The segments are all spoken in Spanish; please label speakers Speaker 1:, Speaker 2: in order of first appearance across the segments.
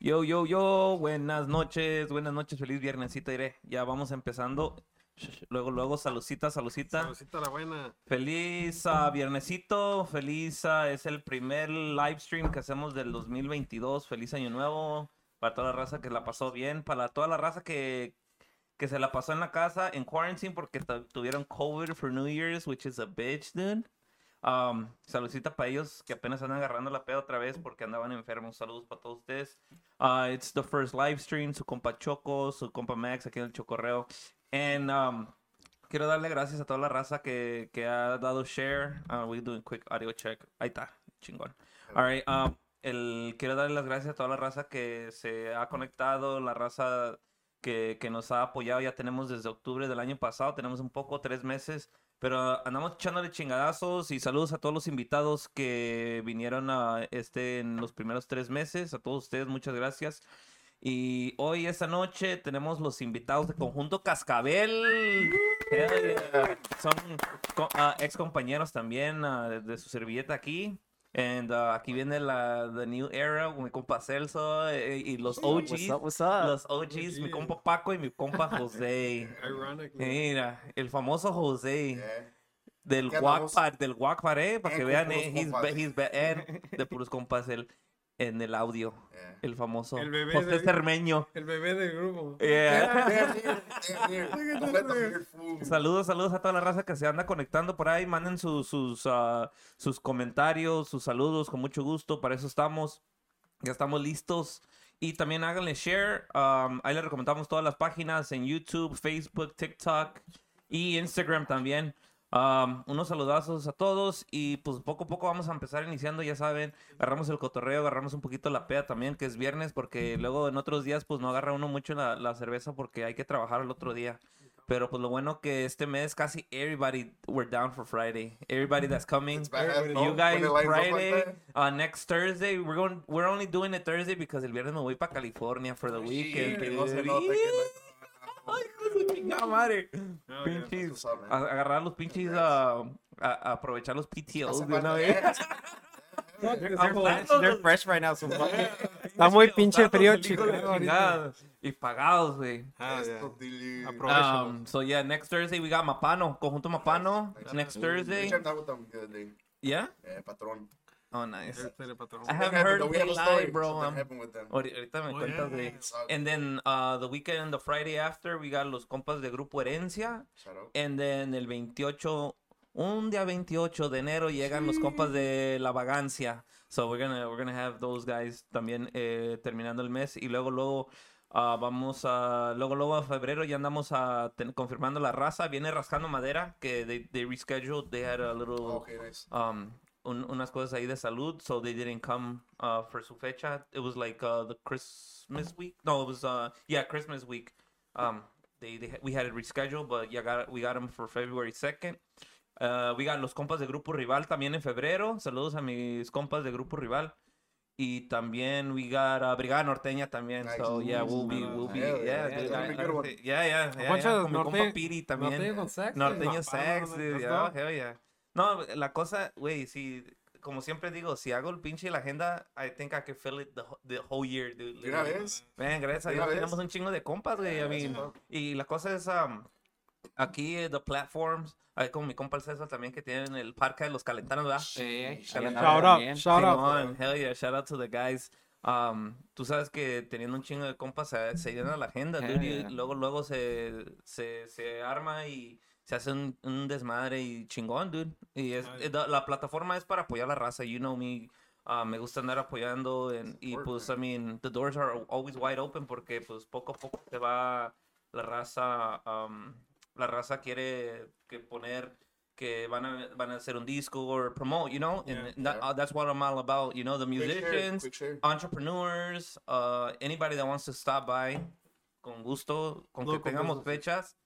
Speaker 1: Yo, yo, yo, buenas noches, buenas noches, feliz viernesito, iré. Ya vamos empezando. Luego, luego, salucita, salucita.
Speaker 2: Saludcita la buena.
Speaker 1: Feliz ah, viernesito, feliz ah, es el primer live stream que hacemos del 2022. Feliz año nuevo para toda la raza que la pasó bien, para toda la raza que, que se la pasó en la casa en quarantine porque tu- tuvieron COVID for New Year's, which is a bitch, dude. Um, saludcita para ellos que apenas andan agarrando la peda otra vez porque andaban enfermos. Saludos para todos ustedes. Uh, it's the first live stream. Su compa Choco, su compa Max aquí en el Chocorreo. And um, quiero darle gracias a toda la raza que, que ha dado share. Uh, we're doing quick audio check. Ahí está, chingón. All right, um, el, quiero darle las gracias a toda la raza que se ha conectado, la raza que, que nos ha apoyado. Ya tenemos desde octubre del año pasado, tenemos un poco, tres meses, pero ah, andamos echándole chingadazos y saludos a todos los invitados que vinieron a este en los primeros tres meses. A todos ustedes, muchas gracias. Y hoy, esta noche, tenemos los invitados de Conjunto Cascabel. Hell yeah. Son co- ah, ex compañeros también ah, de- de su servilleta aquí. And ah, aquí viene la the new era, mi compa Celso eh, y los OGs.
Speaker 3: What's up, what's up?
Speaker 1: Los OGs, mi compa Paco y mi compa José.
Speaker 2: Ironically.
Speaker 1: Mira, el famoso José
Speaker 4: Yeah.
Speaker 1: del
Speaker 4: ¿Qué andamos?
Speaker 1: Wackpad, del Wackpad, eh, para
Speaker 4: Eh,
Speaker 1: que
Speaker 4: con
Speaker 1: vean,
Speaker 4: puros
Speaker 1: eh, he's,
Speaker 4: compas.
Speaker 1: ba- he's bad eh, de puros compas el, en el audio.
Speaker 4: Yeah.
Speaker 1: El famoso
Speaker 2: El bebé
Speaker 1: José
Speaker 2: de-
Speaker 1: Cermeño.
Speaker 2: El bebé del grupo.
Speaker 1: Eh, Yeah.
Speaker 4: They're here, they're here. Don't let them hear fool.
Speaker 1: Saludos, saludos a toda la raza que se anda conectando por ahí. Manden su- sus, ah, sus comentarios, sus saludos, con mucho gusto. Para eso estamos. Ya estamos listos. Y también háganle share. um, ahí les recomendamos todas las páginas en YouTube, Facebook, TikTok y Instagram también. Um, unos saludazos a todos y pues poco a poco vamos a empezar iniciando, ya saben, agarramos el cotorreo, agarramos un poquito la pea también, que es viernes, porque luego en otros días pues no agarra uno mucho la, la cerveza porque hay que trabajar el otro día. Pero pues lo bueno que este mes casi everybody we're down for Friday. Everybody that's coming.
Speaker 4: It's bad,
Speaker 2: Everybody-
Speaker 4: no?
Speaker 1: You
Speaker 4: When
Speaker 1: guys
Speaker 4: it lines up like
Speaker 1: Friday,
Speaker 4: that?
Speaker 1: uh, next Thursday, we're going we're only doing it Thursday because el viernes me voy para California for the weekend.
Speaker 4: Sí, que no se note que no-
Speaker 1: Ay, hijo de su chingada madre.
Speaker 2: No, Ah, ya,
Speaker 4: Tú
Speaker 1: Pinches.
Speaker 4: sabes.
Speaker 1: a- agarrar los pinches a, a- a aprovechar los PTOs de
Speaker 4: Hace
Speaker 1: una
Speaker 4: falta- eh.
Speaker 1: vez.
Speaker 3: They're,
Speaker 1: I'm
Speaker 3: fresh,
Speaker 1: glad-
Speaker 3: they're fresh right now. So Está muy pinche frío,
Speaker 1: Usados, el hijo de la
Speaker 3: chico, ahorita.
Speaker 1: chingada. Y pagados, güey.
Speaker 2: Ah, ya.
Speaker 4: Esto, Tilly.
Speaker 2: Apro- Professionals.
Speaker 1: Um, so yeah, next Thursday we got Mapano, conjunto Mapano.
Speaker 4: Nice, nice.
Speaker 1: Next
Speaker 4: We
Speaker 1: Thursday,
Speaker 4: checked out with them the other day.
Speaker 1: yeah.
Speaker 4: Eh, patrón.
Speaker 1: Oh nice.
Speaker 2: Este era el patrón.
Speaker 1: I
Speaker 4: Something
Speaker 1: haven't
Speaker 4: happened,
Speaker 1: heard
Speaker 4: though. We
Speaker 1: they
Speaker 4: have a
Speaker 1: lie,
Speaker 4: story.
Speaker 1: bro.
Speaker 4: Something
Speaker 1: Um,
Speaker 4: happened with them.
Speaker 1: Ahori- Ahorita me
Speaker 2: Oh,
Speaker 1: cuentas,
Speaker 2: yeah.
Speaker 1: güey.
Speaker 4: Shout
Speaker 1: And then uh, the weekend, the Friday after, we got los compas de Grupo Herencia.
Speaker 4: out.
Speaker 1: And then el 28, un día 28 de enero llegan los compas de La Vagancia. So we're gonna, we're gonna have those guys también eh, terminando el mes. Y luego, luego ah, vamos a, luego, luego a febrero ya andamos a ten- confirmando la raza. Viene Rascando Madera, que they, they rescheduled. They had a little
Speaker 4: Okay, nice.
Speaker 1: um un, unas cosas ahí de salud, so they didn't come uh for su fecha. It was like uh the Christmas week. No, it was uh yeah, Christmas week. Um they, they we had it rescheduled, but yeah, got we got them for February 2nd. Uh, we got los compas de Grupo Rival también en febrero. Saludos a mis compas de Grupo Rival. Y también we got uh, Brigada Norteña también.
Speaker 4: Nice.
Speaker 1: So yeah, we'll be we'll be
Speaker 4: Yeah,
Speaker 1: yeah,
Speaker 4: yeah,
Speaker 1: dude,
Speaker 4: that'll
Speaker 1: I-
Speaker 4: be
Speaker 1: I
Speaker 4: good one.
Speaker 1: think- yeah, yeah, yeah,
Speaker 3: bunch
Speaker 1: yeah,
Speaker 3: of
Speaker 1: con mi compa
Speaker 3: norte-
Speaker 1: Piri también.
Speaker 3: con sex.
Speaker 1: Norteño
Speaker 2: Norteño
Speaker 1: sex,
Speaker 2: Sex,
Speaker 1: dude,
Speaker 2: let's
Speaker 1: yeah,
Speaker 2: go.
Speaker 1: hell yeah. No, la cosa, güey, si, como siempre digo, si hago el pinche la agenda, I think I can fill it the, wh- the whole year, dude.
Speaker 4: De una
Speaker 1: literally.
Speaker 4: vez.
Speaker 1: Man, gracias a
Speaker 4: de
Speaker 1: Dios
Speaker 4: una vez. Ah,
Speaker 1: tenemos un chingo de compas, güey, I
Speaker 4: Yeah,
Speaker 1: mean,
Speaker 4: that's
Speaker 1: y la cosa es, um, aquí, eh, the platforms, ahí con mi compa el César también, que tienen el parque de los calentanos, ¿verdad?
Speaker 3: Shout out, shout out.
Speaker 1: Simón, hell yeah, shout out to the guys. Um, tú sabes que teniendo un chingo de compas se, se llena la agenda,
Speaker 3: Hell
Speaker 1: dude, y
Speaker 3: yeah.
Speaker 1: luego, luego se, se, se arma y se hace un, un desmadre y chingón, dude. Y es, eh,
Speaker 2: Hell yeah.
Speaker 1: la, la plataforma es para apoyar a la raza, you know me. Ah, me gusta andar apoyando en- y
Speaker 4: Support,
Speaker 1: pues, I mean, the doors are always wide open porque pues poco a poco se va la raza, um, la raza quiere que poner que van a, van a hacer un disco or promote, you know, and
Speaker 2: Yeah.
Speaker 1: that-
Speaker 4: Yeah.
Speaker 1: uh, that's what I'm all about, you know, the
Speaker 4: Quick share,
Speaker 1: musicians, Oh,
Speaker 4: quick share.
Speaker 1: entrepreneurs, uh, anybody that wants to stop by, con gusto, con
Speaker 2: Loco,
Speaker 1: que tengamos
Speaker 2: pues,
Speaker 1: fechas,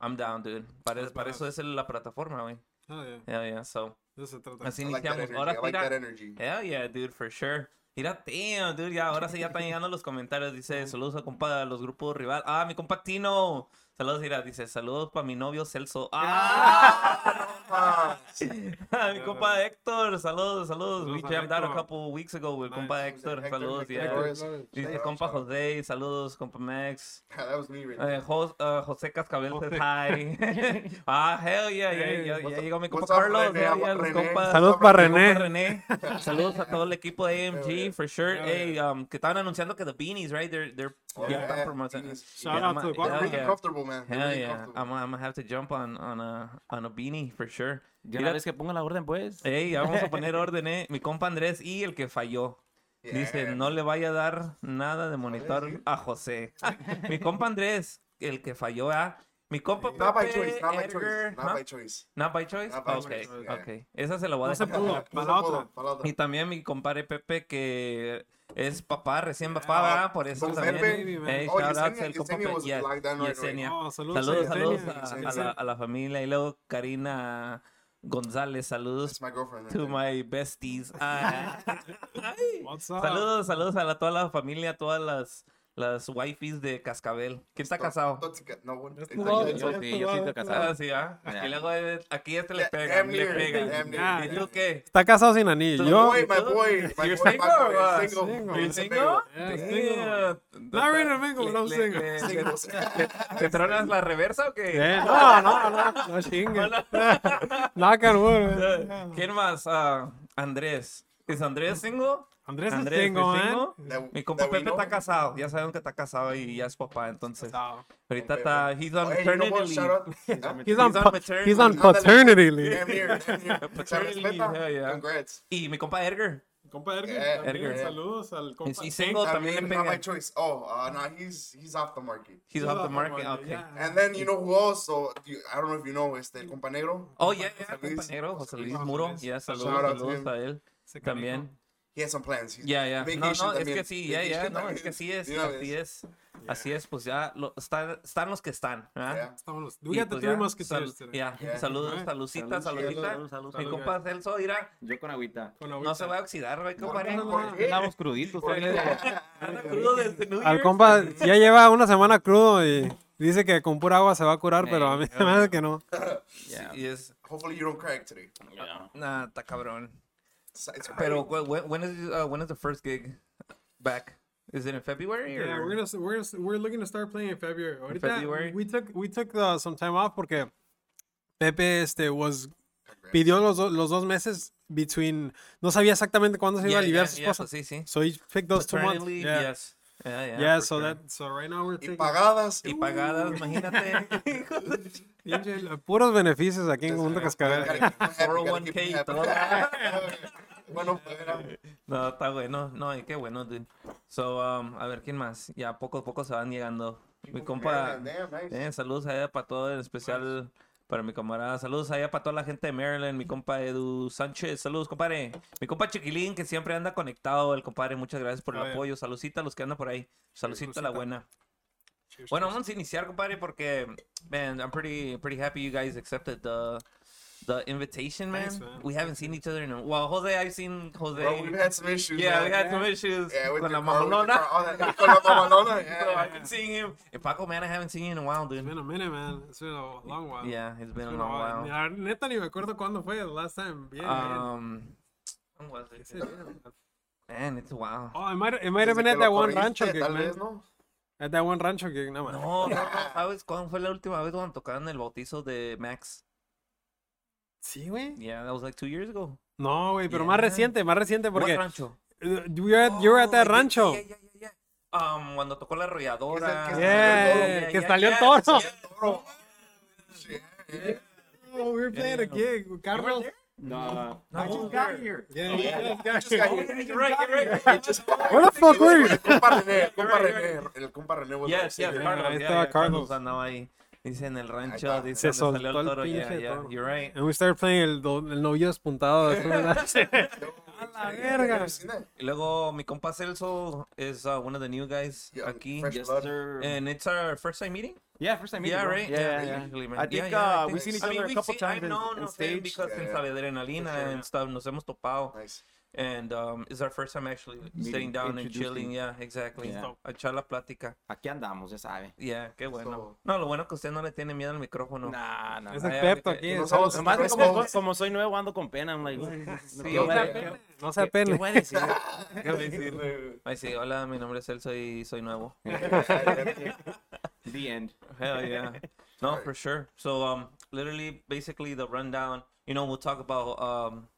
Speaker 1: I'm down, dude. Para,
Speaker 2: That's
Speaker 1: para eso es el- la plataforma, güey.
Speaker 2: Ah, ya.
Speaker 1: Yeah, yeah, so,
Speaker 2: De eso se trata.
Speaker 1: así
Speaker 4: I like that
Speaker 1: iniciamos.
Speaker 4: energy.
Speaker 1: Ahora
Speaker 4: I like
Speaker 1: mira-
Speaker 4: that energy.
Speaker 1: Hell yeah, dude, for sure. Mira, damn, dude, ya ahora sí ya están llegando los comentarios. Dice, saludos a compa, a los grupos rival. Ah, mi compa Tino. Saludos, mira, dice, saludos para mi novio Celso. ¡Ah! mi compa Héctor, saludos, saludos. We
Speaker 5: Saludos a
Speaker 1: jammed out a
Speaker 5: Héctor.
Speaker 1: couple weeks ago with
Speaker 5: Nice.
Speaker 1: compa Héctor,
Speaker 4: Hector
Speaker 1: saludos, yeah.
Speaker 4: McFlores.
Speaker 5: Dice
Speaker 1: Dice
Speaker 4: Yeah,
Speaker 1: compa
Speaker 4: shout out.
Speaker 1: José, saludos, compa Max.
Speaker 4: That was me right there.
Speaker 1: Eh, Jo- eh, José Cascabel says
Speaker 5: José.
Speaker 1: hi. ah, hell yeah, ya,
Speaker 5: Hey,
Speaker 1: ya, ya
Speaker 4: Eh, what's up-
Speaker 1: llegó mi compa
Speaker 4: what's up,
Speaker 1: Carlos.
Speaker 4: René?
Speaker 1: hell
Speaker 4: How
Speaker 1: yeah,
Speaker 4: about
Speaker 1: mi
Speaker 4: René?
Speaker 1: compa-
Speaker 4: Saludos
Speaker 1: mi
Speaker 4: para
Speaker 1: compa
Speaker 5: René.
Speaker 1: René. Saludos a todo el equipo de
Speaker 4: Hell
Speaker 1: AMG,
Speaker 4: yeah.
Speaker 1: for sure.
Speaker 5: Hell
Speaker 1: Hey, um, que estaban anunciando que the beanies, right? They're, they're,
Speaker 4: Oh,
Speaker 1: yeah,
Speaker 4: yeah.
Speaker 1: están promocionando.
Speaker 4: Beanies.
Speaker 5: Shout out to the
Speaker 1: Hell
Speaker 4: They're really
Speaker 1: yeah.
Speaker 4: comfortable, man. They're
Speaker 1: Hell
Speaker 4: really
Speaker 1: yeah,
Speaker 4: comfortable.
Speaker 1: I'm, I'm gonna have to jump on, on a on a beanie for sure.
Speaker 3: Ya
Speaker 1: Mira-
Speaker 3: una vez que ponga la orden, pues.
Speaker 1: Ey, ya vamos a poner orden, eh. Mi compa Andrés y el que falló. Dice,
Speaker 4: Yeah.
Speaker 1: no le vaya a dar nada de monitor
Speaker 4: sí.
Speaker 1: a José. Mi compa Andrés, el que falló, ah. Mi compa Pepe,
Speaker 4: Not by choice, not by
Speaker 1: Edgar,
Speaker 4: choice, not
Speaker 1: ¿no?
Speaker 4: by choice.
Speaker 1: Not by choice.
Speaker 4: Not by
Speaker 1: ok,
Speaker 4: choice, yeah.
Speaker 1: ok. Esa se la voy a
Speaker 5: No se
Speaker 1: dejar.
Speaker 5: pudo.
Speaker 4: No
Speaker 5: Para
Speaker 4: se
Speaker 5: la
Speaker 4: pudo,
Speaker 5: otra.
Speaker 4: para la otra.
Speaker 1: Y también mi compadre Pepe, que es papá, recién papá, ¿verdad? Por eso
Speaker 4: Don
Speaker 1: también.
Speaker 4: Pepe.
Speaker 1: Ey,
Speaker 4: Oh,
Speaker 1: shout out
Speaker 4: Yesenia-
Speaker 1: al compa
Speaker 4: Yesenia
Speaker 1: Pe-
Speaker 4: was
Speaker 1: yes,
Speaker 4: locked down right away.
Speaker 1: Yesenia.
Speaker 5: Oh, saludos,
Speaker 1: Saludos,
Speaker 5: a
Speaker 1: saludos
Speaker 5: Yesenia.
Speaker 1: a,
Speaker 4: Yesenia.
Speaker 1: a la, a la familia. Y luego Karina González, saludos
Speaker 4: That's my girlfriend. right
Speaker 1: to
Speaker 4: there.
Speaker 1: my besties. Ah. Ay.
Speaker 5: What's up?
Speaker 1: saludos, saludos a la, toda la familia, a todas las, las wifis de Cascabel. ¿Quién está
Speaker 4: Tó-
Speaker 1: casado?
Speaker 4: tóxica. No one.
Speaker 5: That's
Speaker 4: Exactly.
Speaker 5: the one.
Speaker 3: Yo, yo sí, yo sí estoy casado.
Speaker 1: Ah, sí, ¿ah? Aquí,
Speaker 3: Ya.
Speaker 1: luego, eh, aquí este le
Speaker 4: Yeah,
Speaker 1: pega,
Speaker 4: damn
Speaker 1: le
Speaker 4: near, damn near,
Speaker 1: pega. ¿Y
Speaker 5: yeah.
Speaker 1: tú qué?
Speaker 2: Está casado sin anillo. Eh,
Speaker 1: Tú-
Speaker 2: Yo,
Speaker 4: Wait, my boy, my
Speaker 1: You're
Speaker 4: boy,
Speaker 1: single
Speaker 4: my boy,
Speaker 1: or
Speaker 5: Ah,
Speaker 1: what?
Speaker 4: single.
Speaker 5: Single.
Speaker 1: ¿Eres
Speaker 5: It's
Speaker 1: single?
Speaker 5: Yeah,
Speaker 1: Yeah.
Speaker 5: Not really mingle, but I'm
Speaker 1: Le-
Speaker 5: single.
Speaker 1: le- le-
Speaker 4: Singles.
Speaker 1: ¿Te tronas la reversa o qué?
Speaker 2: Eh, no, no, no, no chingue. Knock on wood.
Speaker 1: Eh, ¿Quién más? Ah, Andrés. ¿Es Andrés single?
Speaker 5: Andrés es
Speaker 1: Andrés,
Speaker 5: single,
Speaker 1: ¿es
Speaker 5: man.
Speaker 1: single?
Speaker 4: That-
Speaker 1: Mi compa
Speaker 4: that we
Speaker 1: Pepe
Speaker 4: know.
Speaker 1: está casado. Ya saben que está casado y ya es papá, entonces.
Speaker 5: Casado.
Speaker 1: Ahorita está. He's on
Speaker 4: Oh, hey, you know
Speaker 1: maternity
Speaker 4: what? Shout out.
Speaker 1: leave.
Speaker 4: Yeah.
Speaker 2: He's on,
Speaker 1: He's on
Speaker 2: pa-
Speaker 1: maternity
Speaker 2: he's on
Speaker 1: leave.
Speaker 2: paternity leave.
Speaker 4: Damn near, damn near. Se
Speaker 1: Paternity leave,
Speaker 4: respeta.
Speaker 1: hell yeah.
Speaker 4: Congrats.
Speaker 1: Y mi compa Edgar.
Speaker 5: Compa Edgar,
Speaker 4: Eh,
Speaker 5: también,
Speaker 1: Edgar.
Speaker 5: saludos al compa.
Speaker 1: ¿Es he single?
Speaker 4: I
Speaker 1: También le
Speaker 4: mean, not my
Speaker 1: pega.
Speaker 4: choice. Oh, uh, nah, he's he's off the market.
Speaker 1: He's off the market. Okay.
Speaker 5: yeah.
Speaker 4: And then you know who also? You, I don't know if you know, este el compañero.
Speaker 1: Oh, yeah, yeah,
Speaker 4: Luis.
Speaker 1: compañero José Luis
Speaker 5: Luis.
Speaker 1: Muro.
Speaker 5: José
Speaker 1: Ya,
Speaker 5: Luis.
Speaker 1: saludos,
Speaker 4: Shout out to
Speaker 1: saludos
Speaker 4: him.
Speaker 1: a él
Speaker 5: Ese canijo.
Speaker 1: también.
Speaker 4: He has some plans. He's-
Speaker 1: Ya, ya. No,
Speaker 4: Vacation
Speaker 1: no, es
Speaker 4: también.
Speaker 1: que sí, ya, ya.
Speaker 4: Vacation
Speaker 1: No,
Speaker 4: también.
Speaker 1: es que sí es.
Speaker 4: De una
Speaker 1: Así
Speaker 4: vez.
Speaker 1: es. Así es, pues ya lo- están, están los que están. ¿verdad?
Speaker 4: Yeah.
Speaker 5: Estamos los- We
Speaker 1: Y
Speaker 5: got the
Speaker 1: pues
Speaker 5: three
Speaker 1: ya,
Speaker 5: musketeers
Speaker 1: sal-
Speaker 5: today.
Speaker 1: ya,
Speaker 4: Yeah.
Speaker 1: Saludos,
Speaker 5: Alright.
Speaker 1: saludcita,
Speaker 3: Salud,
Speaker 1: saludita.
Speaker 3: salud, salud,
Speaker 1: Mi
Speaker 5: salud.
Speaker 1: compa Celso, mira,
Speaker 3: Yo con agüita.
Speaker 5: Con
Speaker 1: no
Speaker 5: agüita.
Speaker 1: se va a oxidar, güey, compadre.
Speaker 5: no, no.
Speaker 4: Yeah.
Speaker 3: Andamos cruditos.
Speaker 4: ¿eh?
Speaker 3: ¿sabes?
Speaker 1: Anda crudo desde New
Speaker 2: Al
Speaker 1: Year's.
Speaker 2: compa ya lleva una semana crudo y dice que con pura agua se va a curar, pero a mí se me hace que no.
Speaker 3: Ya.
Speaker 1: Y es,
Speaker 4: Hopefully you don't crack today.
Speaker 3: Ya.
Speaker 1: nah, está cabrón.
Speaker 4: It's- it's
Speaker 1: Pero,
Speaker 4: alright.
Speaker 1: wh- when, when is, uh, when is the first gig back? Is it in February? Or?
Speaker 5: Yeah, we're gonna we're gonna, we're looking to start playing in February. Ahorita,
Speaker 1: February?
Speaker 5: We took we took
Speaker 2: took, uh, some time off porque Pepe este was pidió los, do- los dos meses between no sabía exactamente cuándo se iba
Speaker 1: Yeah,
Speaker 2: a aliviar
Speaker 1: yeah,
Speaker 2: su
Speaker 1: yeah,
Speaker 2: esposa.
Speaker 1: pues sí, sí.
Speaker 2: So he picked those two months.
Speaker 1: Paternity,
Speaker 2: Yeah.
Speaker 1: yes. Yeah, yeah,
Speaker 2: Yeah,
Speaker 1: for
Speaker 2: so
Speaker 1: sure.
Speaker 2: that so right now we're
Speaker 4: Y
Speaker 2: taking
Speaker 4: pagadas.
Speaker 1: Y pagadas, imagínate. hijo de-
Speaker 2: Pinche, puros beneficios aquí en Mundo Cascabel.
Speaker 4: Gotta keep them happy, gotta
Speaker 1: 401k
Speaker 4: keep them
Speaker 1: y
Speaker 4: happy. Bueno, fuera.
Speaker 1: No, está bueno. No, y qué bueno, dude. So, um, a ver, ¿quién más? Ya poco a poco se van llegando. Mi compa.
Speaker 4: Damn, nice.
Speaker 1: Eh, saludos allá para todo, en especial para mi camarada. Saludos allá para toda la gente de Maryland, mi compa Edu Sánchez. Saludos, compadre. Mi compa Chiquilín, que siempre anda conectado, el compadre. Muchas gracias por el
Speaker 5: Ah, ya.
Speaker 1: apoyo. Saludcita a los que andan por ahí. Saludcita a
Speaker 5: Saludcita.
Speaker 1: la buena. Bueno, vamos a iniciar, compadre, porque, man, I'm pretty, pretty happy you guys accepted the, the invitation, man.
Speaker 5: Thanks, man.
Speaker 1: We haven't seen each other in a Well, Jose, I've seen Jose.
Speaker 4: Bro, we've had some issues.
Speaker 1: yeah,
Speaker 4: man.
Speaker 1: we had some issues
Speaker 4: Yeah, with
Speaker 1: con
Speaker 4: the
Speaker 1: la
Speaker 4: car, with the
Speaker 1: mamalona.
Speaker 4: car, all that- Con la mamalona.
Speaker 1: So
Speaker 4: Yeah.
Speaker 1: I've been seeing him. And Paco, man, I haven't seen you in a while, dude.
Speaker 5: It's been a minute, man. It's been a long while.
Speaker 1: Yeah, it's
Speaker 5: It's
Speaker 1: been a
Speaker 5: been
Speaker 1: long while.
Speaker 5: La neta ni me acuerdo cuándo fue the last time.
Speaker 2: eh.
Speaker 5: Yeah, man.
Speaker 1: Um, when was
Speaker 5: It's
Speaker 1: it?
Speaker 5: it, yeah.
Speaker 1: Man, it's a while.
Speaker 5: Oh, it might it might have
Speaker 4: Desde
Speaker 5: been
Speaker 4: que
Speaker 5: at that
Speaker 4: lo
Speaker 5: one
Speaker 4: corriste,
Speaker 5: rancho gig,
Speaker 4: tal
Speaker 5: man.
Speaker 4: vez, ¿no?
Speaker 2: At that one rancho gig, no man.
Speaker 1: No, no, no, ¿sabes cuándo fue la última vez cuando tocaron el bautizo de Max?
Speaker 2: Sí, güey.
Speaker 1: Yeah, that was like two years ago.
Speaker 2: No, güey, pero
Speaker 1: Yeah.
Speaker 2: más reciente, más reciente
Speaker 1: ¿Qué
Speaker 2: porque
Speaker 1: rancho?
Speaker 2: uh, you were at, you were at that
Speaker 1: Oh,
Speaker 2: rancho.
Speaker 1: yeah, yeah, yeah, yeah. Um, cuando tocó la arrolladora.
Speaker 4: Que
Speaker 2: Yeah, que salió el toro. Oh,
Speaker 4: Bro. Shit, yeah.
Speaker 5: Oh, we were playing a gig. with Carlos.
Speaker 3: No.
Speaker 1: No, Oh,
Speaker 5: Yeah, yeah, yeah.
Speaker 4: Just got here.
Speaker 1: you're right, you're right.
Speaker 2: Where the fuck were you?
Speaker 4: El compa René, el compa
Speaker 1: Right,
Speaker 4: René, el compa René was
Speaker 1: Yes, yes,
Speaker 4: there.
Speaker 1: Carlos.
Speaker 2: ahí
Speaker 1: yeah,
Speaker 2: estaba
Speaker 1: yeah, Carlos
Speaker 2: Carlos.
Speaker 1: andaba ahí. Dice en el rancho,
Speaker 4: está.
Speaker 1: dice
Speaker 2: Se
Speaker 1: donde salió el
Speaker 2: soltó el
Speaker 1: toro. Yeah,
Speaker 2: pinche
Speaker 1: yeah,
Speaker 2: toro.
Speaker 1: you're right.
Speaker 2: And we started playing el, do- el novillo despuntado. eso, ¿verdad?
Speaker 4: A
Speaker 5: la verga.
Speaker 1: Y luego mi compa Celso is uh, one of the new guys
Speaker 4: Yeah,
Speaker 1: aquí.
Speaker 4: fresh
Speaker 3: Yes,
Speaker 4: blood.
Speaker 3: sir.
Speaker 1: And it's our first time meeting?
Speaker 3: yeah, first time meeting.
Speaker 1: Yeah,
Speaker 3: bro.
Speaker 1: right?
Speaker 3: Yeah, yeah, yeah.
Speaker 1: usually, man.
Speaker 3: I
Speaker 1: Yeah,
Speaker 3: think
Speaker 1: yeah, I
Speaker 3: uh,
Speaker 1: think
Speaker 3: we've seen
Speaker 1: so.
Speaker 3: each
Speaker 1: I
Speaker 3: other
Speaker 1: mean,
Speaker 3: a
Speaker 1: we've
Speaker 3: couple
Speaker 1: seen-
Speaker 3: times
Speaker 1: I
Speaker 3: in,
Speaker 1: know
Speaker 3: in
Speaker 1: of him
Speaker 3: stage.
Speaker 1: because
Speaker 4: Yeah,
Speaker 1: since
Speaker 4: yeah.
Speaker 1: la adrenalina and stuff, nos hemos topado.
Speaker 4: Nice.
Speaker 1: And um, it's our first time actually sitting
Speaker 3: Meeting,
Speaker 1: down and
Speaker 3: introducing.
Speaker 1: chilling. Yeah, exactly.
Speaker 3: Yeah.
Speaker 1: A echar la plática.
Speaker 3: Aquí andamos, ya sabe.
Speaker 1: Yeah, qué bueno. No, lo bueno que usted no le tiene miedo al micrófono.
Speaker 3: Nah, nah.
Speaker 2: Es
Speaker 1: Ay,
Speaker 2: experto
Speaker 1: ay,
Speaker 2: aquí.
Speaker 1: ay,
Speaker 4: no
Speaker 2: es
Speaker 4: somos-
Speaker 2: algo-
Speaker 6: Nomás que
Speaker 4: Pero
Speaker 6: como,
Speaker 4: como-
Speaker 6: como soy nuevo ando con pena, I'm like,
Speaker 1: Sí,
Speaker 6: ¿qué
Speaker 1: o
Speaker 6: voy
Speaker 1: sea,
Speaker 6: a-
Speaker 1: ¿qué-
Speaker 2: No se
Speaker 6: ¿Qué
Speaker 2: apene.
Speaker 6: voy a decir?
Speaker 1: qué voy a decir? Ay, sí, hola, mi nombre es Celso y soy nuevo.
Speaker 3: The end.
Speaker 1: Hell yeah. No, for sure. So um literally basically the rundown, you know, we'll talk about um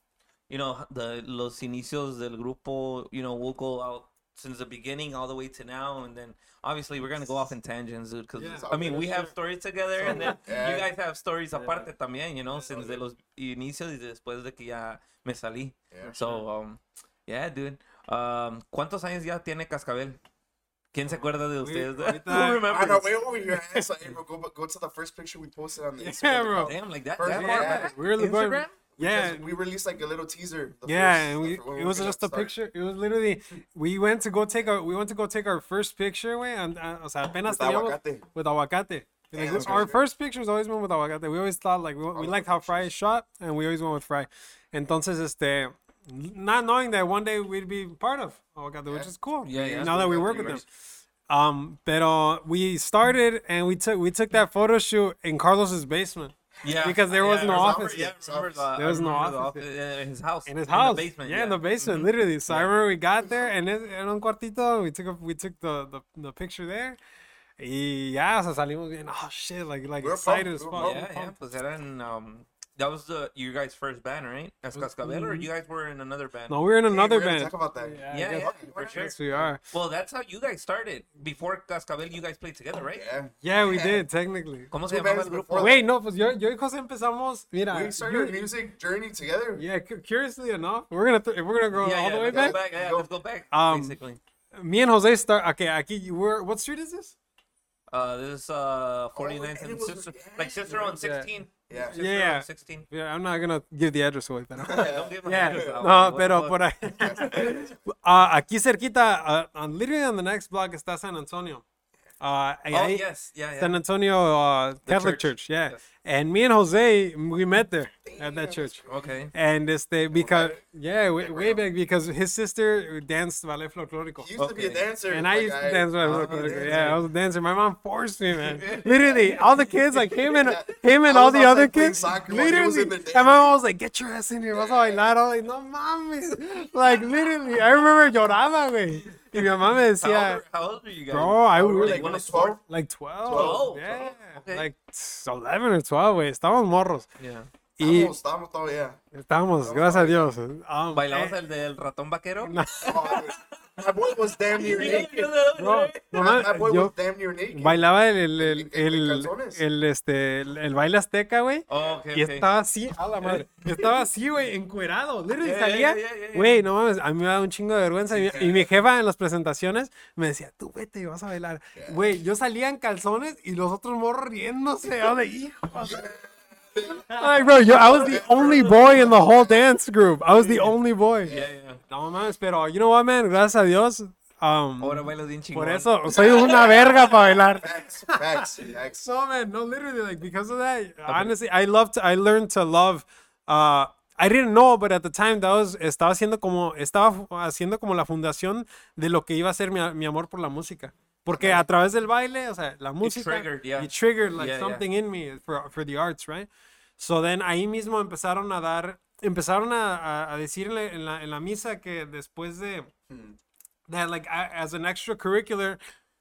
Speaker 1: you know the los inicios del grupo, you know, we'll go out since the beginning all the way to now and then obviously we're gonna go off in tangents dude because
Speaker 7: Yeah.
Speaker 1: i mean we have stories together and then you
Speaker 4: Yeah.
Speaker 1: guys have stories aparte también you know since de los inicios y después de que ya me salí
Speaker 4: Yeah.
Speaker 1: so um yeah dude um cuántos años ya tiene cascabel quién se acuerda de ustedes
Speaker 7: ahorita-
Speaker 1: Who remembers?
Speaker 4: I know. Wait over your ass, oh, like, April. Go, go to the first picture we posted on the
Speaker 7: Yeah,
Speaker 4: Instagram.
Speaker 7: bro.
Speaker 1: Damn, like that.
Speaker 4: First
Speaker 1: that
Speaker 4: one,
Speaker 1: far
Speaker 4: yeah.
Speaker 1: back?
Speaker 2: We're the
Speaker 1: Instagram?
Speaker 2: boy-
Speaker 7: Yeah.
Speaker 4: Because we released like a little teaser. the
Speaker 2: Yeah,
Speaker 4: first-
Speaker 2: and we,
Speaker 4: when
Speaker 2: it was
Speaker 4: first
Speaker 2: just a
Speaker 4: started.
Speaker 2: picture. It was literally we went to go take our we went to go take our first picture way and uh, o sea, apenas
Speaker 4: With
Speaker 2: teníamos-
Speaker 4: aguacate.
Speaker 2: with aguacate.
Speaker 4: Damn,
Speaker 2: Like,
Speaker 4: that's
Speaker 2: our
Speaker 4: crazy.
Speaker 2: first pictures always went with aguacate. We always thought like we, we
Speaker 4: the
Speaker 2: liked how Fry shot and we always went with Fry. Entonces este not knowing that one day we'd be part of aguacate, which
Speaker 4: Yeah.
Speaker 2: is cool.
Speaker 1: Yeah, yeah.
Speaker 2: Now that we
Speaker 4: Yeah,
Speaker 2: work
Speaker 4: we
Speaker 2: with them.
Speaker 4: work.
Speaker 2: Um, pero we started and we took we took that photo shoot in Carlos's basement.
Speaker 1: Yeah,
Speaker 2: Because there was no
Speaker 1: I remember-
Speaker 2: office.
Speaker 1: Yeah, I remember the- I
Speaker 2: There was no
Speaker 1: remember the
Speaker 2: office.
Speaker 1: office, uh, in his house.
Speaker 2: in his house.
Speaker 1: the basement. Mm-hmm.
Speaker 2: yeah, in the basement, literally. So I remember we got there and it, en un cuartito we took a, we took the, the the picture there. Y ya, o sea, salimos bien. Oh shit, like like
Speaker 4: We were
Speaker 2: excited as
Speaker 4: pumped, we were
Speaker 2: fuck.
Speaker 1: Yeah, yeah. Pues eran, um, that was the you guys' first band, right? As Cascabel, or you guys were in another band?
Speaker 2: No, we were in
Speaker 4: Hey,
Speaker 2: another
Speaker 4: we're gonna
Speaker 2: band.
Speaker 4: Talk about that.
Speaker 1: Yeah,
Speaker 2: Yeah,
Speaker 1: yeah,
Speaker 2: I guess-
Speaker 1: for sure.
Speaker 2: Yes, we are.
Speaker 1: Well, that's how you guys started. Before Cascabel, you guys played together, right?
Speaker 4: Yeah.
Speaker 2: Yeah, we did technically.
Speaker 1: ¿Cómo se
Speaker 4: Two
Speaker 1: llamaba
Speaker 4: bands
Speaker 1: el grupo?
Speaker 4: before
Speaker 2: Wait, no, pues yo, yo y José empezamos. Mira,
Speaker 4: We started our
Speaker 2: you-
Speaker 4: music journey together.
Speaker 2: yeah, cu- curiously enough, we're gonna th- if we're gonna go
Speaker 1: Yeah, yeah,
Speaker 2: all the way
Speaker 1: let's
Speaker 2: back.
Speaker 1: Go back. Yeah,
Speaker 4: Go-
Speaker 1: let's go back.
Speaker 2: Um,
Speaker 1: basically,
Speaker 2: Me and Jose start. Okay, aquí you were. What street is this?
Speaker 1: uh, this is uh,
Speaker 2: Oh,
Speaker 1: 49th
Speaker 4: and
Speaker 1: and
Speaker 4: it was-
Speaker 1: sister,
Speaker 4: yeah,
Speaker 1: like sister on 16.
Speaker 4: Yeah.
Speaker 1: Sister
Speaker 2: Yeah.
Speaker 1: on 16.
Speaker 2: Yeah, I'm not gonna give the address away, but.
Speaker 1: Don't give my
Speaker 2: Yeah,
Speaker 1: address out,
Speaker 2: no,
Speaker 1: what the
Speaker 2: pero
Speaker 1: fuck?
Speaker 2: por ahí. Ah, aquí cerquita, ah, on- literally on the next block está San Antonio. Ah, ahí-
Speaker 1: Oh
Speaker 2: ahí,
Speaker 1: yes, yeah, yeah.
Speaker 2: San Antonio ah, Catholic
Speaker 1: church.
Speaker 2: Church, yeah.
Speaker 1: Yes.
Speaker 2: And me and Jose, we met there at that church.
Speaker 1: Okay.
Speaker 2: And este, because, yeah, way, way
Speaker 4: Wow.
Speaker 2: back, because his sister danced ballet Oh, folklorico.
Speaker 4: He used to be a
Speaker 1: Okay.
Speaker 4: dancer.
Speaker 2: And I
Speaker 4: like,
Speaker 2: used to dance when I was
Speaker 4: I Oh,
Speaker 2: a
Speaker 4: was a
Speaker 2: little-
Speaker 4: dancer.
Speaker 2: Yeah, I was a dancer. My mom forced me, man. Literally, all the kids, like him and him and
Speaker 4: I
Speaker 2: all
Speaker 4: was
Speaker 2: the
Speaker 4: outside
Speaker 2: other
Speaker 4: playing
Speaker 2: kids.
Speaker 4: soccer while he was
Speaker 2: Literally,
Speaker 4: in there
Speaker 2: and my mom was like, "Get your ass in here, vas a bailar." I was like, "No mames!" Like literally, I remember lloraba, güey. Y mi mamá me
Speaker 1: How,
Speaker 2: decía,
Speaker 1: old, how old are you guys?
Speaker 2: "Bro, I
Speaker 1: Were
Speaker 2: was
Speaker 1: they
Speaker 2: like,
Speaker 1: one
Speaker 4: when
Speaker 1: of
Speaker 4: it's
Speaker 1: four?
Speaker 4: four?
Speaker 2: like 12,
Speaker 1: 12,
Speaker 2: yeah,
Speaker 1: okay.
Speaker 2: like 11 or 12, güey. Estábamos morros."
Speaker 1: Yeah.
Speaker 2: Y
Speaker 4: Almost, almost, oh, yeah.
Speaker 2: estábamos, gracias a Dios. Um,
Speaker 1: ¿Bailabas
Speaker 2: eh,
Speaker 1: el del ratón vaquero?
Speaker 2: no, eh,
Speaker 4: Oh, my boy was damn near naked.
Speaker 2: no, no,
Speaker 4: My my boy was
Speaker 2: yo
Speaker 4: damn near naked.
Speaker 2: bailaba el, el, el,
Speaker 4: En- en
Speaker 2: el-
Speaker 4: calzones.
Speaker 2: el, este, el, el baile azteca, güey.
Speaker 1: Oh, okay,
Speaker 2: Y
Speaker 1: okay.
Speaker 2: estaba así, a la madre. Estaba así, güey, encuerado. Literally
Speaker 1: Yeah,
Speaker 2: salía.
Speaker 1: yeah, yeah, yeah, yeah.
Speaker 2: Güey, no mames, a mí me da un chingo de vergüenza. y, mi, y mi jefa en las presentaciones me decía, tú vete y vas a bailar. Güey, yo salía en calzones y los otros morros riéndose. Yo de hijo. Ay, bro, yo, I was the only boy in the whole dance group. I was the only boy.
Speaker 1: Yeah, yeah.
Speaker 2: No mames, pero, you know what, man? Gracias a Dios. um,
Speaker 1: Ahora bailas bien chingón.
Speaker 2: por eso, soy una verga para bailar.
Speaker 4: Facts, facts, facts.
Speaker 2: No man, no, literally, like because of that. Honestly, I loved. I learned to love. Uh, I didn't know, but at the time that was estaba haciendo como estaba fu- haciendo como la fundación de lo que iba a ser mi, a- mi amor por la música. Porque a través del baile, o sea, la música,
Speaker 1: triggered, yeah.
Speaker 2: it triggered like
Speaker 1: Yeah, yeah.
Speaker 2: something in me for, for the arts, right? So then ahí mismo empezaron a dar, empezaron a, a- a decirle en la, en la misa que después de that like a- as an extracurricular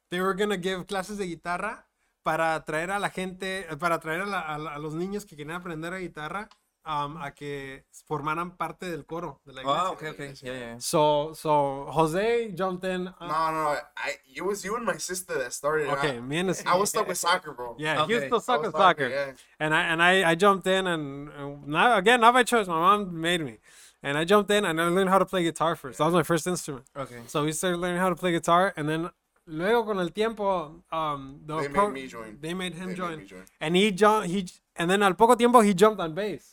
Speaker 2: they were gonna give clases de guitarra para atraer a la gente para atraer a, la- a la- a los niños que querían aprender a guitarra um, a que formaran parte del coro de la iglesia.
Speaker 8: Ah,
Speaker 1: Oh, okay, okay. Yeah, yeah.
Speaker 2: So so Jose jumped in.
Speaker 4: No,
Speaker 2: uh,
Speaker 4: no, I. It was you and my sister that started. and
Speaker 2: okay, me and his,
Speaker 4: I, I was stuck with soccer, bro.
Speaker 2: yeah, he was
Speaker 1: Okay,
Speaker 2: still
Speaker 4: I
Speaker 2: stuck
Speaker 4: was
Speaker 2: with soccer,
Speaker 4: Yeah.
Speaker 2: and I and I, I jumped in and uh, not again not by choice. My mom made me, and I jumped in and I learned how to play guitar first. That was my first instrument.
Speaker 1: Okay.
Speaker 2: So we started learning how to play guitar, and then luego con el tiempo, um, the
Speaker 4: They made me join.
Speaker 2: They made him
Speaker 4: They made
Speaker 2: join.
Speaker 4: me join.
Speaker 2: and he jumped. He j- and then al poco tiempo he jumped on bass.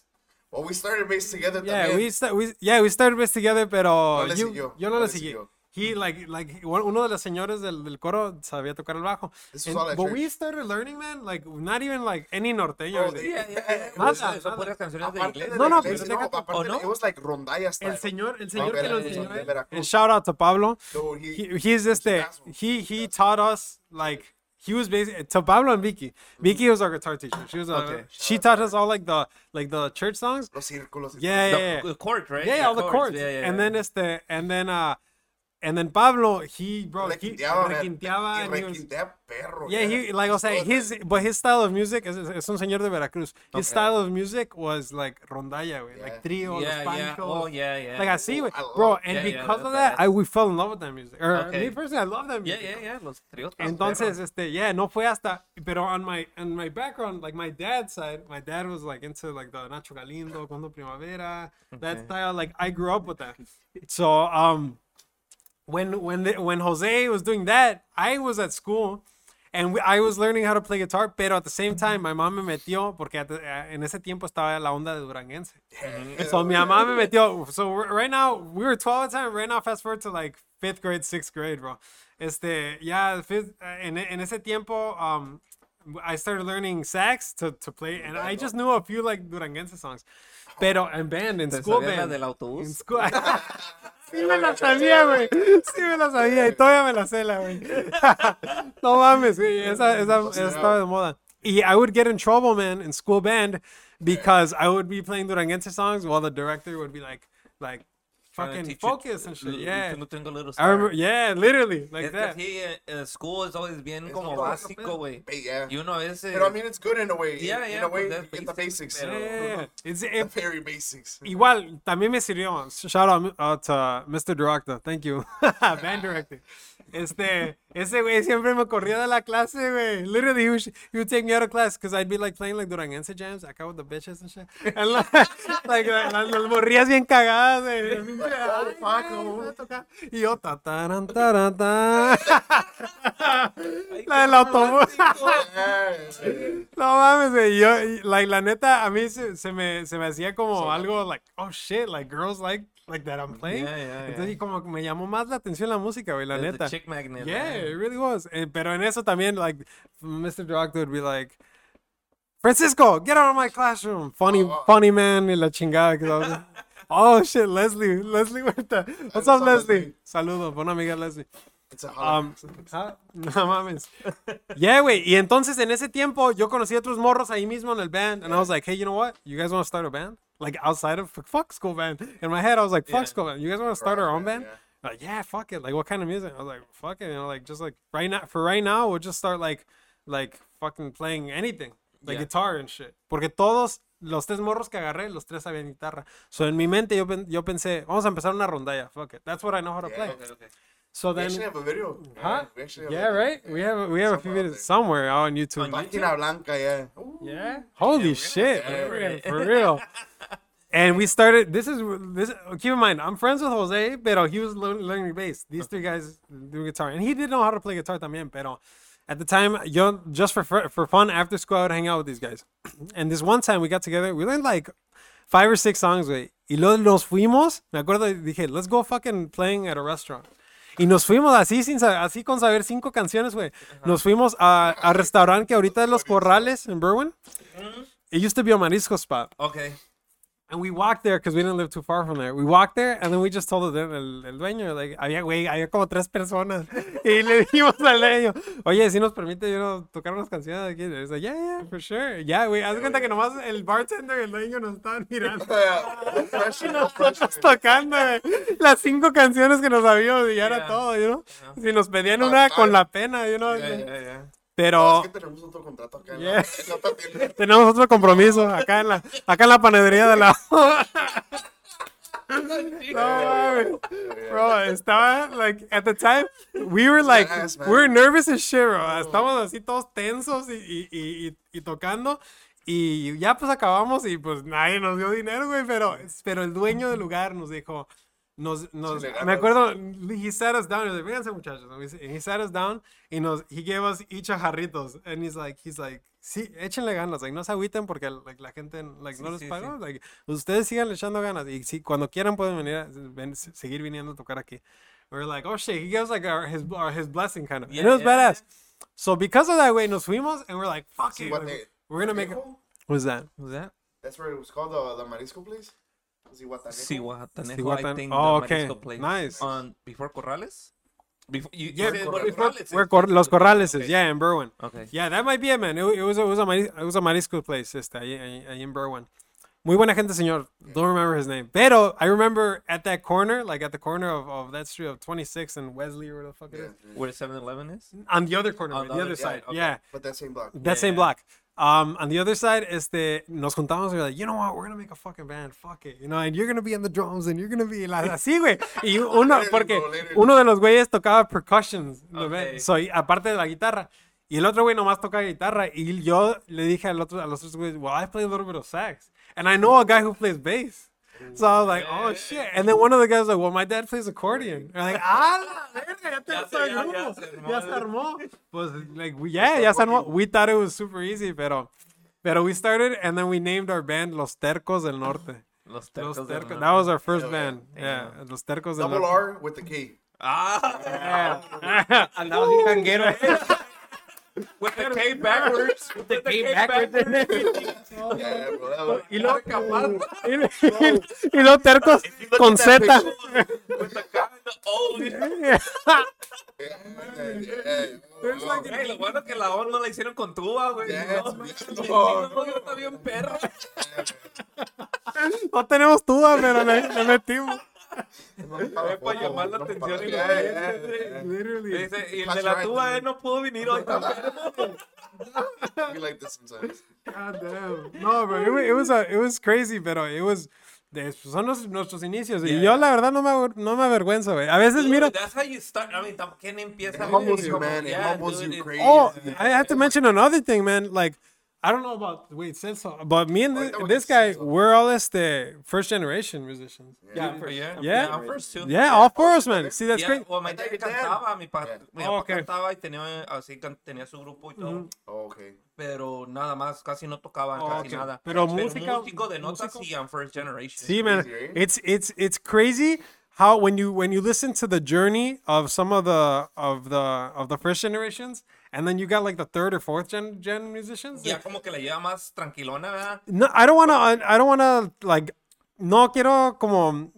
Speaker 4: Well, we started bass together.
Speaker 2: Yeah,
Speaker 4: también.
Speaker 2: we, sta- we yeah we started bass together, pero
Speaker 4: No le
Speaker 2: you,
Speaker 4: siguió,
Speaker 2: yo no
Speaker 4: no
Speaker 2: le
Speaker 4: le
Speaker 2: seguí.
Speaker 4: siguió.
Speaker 2: He like like one- uno de los señores del, del coro sabía tocar el bajo.
Speaker 4: This was
Speaker 2: And-
Speaker 4: all at
Speaker 2: but
Speaker 4: church. Oh,
Speaker 2: we started learning, man. Like not even like any norteño. or
Speaker 4: Bro,
Speaker 2: anything.
Speaker 4: they-
Speaker 2: Nada,
Speaker 8: Pues Eso son
Speaker 2: nada.
Speaker 8: puras canciones de
Speaker 4: Aparte de
Speaker 8: inglés.
Speaker 2: No,
Speaker 4: no,
Speaker 2: no,
Speaker 4: no,
Speaker 2: pero
Speaker 4: no,
Speaker 2: deja-
Speaker 4: aparte,
Speaker 8: ¿o no?
Speaker 4: it was like rondalla style.
Speaker 2: El señor, el
Speaker 4: No,
Speaker 2: señor que
Speaker 4: pero-
Speaker 2: lo
Speaker 4: de
Speaker 2: enseñó. eh.
Speaker 4: Veracruz.
Speaker 2: And shout out to Pablo.
Speaker 4: Dude, he-
Speaker 2: He, he's just the
Speaker 4: Chicazo.
Speaker 2: he he taught us like he was basically to Pablo and Vicky.
Speaker 8: Mm-hmm.
Speaker 2: Vicky was our guitar teacher. She was okay. She taught us all like the like the church songs.
Speaker 4: Los círculos. y
Speaker 2: Yeah, yeah, yeah.
Speaker 8: The, the chord, right?
Speaker 2: Yeah, yeah, all the chords. And then it's the and then uh and then Pablo he bro
Speaker 4: todo.
Speaker 2: he
Speaker 4: Requinteaba,
Speaker 2: requinteaba
Speaker 4: man.
Speaker 2: and
Speaker 4: Y
Speaker 2: he was-
Speaker 4: requintea perro.
Speaker 2: yeah, he like I was saying his but his style of music is es un señor de Veracruz. His style of music was like rondalla, güey,
Speaker 4: Yeah.
Speaker 2: like trio,
Speaker 8: yeah,
Speaker 2: los
Speaker 8: yeah.
Speaker 2: pancos.
Speaker 8: Oh, yeah, yeah.
Speaker 2: Like I see, güey.
Speaker 4: I love-
Speaker 2: bro, and
Speaker 8: yeah, yeah,
Speaker 2: because of
Speaker 8: that's
Speaker 2: that,
Speaker 8: badass.
Speaker 2: I we fell in love with that music. Or
Speaker 8: Okay.
Speaker 2: me personally, I love that
Speaker 8: yeah,
Speaker 2: music.
Speaker 8: yeah, yeah. Los tríos. pero
Speaker 2: Entonces,
Speaker 8: perros.
Speaker 2: este, yeah, no fue hasta, pero on my, on my background, like my dad's side, my dad was like into like the Nacho Galindo, Cuando Primavera, that style. Like I grew up with that. So, um, when when the, when Jose was doing that, I was at school, and we, I was learning how to play guitar. Pero at the same time, my mom me metió porque at the, en ese tiempo estaba la onda de Duranguense. mm, So mi mamá me metió. So we're- right now we were 12 at the time. Right now, fast forward to like fifth grade, sixth grade, bro. Este, yeah, fifth, uh, en, en ese tiempo, um, I started learning sax to, to play, and I just knew a few like Duranguense songs. Pero en band, in
Speaker 8: ¿Te
Speaker 2: school
Speaker 8: sabías la
Speaker 2: band.
Speaker 8: del autobús?
Speaker 2: En school. sí me la sabía, güey. Sí me la sabía, y todavía me la sé, la güey. no mames, güey. Esa, esa, esa estaba de moda. Y I would get in trouble, man, in school band because I would be playing Duranguense songs while the director would be like, like,
Speaker 8: Trying to
Speaker 2: fucking
Speaker 8: teach you-
Speaker 2: focus and shit.
Speaker 8: L-
Speaker 2: Yeah.
Speaker 8: Tengo, tengo little
Speaker 2: I remember,
Speaker 8: star.
Speaker 2: yeah, literally,
Speaker 8: Es
Speaker 2: like
Speaker 8: que
Speaker 2: that.
Speaker 8: así, eh, eh, school es always bien como
Speaker 4: todo ese
Speaker 8: básico,
Speaker 4: pedo.
Speaker 8: güey.
Speaker 4: But yeah.
Speaker 8: Y uno a veces...
Speaker 4: Pero I mean, it's good in a way.
Speaker 8: Yeah,
Speaker 4: in
Speaker 8: yeah,
Speaker 4: a way,
Speaker 8: pues,
Speaker 4: you get the
Speaker 8: basics,
Speaker 4: basics.
Speaker 8: pero-
Speaker 2: Yeah. It's,
Speaker 4: The
Speaker 2: it,
Speaker 4: very basics.
Speaker 2: Igual, también me sirvió. Shout out uh, to Mr. Director. Thank you. Band director. Este, ese güey siempre me corría de la clase, güey. Literally, he would, he would take me out of class because I'd be like playing like Duranguense jams, acá with the bitches and shit. And like, like las, las morrías bien cagadas, güey.
Speaker 4: Oh, fuck, no.
Speaker 2: Y yo, ta, taran, taran, ta. La del autobús.
Speaker 4: Yeah.
Speaker 2: No mames, güey. Yo, y, like, la neta, a mí se, se, me, se me hacía como algo, like, oh shit, like, girls like, like that I'm playing.
Speaker 8: Yeah, yeah,
Speaker 2: Entonces,
Speaker 8: yeah.
Speaker 2: y como que me llamó más la atención la música, güey, la
Speaker 8: It's a
Speaker 2: neta.
Speaker 8: chick magnet.
Speaker 2: Yeah,
Speaker 8: right?
Speaker 2: it really was. Eh, pero en eso también, like, Mr. Director would be like, Francisco, get out of my classroom. Funny,
Speaker 8: Oh,
Speaker 2: funny man, y la chingada. que estaba así. oh shit, Leslie, Leslie Huerta. What's up,
Speaker 4: Saludos,
Speaker 2: Leslie?
Speaker 4: Leslie.
Speaker 2: Saludos, buena amiga Leslie.
Speaker 4: It's a
Speaker 2: Um,
Speaker 4: holiday.
Speaker 2: ah, no mames. Yeah, güey. Y entonces en ese tiempo yo conocí a otros morros ahí mismo en el band. And I was like, hey, you know what? You guys want to start a band? Like outside of fuck- fuck school band. In my head, I was like, fuck school band. You guys want to start our own band? Like, yeah, fuck it. Like, what kind of music? I was like, fuck it. You know, like just like right now, for right now, we'll just start like, like fucking playing anything, like
Speaker 8: Yeah.
Speaker 2: guitar and shit. Porque todos los tres morros que agarré, los tres sabían guitarra. So en mi mente yo, pen- yo pensé, vamos a empezar una rondalla. Fuck it. That's what I know how to play.
Speaker 8: Okay, okay.
Speaker 2: So
Speaker 4: We
Speaker 2: then.
Speaker 4: actually have a video.
Speaker 2: Huh?
Speaker 4: We actually have a
Speaker 2: Yeah,
Speaker 4: video.
Speaker 2: right. We have a, we have a few
Speaker 4: Somewhere out
Speaker 2: videos somewhere on YouTube.
Speaker 4: Página Blanca, yeah.
Speaker 2: yeah. Holy shit,
Speaker 4: Yeah, we're
Speaker 2: man, for real. And we started. This is this. Keep in mind, I'm friends with Jose, pero he was lear- learning bass. These three guys do guitar, and he did know how to play guitar también. Pero at the time, yo just for fr- for fun after school, I would hang out with these guys. And this one time, we got together. We learned like five or six songs, güey. Y luego nos fuimos. Me acuerdo, dije, let's go fucking playing at a restaurant. Y nos fuimos así, sin sa- así con saber cinco canciones, güey. Nos fuimos a, a restaurante que ahorita es Los Corrales en Berwyn. It used to be a marisco spot.
Speaker 8: Okay.
Speaker 2: And we walked there because we didn't live too far from there. We walked there and then we just told the, el, el dueño, like, había, güey, había como tres personas. Y le dijimos al dueño, oye, si nos permite you know, tocar unas canciones aquí. He's like, yeah, yeah, for sure. Ya, güey, haz de cuenta que nomás el bartender y el dueño nos estaban mirando.
Speaker 4: Yeah. Fresh,
Speaker 2: Nosotros tocando güey, las cinco canciones que nos habíamos y ya era
Speaker 8: Yeah.
Speaker 2: todo, you know? Si nos pedían
Speaker 4: Ah,
Speaker 2: una con
Speaker 4: claro.
Speaker 2: la pena, you know?
Speaker 8: Yeah, yeah, yeah.
Speaker 2: Pero
Speaker 4: Es que tenemos otro contrato acá. ¿no?
Speaker 2: Yeah.
Speaker 4: No te atiendes.
Speaker 2: tenemos otro compromiso acá en la, acá en la panadería de la... no mames. Bro, estaba, like, at the time, we were like,
Speaker 4: Badass, man.
Speaker 2: we were nervous as shit, bro. Estábamos así todos tensos y, y, y, y- y tocando. Y ya pues acabamos y pues nadie nos dio dinero, güey. Pero, pero el dueño del lugar nos dijo, nos, nos,
Speaker 4: le ganas.
Speaker 2: me acuerdo, he sat us down. He was like, vénganse muchachos. And we s- He sat us down y nos, he gave us each a jarritos. And he's like, he's like, sí, échenle ganas. Like, no se agüiten porque like, la gente like, no
Speaker 8: Sí,
Speaker 2: les
Speaker 8: sí,
Speaker 2: pagó. Like, ustedes sigan echando ganas. Y si, cuando quieran pueden venir a, ven- seguir viniendo a tocar aquí. We are like, oh shit, he gives like our, his our, his blessing kind of. and
Speaker 1: Yeah,
Speaker 2: it was
Speaker 1: yeah.
Speaker 2: badass. So because of that, way nos fuimos and we're like, fuck
Speaker 4: See
Speaker 2: it,
Speaker 4: what
Speaker 2: like,
Speaker 4: they-
Speaker 2: we're gonna make. A...
Speaker 4: Guatanejo?
Speaker 2: What's that?
Speaker 1: Who's that?
Speaker 4: That's where it was called the, the marisco place. See what that
Speaker 1: Cihuatanejo, I
Speaker 2: Cihuatan-
Speaker 1: think.
Speaker 2: Oh,
Speaker 1: the
Speaker 2: okay.
Speaker 1: Marisco place.
Speaker 2: Nice.
Speaker 1: On, before Corrales? Before, you,
Speaker 2: Yeah,
Speaker 1: you said
Speaker 4: before
Speaker 1: Corrales.
Speaker 2: We're cor- Los Corrales, yeah, in Berwyn.
Speaker 8: Oh,
Speaker 1: Okay.
Speaker 2: Yeah, that might be it, man. It, it was a, it was a mari- it was a marisco place, este, ahí, ahí, ahí en Berwyn. Muy buena gente, señor. Don't remember his name. Pero I remember at that corner, like at the corner of, of that street of 26 and Wesley or whatever the fuck it is.
Speaker 1: Where 7 Eleven is?
Speaker 2: On the other corner,
Speaker 1: On
Speaker 2: right,
Speaker 1: the
Speaker 2: the
Speaker 1: other
Speaker 2: other
Speaker 1: side,
Speaker 2: side.
Speaker 1: okay.
Speaker 2: Yeah.
Speaker 4: But that same block.
Speaker 2: That same
Speaker 1: Yeah.
Speaker 2: block. Um, on the other side, este, nos juntamos y we're like, you know what, we're gonna make a fucking band, fuck it, you know, and you're gonna be on the drums and you're gonna be la- así, güey. Y uno,
Speaker 4: Later,
Speaker 2: porque
Speaker 4: bro, later.
Speaker 2: uno de los güeyes tocaba percussions, ¿no ve?
Speaker 1: Ok.
Speaker 2: So, y aparte de la guitarra. Y el otro güey nomás toca guitarra. Y yo le dije al otro, a los otros güeyes, well, I play a little bit of sax. And I know a guy who plays bass. So I was like, oh shit. And then one of the guys was like, well, my dad plays accordion. And I'm like, ah, la verga, ya te
Speaker 1: Ya se- ya- ya
Speaker 2: armó.
Speaker 1: se
Speaker 2: Ya
Speaker 1: armó.
Speaker 2: se armó. Pues, like, we- yeah, ya se armó. We thought it was super easy, pero, pero we started and then we named our band Los Tercos del Norte.
Speaker 1: Los
Speaker 2: Los
Speaker 1: Tercos. del
Speaker 2: Tercos. That
Speaker 1: Norte.
Speaker 2: was our first band. Yeah, Los Tercos del
Speaker 4: Double
Speaker 2: Norte.
Speaker 4: R with the K.
Speaker 1: Ah!
Speaker 2: Yeah.
Speaker 9: Andaba así canguero.
Speaker 1: With the K backwards. With the K
Speaker 4: Yeah, bro. That was,
Speaker 2: Oh. Y lo- y lo- y los tercos con Z.
Speaker 1: With the K and the O.
Speaker 4: yeah, yeah, yeah.
Speaker 2: There's like
Speaker 1: Güey, lo bueno que la O no la hicieron con tuba, güey.
Speaker 4: Yeah,
Speaker 1: no,
Speaker 4: man.
Speaker 1: no,
Speaker 4: No,
Speaker 1: no, yo estaba bien perro.
Speaker 2: No tenemos tuba, pero le, le metimos.
Speaker 1: Fue para llamar la atención y
Speaker 4: Yeah,
Speaker 1: los
Speaker 4: yeah,
Speaker 1: clientes,
Speaker 4: yeah.
Speaker 2: Literally.
Speaker 1: Dice, y el de la tuba, él no pudo venir hoy. está enfermo.
Speaker 4: We like this sometimes.
Speaker 2: God damn. No, bro, it, wa- it was a, it was crazy, pero it was de- son los- nuestros inicios. Y yo la verdad no me aver- no me avergüenzo, güey. A veces miro
Speaker 1: That's how you start. I mean, tam- ¿quién empieza?
Speaker 4: It humbles you,
Speaker 1: Como-
Speaker 4: man. It
Speaker 1: yeah,
Speaker 4: humbles
Speaker 1: dude,
Speaker 4: you
Speaker 1: it-
Speaker 4: crazy.
Speaker 2: Oh, I have to mention another thing, man. Like, I don't know about wait, Celso, but me and
Speaker 4: Oh, I
Speaker 2: thi-
Speaker 4: know what
Speaker 2: this
Speaker 4: you're
Speaker 2: guy,
Speaker 4: saying, Celso.
Speaker 2: we're all este first generation musicians.
Speaker 1: Yeah, for- yeah,
Speaker 2: Yeah.
Speaker 1: yeah, first two.
Speaker 2: Yeah, all four of us, man. See, that's
Speaker 1: Yeah,
Speaker 2: great.
Speaker 1: well, my dad cantaba, mi papá, mi
Speaker 2: Oh,
Speaker 1: papá
Speaker 2: okay.
Speaker 1: cantaba y tenía, así, can- tenía su grupo y todo.
Speaker 4: Oh, okay.
Speaker 1: Pero nada más, casi no tocaban
Speaker 2: Oh,
Speaker 1: casi
Speaker 2: okay.
Speaker 1: nada.
Speaker 2: Pero música-
Speaker 1: músico de notas
Speaker 2: músico-
Speaker 1: sí, I'm first generation.
Speaker 2: See, man,
Speaker 4: crazy, right?
Speaker 2: it's it's it's crazy how when you when you listen to the journey of some of the of the of the first generations, and then you got like the third or fourth gen gen musicians.
Speaker 1: Ya como que la lleva más tranquilona, ¿verdad?
Speaker 2: No, I don't wanna. I, I don't wanna like. No quiero como.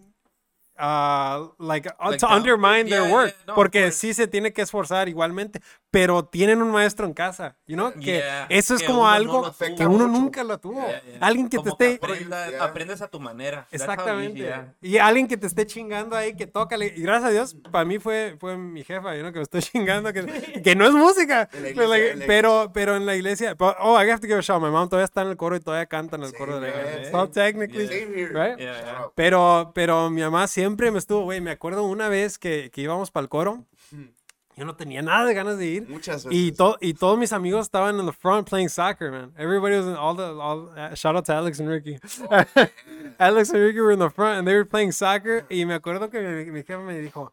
Speaker 2: Uh, like, uh,
Speaker 1: Like
Speaker 2: to
Speaker 1: down-
Speaker 2: undermine their
Speaker 1: yeah,
Speaker 2: work,
Speaker 1: yeah, no, of
Speaker 2: porque
Speaker 1: course.
Speaker 2: sí se tiene que esforzar igualmente, pero tienen un maestro en casa, you know, que
Speaker 1: Yeah,
Speaker 2: eso es
Speaker 1: que
Speaker 2: como
Speaker 1: uno no
Speaker 2: algo
Speaker 1: lo
Speaker 4: tuvo.
Speaker 2: que uno
Speaker 4: Mucho.
Speaker 2: nunca lo tuvo,
Speaker 1: Yeah, yeah.
Speaker 2: alguien que te
Speaker 1: Como
Speaker 2: esté,
Speaker 1: aprendas-
Speaker 4: Yeah.
Speaker 1: aprendes a tu manera. That's how we-
Speaker 2: exactamente,
Speaker 1: yeah.
Speaker 2: y alguien que te esté chingando ahí, que tócale, y gracias a Dios, para mí fue, fue mi jefa, you know, que me estoy chingando, que, que no es música,
Speaker 4: En la
Speaker 2: pero, like,
Speaker 4: iglesia, en la
Speaker 2: pero, pero en la iglesia, but- oh, I have to give a shout, my mom todavía está en el coro y todavía canta en el
Speaker 4: Sí,
Speaker 2: coro de la
Speaker 4: man,
Speaker 2: iglesia,
Speaker 4: sí.
Speaker 2: so technically,
Speaker 4: Same here.
Speaker 2: Right?
Speaker 1: Yeah,
Speaker 4: Shout
Speaker 1: yeah.
Speaker 4: out.
Speaker 2: Pero, pero mi mamá siempre me estuvo, güey, me acuerdo una vez que, que íbamos para el coro,
Speaker 4: Hmm.
Speaker 2: yo no tenía nada de ganas de ir.
Speaker 4: Muchas
Speaker 2: Y,
Speaker 4: veces.
Speaker 2: to- y todos mis amigos estaban en the front playing soccer, man. Everybody was in all the, all, uh, shout out to Alex and Ricky. Alex and Ricky were in the front and they were playing soccer. Y me acuerdo que mi, mi jefa me dijo,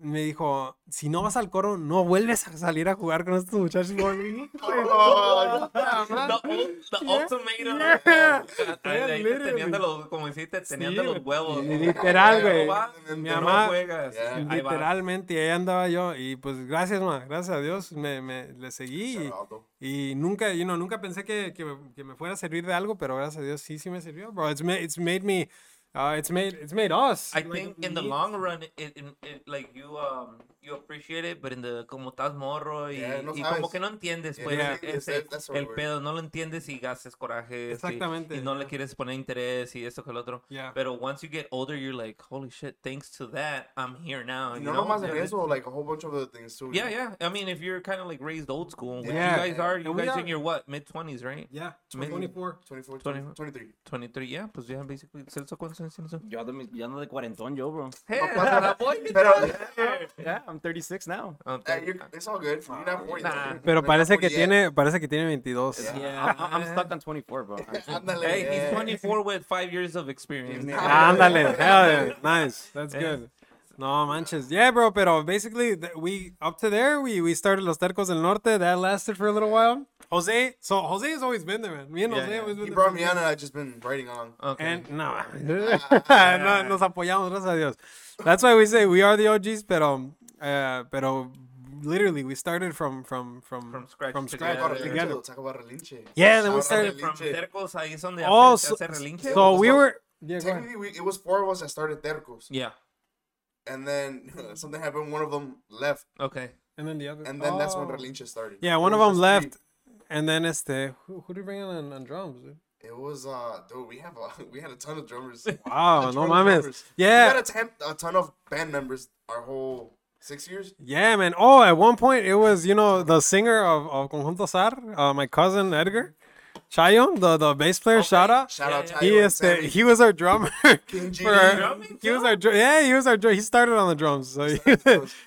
Speaker 2: me dijo, si no vas al coro, no vuelves a salir a jugar con estos muchachos.
Speaker 4: Oh,
Speaker 1: The, ul- the ultimatum. Ahí te
Speaker 2: literally.
Speaker 1: tenían de los, como dijiste, tenían de los huevos.
Speaker 2: Literal,
Speaker 1: Ahí
Speaker 2: güey.
Speaker 1: no vas,
Speaker 2: Mi
Speaker 1: tú no
Speaker 2: mamá,
Speaker 1: juegas.
Speaker 4: Yeah.
Speaker 1: Ahí vas.
Speaker 2: Literalmente, y ahí andaba yo. Y pues gracias, ma, gracias a Dios, me, me- le seguí. y-
Speaker 4: Ronaldo.
Speaker 2: Y, nunca, you know, nunca pensé que, que, me- que me fuera a servir de algo, pero gracias a Dios sí, sí me sirvió, bro. It's made, it's made me, uh, it's made, it's made us.
Speaker 1: I
Speaker 2: like,
Speaker 1: think in the
Speaker 2: me-
Speaker 1: long run, it, it, it- like you um you appreciate it, but in the como estás morro y,
Speaker 4: Yeah, no
Speaker 1: y
Speaker 4: sabes.
Speaker 1: como que no entiendes
Speaker 4: Yeah,
Speaker 1: pues
Speaker 2: yeah,
Speaker 1: ese-
Speaker 4: yeah, that- that's what
Speaker 1: el
Speaker 4: we're-
Speaker 1: pedo, no lo entiendes y gastes coraje,
Speaker 2: Exactamente,
Speaker 1: y, y no le
Speaker 2: yeah.
Speaker 1: quieres poner interés y esto que el otro.
Speaker 2: Yeah.
Speaker 1: Pero once you get older, you're like, holy shit, thanks to that, I'm here now.
Speaker 4: Y
Speaker 1: you
Speaker 4: no
Speaker 1: know?
Speaker 4: nomás en
Speaker 1: Yeah,
Speaker 4: eso, like a whole bunch of other things too.
Speaker 1: Yeah, yeah. I mean, if you're kind of like raised old school, which
Speaker 2: Yeah.
Speaker 1: you guys are, you
Speaker 2: And we
Speaker 1: guys
Speaker 2: are-
Speaker 1: in your what mid twenties, right?
Speaker 2: Yeah,
Speaker 1: Mid-
Speaker 2: 24.
Speaker 4: 24,
Speaker 1: 20.
Speaker 4: 23.
Speaker 1: 23, yeah, pues ya, basically, Celso, ¿cuántos años tienes tú?
Speaker 3: Yo ando, yo ando de cuarentón yo, bro.
Speaker 1: Hey,
Speaker 4: pasa nada.
Speaker 1: voy, mi
Speaker 4: Pero,
Speaker 1: tal.
Speaker 3: Yeah, I'm 36 now.
Speaker 1: Oh,
Speaker 4: eh, you're- it's all good. You're not 40.
Speaker 1: Nah.
Speaker 4: You're
Speaker 2: Pero
Speaker 4: not
Speaker 2: parece
Speaker 4: 40
Speaker 2: que
Speaker 4: yet.
Speaker 2: tiene, parece que tiene 22.
Speaker 4: Yeah.
Speaker 3: Yeah, I- I'm stuck on 24, bro.
Speaker 4: Ándale, eh.
Speaker 1: Hey, he's
Speaker 4: yeah.
Speaker 1: 24 with five years of experience.
Speaker 4: Yeah.
Speaker 2: Ah, Ándale, hell yeah, nice, that's good. No manches. Yeah, bro, pero basically th- we up to there we we started Los Tercos del Norte. That lasted for a little while. Jose, so Jose has always been there, man. Me and
Speaker 10: Yeah,
Speaker 2: Jose
Speaker 10: yeah.
Speaker 2: always been
Speaker 4: He
Speaker 2: there.
Speaker 4: brought me on, and I've just been writing on.
Speaker 1: Oh,
Speaker 8: Okay.
Speaker 2: And no, no, nos apoyamos, gracias a Dios. That's why we say we are the OGs, pero, uh, pero literally we started from from from
Speaker 8: From scratch
Speaker 2: From
Speaker 8: together.
Speaker 2: scratch
Speaker 8: Taco
Speaker 4: Taco
Speaker 8: Barrelinche,
Speaker 2: together.
Speaker 4: Barrelinche, Taco Barrelinche.
Speaker 2: Yeah, then we
Speaker 4: Shout out
Speaker 2: started
Speaker 8: From
Speaker 4: Barrelinche.
Speaker 8: Tercos, ahí es donde
Speaker 2: Oh,
Speaker 8: hace,
Speaker 2: so-
Speaker 8: se hace relinche.
Speaker 2: So we
Speaker 4: So-
Speaker 2: were. Yeah, go ahead.
Speaker 4: Technically, we, it was four of us that started Tercos,
Speaker 8: Yeah,
Speaker 4: and then something happened. One of them left,
Speaker 8: okay.
Speaker 2: and then the other.
Speaker 4: and then that's when
Speaker 2: Oh.
Speaker 4: Relinche started.
Speaker 2: Yeah, one of
Speaker 4: It was
Speaker 2: them
Speaker 4: just
Speaker 2: left, and then it's the who, who did you bring in on, on drums? dude?
Speaker 4: three. It was uh, dude, we have a we had a ton of drummers.
Speaker 2: Wow,
Speaker 4: A
Speaker 2: no
Speaker 4: ton of
Speaker 2: mames.
Speaker 4: drummers.
Speaker 2: Yeah,
Speaker 4: we had a, temp, a ton of band members our whole six years.
Speaker 2: Yeah, man. Oh, at one point it was, you know, the singer of, of Conjunto Sar, uh, my cousin Edgar Chayon, the, the bass player, shout out.
Speaker 4: Shout out
Speaker 8: Yeah,
Speaker 4: Tayo
Speaker 2: He
Speaker 4: and
Speaker 2: is the,
Speaker 4: Sammy.
Speaker 2: he was our drummer.
Speaker 4: King G.
Speaker 2: for our-
Speaker 8: Drumming
Speaker 2: he was
Speaker 8: too?
Speaker 2: our dr- yeah, he was our dr- he started on the drums. So he,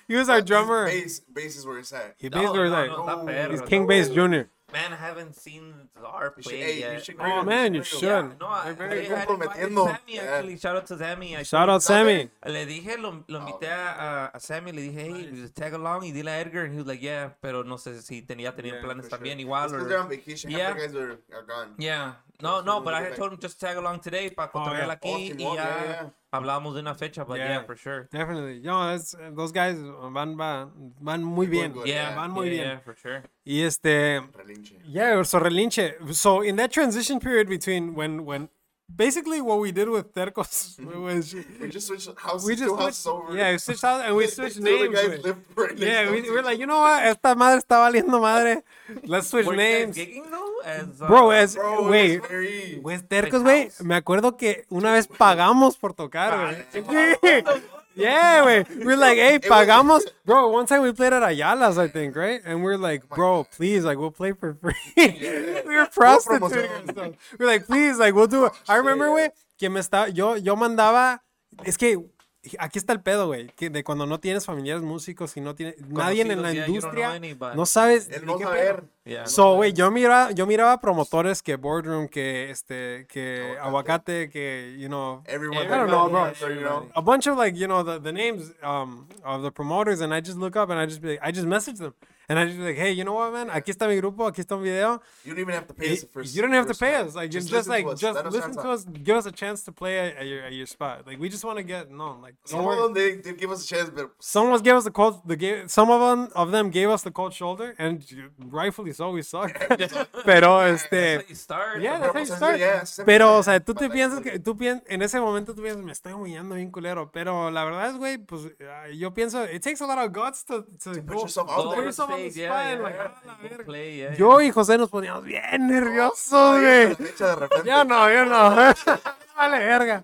Speaker 2: he was
Speaker 4: Uh,
Speaker 2: our
Speaker 4: his
Speaker 2: drummer.
Speaker 4: Bass, bass is where it's at.
Speaker 2: He
Speaker 8: No,
Speaker 2: bass were
Speaker 8: no,
Speaker 2: like
Speaker 8: no, está perro,
Speaker 2: he's
Speaker 8: está
Speaker 2: King Bass Junior.
Speaker 8: Man, I haven't seen our
Speaker 4: You should,
Speaker 8: play
Speaker 4: hey,
Speaker 8: yet.
Speaker 4: you should
Speaker 2: Oh man, you
Speaker 4: should.
Speaker 2: should.
Speaker 8: No, I, I,
Speaker 4: very
Speaker 8: I,
Speaker 4: comprometiendo.
Speaker 8: Sammy, actually. Shout out to Sammy. I
Speaker 2: Shout out Sammy.
Speaker 8: Le dije, lo,
Speaker 2: Oh.
Speaker 8: lo invité a, a Sammy, le dije, hey, just tag along y dile a Edgar. And he was like, yeah, pero no sé si tenía, tenía planes también igual.
Speaker 4: It's 'cause
Speaker 8: or-
Speaker 4: they're on vacation. Half
Speaker 8: Yeah.
Speaker 4: the guys are, are gone.
Speaker 8: Yeah. No, no, but I
Speaker 4: we'll
Speaker 8: had
Speaker 4: get
Speaker 8: told him just tag along today para
Speaker 2: Oh, yeah.
Speaker 8: cotorrear aquí
Speaker 4: Austin
Speaker 8: y
Speaker 4: Walk,
Speaker 8: ya
Speaker 4: yeah, yeah.
Speaker 8: hablamos de una fecha, but yeah,
Speaker 2: Yeah.
Speaker 8: for sure.
Speaker 2: Definitely. Yo, that's, those guys van, van, van muy bien.
Speaker 4: good,
Speaker 8: Yeah,
Speaker 2: Pues van muy
Speaker 8: yeah,
Speaker 2: bien.
Speaker 8: yeah, for sure.
Speaker 2: Y este,
Speaker 4: Relinche.
Speaker 2: Yeah, so Relinche. So in that transition period between when when basically what we did with Tercos was
Speaker 4: We just switched houses.
Speaker 2: we just
Speaker 4: two houses
Speaker 2: switched,
Speaker 4: over.
Speaker 2: yeah we switched out and we
Speaker 4: Two of
Speaker 2: switched
Speaker 4: the
Speaker 2: names.
Speaker 4: guys
Speaker 2: güey.
Speaker 4: live right next
Speaker 2: yeah,
Speaker 4: door
Speaker 2: we,
Speaker 4: to
Speaker 2: we're
Speaker 4: each
Speaker 2: like you know what esta madre está valiendo madre. Let's switch
Speaker 8: Were
Speaker 2: names,
Speaker 8: you guys gigging though? As, uh,
Speaker 2: bro. As
Speaker 4: other. Bro,
Speaker 2: wait.
Speaker 4: It was very...
Speaker 2: Pues tercos, güey.
Speaker 8: house.
Speaker 2: Me acuerdo que una vez pagamos por tocar, güey. Sí. Yeah, güey. We're like, hey,
Speaker 4: It was-
Speaker 2: pagamos. Bro, one time we played at Ayala's, I think, right? And we're like, bro, please, like, we'll play for free. we were prostituting
Speaker 4: promoción.
Speaker 2: ourselves. We're like, please, like, we'll do it. I remember, güey, que me estaba, yo, yo mandaba, es que aquí está el pedo, güey, que de cuando no tienes familiares músicos y no tienes, nadie en la
Speaker 8: Conocidos, yeah, you don't know
Speaker 2: industria,
Speaker 8: anybody.
Speaker 2: no sabes.
Speaker 4: El
Speaker 2: ni
Speaker 4: no
Speaker 2: qué
Speaker 4: saber.
Speaker 8: Yeah.
Speaker 2: So, güey, yo miraba, yo miraba promotores que Boardroom, que este, que
Speaker 4: Aguacate.
Speaker 2: Aguacate, que, you know,
Speaker 4: Everyone.
Speaker 2: I don't know, bro.
Speaker 4: So, you know,
Speaker 2: a bunch of like, you know, the, the names um of the promoters, and I just look up and I just be like, I just message them. And I just be like, hey, you know what, man? Aquí está mi grupo, aquí está un video.
Speaker 4: you don't even have to pay
Speaker 2: Y-
Speaker 4: us the first.
Speaker 2: you don't have to
Speaker 4: first
Speaker 2: pay
Speaker 4: time.
Speaker 2: us. Like, just, just like,
Speaker 4: listen to
Speaker 2: just
Speaker 4: us. Let us
Speaker 2: listen
Speaker 4: have
Speaker 2: to us, give us a chance to play at, at your, at your spot. Like, we just want to get known. Like,
Speaker 4: Some
Speaker 2: don't worry.
Speaker 4: of them they did give us a chance, but
Speaker 2: Someone gave us the cold. The gave, some of them of them gave us the cold shoulder, and rightfully so, we suck. Pero este,
Speaker 8: That's how you start.
Speaker 2: Yeah,
Speaker 8: bro.
Speaker 2: that's how you
Speaker 4: Pero,
Speaker 2: start.
Speaker 4: yeah, siempre-
Speaker 2: Pero, o sea, tú te
Speaker 4: But, like,
Speaker 2: piensas que, tú piensas, en ese momento tú piensas, me estoy humillando bien culero, pero la verdad es, güey, pues, ah, yo pienso, it takes a lot of guts to, to
Speaker 4: put
Speaker 2: go-
Speaker 4: yourself
Speaker 8: Go
Speaker 4: out
Speaker 8: on
Speaker 4: there.
Speaker 2: Put yourself on the
Speaker 8: stage, yeah,
Speaker 2: spot,
Speaker 8: yeah,
Speaker 2: like,
Speaker 8: yeah.
Speaker 2: a la
Speaker 8: Go
Speaker 2: verga.
Speaker 8: play, yeah,
Speaker 2: Yo y José nos poníamos bien nerviosos, güey.
Speaker 4: Fecha de repente.
Speaker 2: Yo no, yo no. vale, verga.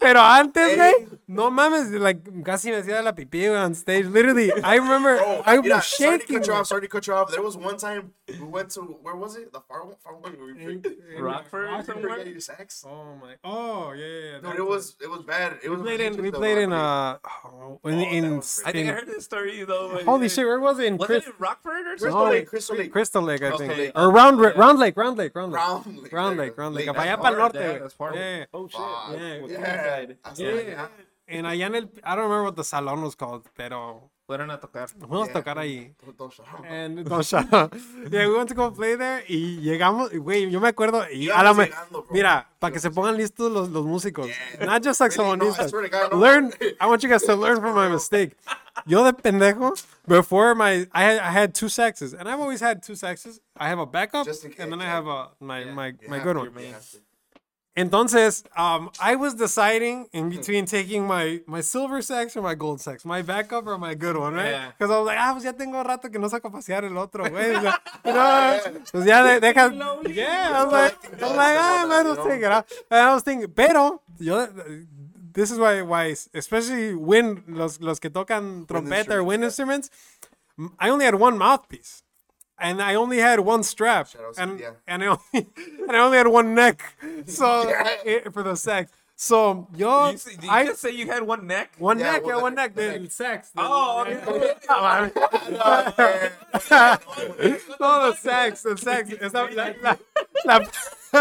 Speaker 2: Pero antes, güey, Eh, no mames, like, casi me hacía la pipí güey, on stage. Literally, I remember,
Speaker 4: Bro,
Speaker 2: I
Speaker 4: Oh, mira,
Speaker 2: was
Speaker 4: sorry to
Speaker 2: shaking.
Speaker 4: cut you
Speaker 2: güey.
Speaker 4: off. Sorry to cut you off. There was one time we went to where was it? The far one. Far one. where We
Speaker 8: yeah. Rockford or
Speaker 4: forgot
Speaker 8: somewhere?
Speaker 4: your sex.
Speaker 2: Oh my, oh yeah, yeah, yeah.
Speaker 4: Dude,
Speaker 2: that-
Speaker 4: it was it was bad. It
Speaker 2: We
Speaker 4: was
Speaker 2: played in, we
Speaker 4: though,
Speaker 2: played in,
Speaker 4: bro.
Speaker 2: uh, oh, in,
Speaker 4: that
Speaker 2: in,
Speaker 4: was
Speaker 8: I think I
Speaker 2: in-
Speaker 8: heard this story though. but-
Speaker 2: holy shit, where was it? In
Speaker 8: Was
Speaker 2: Chris,
Speaker 8: it in Rockford or
Speaker 4: Crystal
Speaker 8: something?
Speaker 4: Lake, Crystal Lake,
Speaker 2: Crystal Lake, I think,
Speaker 8: Lake.
Speaker 2: or Round, Ra-
Speaker 8: Yeah.
Speaker 2: Round Lake, Round Lake, Round Lake,
Speaker 4: Round Lake.
Speaker 2: Round
Speaker 4: there
Speaker 2: Lake,
Speaker 4: we go.
Speaker 2: Round Lake,
Speaker 4: Lake,
Speaker 2: para allá
Speaker 4: that's
Speaker 2: para el
Speaker 8: hard,
Speaker 2: norte,
Speaker 8: yeah,
Speaker 2: güey.
Speaker 8: that's hard.
Speaker 2: yeah,
Speaker 10: Oh shit.
Speaker 4: Fuck.
Speaker 2: Yeah,
Speaker 10: With the
Speaker 4: Yeah.
Speaker 10: inside.
Speaker 4: I was
Speaker 2: yeah.
Speaker 4: like,
Speaker 2: yeah.
Speaker 4: ah,
Speaker 2: And allá en el, I don't remember what the salon was called, pero
Speaker 8: Fueron a tocar.
Speaker 2: vamos a
Speaker 4: Yeah.
Speaker 2: tocar ahí.
Speaker 4: don't- don't shout.
Speaker 2: And no, shut up. Yeah, we went to go play there y llegamos, güey, yo me acuerdo y a la
Speaker 4: Íbamos
Speaker 2: me-
Speaker 4: llegando, bro.
Speaker 2: mira, para que se pongan listos los, los músicos, not just
Speaker 4: Really? No, I
Speaker 2: saxofonistas.
Speaker 4: swear to God, no.
Speaker 2: Learn, I want you guys to learn from my mistake. Yo de pendejo, before my I had I had two saxes and I've always had two saxes. I have a backup
Speaker 4: Just in
Speaker 2: and then I
Speaker 4: case,
Speaker 2: have a my my,
Speaker 4: You
Speaker 2: my
Speaker 4: have
Speaker 2: good
Speaker 4: to,
Speaker 2: one.
Speaker 4: you have to.
Speaker 2: Entonces, um, I was deciding in between taking my, my silver sax or my gold sax, my backup or my good one,
Speaker 8: Yeah.
Speaker 2: right? Because I was like, ah, pues ya tengo rato que no saco a pasear el otro, güey. O sea, no, pues ya de, deja. Yeah, I was like, I was like, ah, might as well take it out. And I was thinking, pero, yo, this is why, why, especially when los, los que tocan trompeta or wind instruments, I only had one mouthpiece and I only had one strap,
Speaker 4: Shout out
Speaker 2: and
Speaker 4: Cynthia.
Speaker 2: and I only and I only had one neck, so
Speaker 4: Yeah.
Speaker 2: eh, for the sex. So yo,
Speaker 8: You, say- did you
Speaker 2: I
Speaker 8: just say you had one neck?
Speaker 2: one
Speaker 4: Yeah,
Speaker 2: neck, yeah,
Speaker 4: well, the-
Speaker 2: one neck,
Speaker 4: the
Speaker 2: the,
Speaker 4: neck.
Speaker 2: sex.
Speaker 8: Oh, okay.
Speaker 2: no, the sex, the sex. It's not, la, la,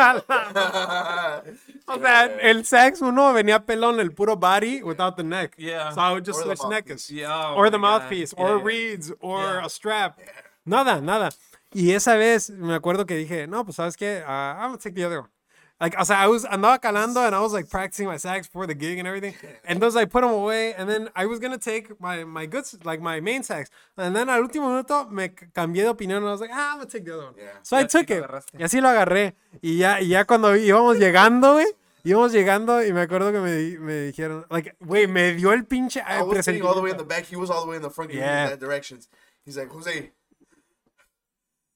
Speaker 2: la, la, O sea, el sax uno venía pelón, el puro body without the neck.
Speaker 8: Yeah.
Speaker 2: So I would just
Speaker 4: Or the
Speaker 2: switch neckers.
Speaker 8: Yeah, oh
Speaker 2: or the
Speaker 8: my God.
Speaker 2: mouthpiece,
Speaker 8: Yeah,
Speaker 2: or
Speaker 8: yeah.
Speaker 2: reeds, or
Speaker 8: Yeah.
Speaker 2: a strap. Nada, nada. Y esa vez me acuerdo que dije, no, pues sabes qué, uh, I'm gonna take the other one. Like, o sea, I was andaba calando and I was like practicing my sax for the gig and everything. And those I put them away and then I was gonna take my my goods like my main sax. And then al último minuto me c- cambié de opinión and I was like, ah, I'm gonna take the other one.
Speaker 4: Yeah.
Speaker 2: So I
Speaker 8: Y así
Speaker 2: took
Speaker 8: lo
Speaker 2: it.
Speaker 8: agarraste.
Speaker 2: Y así lo agarré. Y ya, y ya cuando íbamos llegando, güey, íbamos llegando y me acuerdo que me, di- me dijeron, like, güey, me dio el pinche
Speaker 4: I was sitting all the way in
Speaker 2: presentimiento.
Speaker 4: the back. He was all the way in the front. Giving
Speaker 2: Yeah.
Speaker 4: me that directions. He's like, Jose,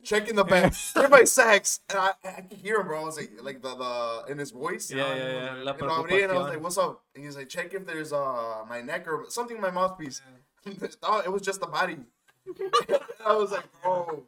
Speaker 4: check in the back. Check my sax. And I, I could hear him, bro. I was like, like the, the in his voice.
Speaker 8: Yeah, yeah, yeah, la
Speaker 4: And, I'm in, I was
Speaker 8: preocupación.
Speaker 4: like, what's up? And he's like, check if there's uh my neck or something in my mouthpiece. oh, it was just the body. I was like, bro,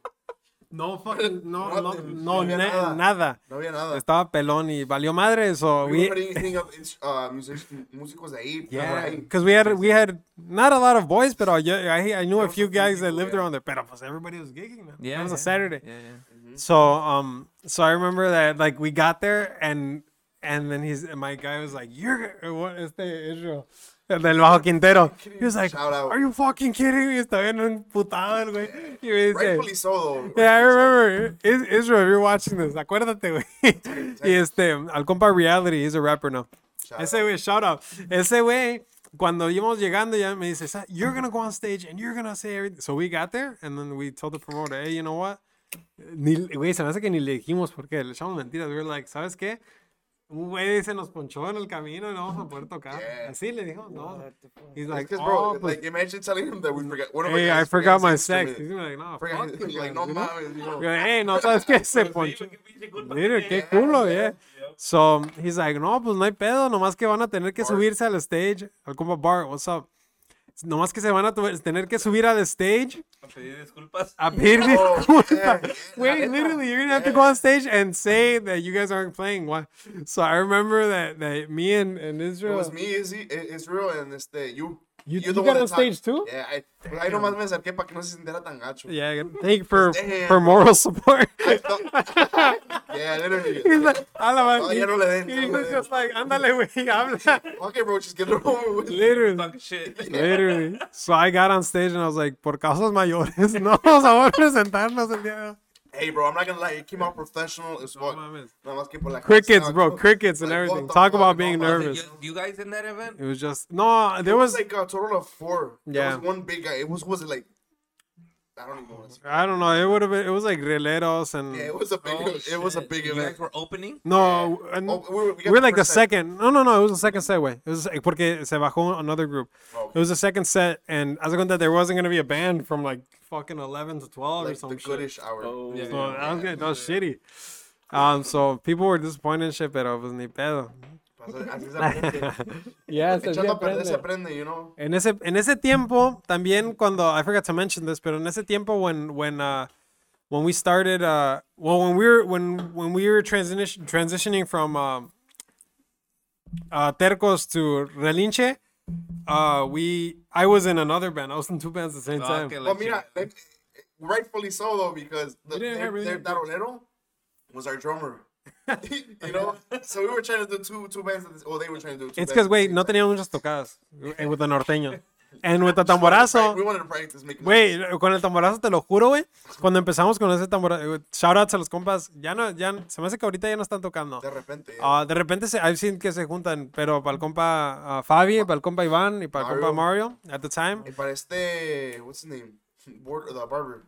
Speaker 11: No fucking, no,
Speaker 4: Nothing.
Speaker 11: no.
Speaker 2: No,
Speaker 4: había
Speaker 2: ne-
Speaker 4: nada.
Speaker 2: nada.
Speaker 4: no había nada.
Speaker 2: Estaba pelón y valió madre. So
Speaker 4: We
Speaker 2: we,
Speaker 4: were putting up uh, music- musicals de ahí.
Speaker 2: yeah,
Speaker 4: ahí.
Speaker 2: because we had we had not a lot of boys, but I, I, I knew a
Speaker 4: was
Speaker 2: few
Speaker 4: a few
Speaker 2: guys that
Speaker 4: people,
Speaker 2: lived
Speaker 4: yeah.
Speaker 2: around there. Pero pues everybody was gigging, man.
Speaker 8: Yeah,
Speaker 2: it was
Speaker 8: yeah.
Speaker 2: a Saturday.
Speaker 8: Yeah, yeah.
Speaker 4: Mm-hmm.
Speaker 2: So um, so I remember that like we got there and and then he's and my guy was like, "You're what is the Israel." El del Bajo Quintero. He was like,
Speaker 4: Shout out.
Speaker 2: Are you fucking kidding me? Estaba bien emputado el güey. Y me dice,
Speaker 4: Rightfully so, though.
Speaker 2: Yeah, I remember. Is- Israel, if you're watching this, acuérdate, güey. Y este, al compa Reality, he's a rapper now.
Speaker 4: Shout
Speaker 2: Ese güey, shout out. Ese güey, cuando íbamos llegando, ya me dice, "Sa- you're gonna go on stage and you're gonna say everything. So we got there, and then we told the promoter, hey, you know what? Ni, güey, se me hace que ni le dijimos porque le echamos mentiras. We We're like, ¿sabes qué? Un güey se nos ponchó en el camino y no vamos a poder tocar.
Speaker 4: Yeah.
Speaker 2: Así le dijimos, no. He's
Speaker 4: Like,
Speaker 2: like,
Speaker 4: because, bro,
Speaker 2: oh, pues,
Speaker 4: like, imagine telling him that we forgot. One of our
Speaker 2: hey, I
Speaker 4: guys
Speaker 2: forgot
Speaker 4: his
Speaker 2: my sex.
Speaker 4: instrument.
Speaker 2: He's gonna be like, no,
Speaker 4: Forgot
Speaker 2: fuck
Speaker 4: his-
Speaker 2: you guys,
Speaker 4: like, no
Speaker 2: you know?
Speaker 4: mames, you know.
Speaker 2: Yo, hey, no sabes qué se ponchó. Mire, qué culo, yeah. So, he's like, no, pues no hay pedo, nomás que van a tener que
Speaker 4: Bart.
Speaker 2: subirse al stage. Al compa Bart, what's up? Nomás que se van a tu- tener que subir al stage
Speaker 8: Pedí disculpas.
Speaker 2: a pedir
Speaker 4: Oh,
Speaker 2: disculpas.
Speaker 4: yeah.
Speaker 2: Wait, literally, you're gonna have to go on stage and say that you guys aren't playing. Why? So I remember that, that me and, and
Speaker 4: It
Speaker 2: Israel.
Speaker 4: was me, Izzy, I- Israel, and este, you.
Speaker 2: You-
Speaker 4: you're
Speaker 2: you
Speaker 4: the
Speaker 2: got
Speaker 4: one
Speaker 2: on
Speaker 4: that talked.
Speaker 2: stage too?
Speaker 4: Yeah, I, I nomás me acerqué para que no se sintiera tan gacho.
Speaker 2: Yeah, thank you for,
Speaker 4: Damn.
Speaker 2: for moral support.
Speaker 4: Yeah, literally.
Speaker 2: He's like, "A la
Speaker 4: Oh,
Speaker 2: madre."
Speaker 4: ya no le eh. den, ya
Speaker 2: He
Speaker 4: no le
Speaker 2: was
Speaker 4: den.
Speaker 2: just like, ándale, güey, habla.
Speaker 4: okay, bro, just get it over with.
Speaker 2: Literally.
Speaker 8: Talk shit.
Speaker 2: Literally. So I got on stage and I was like, por causas mayores, no vamos a poder presentarnos el día de hoy.
Speaker 4: Hey, bro, I'm not gonna lie, it came out professional as fuck.
Speaker 2: mames.
Speaker 4: Nada más que por la
Speaker 2: Crickets,
Speaker 4: casa,
Speaker 2: bro, crickets and
Speaker 4: Like, what
Speaker 2: everything.
Speaker 4: the
Speaker 2: Talk
Speaker 4: fuck,
Speaker 2: about being
Speaker 4: no, I was like,
Speaker 2: nervous.
Speaker 8: You, you guys in that event?
Speaker 2: It was just, no, there
Speaker 4: It was
Speaker 2: was,
Speaker 4: like a total of four.
Speaker 2: Yeah.
Speaker 4: There was one big guy. It was, was it like, I don't even want to say.
Speaker 2: I don't know, it would have been, it was like Rileros
Speaker 4: Yeah, it
Speaker 2: and,
Speaker 4: was a big,
Speaker 8: Oh,
Speaker 4: it was a
Speaker 8: shit.
Speaker 4: big
Speaker 8: You
Speaker 4: event.
Speaker 8: guys were opening?
Speaker 2: no, and
Speaker 4: Oh, we were- we got
Speaker 2: we are
Speaker 4: the
Speaker 2: like the
Speaker 4: first set.
Speaker 2: second, no, no, no, it was the second set, way. It was like, porque se bajó another group.
Speaker 4: Oh.
Speaker 2: It was the second set and I was going that there wasn't going to be a band from like fucking 11 to 12 or
Speaker 4: Like the
Speaker 2: something.
Speaker 4: goodish hour.
Speaker 3: Oh,
Speaker 2: So that was good. That was shitty. Um, so people were disappointed and shit, pero pues ni pedo.
Speaker 4: Así- así se aprende.
Speaker 2: Yeah,
Speaker 4: Echando a perder se aprende, you know.
Speaker 2: En ese, en ese tiempo, también cuando, I forgot to mention this, pero en ese tiempo when, when, uh, when we started, uh, well, when we were, when, when we were transition, transitioning from, um, uh, Tercos to Relinche, uh, we, I was in another band. I was in two bands at the same
Speaker 8: Ah,
Speaker 2: time.
Speaker 8: que la
Speaker 4: Well, mira,
Speaker 8: chingada.
Speaker 4: like, rightfully so though, because the
Speaker 2: didn't
Speaker 4: their,
Speaker 2: have really-
Speaker 4: their Darolero was our drummer. you know, so we were trying to do two two bands. At this, well, they were trying to do. Two
Speaker 2: It's
Speaker 4: bands
Speaker 2: because,
Speaker 4: at
Speaker 2: wait,
Speaker 4: the
Speaker 2: no
Speaker 4: same time.
Speaker 2: teníamos muchas tocadas. And with the norteño. And with the
Speaker 4: We
Speaker 2: tamborazo.
Speaker 4: wanted to practice making.
Speaker 2: Güey, con el tamborazo te lo juro, güey. Cuando empezamos con ese tamborazo, shoutouts a los compas, ya no, ya, se me hace que ahorita ya no están tocando.
Speaker 4: De repente. yeah.
Speaker 2: Ah, de repente, se, I've seen que se juntan, pero para el compa ah, Fabi, para el compa Iván y para el compa Mario, at the time.
Speaker 4: Y para este, what's his name? Board, the barber.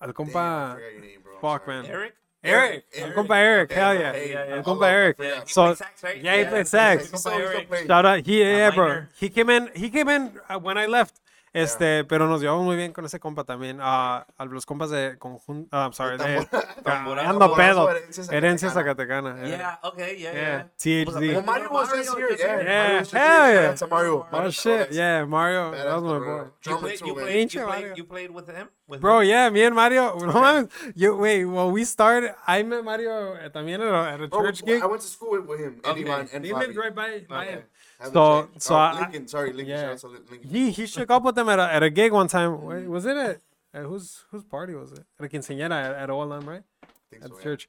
Speaker 2: Al
Speaker 4: Damn, I
Speaker 2: compa
Speaker 4: forgot your name, bro. I'm
Speaker 2: fuck,
Speaker 4: sorry.
Speaker 2: man.
Speaker 8: Eric?
Speaker 2: Eric, al compa Eric, hell yeah.
Speaker 4: Hey,
Speaker 8: yeah,
Speaker 2: Al
Speaker 8: yeah.
Speaker 2: compa Eric.
Speaker 8: Yeah, he
Speaker 2: So-
Speaker 8: plays sax, right?
Speaker 2: yeah, he plays sax.
Speaker 4: He's still- he's still playing.
Speaker 2: Shout out, he, yeah, bro.
Speaker 8: minor.
Speaker 2: He came in, he came in uh, when I left. Este, pero nos llevamos muy bien con ese compa también. ah, a los compas de conjunto, I'm sorry, de
Speaker 8: Tamborazo,
Speaker 2: ando pedo.
Speaker 4: Herencia
Speaker 2: Herencia
Speaker 4: Zacatecana.
Speaker 2: Zacatecana. eh.
Speaker 8: Yeah, okay, yeah, yeah.
Speaker 2: Yeah, THD.
Speaker 4: Well, Mario was this year. Yeah,
Speaker 2: Yeah,
Speaker 4: Mario was this
Speaker 2: hell yeah.
Speaker 4: year. Shout out to Mario.
Speaker 2: Oh shit, yeah, Mario, that was my boy.
Speaker 8: You
Speaker 4: Drummer
Speaker 8: played,
Speaker 4: too,
Speaker 8: you,
Speaker 4: man.
Speaker 8: played, you,
Speaker 2: Pinche
Speaker 8: played,
Speaker 2: Mario.
Speaker 8: you played with him? With
Speaker 2: Bro,
Speaker 8: him?
Speaker 2: yeah, me and Mario. No mames. Yo, wait, well, we started. I met Mario eh, también at a, at a
Speaker 4: Bro,
Speaker 2: church gig.
Speaker 4: I went to school with him, and
Speaker 8: Okay.
Speaker 4: Ivan, and
Speaker 2: They lived
Speaker 4: Bobby.
Speaker 2: right by, by
Speaker 8: Okay.
Speaker 2: him.
Speaker 4: Haven't
Speaker 2: So-
Speaker 4: checked.
Speaker 2: so
Speaker 4: oh,
Speaker 2: I-
Speaker 4: Lincoln, sorry, Lincoln.
Speaker 2: Yeah.
Speaker 4: Shout out to Lin- Lincoln.
Speaker 2: He, he shook up with them at a, at a gig one time.
Speaker 4: Mm.
Speaker 2: Wait, was it at, at whose whose party was it? At a quinceañera at, at Olam, right?
Speaker 4: I think
Speaker 2: At
Speaker 4: so,
Speaker 2: the
Speaker 4: yeah.
Speaker 2: church.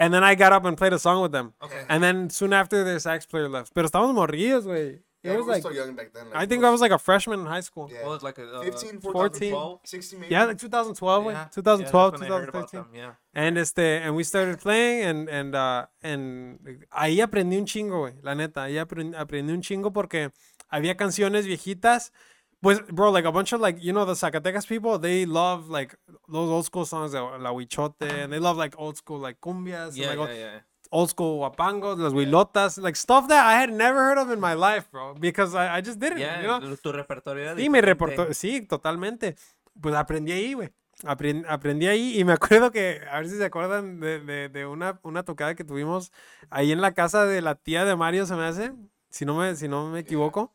Speaker 2: And then I got up and played a song with them.
Speaker 1: Okay.
Speaker 2: And then soon after, their sax player left. Pero estábamos morrillos, güey. It
Speaker 4: Yeah, we
Speaker 2: was
Speaker 4: were
Speaker 2: like,
Speaker 4: still young back then.
Speaker 2: I think I was like a freshman in high school.
Speaker 4: yeah.
Speaker 1: What was like a, uh,
Speaker 4: 15,
Speaker 2: 14.
Speaker 4: 14, 16 maybe.
Speaker 2: Yeah, like 2012, güey.
Speaker 1: yeah, yeah,
Speaker 2: 2012,
Speaker 1: that's when I heard about
Speaker 2: 2013.
Speaker 1: them, Yeah.
Speaker 2: And este, and we started playing and and uh, and ahí aprendí un chingo, güey. La neta, ahí aprendí, aprendí un chingo porque había canciones viejitas. Pues, bro, like a bunch of like, you know, the Zacatecas people, they love like those old school songs, de La Huichote, and they love like old school like cumbias, and,
Speaker 1: Yeah,
Speaker 2: like,
Speaker 1: yeah,
Speaker 2: old-
Speaker 1: yeah.
Speaker 2: old school guapangos, las huilotas, like stuff that I had never heard of in my life, bro, because I, I just didn't,
Speaker 1: Yeah,
Speaker 2: you know.
Speaker 1: tu- tu repertorio era
Speaker 2: Sí, me
Speaker 1: diferente.
Speaker 2: reportó, sí, totalmente. Pues aprendí ahí, güey. Aprend- aprendí ahí y me acuerdo que, a ver si se acuerdan de, de- de una, una tocada que tuvimos ahí en la casa de la tía de Mario, se me hace, si no me, si no me equivoco.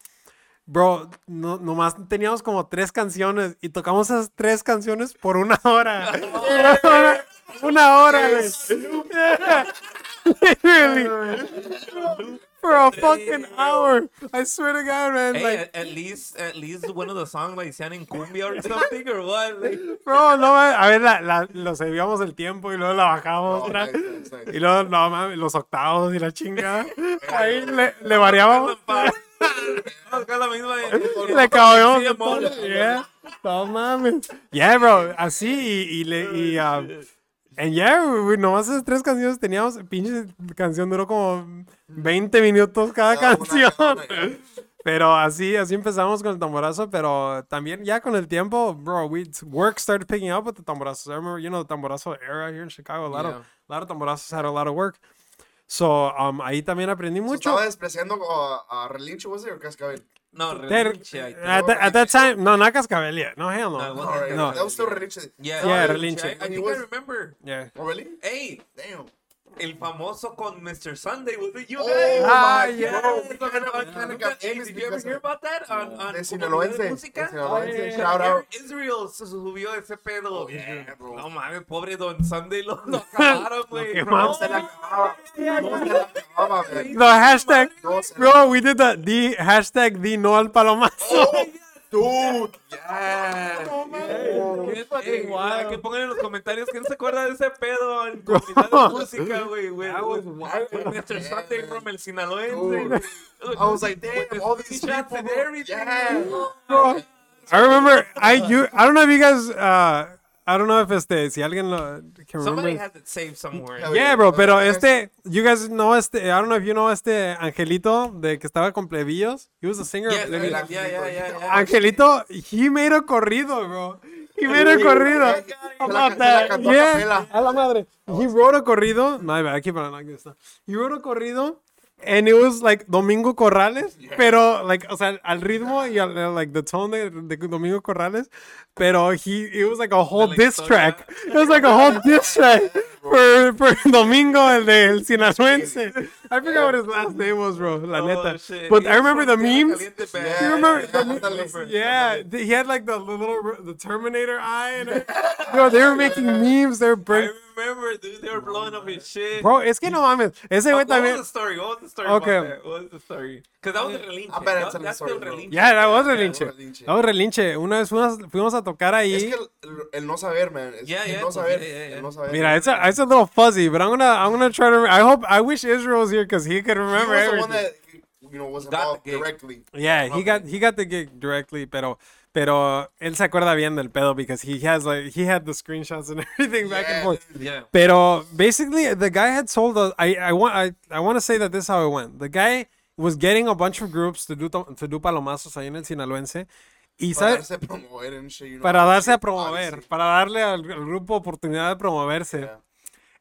Speaker 2: Bro, no, nomás teníamos como tres canciones y tocamos esas tres canciones por una hora. una hora, una hora, güey. Literally. For a fucking hour. I swear to God, man.
Speaker 1: Hey,
Speaker 2: like-
Speaker 1: at, at least, at least one of the songs like sean in cumbia or something or what? Like,
Speaker 2: Bro, no, mames, a ver, la, la, lo servíamos el tiempo y luego la bajamos
Speaker 4: Oh,
Speaker 2: otra.
Speaker 4: nice, nice, nice.
Speaker 2: Y luego, no mames, los octavos y la chingada. Ahí le, le variábamos.
Speaker 1: Vamos con la misma. de-
Speaker 2: le cabíamos
Speaker 1: Sí,
Speaker 2: de
Speaker 1: amor.
Speaker 2: todo. Yeah. No mames. Yeah, bro, así y, y le. Y, um, and yeah, we- we nomás esas tres canciones teníamos. Pinche canción duró como 20 minutos cada
Speaker 4: Cada una,
Speaker 2: canción.
Speaker 4: cada una, yeah.
Speaker 2: Pero así, así empezamos con el tamborazo, pero también ya con el tiempo, bro, we work started picking up with the tamborazos. I remember, you know, the tamborazo era here in Chicago. A lot of, a lot of tamborazos had a lot of work. So, um, ahí también aprendí
Speaker 4: So
Speaker 2: mucho.
Speaker 4: estaba despreciando uh, a Relincho, was it, or Cascabel?
Speaker 1: No,
Speaker 2: Ter-
Speaker 1: relinche, I think.
Speaker 2: at, that- at that time, no, not Cascabel yet. No, hell no.
Speaker 1: No, it wasn't.
Speaker 4: All right,
Speaker 2: No.
Speaker 4: that was still Relincho.
Speaker 1: Yeah,
Speaker 2: Yeah,
Speaker 1: relinche.
Speaker 2: relinche.
Speaker 1: I, I think I remember.
Speaker 2: Yeah.
Speaker 4: Oh, really?
Speaker 1: Hey,
Speaker 4: Damn.
Speaker 1: el famoso con Mr. Sunday, was it you
Speaker 4: Oh,
Speaker 1: guys?
Speaker 2: Ah,
Speaker 4: my
Speaker 2: yeah.
Speaker 4: God.
Speaker 1: We're talking about
Speaker 4: Yeah.
Speaker 1: Canada.
Speaker 4: Yeah.
Speaker 1: Hey, did you ever hear about that on on
Speaker 4: De
Speaker 1: Comunidad de
Speaker 4: Sinaloense. De
Speaker 1: Ah, Música?
Speaker 4: Sinaloense.
Speaker 1: Oh, yeah.
Speaker 4: Shout out.
Speaker 1: Israel se subió ese pedo. Eh,
Speaker 4: Oh, yeah, bro.
Speaker 1: No mames, pobre Don Sunday lo lo acabaron, güey.
Speaker 2: quemaron.
Speaker 4: Se la acababa. No se la acababa, man.
Speaker 2: The hashtag,
Speaker 4: No se la-
Speaker 2: bro, we did the, the hashtag the no al
Speaker 4: Oh
Speaker 2: palomazo.
Speaker 4: Dude, yeah.
Speaker 1: Ey, para que pongan en los comentarios quién se acuerda de ese pedo en comunidad de música, güey, güey. With Mr. Sunday from el Sinaloense.
Speaker 4: Dude. I was like, damn,
Speaker 1: With
Speaker 4: all
Speaker 1: the
Speaker 4: these
Speaker 1: t-shirts
Speaker 4: people,
Speaker 1: and
Speaker 4: bro.
Speaker 1: everything.
Speaker 4: Yeah.
Speaker 2: I remember, I you, I don't know if you guys, uh, I don't know if este, si alguien lo, can remember.
Speaker 1: Somebody has it saved somewhere.
Speaker 4: Yeah,
Speaker 2: Yeah, bro,
Speaker 4: Uh,
Speaker 2: pero
Speaker 4: yes.
Speaker 2: este, you guys know este, I don't know if you know este Angelito de que estaba con Plebillos. He was a singer. of
Speaker 1: Yes,
Speaker 2: Plebillos.
Speaker 1: yeah, yeah, yeah, yeah, yeah.
Speaker 2: Ah, Angelito, he made a corrido, bro. He made a corrido.
Speaker 4: yeah, yeah.
Speaker 2: How
Speaker 4: Se la
Speaker 2: about
Speaker 4: ca- se la
Speaker 2: that?
Speaker 4: cantó a
Speaker 2: Yeah,
Speaker 4: capela.
Speaker 2: a la madre. He wrote a corrido. My bad, I keep on like this. now. He wrote a corrido. And it was like Domingo Corrales, pero like, o sea, al ritmo y al, al, like the tone de, de Domingo Corrales, pero he, it was like a whole
Speaker 1: la
Speaker 2: diss
Speaker 1: historia.
Speaker 2: track. It was like a whole diss track for, for Domingo, el del Sinaloense. I forgot what his last name was, bro. La
Speaker 1: Oh,
Speaker 2: neta.
Speaker 1: shit.
Speaker 2: But I
Speaker 1: Yeah,
Speaker 2: remember the
Speaker 1: from Tierra
Speaker 2: memes.
Speaker 1: Caliente, pa-
Speaker 4: Yeah,
Speaker 2: You remember
Speaker 4: yeah,
Speaker 2: the
Speaker 4: I
Speaker 2: memes?
Speaker 4: remember.
Speaker 2: Yeah, th- he had like the little the Terminator eye, and yo, they were making memes. They're
Speaker 1: I
Speaker 2: bur-
Speaker 1: remember, dude, they were blowing up his shit.
Speaker 2: bro. Es que no mames. Ese güey
Speaker 1: what, what was
Speaker 2: también.
Speaker 1: the story? What was the story?
Speaker 2: Okay.
Speaker 1: About that? What was the story? Because that was the relinche.
Speaker 4: I bet it's
Speaker 1: That-
Speaker 4: in the
Speaker 1: that's
Speaker 4: story,
Speaker 1: still
Speaker 4: bro.
Speaker 1: relinche.
Speaker 2: Yeah, that was
Speaker 4: Yeah,
Speaker 2: relinche.
Speaker 4: relinche.
Speaker 2: That was relinche. Una vez fuimos, fuimos a tocar ahí.
Speaker 4: Es que el, el- el no saber, man. Es
Speaker 1: Yeah,
Speaker 4: el
Speaker 1: yeah,
Speaker 4: no
Speaker 1: pues,
Speaker 4: saber.
Speaker 1: yeah, yeah, yeah.
Speaker 4: El no saber.
Speaker 2: Mira, it's a, it's a little fuzzy, but I'm gonna I'm gonna try to. I hope I wish Israel was here because he could
Speaker 4: He
Speaker 2: remember
Speaker 4: was the
Speaker 2: everything.
Speaker 4: one that, you know, was
Speaker 1: the
Speaker 4: involved
Speaker 1: gig.
Speaker 4: directly.
Speaker 2: Yeah, he got he got the gig directly, pero pero él se acuerda bien del pedo because he has like he had the screenshots and everything back and
Speaker 4: Yeah.
Speaker 2: forth.
Speaker 1: Yeah.
Speaker 2: Pero basically, the guy had sold us. I I want I, I want to say that this is how it went. The guy was getting a bunch of groups to do to, to do palomazos ahí en el sinaloense. Y
Speaker 4: Para
Speaker 2: sabe,
Speaker 4: darse a promover and shit, you know.
Speaker 2: para darse a promover,
Speaker 4: Obviously.
Speaker 2: para darle al, al grupo oportunidad de promoverse.
Speaker 4: Yeah.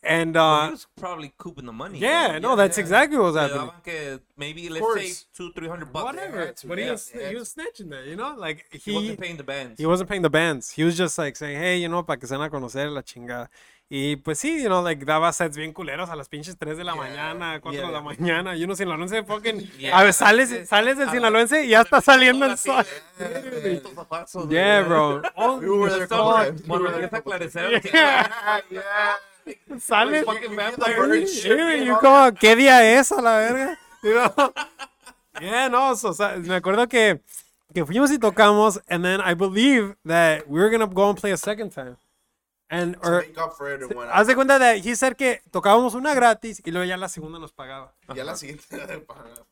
Speaker 2: And
Speaker 1: he
Speaker 2: uh,
Speaker 1: was probably cooping the money.
Speaker 2: yeah,
Speaker 1: though.
Speaker 2: no, that's
Speaker 1: yeah.
Speaker 2: exactly what was
Speaker 1: Le
Speaker 2: happening.
Speaker 1: daban que maybe let's
Speaker 4: course.
Speaker 1: say two, three hundred bucks.
Speaker 2: Whatever,
Speaker 4: to,
Speaker 2: but he
Speaker 4: yeah,
Speaker 2: was
Speaker 4: yeah.
Speaker 2: he was snitching that, you know, like he
Speaker 1: He wasn't paying the bands.
Speaker 2: he wasn't paying the bands. He was just like saying, hey, you know, para que se van a conocer la chingada. Y pues sí, you know, like daba sets bien culeros a las pinches 3 de la mañana, 4 de la mañana. Y uno sinaloense fucking.
Speaker 1: Yeah.
Speaker 2: a ver, sales, sales del sinaloense y ya está saliendo el sol. Yeah, bro.
Speaker 1: ¿eh?
Speaker 2: Oh,
Speaker 4: We were there a couple
Speaker 1: Cuando
Speaker 4: times. We were there a
Speaker 1: empieza a
Speaker 4: couple times.
Speaker 1: aclarecer,
Speaker 4: Yeah, yeah.
Speaker 2: sales.
Speaker 1: fucking
Speaker 4: You- you
Speaker 1: vampire
Speaker 4: get the bird
Speaker 1: and
Speaker 2: Sí,
Speaker 4: shit,
Speaker 2: güey,
Speaker 4: you
Speaker 2: yo
Speaker 4: know?
Speaker 2: como, ¿qué día es a la verga? You know? Yeah, no, o sea, me acuerdo que, que fuimos y tocamos, and then I believe that we were gonna go and play a second time. And
Speaker 4: to
Speaker 2: or
Speaker 4: make up for it and whatnot.
Speaker 2: haz de cuenta de he said que tocábamos una gratis y luego ya la segunda nos pagaba.
Speaker 4: Ya la siguiente.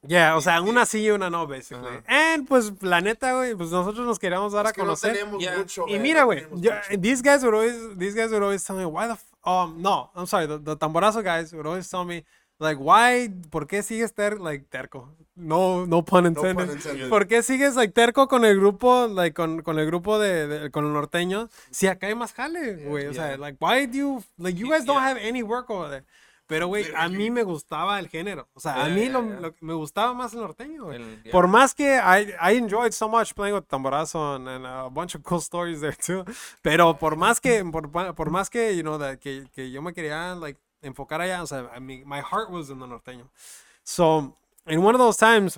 Speaker 2: Ya, o sea, una sí y una no, basically. And pues la neta, güey, pues nosotros nos queríamos dar
Speaker 4: Es
Speaker 2: a
Speaker 4: que no
Speaker 2: conocer.
Speaker 4: tenemos
Speaker 8: Ya.
Speaker 4: mucho.
Speaker 2: Y
Speaker 4: eh,
Speaker 2: mira,
Speaker 4: no
Speaker 2: güey,
Speaker 4: tenemos
Speaker 2: yo-
Speaker 4: mucho.
Speaker 2: these guys would always, these guys would always tell me, why the, f um, no, I'm sorry, the, the tamborazo guys would always tell me, like, why, ¿por qué sigues ter, like, terco? No, no pun
Speaker 4: pun
Speaker 2: intended.
Speaker 4: intended.
Speaker 2: ¿Por qué sigues, like, terco con el grupo, like, con, con el grupo de, de- con los norteños? Si acá hay más jale, güey, o sea, like, why do you, like, you guys don't have any work over there. Pero, güey, a mí me gustaba el género. O sea, a
Speaker 8: Yeah,
Speaker 2: mí
Speaker 8: yeah,
Speaker 2: lo,
Speaker 8: yeah.
Speaker 2: lo que me gustaba más el norteño, güey.
Speaker 8: El- yeah.
Speaker 2: Por más que I, I enjoyed so much playing with Tamborazo and, and a bunch of cool stories there too. Pero por más que, por, por más que, you know, that, que, que yo me quería, like, enfocar allá, o sea, I mean, my heart was in the norteño. So, in one of those times,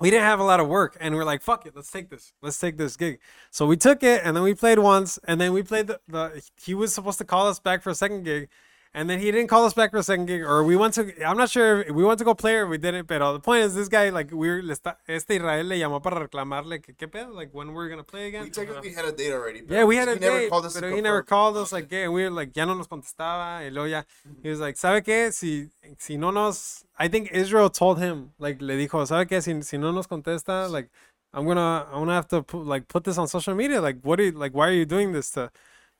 Speaker 2: we didn't have a lot of work and we're like, fuck it, let's take this. Let's take this gig. So we took it and then we played once and then we played the, the he was supposed to call us back for a second gig. And then he didn't call us back for a second gig, or we went to. I'm not sure if we went to go play or we didn't. But the point is, this guy, like, we were. le está- Este Israel le llamó para reclamarle que qué pedo, like, when we're gonna play again.
Speaker 4: We technically had a date already.
Speaker 2: Yeah, we had
Speaker 4: he
Speaker 2: a
Speaker 4: never
Speaker 2: date,
Speaker 4: called us to
Speaker 2: pero he never
Speaker 4: confirm.
Speaker 2: called us like, yeah, we were like, ya no nos contestaba, y luego ya, he was like, ¿sabe qué? Si, si no nos, I think Israel told him, like, le dijo, ¿sabe qué? Si, si no nos contesta, like, I'm gonna, I'm gonna have to put, like, put this on social media, like, what are you, like, why are you doing this to,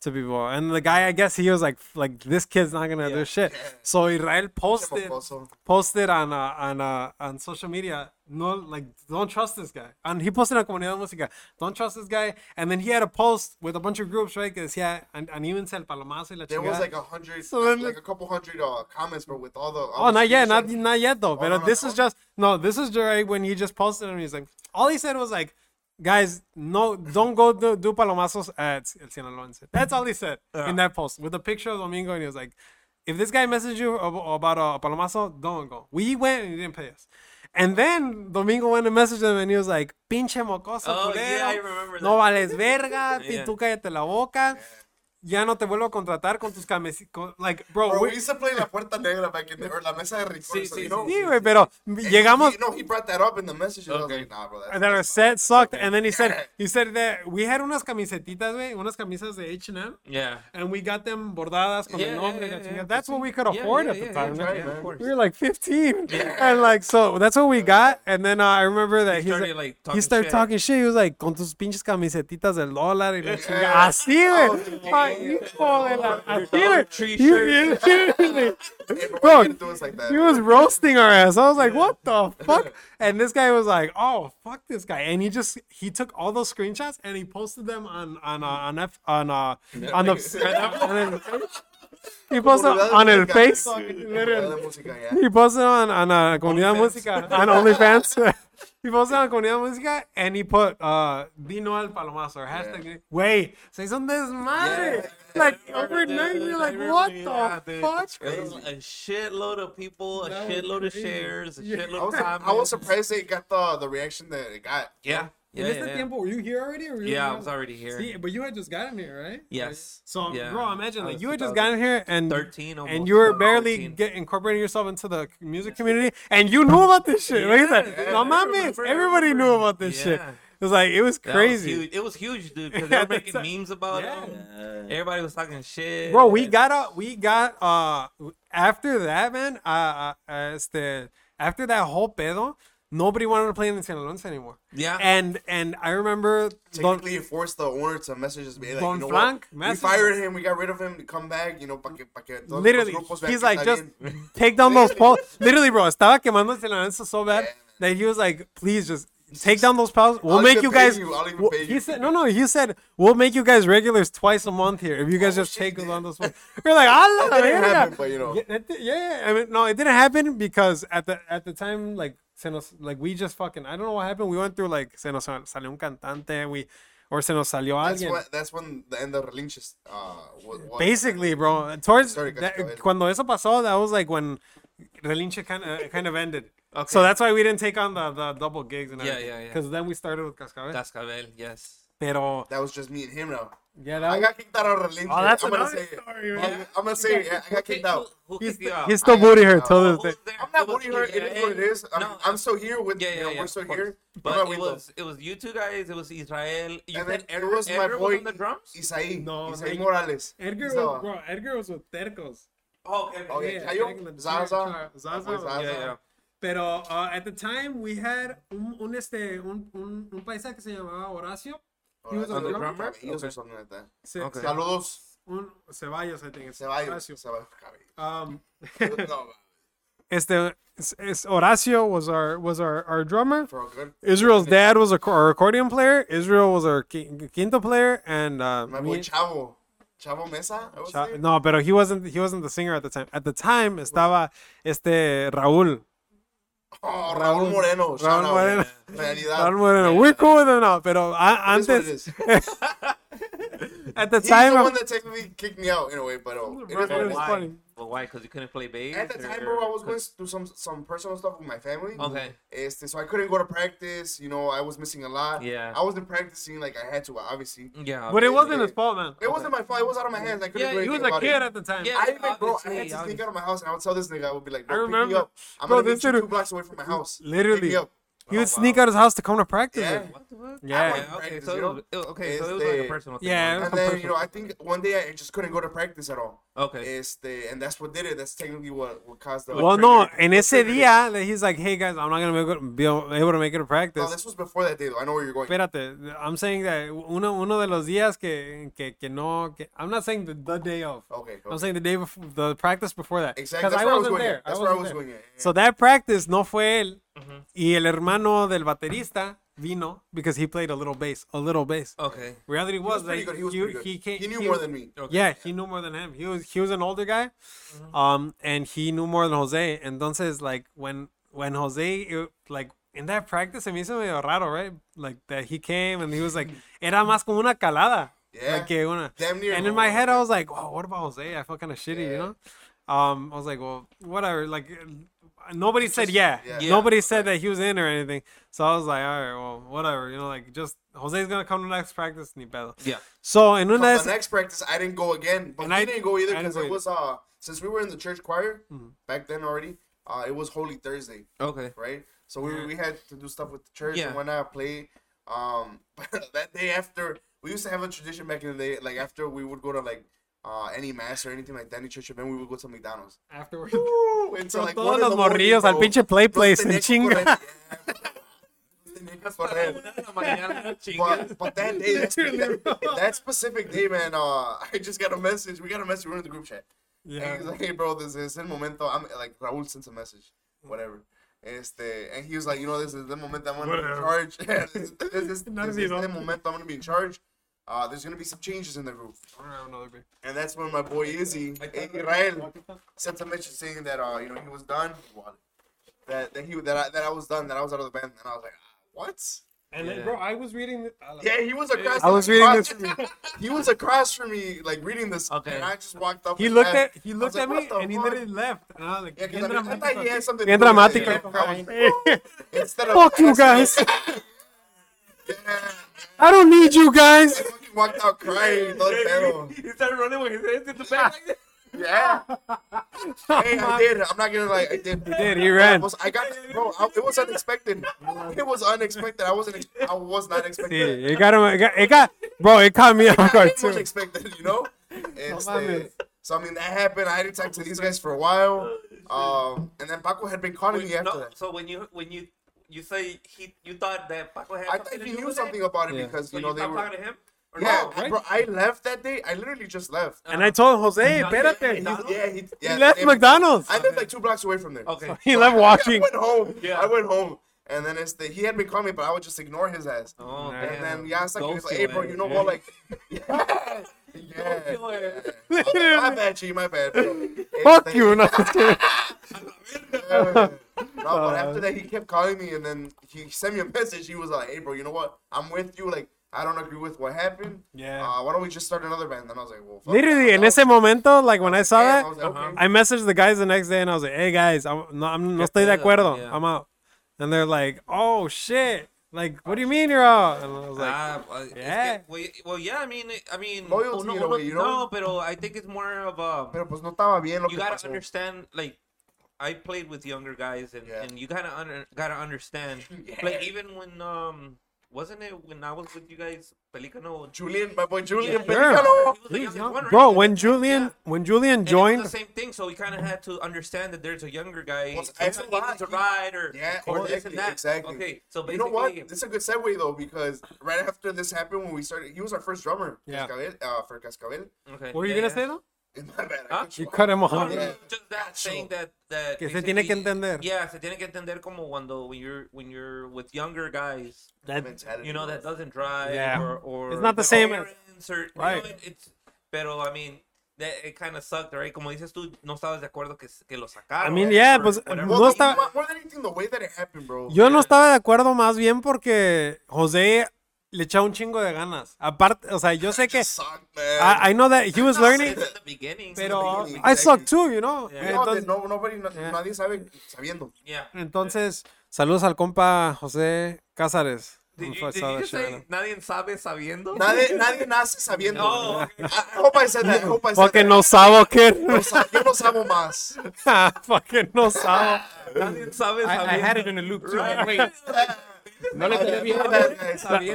Speaker 2: to people? And the guy, I guess he was like, f- like, this kid's not gonna do shit. So Israel posted,
Speaker 4: Mocoso.
Speaker 2: posted on, uh, on, uh, on social media, no, like, don't trust this guy. And he posted on Comunidad Música, don't trust this guy. And then he had a post with a bunch of groups, right? Que decía, "An- anímense al palomazo y la
Speaker 4: There
Speaker 2: chingada."
Speaker 4: was like a hundred,
Speaker 2: So then-
Speaker 4: like a couple hundred uh, comments, but with all the. all
Speaker 2: Oh,
Speaker 4: the
Speaker 2: not yet, not
Speaker 4: screenshots.
Speaker 2: not yet though. But
Speaker 8: "Oh,
Speaker 4: no, no,
Speaker 2: this
Speaker 4: no.
Speaker 2: is just no. This is right when he just posted and he's like, all he said was like, guys, no, don't go do, do palomazos at El Sinaloense. That's all he said in that post with a picture of Domingo, and he was like, if this guy messaged you ab- about a palomazo, don't go. We went and he didn't pay us. And then Domingo went and messaged him, and he was like, pinche mocoso,
Speaker 8: Oh, yeah, I
Speaker 2: culero.
Speaker 8: remember that.
Speaker 2: no vales verga,
Speaker 8: Yeah.
Speaker 2: y tú cállate la boca. Ya no te vuelvo a contratar con tus camisitas. Like, bro,
Speaker 4: Bro,
Speaker 2: we-
Speaker 4: we used to play La Puerta Negra back in there, or La Mesa de Ricos.
Speaker 8: Sí, sí,
Speaker 4: you know?
Speaker 2: Sí, güey, pero llegamos.
Speaker 4: You know, he brought that up in the message. and I was
Speaker 8: Okay.
Speaker 4: like, nah, bro. That's,
Speaker 2: And then our
Speaker 4: that's
Speaker 2: set sucked, and then he said he said that we had unas camisetitas, güey, unas camisas de H&M,
Speaker 8: Yeah.
Speaker 2: and we got them bordadas con
Speaker 8: Yeah,
Speaker 2: el nombre.
Speaker 8: yeah,
Speaker 2: y la
Speaker 8: yeah,
Speaker 2: chingada.
Speaker 8: yeah,
Speaker 2: That's what we could
Speaker 8: Yeah,
Speaker 2: afford
Speaker 8: yeah,
Speaker 2: at the
Speaker 8: yeah,
Speaker 2: time.
Speaker 8: yeah,
Speaker 2: right?
Speaker 8: yeah, of course.
Speaker 2: We were like 15, and like so that's what we got. And then uh, I remember that he's
Speaker 8: started,
Speaker 2: like-
Speaker 8: like,
Speaker 2: he
Speaker 8: talking
Speaker 2: started
Speaker 8: shit.
Speaker 2: talking shit. He was like, "Con tus pinches camisetitas del dólar y la chingada." Así, güey. Ay, hijo de la- así, güey.
Speaker 8: Oh,
Speaker 2: He-
Speaker 8: Tree shirt.
Speaker 2: he-
Speaker 4: Hey,
Speaker 2: Bro,
Speaker 4: bro, why you gonna do us like that?
Speaker 2: he was roasting our ass. I was like, what the fuck? And this guy was like, oh fuck this guy, and he just he took all those screenshots and he posted them on on uh, on F on uh on the on el- he posted on el face.
Speaker 4: Yeah, la
Speaker 2: Literally.
Speaker 4: música, yeah.
Speaker 2: He posted on on uh, Comunidad Música on OnlyFans. he posted on Comunidad Música and he put uh Dino al Palomazo or hashtag. Wait, se hizo un desmadre. Like overnight, you're like, what
Speaker 8: Yeah,
Speaker 2: the
Speaker 8: dude.
Speaker 2: fuck?
Speaker 8: It was a shitload of people, a shitload of shares, a
Speaker 4: I
Speaker 8: shitload
Speaker 4: was,
Speaker 8: of comments.
Speaker 4: I was surprised they got the, the reaction that it got.
Speaker 2: In
Speaker 8: Yeah. Yeah, yeah,
Speaker 2: this
Speaker 8: yeah.
Speaker 2: tiempo, were you here already? Or were you
Speaker 8: Yeah, I
Speaker 2: not?
Speaker 8: was already here.
Speaker 2: Mm-hmm. See, but you had just gotten here, right?
Speaker 8: Yes.
Speaker 2: So,
Speaker 8: Yeah.
Speaker 2: bro, imagine
Speaker 8: I
Speaker 2: like
Speaker 8: was
Speaker 2: you had just gotten here and
Speaker 8: 13
Speaker 2: and
Speaker 8: almost,
Speaker 2: you were
Speaker 8: uh,
Speaker 2: barely
Speaker 8: 14.
Speaker 2: get incorporating yourself into the music community, and you knew about this shit. Look at that.
Speaker 8: Yeah,
Speaker 2: No
Speaker 8: I
Speaker 2: mames,
Speaker 8: remember, I
Speaker 2: everybody knew
Speaker 8: remember.
Speaker 2: about this shit.
Speaker 8: Yeah.
Speaker 2: It was like it was
Speaker 8: That was
Speaker 2: crazy,
Speaker 8: huge. It was huge, dude, because they
Speaker 2: Yeah,
Speaker 8: were making
Speaker 2: that's-
Speaker 8: memes about
Speaker 2: yeah.
Speaker 8: it.
Speaker 10: Uh,
Speaker 8: Everybody was talking shit.
Speaker 2: bro. We got uh, we got uh after that, man. Uh, uh, este, after that whole pedo, nobody wanted to play in the San Alonso anymore.
Speaker 8: Yeah.
Speaker 2: and and I remember. Don-
Speaker 4: Technically, it forced the owner to message us. Be like,
Speaker 2: Don
Speaker 4: you know
Speaker 2: Frank
Speaker 4: what? We
Speaker 2: messaged
Speaker 4: fired him. We got rid of him. To come back, you know, pa que, pa que todos los
Speaker 2: Literally,
Speaker 4: grupos
Speaker 2: he's
Speaker 4: vean que
Speaker 2: like,
Speaker 4: está
Speaker 2: just
Speaker 4: bien.
Speaker 2: take down those posts. Literally, bro, estaba quemándose la lanza so bad
Speaker 4: Yeah,
Speaker 2: that he was like, please just take down those posts. We'll
Speaker 4: I'll
Speaker 2: make
Speaker 4: even
Speaker 2: you
Speaker 4: pay
Speaker 2: guys.
Speaker 4: you, I'll even
Speaker 2: we'll-
Speaker 4: pay
Speaker 2: he
Speaker 4: you.
Speaker 2: said, no, no, he said, we'll make you guys regulars twice a month here if you guys just
Speaker 4: Oh, shit, he
Speaker 2: take
Speaker 4: did.
Speaker 2: down those posts. We're like, ah, la
Speaker 4: That didn't
Speaker 2: verga."
Speaker 4: happen, but, you know.
Speaker 2: Yeah, that di- yeah, yeah, I mean, no, it didn't happen because at the at the time, like, se nos, like we just fucking, I don't know what happened. We went through like, se nos sal- salió un cantante, we, or se nos salió
Speaker 4: That's
Speaker 2: alguien.
Speaker 4: when, that's when the end of Relinches, uh, was, was
Speaker 2: Basically, bro. Towards
Speaker 4: Sorry,
Speaker 2: that,
Speaker 4: go ahead.
Speaker 2: cuando eso pasó, that was like when Relinche kind of kind of ended. So that's why we didn't take on the, the double gigs and
Speaker 8: Yeah,
Speaker 2: everything.
Speaker 8: yeah, yeah.
Speaker 2: Because then we started with Cascabel.
Speaker 8: Cascabel, yes.
Speaker 2: Pero
Speaker 4: That was just me and him now.
Speaker 2: yeah, that
Speaker 4: I got kicked out of religion.
Speaker 2: Oh, that's
Speaker 4: I'm gonna
Speaker 2: another
Speaker 4: say it.
Speaker 2: story,
Speaker 4: I'm,
Speaker 2: man.
Speaker 4: I'm gonna say it. yeah, I got kicked out.
Speaker 8: Who, who
Speaker 2: he's,
Speaker 8: kicked you out?
Speaker 2: he's still booty her till
Speaker 4: Oh,
Speaker 2: this day.
Speaker 8: Who's there?
Speaker 4: I'm
Speaker 8: It
Speaker 4: not
Speaker 8: was-
Speaker 4: voting her. It is what it is. I'm,
Speaker 8: No,
Speaker 4: I'm still here with.
Speaker 8: Yeah,
Speaker 4: you know,
Speaker 8: yeah, yeah.
Speaker 4: we're
Speaker 8: of
Speaker 4: still
Speaker 8: course.
Speaker 4: here. I'm
Speaker 8: But
Speaker 4: not
Speaker 8: it
Speaker 4: with them.
Speaker 8: was it was you two guys. It was Israel. You
Speaker 4: And
Speaker 8: said
Speaker 4: then it
Speaker 8: Edgar,
Speaker 4: was my
Speaker 8: Edgar was
Speaker 4: boy-
Speaker 8: on the drums.
Speaker 4: Isaí.
Speaker 2: No,
Speaker 4: Isaí
Speaker 2: no,
Speaker 4: Morales.
Speaker 2: Edgar
Speaker 4: He's
Speaker 2: was,
Speaker 4: the-
Speaker 2: bro, Edgar was with Tercos.
Speaker 8: Oh, okay.
Speaker 4: Oh,
Speaker 8: okay.
Speaker 4: yeah.
Speaker 2: Yeah,
Speaker 4: Chayo,
Speaker 2: England.
Speaker 4: Zaza.
Speaker 2: Zaza.
Speaker 4: my boy
Speaker 2: Yeah,
Speaker 8: Yeah, yeah. yeah.
Speaker 2: Pero uh, at the time we had un, un este un, un, un paisa que se llamaba Horacio. He was
Speaker 4: Oh,
Speaker 2: a
Speaker 4: I thought
Speaker 2: drummer?
Speaker 4: they were Caramellos or
Speaker 2: Okay.
Speaker 4: something like that.
Speaker 2: Se,
Speaker 8: Okay.
Speaker 2: se-
Speaker 4: Saludos.
Speaker 2: un Ceballos, I think. it's
Speaker 4: Ceballos.
Speaker 2: Horacio.
Speaker 4: Ceballos.
Speaker 2: Um,
Speaker 4: Caballo. No,
Speaker 2: este es, es Horacio was our was our, our drummer.
Speaker 4: for all good.
Speaker 2: Israel's dad was a, co- our accordion player. Israel was our qui- quinto player, and uh,
Speaker 4: My
Speaker 2: me-
Speaker 4: boy Chavo. Chavo Mesa? I would
Speaker 2: Cha-
Speaker 4: say?
Speaker 2: no, but he wasn't he wasn't the singer at the time. At the time estaba este Raúl.
Speaker 4: Oh, Raúl Moreno. shout
Speaker 2: Raúl
Speaker 4: out.
Speaker 2: Moreno.
Speaker 4: Realidad.
Speaker 2: Raúl Moreno. We're cool with him now, pero a-
Speaker 4: Ah, It is what it
Speaker 2: antes
Speaker 4: is.
Speaker 2: at the
Speaker 4: He's the
Speaker 2: time
Speaker 4: one that technically kicked me out in a way, but oh, it is what
Speaker 2: It
Speaker 4: it
Speaker 2: was
Speaker 4: is.
Speaker 8: Why?
Speaker 2: funny.
Speaker 8: Well, why? Because you couldn't play bass.
Speaker 4: At the time, bro, I was going through some some personal stuff with my family.
Speaker 8: Okay.
Speaker 4: Este, so I couldn't go to practice. You know, I was missing a lot.
Speaker 8: Yeah.
Speaker 4: I wasn't practicing like I had to, obviously.
Speaker 8: Yeah.
Speaker 2: but it wasn't his fault, man.
Speaker 4: It wasn't my fault. It was out of my hands. I couldn't
Speaker 8: Yeah,
Speaker 4: do
Speaker 2: He was
Speaker 4: anything
Speaker 2: a
Speaker 4: about
Speaker 2: kid
Speaker 4: it.
Speaker 2: at the time.
Speaker 8: Yeah.
Speaker 4: I even, bro, I
Speaker 8: Obviously,
Speaker 4: had to sneak out of my house, and I would tell this nigga, I would be like,
Speaker 2: I
Speaker 4: bro, pick me
Speaker 2: remember.
Speaker 4: up. I'm
Speaker 2: Bro,
Speaker 4: gonna meet
Speaker 2: this
Speaker 4: you
Speaker 2: dude-
Speaker 4: two blocks away from my house. Pick
Speaker 2: Literally.
Speaker 4: me up.
Speaker 2: He would
Speaker 8: Oh,
Speaker 2: sneak
Speaker 8: wow.
Speaker 2: out of his house to come to practice.
Speaker 4: Yeah.
Speaker 2: man.
Speaker 8: What the fuck?
Speaker 2: Yeah.
Speaker 8: Okay, okay,
Speaker 4: Practice,
Speaker 8: so
Speaker 4: you
Speaker 8: it
Speaker 4: know?
Speaker 8: was, it- okay, so it was like
Speaker 4: Este-
Speaker 8: a personal thing.
Speaker 2: Yeah,
Speaker 8: right?
Speaker 2: it
Speaker 4: And
Speaker 2: Some
Speaker 4: then, you know, I
Speaker 2: personal
Speaker 4: think one day I just couldn't go to practice at all.
Speaker 8: Okay.
Speaker 4: Este, and that's what did it. That's technically what, what caused the.
Speaker 2: Well, no,
Speaker 4: trigger.
Speaker 2: en ese día, like, he's like, hey guys, I'm not going to be able to make it to
Speaker 4: No,
Speaker 2: practice.
Speaker 4: this was before that day, though. I know where you're going.
Speaker 2: Espérate, I'm saying that uno, uno de los días que, que, que no, que, I'm not saying the, the day of.
Speaker 4: Okay,
Speaker 2: I'm
Speaker 4: Oh, okay.
Speaker 2: saying the day before, the practice before that.
Speaker 4: Exactly,
Speaker 2: 'Cause
Speaker 4: that's
Speaker 2: I
Speaker 4: where I was
Speaker 2: wasn't
Speaker 4: going at.
Speaker 2: there.
Speaker 4: That's where I
Speaker 2: wasn't
Speaker 4: was
Speaker 2: there.
Speaker 4: going at, yeah, Mm-hmm.
Speaker 2: So that practice no fue él. Y el hermano del baterista vino because he played a little bass, a little bass.
Speaker 8: okay.
Speaker 2: Reality
Speaker 4: Oh. He was
Speaker 2: was,
Speaker 4: pretty
Speaker 2: like
Speaker 4: good. He was
Speaker 2: he,
Speaker 4: pretty good.
Speaker 2: he,
Speaker 4: He,
Speaker 2: came-
Speaker 4: knew
Speaker 2: he
Speaker 4: more
Speaker 2: was-
Speaker 4: than me.
Speaker 2: Yeah, he knew more than him. He was he was an older guy,
Speaker 4: Mm-hmm.
Speaker 2: um, and he knew more than Jose. Entonces, like when when Jose eh, like in that practice, se me hizo medio raro, right? Like that he came and he was like, era más como una calada,
Speaker 4: Yeah.
Speaker 2: like que una.
Speaker 4: Damn near
Speaker 2: and in my head, I was like, wow, what about Jose? I felt kind of shitty, you know. Um, I was like, well, whatever. Like eh, nobody said yeah.
Speaker 4: yeah.
Speaker 8: Yeah.
Speaker 2: Nobody said that he was in or anything. So I was like, all right, well, whatever, you know. Like just Jose's gonna come to next practice, ni pedo.
Speaker 8: Yeah.
Speaker 2: So en
Speaker 4: From
Speaker 2: una de
Speaker 4: the
Speaker 2: esas-
Speaker 4: next practice, I didn't go again, but
Speaker 2: And Mm-hmm.
Speaker 4: he
Speaker 2: I-
Speaker 4: didn't go either
Speaker 2: I didn't
Speaker 4: because
Speaker 2: go
Speaker 4: it
Speaker 2: either.
Speaker 4: was uh since we were in the church choir back then already. Uh, it was Holy Thursday,
Speaker 8: Okay.
Speaker 4: right? So we, we had to do stuff with the church
Speaker 8: Yeah.
Speaker 4: and whatnot, play. Um, but that day after, we used to have a tradition back in the day. Like after we would go to like uh any mass or anything like that, any church event, we would go to McDonald's.
Speaker 2: afterwards.
Speaker 4: Woo! Until
Speaker 2: Con
Speaker 4: like
Speaker 2: todos
Speaker 4: one in
Speaker 2: los
Speaker 4: the morning,
Speaker 2: morrillos al
Speaker 4: bro.
Speaker 2: pinche play
Speaker 4: Nos
Speaker 2: place,
Speaker 4: tenía
Speaker 2: en
Speaker 4: que
Speaker 2: chinga.
Speaker 4: correr. Yeah. Nos tenía que correr. But, but that day, that, spe- that, that specific day, man, uh, I just got a message. We got a message. We're in the group chat. And he's
Speaker 2: Yeah.
Speaker 4: like, hey, bro, this is el momento. I'm like, Raul sent a message.
Speaker 2: Mm.
Speaker 4: Whatever. Este, and he was like, you know, this is the moment I'm going to be in charge. Yeah, this, this, this,
Speaker 2: Not
Speaker 4: this
Speaker 2: me,
Speaker 4: is
Speaker 2: no.
Speaker 4: the moment I'm going to be in charge. Uh, there's going to be some changes in the group. And that's when my boy Izzy, Israel, sent a message saying that, uh, you know, he was done. That, that he that I, that I was done, that I was out of the band. And I was like, ah, what?
Speaker 2: And then, bro, I was reading. The,
Speaker 4: Yeah, he was across.
Speaker 2: I was reading this
Speaker 4: across- he was across from me, like reading this.
Speaker 8: Okay.
Speaker 4: And I just walked up.
Speaker 2: He
Speaker 4: and
Speaker 2: looked at
Speaker 4: laughed.
Speaker 2: he
Speaker 4: I
Speaker 2: looked at
Speaker 4: was like,
Speaker 2: me
Speaker 4: "What the
Speaker 2: and he
Speaker 4: fuck?"
Speaker 2: literally left. And I was like,
Speaker 4: Yeah, 'cause
Speaker 2: bien
Speaker 4: I, mean, I thought he had
Speaker 2: dramático.
Speaker 4: something.
Speaker 2: Bien
Speaker 4: to do with
Speaker 2: dramático.
Speaker 4: it. Yeah,
Speaker 2: Ay.
Speaker 4: I was- Instead of
Speaker 2: Fuck you guys. I don't need you guys.
Speaker 4: I fucking walked out crying. todo el pedo.
Speaker 8: He started running with his hands in the back. Like that.
Speaker 4: Yeah.
Speaker 2: Oh
Speaker 4: Hey, I did. I'm not gonna lie. I did. You
Speaker 2: did, he ran.
Speaker 4: I, was, I got bro. I, it was unexpected. It was unexpected. I wasn't. ex- I was not
Speaker 2: Yeah,
Speaker 4: expecting.
Speaker 2: it got him. It got, it got bro. It caught me off guard
Speaker 4: It was
Speaker 2: too.
Speaker 4: expected, you know. Este,
Speaker 2: mames.
Speaker 4: so I mean that happened. I didn't talk to these guys for a while, um, and then Paco had been calling me
Speaker 8: Wait,
Speaker 4: after
Speaker 8: no,
Speaker 4: that.
Speaker 8: So when you when you you say he you thought that Paco had
Speaker 4: I
Speaker 8: something
Speaker 4: thought
Speaker 8: to
Speaker 4: he
Speaker 8: do
Speaker 4: knew
Speaker 8: with
Speaker 4: something
Speaker 8: It?
Speaker 4: about it because
Speaker 8: So
Speaker 4: you
Speaker 8: you
Speaker 4: know they
Speaker 8: stopped
Speaker 4: were.
Speaker 8: talking to him. Or
Speaker 4: Yeah,
Speaker 8: no?
Speaker 2: right?
Speaker 4: bro. I left that day. I literally just left.
Speaker 2: And I told Jose,
Speaker 8: yeah,
Speaker 2: espérate.
Speaker 8: yeah.
Speaker 2: He-
Speaker 4: Yeah, he, yeah,
Speaker 2: He left
Speaker 4: it-
Speaker 2: McDonald's.
Speaker 4: I lived like two blocks away from there.
Speaker 8: Okay.
Speaker 2: He left
Speaker 4: I
Speaker 2: walking.
Speaker 4: went home.
Speaker 8: Yeah.
Speaker 4: I went home, and then it's the, he had been calling me, but I would just ignore his ass.
Speaker 8: Oh,
Speaker 2: And
Speaker 4: And
Speaker 8: man.
Speaker 4: then yeah, it's like, he was
Speaker 8: Ghost
Speaker 4: like, hey, bro,
Speaker 8: away.
Speaker 4: you know what? Like, yeah, yeah. Oh, My bad, G. My bad. bro.
Speaker 2: Fuck
Speaker 4: Este,
Speaker 2: you. No.
Speaker 4: Uh, no, but after that, he kept calling me, and then he sent me a message. He was like, "Hey, bro, you know what? I'm with you. Like, I don't agree with what happened.
Speaker 2: Yeah.
Speaker 4: Uh, why don't we just start another band?" And I was like, "Well, fuck
Speaker 2: Literally,
Speaker 4: that."
Speaker 2: en ese momento, like when I saw
Speaker 4: Damn,
Speaker 2: that,
Speaker 4: I was like, okay.
Speaker 2: I messaged the guys the next day and I was like, hey guys, I'm, no, I'm, no estoy de
Speaker 8: pedo,
Speaker 2: acuerdo.
Speaker 8: yeah.
Speaker 2: I'm out. And they're like, oh shit. Like, what do you mean you're out? And I was like,
Speaker 1: Ah, uh, es que,
Speaker 2: yeah.
Speaker 1: well, well, yeah, I mean, I mean,
Speaker 4: Loyalty in a way, you know?
Speaker 1: no, pero I think it's more of um, a
Speaker 4: Pero pues no estaba bien lo
Speaker 1: you
Speaker 4: que
Speaker 1: gotta
Speaker 4: pasó.
Speaker 1: understand like I played with younger guys and,
Speaker 4: Yeah.
Speaker 1: and you gotta under, gotta understand like even when um wasn't it when I was with you guys Pelicano
Speaker 4: Julian, my boy Julian,
Speaker 2: Yeah.
Speaker 4: Pelícano.
Speaker 1: he was the youngest one, right?
Speaker 2: Bro, when Julian when Julian
Speaker 1: And it's
Speaker 2: joined,
Speaker 1: the same thing, so we kind of had to understand that there's a younger guy.
Speaker 4: Well,
Speaker 1: sometimes
Speaker 4: it's- it's a
Speaker 1: he
Speaker 4: lot.
Speaker 1: needs a ride or,
Speaker 4: Yeah,
Speaker 1: or this
Speaker 4: exactly,
Speaker 1: and that.
Speaker 4: exactly.
Speaker 1: Okay, so
Speaker 4: You
Speaker 1: basically,
Speaker 4: know what? This is a good segue though because right after this happened, when we started, he was our first drummer.
Speaker 2: Yeah.
Speaker 4: Cascabel, uh, for Cascabel.
Speaker 1: okay,
Speaker 2: what were you
Speaker 1: yeah,
Speaker 2: gonna
Speaker 1: yeah.
Speaker 2: say though?
Speaker 4: My bad. I
Speaker 1: Huh?
Speaker 4: cut
Speaker 2: You
Speaker 4: you off.
Speaker 2: cut him
Speaker 1: No,
Speaker 2: off.
Speaker 1: no, no, just that saying that that
Speaker 2: Que se tiene que
Speaker 1: basically-
Speaker 2: entender.
Speaker 1: Yeah, se tiene que entender como cuando when you're when you're with younger guys,
Speaker 2: That,
Speaker 4: Mentality,
Speaker 1: you know
Speaker 4: bro.
Speaker 1: that doesn't drive
Speaker 2: Yeah.
Speaker 1: or, or
Speaker 2: It's not the
Speaker 1: their
Speaker 2: same as-
Speaker 1: parents or, you know,
Speaker 2: Right.
Speaker 1: it- it's pero I mean that it kind of sucked, right? Como dices tú, no estabas de acuerdo que, que lo sacaron.
Speaker 2: I mean,
Speaker 1: right?
Speaker 2: yeah,
Speaker 1: Or
Speaker 2: pues,
Speaker 1: whatever.
Speaker 2: no
Speaker 4: Well, the-
Speaker 2: estaba-
Speaker 4: more- more than anything, the way that it happened, bro.
Speaker 2: yo no estaba de acuerdo más bien porque José le echaba un chingo de ganas. Aparte, o sea, yo sé Ah, que
Speaker 4: Just sucked, man.
Speaker 2: I, I know that he was
Speaker 1: No,
Speaker 2: learning,
Speaker 1: since the beginning.
Speaker 2: pero
Speaker 4: beginning,
Speaker 2: I suck
Speaker 4: exactly.
Speaker 2: too, you know.
Speaker 4: No,
Speaker 2: Entonces,
Speaker 4: no, nobody, no-
Speaker 2: Yeah.
Speaker 4: nadie sabe sabiendo.
Speaker 1: yeah.
Speaker 2: Mm, entonces, saludos al compa José Cázares.
Speaker 1: Did you,
Speaker 2: Who
Speaker 1: did you
Speaker 2: saw that
Speaker 1: just
Speaker 2: shit,
Speaker 1: say nadie sabe sabiendo?
Speaker 4: Nadie, nadie nace sabiendo. Ah, oh,
Speaker 1: No.
Speaker 4: I, I hope I said that. I hope I said
Speaker 2: Fucking
Speaker 4: that.
Speaker 2: no sabo, kid.
Speaker 3: pues,
Speaker 4: No sab- Yo no sabo más.
Speaker 2: Fucking no sabo.
Speaker 1: Nadie sabe sabiendo.
Speaker 3: I, I had it in a loop too. Like, wait, no le quedé bien.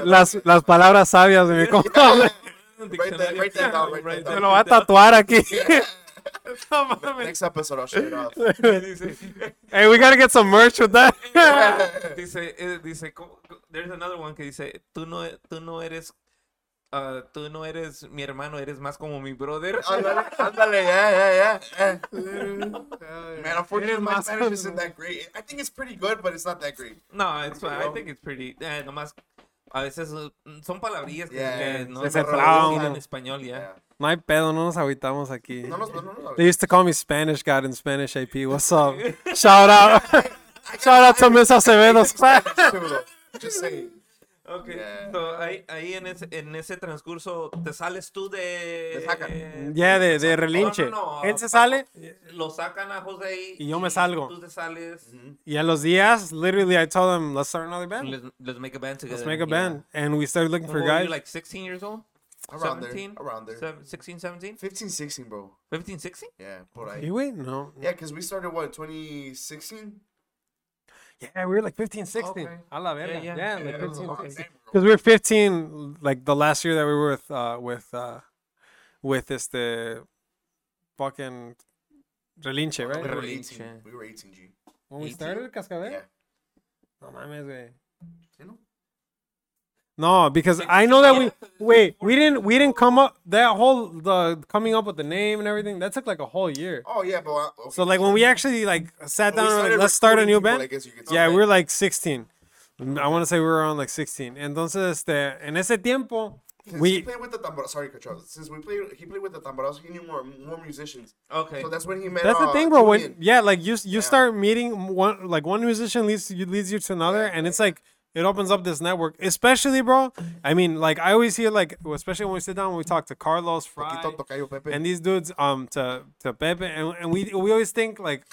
Speaker 2: Las, las palabras sabias de mi compa. güey.
Speaker 4: Write that- write that down, write that
Speaker 2: Me
Speaker 4: down.
Speaker 2: lo va a tatuar aquí. No mames.
Speaker 4: Next episode, I'll shut it off.
Speaker 1: Dice,
Speaker 2: Hey, we gotta get some merch with that.
Speaker 1: dice, eh, dice, ¿cómo? there's another one que dice, tú no, e- tú no eres, ah, tú no eres mi hermano, eres más como mi brother.
Speaker 4: Ándale, ándale, yeah, yeah, yeah. Eh. Man, unfortunately, my Spanish isn't that great. I think it's pretty good, but it's not that great.
Speaker 1: No, it's fine. I think it's pretty. Eh, nomás, a veces uh, son palabrillas que,
Speaker 4: Yeah,
Speaker 1: que no
Speaker 4: se
Speaker 1: se
Speaker 2: separaron.
Speaker 1: traducen en español, ya.
Speaker 2: No hay pedo, no nos agüitamos aquí.
Speaker 4: No nos, no, no,
Speaker 2: They used to call me Spanish God in Spanish AP. What's up? Shout out. Shout out to Miss Acevedo's
Speaker 4: Just saying.
Speaker 1: Ok,
Speaker 4: Yeah.
Speaker 1: so, ahí, ahí en, ese, en ese transcurso te sales tú de... eh,
Speaker 4: Te sacan.
Speaker 2: Ya, de, de relinche.
Speaker 1: No, no,
Speaker 2: Él se sale
Speaker 1: Lo sacan a José ahí
Speaker 2: Y yo me salgo.
Speaker 1: Tú te sales.
Speaker 4: Mm-hmm.
Speaker 2: y a los días, literally, I told him, let's start another band.
Speaker 1: Let's, let's make a band together.
Speaker 2: Let's make a
Speaker 1: Yeah.
Speaker 2: band. And we started looking
Speaker 1: What
Speaker 2: for
Speaker 1: were
Speaker 2: guys.
Speaker 1: you, like 16 years old?
Speaker 4: Around
Speaker 1: 17?
Speaker 4: there. Around there.
Speaker 1: Seven- 16, 17?
Speaker 4: 15, 16, bro.
Speaker 1: 15, 16?
Speaker 4: Yeah, por ahí.
Speaker 2: You wait? No.
Speaker 4: Yeah, because we started, what, 2016?
Speaker 2: Yeah, we were like 15, 16.
Speaker 1: Okay.
Speaker 2: A la verga.
Speaker 1: yeah.
Speaker 2: Yeah, like
Speaker 4: Yeah, it was a
Speaker 2: 15,
Speaker 4: long
Speaker 2: 16.
Speaker 4: time, bro.
Speaker 2: Because we were 15, like the last year that we were with, uh, with, uh, with this, the fucking Relinche, right?
Speaker 4: We were
Speaker 1: Really,
Speaker 4: 18.
Speaker 1: yeah.
Speaker 4: We were 18, G.
Speaker 2: When we
Speaker 1: 18?
Speaker 2: started Cascabel?
Speaker 4: Yeah.
Speaker 2: No mames, güey.
Speaker 4: You know?
Speaker 2: No, because I know that we wait, we didn't we didn't come up that whole the coming up with the name and everything. That took like a whole year.
Speaker 4: Oh, yeah, but. uh, Okay.
Speaker 2: So like when we actually like sat
Speaker 4: But
Speaker 2: down and were
Speaker 4: we started
Speaker 2: like let's start a
Speaker 4: recruiting
Speaker 2: new
Speaker 4: people,
Speaker 2: band.
Speaker 4: I guess you could say.
Speaker 2: Yeah, we were like 16. I want to say we were around like 16. Entonces, este, en ese tiempo,
Speaker 4: Since he
Speaker 2: we
Speaker 4: played with the tambor. Sorry, Cachorro. Since we played, he played with the tamborazo. He knew more more musicians.
Speaker 1: Okay.
Speaker 4: So that's when he met.
Speaker 2: Oh, that's the
Speaker 4: uh,
Speaker 2: thing, bro. When
Speaker 4: Julian.
Speaker 2: yeah, like you you start meeting one like one musician leads you leads you to another, and it's like it opens up this network. Especially, bro. I mean, like I always hear like especially when we sit down when we talk to Carlos Fry
Speaker 4: Quito Tocayo Pepe.
Speaker 2: and these dudes um to to Pepe and, and we we always think like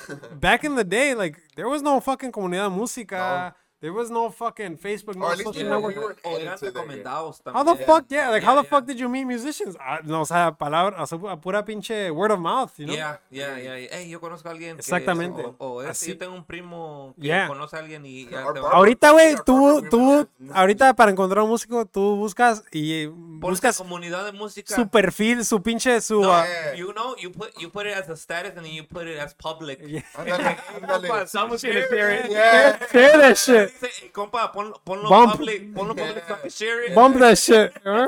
Speaker 2: back in the day like there was no fucking comunidad música. There was no fucking Facebook, no
Speaker 4: Or at least
Speaker 2: social
Speaker 4: we
Speaker 2: network.
Speaker 4: we were
Speaker 1: O
Speaker 4: added
Speaker 1: eran
Speaker 4: to that, yeah.
Speaker 1: recomendados
Speaker 2: How
Speaker 1: también.
Speaker 2: the fuck, yeah, like how
Speaker 1: Yeah,
Speaker 2: the fuck did you meet musicians? Ah, no, o sea, palabra, o sea, pu- pura pinche word of mouth, you know?
Speaker 1: Yeah, yeah, yeah. yeah. Hey, yo conozco a alguien. que-
Speaker 2: Exactamente.
Speaker 1: o- o este,
Speaker 2: Así.
Speaker 1: yo tengo un primo que
Speaker 2: Yeah.
Speaker 1: conoce a alguien y. ya
Speaker 4: Or
Speaker 1: te
Speaker 4: Barbara.
Speaker 1: va-
Speaker 2: Ahorita, güey,
Speaker 4: Yeah,
Speaker 2: tú,
Speaker 4: perfect,
Speaker 2: tú,
Speaker 4: we were-
Speaker 2: ahorita para encontrar un músico, tú buscas y eh,
Speaker 1: Pones
Speaker 2: buscas
Speaker 1: la comunidad de música.
Speaker 2: su perfil, su pinche, su...
Speaker 1: No, eh,
Speaker 2: ah,
Speaker 4: Yeah.
Speaker 1: You know, you put you put it as a status and then you put it as public.
Speaker 4: Ándale, ándale.
Speaker 3: Someone's gonna hear it.
Speaker 4: Yeah.
Speaker 2: share that shit.
Speaker 1: Dice, "Hey, compa, pon- ponlo
Speaker 2: Bump.
Speaker 1: public, ponlo public, so I can share it.
Speaker 2: Bump that shit. ¿eh?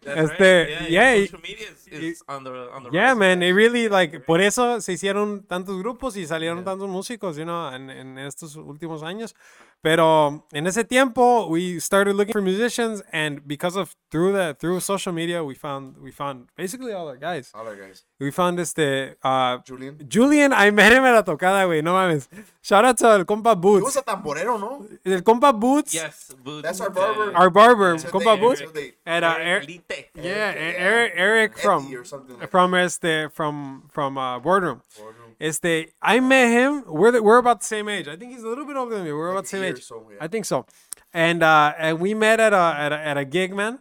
Speaker 1: That's
Speaker 2: Este,
Speaker 1: right.
Speaker 2: yeah, y-
Speaker 1: social media is, is on the on the
Speaker 2: Yeah,
Speaker 1: rise.
Speaker 2: man, it really like por eso se hicieron tantos grupos y salieron tantos músicos, you know, en, en estos últimos años. Pero en ese tiempo we started looking for musicians and because of through the through social media we found we found basically all our guys.
Speaker 4: All right, guys.
Speaker 2: We found este uh
Speaker 4: Julian.
Speaker 2: Julian, I met him at la tocada, güey, no mames. Shout out to el compa
Speaker 4: He was
Speaker 2: Boots.
Speaker 4: a tamborero, no?
Speaker 2: El compa Boots,
Speaker 1: Yes, boots.
Speaker 4: That's our barber.
Speaker 2: our barber,
Speaker 4: Till
Speaker 2: compa
Speaker 4: they-
Speaker 2: Boots.
Speaker 4: till they-
Speaker 2: Era Er-
Speaker 1: Elite.
Speaker 2: Yeah, E- Eric, Eric from
Speaker 4: Eddie or something like
Speaker 2: from este from from uh, boardroom.
Speaker 4: Boardroom.
Speaker 2: Este, I met him. We're the, we're about the same age. I think he's a little bit older than me. We're about the
Speaker 4: a
Speaker 2: same
Speaker 4: year
Speaker 2: age.
Speaker 4: or so, yeah.
Speaker 2: I think so. and uh, and we met at a at a, at a gig, man.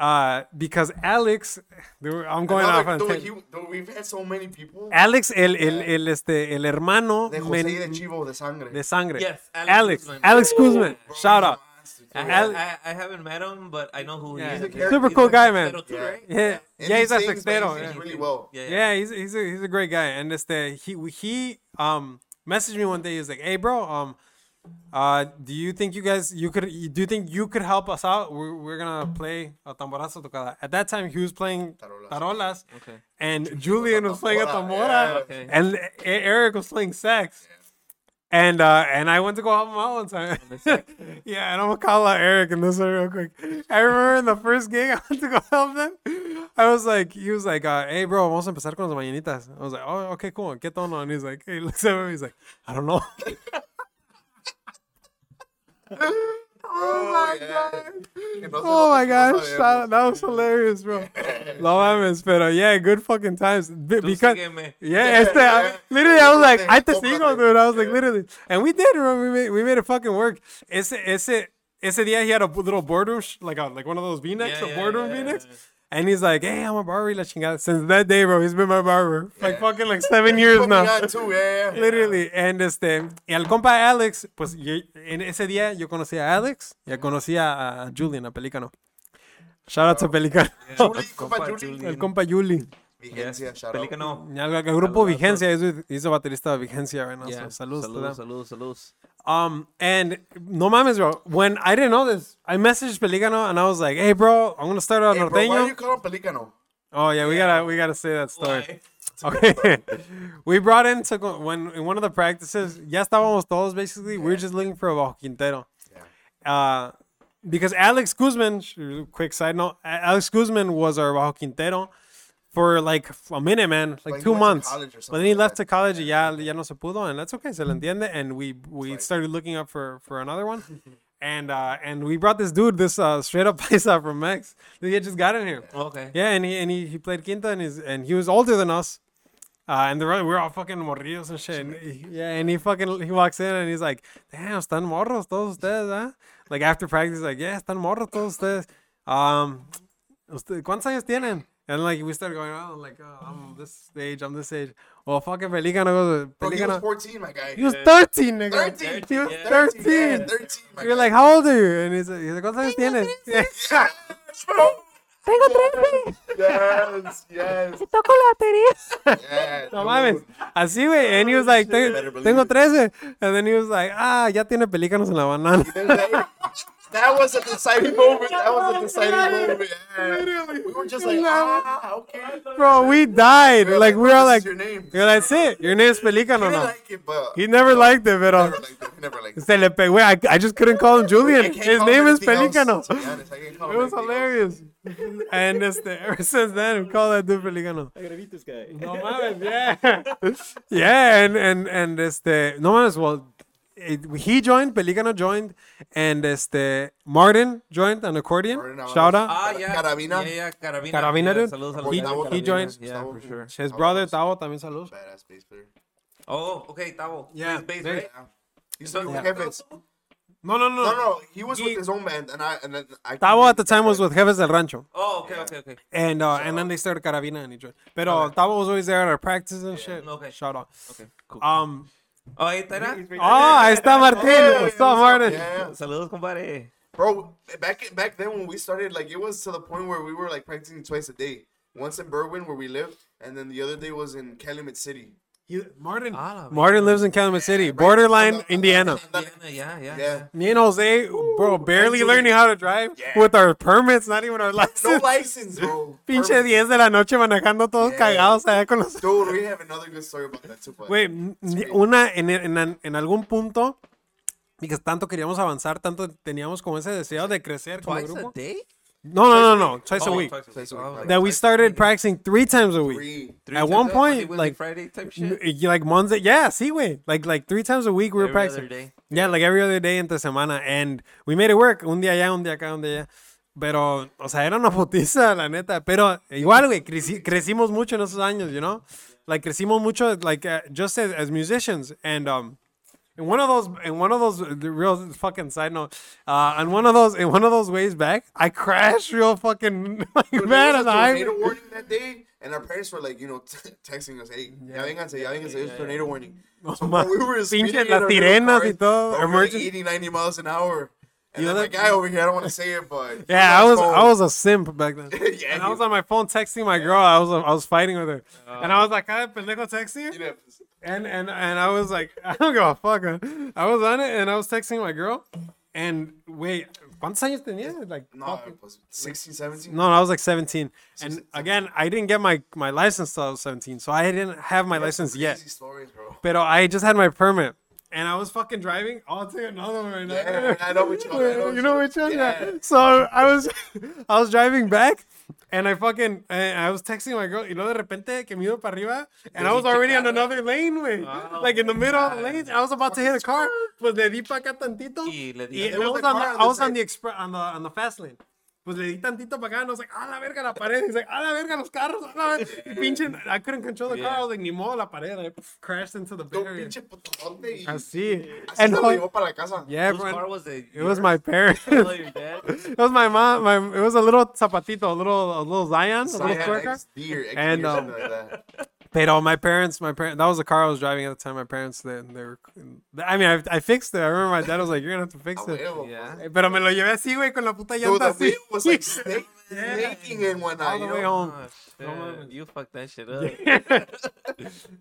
Speaker 2: Uh, because Alex, I'm going off
Speaker 4: Another,
Speaker 2: on.
Speaker 4: dude,
Speaker 2: a
Speaker 4: he, dude, we've had so many people.
Speaker 2: Alex, el, el, el, este, el hermano
Speaker 4: De José
Speaker 2: men-
Speaker 4: y de Oh, Chivo, de sangre.
Speaker 2: de sangre.
Speaker 8: Yes, Alex
Speaker 2: Alex,
Speaker 8: Guzman.
Speaker 2: Alex Guzman. Shout out.
Speaker 8: I,
Speaker 2: Al-
Speaker 8: I, I haven't met him, but I know who
Speaker 2: Yeah.
Speaker 8: he is.
Speaker 4: He's a
Speaker 2: Super
Speaker 4: He's
Speaker 2: cool
Speaker 4: like
Speaker 2: guy, man.
Speaker 8: Pero tú, right?
Speaker 2: Yeah,
Speaker 4: And
Speaker 2: yeah,
Speaker 4: he
Speaker 2: he's a
Speaker 4: sings, man,
Speaker 2: sextero.
Speaker 4: he
Speaker 2: Yeah.
Speaker 4: sings really well.
Speaker 8: Yeah, yeah.
Speaker 2: Yeah, he's he's a, he's a great guy, and this uh, he he um messaged me one day. He was like, "Hey, bro, um, uh, do you think you guys you could you- do you think you could help us out? We're, we're gonna play a tamborazo tocada." At that time, he was playing
Speaker 4: Tarolas.
Speaker 2: tarolas,
Speaker 8: Okay.
Speaker 2: and Julian was playing a
Speaker 4: Tambora,
Speaker 2: tambora,
Speaker 4: yeah.
Speaker 8: Okay.
Speaker 2: and E- Eric was playing sax. And uh, and I went to go help him out one time. yeah, and I'm gonna call out Eric in this one real quick. I remember in the first gig I went to go help them. I was like, he was like, uh, hey bro, vamos a empezar con las mañanitas. I was like, oh okay, cool, get on on. He's like, he looks at me, he's like, I don't know.
Speaker 4: Oh my god.
Speaker 2: oh my gosh, that, that was hilarious, bro. No mames, pero yeah, good fucking times. Be-
Speaker 8: Tú
Speaker 2: because
Speaker 8: sígueme.
Speaker 2: Yeah, este, I, literally, I was like, I
Speaker 4: Tómate.
Speaker 2: testigo, dude. I was like, literally, and we did. Bro. We made, we made it fucking work. Ese, ese, ese día he had a little boardroom, sh- like a, like one of those V necks,
Speaker 8: Yeah,
Speaker 2: a
Speaker 8: yeah,
Speaker 2: boardroom
Speaker 8: yeah,
Speaker 2: V necks.
Speaker 8: yeah,
Speaker 2: And he's like, hey, I'm a barber, y la chingada. Since that day, bro, he's been my barber, like fucking like seven years now.
Speaker 4: too, eh? yeah. yeah.
Speaker 2: Literally, and este, y al compa Alex, pues yo- en ese día yo conocí a Alex, ya conocí a, a Julian, a Pelicano. Shout out to Pelicano.
Speaker 4: Julie,
Speaker 8: Compa
Speaker 4: compa
Speaker 8: Julie.
Speaker 4: Julie.
Speaker 2: El compa Juli.
Speaker 8: Yes.
Speaker 4: Vigencia, shout out.
Speaker 8: Pelícano.
Speaker 2: El, el grupo
Speaker 8: Saludazo.
Speaker 2: Vigencia, he's, he's a baterista de Vigencia right now.
Speaker 8: Yeah.
Speaker 2: So saludos, to them.
Speaker 8: saludos, saludos, saludos.
Speaker 2: Um, and no mames, bro. When I didn't know this, I messaged Pelicano and I was like, "Hey, bro, I'm gonna start on
Speaker 4: Hey, Eh, bro,
Speaker 2: norteño."
Speaker 4: why you call him Pelícano?
Speaker 2: Oh yeah, we gotta we gotta say that story. Okay, we brought in to go, when in one of the practices. Ya estábamos todos basically. We were just looking for a bajo quintero. Uh, because Alex Guzman, sh- quick side note, A- Alex Guzman was our bajo quintero for like a minute, man, like,
Speaker 4: he
Speaker 2: two
Speaker 4: went to
Speaker 2: months.
Speaker 4: college or
Speaker 2: But then he
Speaker 4: something like Mm-hmm.
Speaker 2: left
Speaker 4: that.
Speaker 2: to college. and Ya, ya no se pudo, and that's okay. Se le entiende. And we we started looking up for for another one. And uh, and we brought this dude, this uh, straight up paisa from Mex. He had just got in here.
Speaker 8: Okay.
Speaker 2: Yeah, and he and he, he played quinta, and he's and he was older than us. Uh, and the rest, we were all fucking morridos and shit. And he- yeah, and he fucking he walks in and he's like, "Damn, están morros todos ustedes, huh?" Like after practice, like, "Yeah, están morros todos ustedes." Um, usted, ¿cuántos años tienen? And like we started going on, like, oh, I'm this age, I'm this age. Well, fucking Pelicano goes,
Speaker 4: Bro, Oh, he was
Speaker 2: Pelicano.
Speaker 4: 14, my guy.
Speaker 2: He was 13, nigga.
Speaker 4: 13.
Speaker 2: He was 13.
Speaker 4: 13, yeah, 13, my
Speaker 2: We We're
Speaker 4: guy.
Speaker 2: like, how old are you? And he's like, he's like ¿cuántos años tienes?
Speaker 4: Yeah, bro.
Speaker 2: Tengo 13.
Speaker 4: yes, yes,
Speaker 2: Toco la batería.
Speaker 4: yeah.
Speaker 2: No
Speaker 4: dude.
Speaker 2: mames. Así, güey. And he was like, "Te-
Speaker 4: Better believe
Speaker 2: tengo
Speaker 4: it.
Speaker 2: 13. And then he was like, ah, ya tiene pelícanos en la banana.
Speaker 4: That was a deciding moment. That was a deciding moment. Yeah. We were just like, ah, okay.
Speaker 2: Bro, we died.
Speaker 4: We're
Speaker 2: like, we were
Speaker 4: bro, this
Speaker 2: like,
Speaker 4: is your name.
Speaker 2: you're that's it. Your name's Pelicano
Speaker 4: He
Speaker 2: now.
Speaker 4: like it, but
Speaker 2: he never liked it, pero.
Speaker 4: never liked it. He never liked it.
Speaker 2: Se le pegó. I, I just couldn't call him
Speaker 4: I
Speaker 2: Julian.
Speaker 4: can't
Speaker 2: His
Speaker 4: call him
Speaker 2: name is
Speaker 4: anything
Speaker 2: Pelicano.
Speaker 4: else, to be honest. I can't call
Speaker 2: It
Speaker 4: him
Speaker 2: was
Speaker 4: anything else.
Speaker 2: hilarious. and este, ever since then, we call that dude Pelicano.
Speaker 12: I gotta beat this guy.
Speaker 2: No mames, yeah. yeah, and and and este, no mames, well, it, he joined, Pelicano joined, and este, Martin joined an accordion.
Speaker 4: Martin Avalos.
Speaker 2: Shout out.
Speaker 8: Ah, yeah.
Speaker 4: Carabina.
Speaker 8: Yeah, yeah, Carabina.
Speaker 2: Carabina,
Speaker 8: Yeah,
Speaker 2: dude.
Speaker 8: Saludos,
Speaker 4: He-
Speaker 8: saludos.
Speaker 4: he
Speaker 8: Carabina.
Speaker 2: joined-
Speaker 8: Yeah, for sure.
Speaker 2: His brother, Tavo, también saludos.
Speaker 4: Badass bass player.
Speaker 8: Oh, okay, Tavo.
Speaker 2: Yeah,
Speaker 8: He's based,
Speaker 2: there-
Speaker 8: right?
Speaker 4: He's
Speaker 8: So-
Speaker 4: with
Speaker 8: Yeah.
Speaker 4: Heavens.
Speaker 2: No, no, no.
Speaker 4: No, no, he was
Speaker 2: He-
Speaker 4: with his own band, and I and then I.
Speaker 2: Tavo at the time was with Jeves del Rancho.
Speaker 8: Oh, okay, okay, okay.
Speaker 2: And uh, and then they started Carabina and he joined. But uh, Tavo was always there at our practices and shit.
Speaker 8: Okay.
Speaker 2: Shout out.
Speaker 8: Okay, cool.
Speaker 2: Um,
Speaker 8: Oh, ahí está. era.
Speaker 2: oh, ahí está Martín. what's up, Martin?
Speaker 4: Yeah,
Speaker 8: Saludos, compadre.
Speaker 4: bro. Back back then when we started, like it was to the point where we were like practicing twice a day. Once in Berwyn where we lived, and then the other day was in Calumet City.
Speaker 2: Martin.
Speaker 8: Ah, la
Speaker 2: Martin lives in Calumet City,
Speaker 4: On
Speaker 2: borderline
Speaker 4: the-
Speaker 2: Indiana.
Speaker 4: on the-
Speaker 8: Indiana, yeah, yeah.
Speaker 4: uh, Yeah.
Speaker 2: Me and Jose, bro, barely
Speaker 4: Jose.
Speaker 2: learning how to drive
Speaker 4: Yeah.
Speaker 2: with our permits, not even our
Speaker 4: No
Speaker 2: license.
Speaker 4: license, bro.
Speaker 2: Pinche 10 de la noche manejando todos
Speaker 4: Yeah.
Speaker 2: cagados allá con los.
Speaker 4: Dude, we have another good story about that too. But
Speaker 2: Güey, n- ni- una, en, en, en algún punto, porque tanto queríamos avanzar, tanto teníamos como ese deseo de crecer como
Speaker 8: Twice a
Speaker 2: grupo.
Speaker 8: day?
Speaker 2: No, no, no, no, twice a
Speaker 8: Oh,
Speaker 2: week.
Speaker 4: Twice a week,
Speaker 8: Oh,
Speaker 4: right.
Speaker 2: That we started practicing three times a week.
Speaker 4: Three.
Speaker 8: three
Speaker 2: At
Speaker 8: times
Speaker 2: one
Speaker 8: a-
Speaker 2: point,
Speaker 8: Monday, Wednesday,
Speaker 2: like-
Speaker 8: Friday type
Speaker 2: N-
Speaker 8: shit.
Speaker 2: y- Like Monday, yeah, see, way like like three times a week we were
Speaker 8: Every other
Speaker 2: practicing.
Speaker 8: day.
Speaker 2: Yeah, like every other day entre semana, and we made it work. Un día allá, un día acá, un día allá. Pero, o sea, era una putiza, la neta. Pero igual, güey, creci- crecimos mucho en esos años, you know? Like, crecimos mucho, like, uh, just as, as musicians. And, um, In one of those, in one of those, uh, the real fucking side note, uh, on one of those, in one of those ways back, I crashed real fucking like,
Speaker 4: Dude, there
Speaker 2: bad on
Speaker 4: was a
Speaker 2: the highway.
Speaker 4: tornado warning that day, and our parents were like, you know, texting us, hey, ya vénganse, ya vénganse, there's a tornado warning. So,
Speaker 2: ma-
Speaker 4: bro, we were
Speaker 2: pinche
Speaker 4: speeding in
Speaker 2: las
Speaker 4: our little
Speaker 2: sirenas
Speaker 4: cars,
Speaker 2: y todo,
Speaker 4: bro, we were like
Speaker 2: emergency.
Speaker 4: 80, 90 miles an hour. And
Speaker 2: You
Speaker 4: then
Speaker 2: know
Speaker 4: that
Speaker 2: that-
Speaker 4: guy over here, I don't want to say it, but
Speaker 2: Yeah, I was,
Speaker 4: cold.
Speaker 2: I was a simp back then.
Speaker 4: Yeah,
Speaker 2: and I
Speaker 4: you- Uh-huh.
Speaker 2: was on my phone texting my girl. I was, I was fighting with her, and I was like, "Ah, pendejo, texting."
Speaker 4: You know,
Speaker 2: and and and I was like, I don't give a fuck. man. I was on it and I was texting my girl, and wait, ¿cuántos años tenía? Like,
Speaker 4: no,
Speaker 2: fuck.
Speaker 4: it was 16, 17.
Speaker 2: no, I was like 17. And
Speaker 4: Sixteen,
Speaker 2: again, I didn't get my my license till I was 17, so I didn't have my license yet.
Speaker 4: Crazy stories, bro.
Speaker 2: But I just had my permit, and I was fucking driving. Oh, I'll take another one right now.
Speaker 4: Yeah, I know which one, I know
Speaker 2: you
Speaker 4: which
Speaker 2: know
Speaker 4: one.
Speaker 2: which one? Yeah.
Speaker 4: Yeah.
Speaker 2: So I was, I was driving back. And I fucking, and I was texting my girl, y luego de repente que miro para arriba, and I was already on another laneway, like in the middle of the lane, I was about to hit a car, pues le di para acá tantito,
Speaker 8: Y le di-
Speaker 2: y
Speaker 8: There
Speaker 2: I was
Speaker 4: was a
Speaker 2: on the,
Speaker 4: car on
Speaker 2: I
Speaker 4: the
Speaker 2: was on
Speaker 4: side.
Speaker 2: the express, on the, on the fast lane, pues le di tantito para acá, and I was like, a la verga la pared, he's like, a la verga los carros, a la verga, y pinche, ah, I couldn't control the car, I was like, ni modo la pared, I crashed into the
Speaker 4: Don't
Speaker 2: barrier.
Speaker 4: pinche putote y-
Speaker 2: Así.
Speaker 4: Así
Speaker 2: And
Speaker 4: se lo
Speaker 2: like-
Speaker 4: llevó para la casa.
Speaker 2: yeah,
Speaker 8: Whose car
Speaker 2: bro.
Speaker 8: was it?
Speaker 2: It was my parents. it was my mom. My it was a little zapatito, a little a little Zion, a little
Speaker 4: Cyan
Speaker 2: tuerca.
Speaker 4: XD or XD
Speaker 2: And,
Speaker 4: or
Speaker 2: um,
Speaker 4: something like that.
Speaker 2: Pero my parents, my parents. That was the car I was driving at the time. My parents, they, they were. I mean, I, I fixed it. I remember my dad was like, "You're gonna have to fix
Speaker 4: A
Speaker 2: it."
Speaker 4: Ah, huevo,
Speaker 12: Yeah.
Speaker 4: pues.
Speaker 2: Pero me lo llevé así, güey, con la puta
Speaker 4: Dude,
Speaker 2: llanta
Speaker 4: the
Speaker 2: así.
Speaker 4: wheel was like snake, snaking in one eye.
Speaker 2: All the
Speaker 4: you
Speaker 2: way
Speaker 4: know?
Speaker 2: home.
Speaker 8: Oh, you fucked that shit up.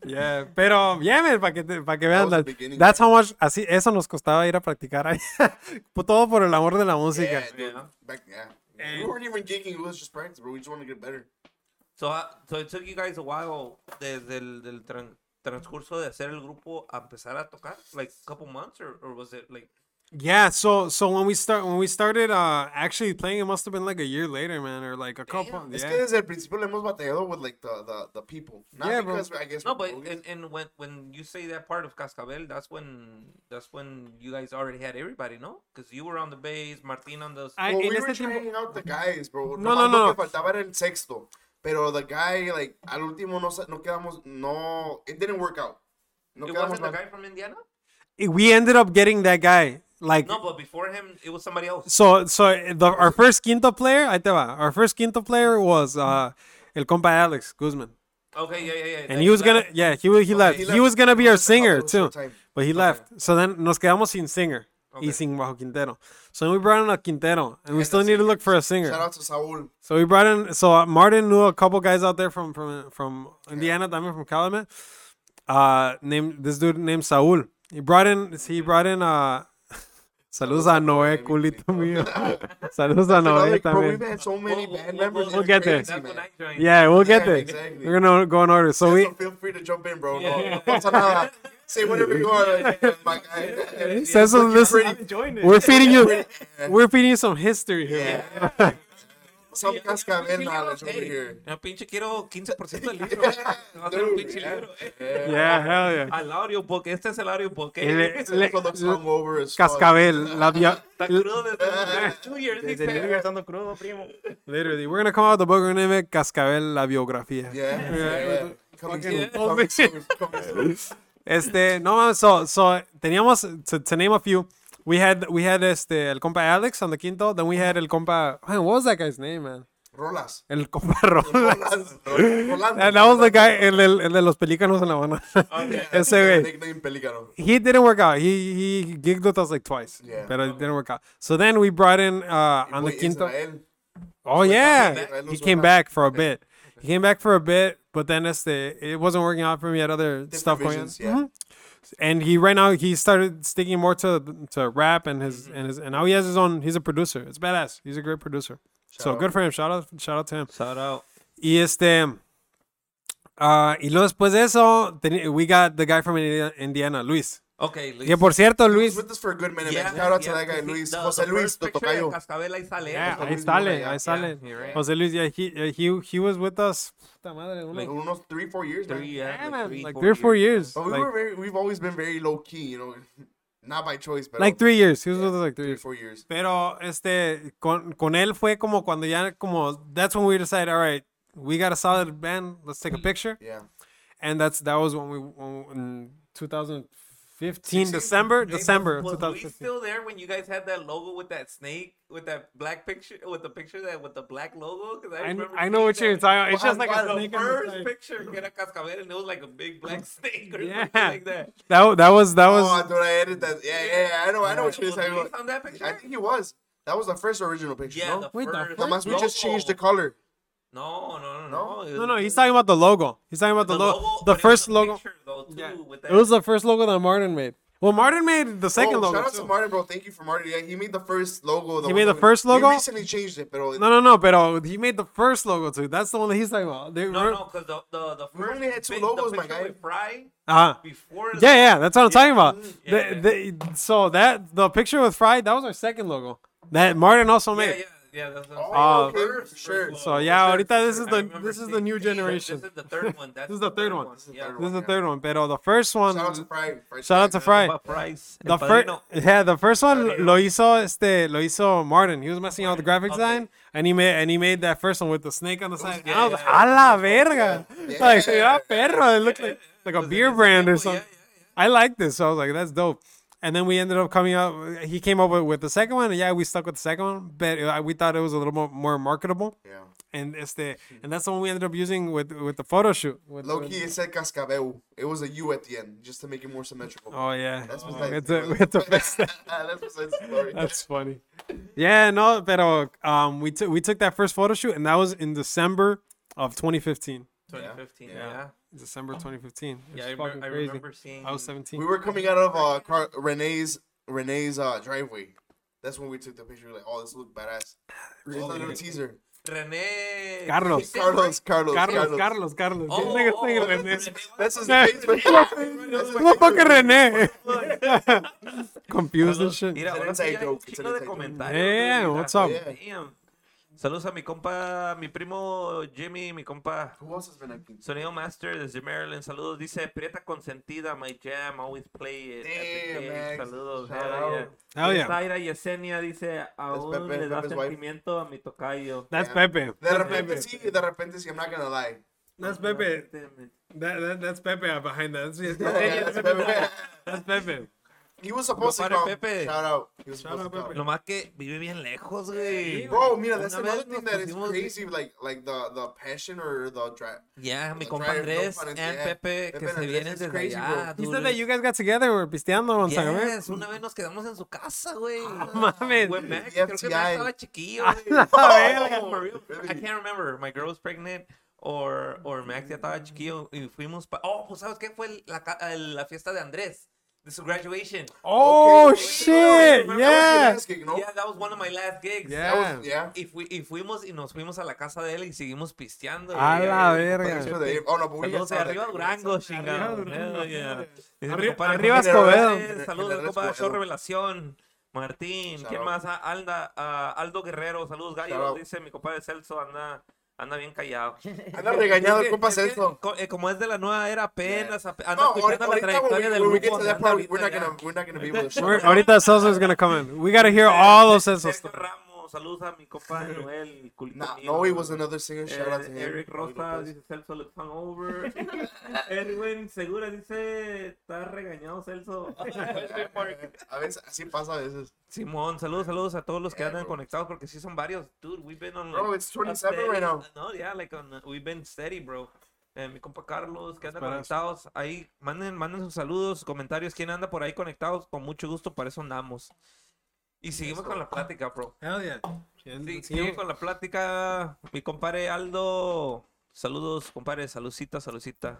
Speaker 2: Yeah, pero yeah, man, para que, te- pa que vean,
Speaker 4: was the
Speaker 2: that-
Speaker 4: beginning,
Speaker 2: that's how much, así, eso nos costaba ir a practicar. ahí. Todo por el amor de la música.
Speaker 4: Yeah, dude. Back, yeah. we weren't even geeking. It was just practice, bro. We just want to get better.
Speaker 8: So, uh, so it took you guys a while desde el del tran- transcurso de hacer el grupo a empezar a tocar, like a couple months, or, or was it like
Speaker 2: Yeah, so so when we start when we started uh actually playing it must have been like a year later, man, or like a couple.
Speaker 4: Es
Speaker 2: yeah.
Speaker 4: que desde el principio le hemos batallado with like the the, the people. Not
Speaker 2: Yeah, bro.
Speaker 4: because I guess
Speaker 8: no?
Speaker 4: we're
Speaker 8: But
Speaker 4: bullies.
Speaker 8: and, and when when you say that part of Cascabel, that's when that's when you guys already had everybody, no? Because you were on the bass, Martin on the.
Speaker 2: I-
Speaker 4: well,
Speaker 2: en
Speaker 4: we were
Speaker 2: este tiempo-
Speaker 4: trying out the guys, bro.
Speaker 2: No,
Speaker 4: Nomás
Speaker 2: no,
Speaker 4: lo
Speaker 2: no.
Speaker 4: Que faltaba era el sexto. Pero the guy like al último no sa- no quedamos no it didn't work out. No
Speaker 8: it
Speaker 4: quedamos
Speaker 8: wasn't the
Speaker 4: mal.
Speaker 8: guy from Indiana.
Speaker 2: we ended up getting that guy like
Speaker 8: No, but before him, it was somebody else.
Speaker 2: so so the, our first quinto player, I tell our first quinto player was uh el compa Alex Guzman.
Speaker 8: Okay, yeah, yeah, yeah.
Speaker 2: And he was gonna yeah, he wa- he left.
Speaker 4: he
Speaker 2: He,
Speaker 4: left.
Speaker 2: was gonna be our
Speaker 4: Just a couple
Speaker 2: singer
Speaker 4: of
Speaker 2: too.
Speaker 4: short time.
Speaker 2: But he left. So then nos quedamos sin singer. Y
Speaker 8: Okay.
Speaker 2: sin bajo Quintero. So we brought in a Quintero and we
Speaker 4: And
Speaker 2: still
Speaker 4: a
Speaker 2: need to
Speaker 4: singer.
Speaker 2: look for a singer.
Speaker 4: Shout out to Saul.
Speaker 2: So we brought in. So uh, Martin knew a couple guys out there from from from Indiana. Diamond from Calumet. Uh, named this dude named Saul. He brought in. He brought in. Uh, saludos a Noé, culito mío. Saludos a
Speaker 4: Another,
Speaker 2: Noé
Speaker 4: like, bro,
Speaker 2: también.
Speaker 4: we've had so many band members.
Speaker 2: we'll
Speaker 4: it's
Speaker 2: get there.
Speaker 4: crazy,
Speaker 8: That's
Speaker 4: man.
Speaker 8: when I joined.
Speaker 2: Yeah, we'll get
Speaker 4: Yeah,
Speaker 2: there.
Speaker 4: exactly.
Speaker 2: We're gonna go in order. So we.
Speaker 4: So feel free to jump in, bro. No, no pasa nada. Say whatever you want, like, my guy.
Speaker 2: Cecil, listen,
Speaker 12: enjoying
Speaker 2: we're feeding you.
Speaker 4: Yeah.
Speaker 2: We're feeding you some history here. man.
Speaker 4: Some cascabel knowledge over
Speaker 8: Hey,
Speaker 4: here.
Speaker 8: no, pinche quiero 15% del libro. Va a ser un
Speaker 4: Dude,
Speaker 8: pinche
Speaker 4: yeah.
Speaker 8: libro. eh.
Speaker 2: Yeah, hell yeah.
Speaker 8: Al audiobook, este es el audiobook.
Speaker 2: Y
Speaker 8: eh.
Speaker 2: le- le-
Speaker 4: Cecil looks hungover as fuck.
Speaker 2: Cascabel, la via-
Speaker 8: Está crudo desde two years.
Speaker 12: Desde el libro estando crudo, primo.
Speaker 2: Literally, we're gonna come out with the book. We're gonna name it Cascabel la biografía.
Speaker 4: Yeah. yeah. Coming soon.
Speaker 2: Oh,
Speaker 4: Coming
Speaker 2: man.
Speaker 4: soon. Coming soon.
Speaker 2: Este, no mames, so, so teníamos, to, to name a few, we had, we had este, el compa Alex on the quinto, then we had el compa, man, what was that guy's name, man?
Speaker 4: Rolas.
Speaker 2: El compa Rolas.
Speaker 4: Rolas. Rolando.
Speaker 2: And that was the guy, el, el, el de los pelícanos en la mano. Ese güey.
Speaker 4: Nickname Pelícano.
Speaker 2: He didn't work out. He, he gigged with us like twice.
Speaker 4: Yeah.
Speaker 2: But it didn't work out. So then we brought in, uh, on the
Speaker 4: Boy,
Speaker 2: quinto.
Speaker 4: Israel.
Speaker 2: Oh yeah,
Speaker 4: back. Right,
Speaker 2: he
Speaker 4: Luz
Speaker 2: came
Speaker 4: Rojas.
Speaker 2: back for a bit. He came back for a bit, but then that's the it wasn't working out for me. Had other stuff going on,
Speaker 4: visions, yeah.
Speaker 2: Mhm. and he right now he started sticking more to to rap and his
Speaker 4: Mm-hmm.
Speaker 2: and his and now he has his own. He's a producer. It's badass. He's a great producer. so
Speaker 4: out.
Speaker 2: good for him. Shout out, shout out to him.
Speaker 8: Shout out.
Speaker 2: Y este, ah, y luego después de eso, teni- we got the guy from Indi- Indiana, Luis.
Speaker 8: Okay, Luis.
Speaker 2: Que por cierto,
Speaker 4: He's
Speaker 2: Luis.
Speaker 4: with us for a good minute.
Speaker 8: Yeah,
Speaker 4: man. Shout out to
Speaker 8: yeah,
Speaker 4: that guy,
Speaker 8: sí,
Speaker 4: Luis.
Speaker 8: the-
Speaker 4: Jose
Speaker 8: the
Speaker 4: Luis,
Speaker 8: first
Speaker 4: the
Speaker 8: picture de
Speaker 4: tocayo.
Speaker 8: Cascabel, ahí sale.
Speaker 2: Yeah,
Speaker 8: José
Speaker 2: ahí
Speaker 8: Luis Mora,
Speaker 2: sale,
Speaker 8: yeah,
Speaker 2: ahí sale.
Speaker 8: yeah, you're right.
Speaker 2: José Luis, yeah, he, uh, he, he was with us. Puta madre, uno-
Speaker 8: Like,
Speaker 4: Unos three, four years, man.
Speaker 8: Three, yeah,
Speaker 2: yeah,
Speaker 8: like
Speaker 2: man,
Speaker 8: three,
Speaker 2: like three or four years.
Speaker 1: Oh,
Speaker 4: But we
Speaker 2: like-
Speaker 4: were very, we've always been very low key, you know, not by choice, but
Speaker 2: Like three years. He was
Speaker 4: Yeah,
Speaker 2: with us like three
Speaker 4: three,
Speaker 2: years.
Speaker 4: four years.
Speaker 2: Pero este con, con él fue como cuando ya como that's when we decided, all right, we got a solid band, let's take a picture.
Speaker 4: Yeah,
Speaker 2: And that's that was when we when, in 2015 15 December,
Speaker 1: Hey,
Speaker 2: December
Speaker 1: was, was we
Speaker 2: 2015.
Speaker 1: still there when you guys had that logo with that snake, with that black picture, with the picture that with the black logo? Because
Speaker 2: I,
Speaker 1: remember
Speaker 2: I know what
Speaker 1: seeing
Speaker 2: you're
Speaker 1: that
Speaker 2: talking about. It's just like
Speaker 1: by
Speaker 2: a
Speaker 1: the
Speaker 2: snake on the
Speaker 1: first
Speaker 2: side.
Speaker 1: picture, que era cascabel, and it was like a big black snake or
Speaker 2: Yeah.
Speaker 1: something like that.
Speaker 2: That, that was that was
Speaker 4: Oh, dude, I edit that. Yeah, yeah, yeah. I know, I know what you're
Speaker 1: Was
Speaker 4: talking
Speaker 1: Luis
Speaker 4: about.
Speaker 1: on that
Speaker 4: I
Speaker 1: picture?
Speaker 4: think he was. That was the first original picture.
Speaker 1: Yeah,
Speaker 4: no?
Speaker 1: the
Speaker 2: Wait, the
Speaker 1: first.
Speaker 2: fuck?
Speaker 4: Unless we just changed the
Speaker 1: logo.
Speaker 4: color.
Speaker 1: No, no, no,
Speaker 4: No?
Speaker 1: no. it
Speaker 2: no
Speaker 1: was
Speaker 2: no.
Speaker 1: the-
Speaker 2: He's talking about the logo. He's talking about the, logo. The
Speaker 1: but it was
Speaker 2: first
Speaker 1: a
Speaker 2: logo.
Speaker 1: picture, though, too,
Speaker 2: Yeah.
Speaker 1: with
Speaker 2: It
Speaker 1: that-
Speaker 2: was the first logo that Martin made. Well, Martin made the second
Speaker 4: Oh,
Speaker 2: logo.
Speaker 4: Shout out to
Speaker 2: too.
Speaker 4: Martin, bro. Thank you for Martin. Yeah, he made the first logo.
Speaker 2: He
Speaker 4: one
Speaker 2: made the
Speaker 4: that we-
Speaker 2: first logo?
Speaker 4: We recently changed it, but
Speaker 2: No, no, no, pero he made the first logo too. That's the one that he's talking about. They
Speaker 1: No,
Speaker 2: were-
Speaker 1: no, because the, the, the first.
Speaker 4: We only had two
Speaker 1: big-
Speaker 4: logos,
Speaker 1: the
Speaker 4: my
Speaker 1: picture
Speaker 4: guy.
Speaker 1: with Fry
Speaker 2: Uh-huh.
Speaker 1: before.
Speaker 2: Yeah, yeah, that's what I'm talking about.
Speaker 1: Yeah,
Speaker 2: The- the- so that the picture with Fry, that was our second logo that Martin also
Speaker 1: Yeah,
Speaker 2: made.
Speaker 1: yeah, yeah. That's what
Speaker 4: Oh,
Speaker 1: I'm
Speaker 4: okay,
Speaker 1: saying.
Speaker 4: for
Speaker 1: first
Speaker 4: sure.
Speaker 1: logo.
Speaker 2: So yeah,
Speaker 1: Sure,
Speaker 2: ahorita this
Speaker 1: sure.
Speaker 2: is
Speaker 1: I
Speaker 2: the
Speaker 1: remember
Speaker 2: this is the
Speaker 1: seeing-
Speaker 2: new generation.
Speaker 1: This is the third one. That's
Speaker 2: This is the third one.
Speaker 1: Yeah.
Speaker 4: This
Speaker 2: This is the
Speaker 4: yeah.
Speaker 2: third one, pero the first one.
Speaker 4: shout out to Fry.
Speaker 2: Shout out to Fry.
Speaker 8: About Price.
Speaker 2: The first, yeah, the first one lo hizo este, lo hizo Martin. He was messing out with the graphic
Speaker 1: Okay.
Speaker 2: design, and he made and he made that first one with the snake on the side. And I was like,
Speaker 1: yeah,
Speaker 2: a la verga, like se veía perro. It looked like like a beer brand or
Speaker 1: yeah,
Speaker 2: something.
Speaker 1: yeah,
Speaker 2: I liked this, so I was like, that's dope. And then we ended up coming up. He came up with, with the second one, and yeah, we stuck with the second one, but uh, we thought it was a little more, more marketable.
Speaker 4: Yeah.
Speaker 2: And este, and that's the one we ended up using with with the photo shoot. With,
Speaker 4: Low
Speaker 2: with-
Speaker 4: key, it said Cascabeu. It was a U at the end, just to make it more symmetrical.
Speaker 2: Oh yeah,
Speaker 4: That's
Speaker 2: Oh,
Speaker 4: besides.
Speaker 2: it's a, it's a best.
Speaker 4: That's besides the story.
Speaker 2: That's funny. Yeah, no, pero um, we took we took that first photo shoot, and that was in December of 2015.
Speaker 1: 2015. Yeah.
Speaker 2: Yeah.
Speaker 1: Yeah.
Speaker 2: December 2015. It's
Speaker 1: I, remember,
Speaker 2: fucking
Speaker 1: I
Speaker 2: crazy.
Speaker 1: remember seeing.
Speaker 2: I was 17.
Speaker 4: we were coming out of uh, car- Renee's Renee's uh, driveway. That's when we took the picture. Like, oh, this looks badass. Just a little teaser.
Speaker 1: René.
Speaker 2: Carlos.
Speaker 4: Carlos, Carlos,
Speaker 2: Carlos, Carlos, Carlos.
Speaker 1: Oh,
Speaker 2: This nigga's
Speaker 1: oh,
Speaker 2: saying
Speaker 1: oh,
Speaker 2: René.
Speaker 4: That's his
Speaker 2: Yeah.
Speaker 4: face. but- That's his
Speaker 2: Motherfucker René. Confused and shit.
Speaker 8: Mira,
Speaker 4: It's an
Speaker 8: ahora sí
Speaker 4: inside
Speaker 8: ya hay un
Speaker 4: joke, it's
Speaker 1: Chingo
Speaker 4: an
Speaker 1: de
Speaker 4: inside joke.
Speaker 1: comentarios,
Speaker 2: Yeah,
Speaker 1: güey,
Speaker 2: what's
Speaker 1: mira.
Speaker 2: up?
Speaker 4: Yeah.
Speaker 1: Damn. Saludos a mi compa, mi primo Jimmy, mi compa
Speaker 4: Who else has been acting?
Speaker 1: Sonido Master desde Maryland. Saludos, dice Prieta Consentida, my jam, always play it. at the
Speaker 4: Damn,
Speaker 1: game".
Speaker 4: Max.
Speaker 1: Saludos,
Speaker 4: Shout
Speaker 1: hell yeah.
Speaker 2: Hell
Speaker 4: out.
Speaker 2: yeah.
Speaker 1: Zaira Yesenia dice: Aún
Speaker 4: Pepe-
Speaker 1: le da
Speaker 4: Pepe's wife.
Speaker 1: sentimiento a mi tocayo.
Speaker 2: That's
Speaker 4: Yeah.
Speaker 2: Pepe.
Speaker 4: De
Speaker 2: That's
Speaker 4: repente,
Speaker 2: Pepe.
Speaker 4: sí, de repente, sí. I'm not gonna lie.
Speaker 2: That's Pepe.
Speaker 1: Damn it.
Speaker 2: That, that, that's Pepe behind that. That's,
Speaker 4: Yeah,
Speaker 2: that's,
Speaker 4: that's
Speaker 2: Pepe.
Speaker 4: Pepe.
Speaker 2: that's Pepe.
Speaker 4: He was supposed to
Speaker 1: Compadre
Speaker 4: come.
Speaker 1: Pepe.
Speaker 4: Shout out. He was
Speaker 2: Shout
Speaker 4: supposed
Speaker 2: out,
Speaker 4: to come.
Speaker 2: Pepe.
Speaker 1: Nomás que vive bien lejos, güey.
Speaker 4: Bro, mira, that's
Speaker 1: Una
Speaker 4: another
Speaker 1: vez nos
Speaker 4: thing that is
Speaker 1: pusimos-
Speaker 4: crazy, like like the the passion or the drive.
Speaker 1: Yeah, mi
Speaker 4: The
Speaker 1: compa
Speaker 4: drive, no
Speaker 1: Andrés
Speaker 4: pun
Speaker 1: and
Speaker 4: intended.
Speaker 1: Pepe,
Speaker 4: Pepe
Speaker 1: que
Speaker 4: and
Speaker 1: se
Speaker 4: Andrés
Speaker 1: vienen
Speaker 4: is
Speaker 1: desde
Speaker 4: crazy,
Speaker 1: allá.
Speaker 2: He
Speaker 1: dude.
Speaker 2: said that you guys got together, we're pisteando on San Gabriel.
Speaker 1: Yes, una vez nos quedamos en su casa, güey.
Speaker 2: mames.
Speaker 1: Güey, Max, creo que Max
Speaker 4: FTI.
Speaker 1: estaba chiquillo, güey.
Speaker 2: la verga.
Speaker 1: No, for real. I can't remember. My girl was pregnant or, or Max ya estaba chiquillo y fuimos pa... Oh, pues, ¿sabes qué? Fue el- la, ca- el- la fiesta de Andrés, de su graduation.
Speaker 2: Oh
Speaker 4: Okay,
Speaker 2: shit!
Speaker 4: That was your
Speaker 2: Yeah.
Speaker 4: last gig, no?
Speaker 1: Yeah, that was one of my last gigs.
Speaker 2: Yeah.
Speaker 4: That was, yeah.
Speaker 1: Y, fui- y fuimos y nos fuimos a la casa de él y seguimos pisteando.
Speaker 2: A
Speaker 1: güey.
Speaker 2: la
Speaker 4: Thanks
Speaker 2: verga.
Speaker 4: for the- Oh no, but we got
Speaker 1: Saludos de
Speaker 4: started.
Speaker 1: arriba Durango, chingado.
Speaker 2: Arriba Durango,
Speaker 1: Hell yeah. Dice mi
Speaker 2: Arri-
Speaker 1: compadre
Speaker 2: arriba
Speaker 1: Jorge
Speaker 2: Escobedo.
Speaker 1: Hernández, Saludos,
Speaker 4: Hernández
Speaker 1: compa. Show
Speaker 4: Escobedo.
Speaker 1: Revelación. Martín.
Speaker 4: Shout
Speaker 1: ¿Quién
Speaker 4: out.
Speaker 1: más? Ah, Alda, ah, Aldo Guerrero. Saludos,
Speaker 4: Shout
Speaker 1: Gallo.
Speaker 4: out.
Speaker 1: Dice mi compadre Celso. Anda. Anda bien callado.
Speaker 4: Anda regañado el compa
Speaker 1: Es que-
Speaker 4: Celso.
Speaker 1: co- eh, Como es de la nueva era apenas, ape- anda
Speaker 4: No,
Speaker 1: escuchando la
Speaker 4: ahorita
Speaker 1: trayectoria
Speaker 4: when
Speaker 1: del
Speaker 4: we, when we
Speaker 1: grupo.
Speaker 4: get to that
Speaker 1: anda
Speaker 4: part, we're
Speaker 1: ahorita
Speaker 4: not gonna
Speaker 1: ya.
Speaker 4: we're not gonna be able to
Speaker 2: We're,
Speaker 4: show.
Speaker 2: ahorita Sosa is gonna come in. We gotta hear all those Sosa
Speaker 1: Sergio
Speaker 2: stuff.
Speaker 1: Ramos. Saludos a mi compa Noel. culito
Speaker 4: Nah,
Speaker 1: mío.
Speaker 4: no, he was another singer. Shout out to
Speaker 1: Eh,
Speaker 4: him. pues.
Speaker 1: Eric Rosa
Speaker 4: Lopez.
Speaker 1: dice Celso looks hungover. Edwin Segura dice está regañado Celso.
Speaker 4: A veces así pasa a veces.
Speaker 1: Simón, saludos, saludos a todos los que
Speaker 4: Yeah,
Speaker 1: andan
Speaker 4: bro.
Speaker 1: conectados porque sí son varios. Dude, we've been on
Speaker 4: Bro,
Speaker 1: like,
Speaker 4: it's
Speaker 1: a
Speaker 4: 27 right
Speaker 1: steady-
Speaker 4: now.
Speaker 1: No, yeah, like on, we've been steady, bro. Eh, mi compa Carlos, que andan
Speaker 2: Esperas.
Speaker 1: conectados. Ahí, manden, manden sus saludos, sus comentarios. ¿Quién anda por ahí conectados? Con mucho gusto, para eso andamos. Y seguimos con la plática, bro.
Speaker 2: Hell yeah.
Speaker 1: Sí, seguimos con la plática. Mi compadre Aldo. Saludos, compadre. Saludcita, saludcita.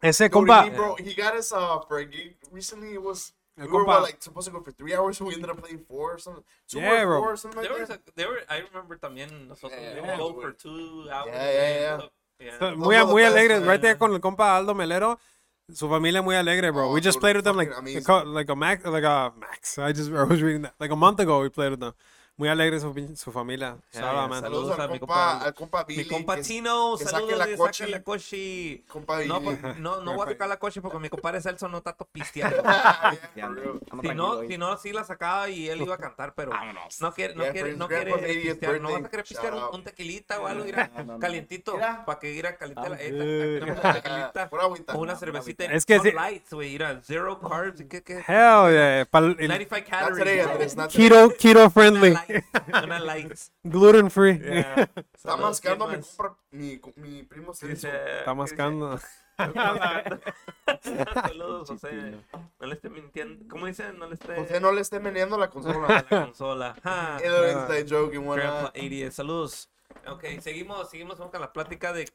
Speaker 2: Ese
Speaker 4: Dude,
Speaker 2: compa.
Speaker 4: he, bro, he got us uh, for a gig recently. It was
Speaker 2: El
Speaker 4: we were what,
Speaker 2: compa.
Speaker 4: like supposed to go for three hours, so we ended up playing four or something. Two
Speaker 2: Yeah,
Speaker 4: or
Speaker 2: bro.
Speaker 4: four or something
Speaker 1: There
Speaker 4: like
Speaker 1: was
Speaker 4: that.
Speaker 1: a, there were, I remember también nosotros.
Speaker 4: Yeah,
Speaker 1: we
Speaker 4: yeah,
Speaker 1: would go
Speaker 4: yeah.
Speaker 1: for two hours.
Speaker 4: Yeah, yeah, yeah.
Speaker 1: so- yeah.
Speaker 2: So, eh, Muy, muy alegre. Right there con el compa Aldo Melero. Su familia muy alegre, bro.
Speaker 4: Oh,
Speaker 2: We just
Speaker 4: dude,
Speaker 2: played with them like
Speaker 4: fucking amazing.
Speaker 2: like a max, like a max. I just I was reading that like a month ago. We played with them. Muy alegre su, pin- su familia. Saba,
Speaker 1: yeah,
Speaker 2: man.
Speaker 1: salud.
Speaker 4: Saludos,
Speaker 1: Saludos
Speaker 4: al,
Speaker 1: a mi
Speaker 4: compa,
Speaker 1: compa-
Speaker 4: al compa Billy.
Speaker 1: Mi compa
Speaker 4: que es-
Speaker 1: Chino,
Speaker 4: que saque
Speaker 1: saludos,
Speaker 4: la
Speaker 1: güey,
Speaker 4: coche.
Speaker 1: saca la coche.
Speaker 4: Compa Billy.
Speaker 1: No, pues, por- no, no voy a sacar la coche porque mi compadre Celso no está pisteando.
Speaker 4: Yeah, for real.
Speaker 1: Si no, si no, sí la sacaba y él iba a cantar, pero no quiere, no
Speaker 4: Yeah,
Speaker 1: quiere,
Speaker 4: for
Speaker 1: no
Speaker 4: his
Speaker 1: quiere
Speaker 4: grandpa's 80th
Speaker 1: pistear. No vas a
Speaker 4: birthday.
Speaker 1: querer pistear
Speaker 4: Shout
Speaker 1: un,
Speaker 4: out.
Speaker 1: un tequilita o algo, mira,
Speaker 3: no, no.
Speaker 1: calientito,
Speaker 4: Mira.
Speaker 1: para que ir a calentar la-
Speaker 3: Ah,
Speaker 1: eh, saca una tequilita,
Speaker 4: Pura agüita.
Speaker 1: o una cervecita.
Speaker 2: Es que
Speaker 1: Sun
Speaker 2: sí.
Speaker 1: Lights, güey, mira, zero carbs, ¿qué, qué?
Speaker 2: Hell yeah. Pal- el
Speaker 1: 95
Speaker 4: Not today,
Speaker 1: calories.
Speaker 4: Andrés. Not today.
Speaker 2: keto, keto
Speaker 1: Una
Speaker 2: friendly.
Speaker 1: light, una light.
Speaker 2: Gluten free.
Speaker 4: Está
Speaker 1: Saludos, ¿quién
Speaker 4: mascando mi,
Speaker 1: más?
Speaker 4: compra- mi, mi primo Celso.
Speaker 1: Dice-
Speaker 2: Está mascando.
Speaker 1: Saludos, José. No le esté mintiendo. ¿Cómo dicen? No le esté
Speaker 4: José, no le esté meneando la
Speaker 1: a
Speaker 4: consola.
Speaker 1: la consola. Ah. Ja.
Speaker 4: Era un inside joke y
Speaker 1: Grandpa
Speaker 4: buena.
Speaker 1: 80. Saludos. Ok, seguimos, seguimos vamos con la plática de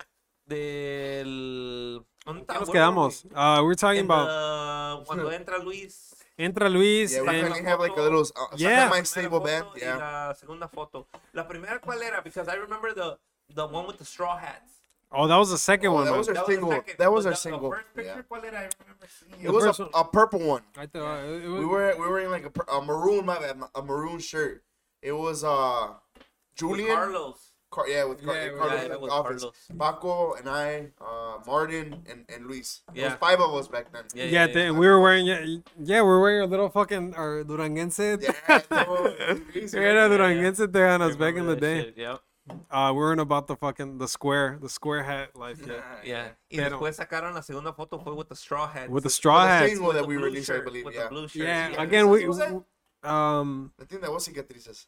Speaker 1: del ¿Dónde está?
Speaker 2: ¿Qué nos
Speaker 1: Bueno,
Speaker 2: quedamos?
Speaker 1: güey.
Speaker 2: Uh, we're talking
Speaker 1: En
Speaker 2: about.
Speaker 1: la- cuando entra Luis.
Speaker 2: Entra Luis. eh,
Speaker 4: Yeah, we
Speaker 2: and-
Speaker 4: can have like a little. Uh,
Speaker 2: Yeah.
Speaker 4: yeah. my
Speaker 1: primera
Speaker 4: stable
Speaker 1: foto
Speaker 4: band.
Speaker 1: y
Speaker 4: Yeah.
Speaker 1: La segunda foto. La primera cuál era? Because I remember the the one with the straw hats.
Speaker 2: oh, that was the second
Speaker 4: Oh,
Speaker 2: one,
Speaker 4: that
Speaker 2: man.
Speaker 4: was our
Speaker 1: That was the
Speaker 4: single.
Speaker 1: second,
Speaker 4: that was
Speaker 1: but the-
Speaker 4: our
Speaker 1: the
Speaker 4: single.
Speaker 1: first picture,
Speaker 4: yeah.
Speaker 1: ¿cuál era? I remember seeing
Speaker 4: It was a,
Speaker 2: person-
Speaker 4: a purple one.
Speaker 2: I thought, uh, it was-
Speaker 4: We were we were in like a, pur- a maroon, my bad, a maroon shirt. It was uh
Speaker 1: with
Speaker 4: Julian,
Speaker 1: Carlos.
Speaker 4: Car- yeah, with Car-
Speaker 2: Yeah,
Speaker 4: yeah,
Speaker 2: we-
Speaker 4: Carlos
Speaker 1: yeah,
Speaker 4: in
Speaker 1: that
Speaker 4: the
Speaker 1: was
Speaker 4: office.
Speaker 1: Carlos.
Speaker 4: Paco and I, uh, Martin and, and Luis. It was
Speaker 1: Yeah.
Speaker 4: five of us back then.
Speaker 1: Yeah,
Speaker 2: yeah, they- we were wearing. Yeah, yeah, we were wearing a little fucking our Duranguense.
Speaker 4: Yeah, dude, crazy,
Speaker 2: We had a
Speaker 4: man.
Speaker 2: Duranguense thing on us back in
Speaker 1: Remember
Speaker 2: the
Speaker 1: that
Speaker 2: day.
Speaker 1: shit, yep.
Speaker 2: Uh, we weren't about the fucking the square, the square hat life. Yeah.
Speaker 1: Yeah. Y
Speaker 2: Pero-
Speaker 1: después sacaron la segunda foto fue with the straw hats.
Speaker 2: With the straw
Speaker 4: The
Speaker 2: hat.
Speaker 4: single that we
Speaker 1: blue
Speaker 4: released, I
Speaker 1: shirt,
Speaker 4: believe.
Speaker 1: with the
Speaker 4: Yeah,
Speaker 1: blue shirt.
Speaker 2: Yeah.
Speaker 4: Yeah.
Speaker 2: Again, we.
Speaker 4: What was that?
Speaker 2: Um,
Speaker 4: I think that was cicatrices.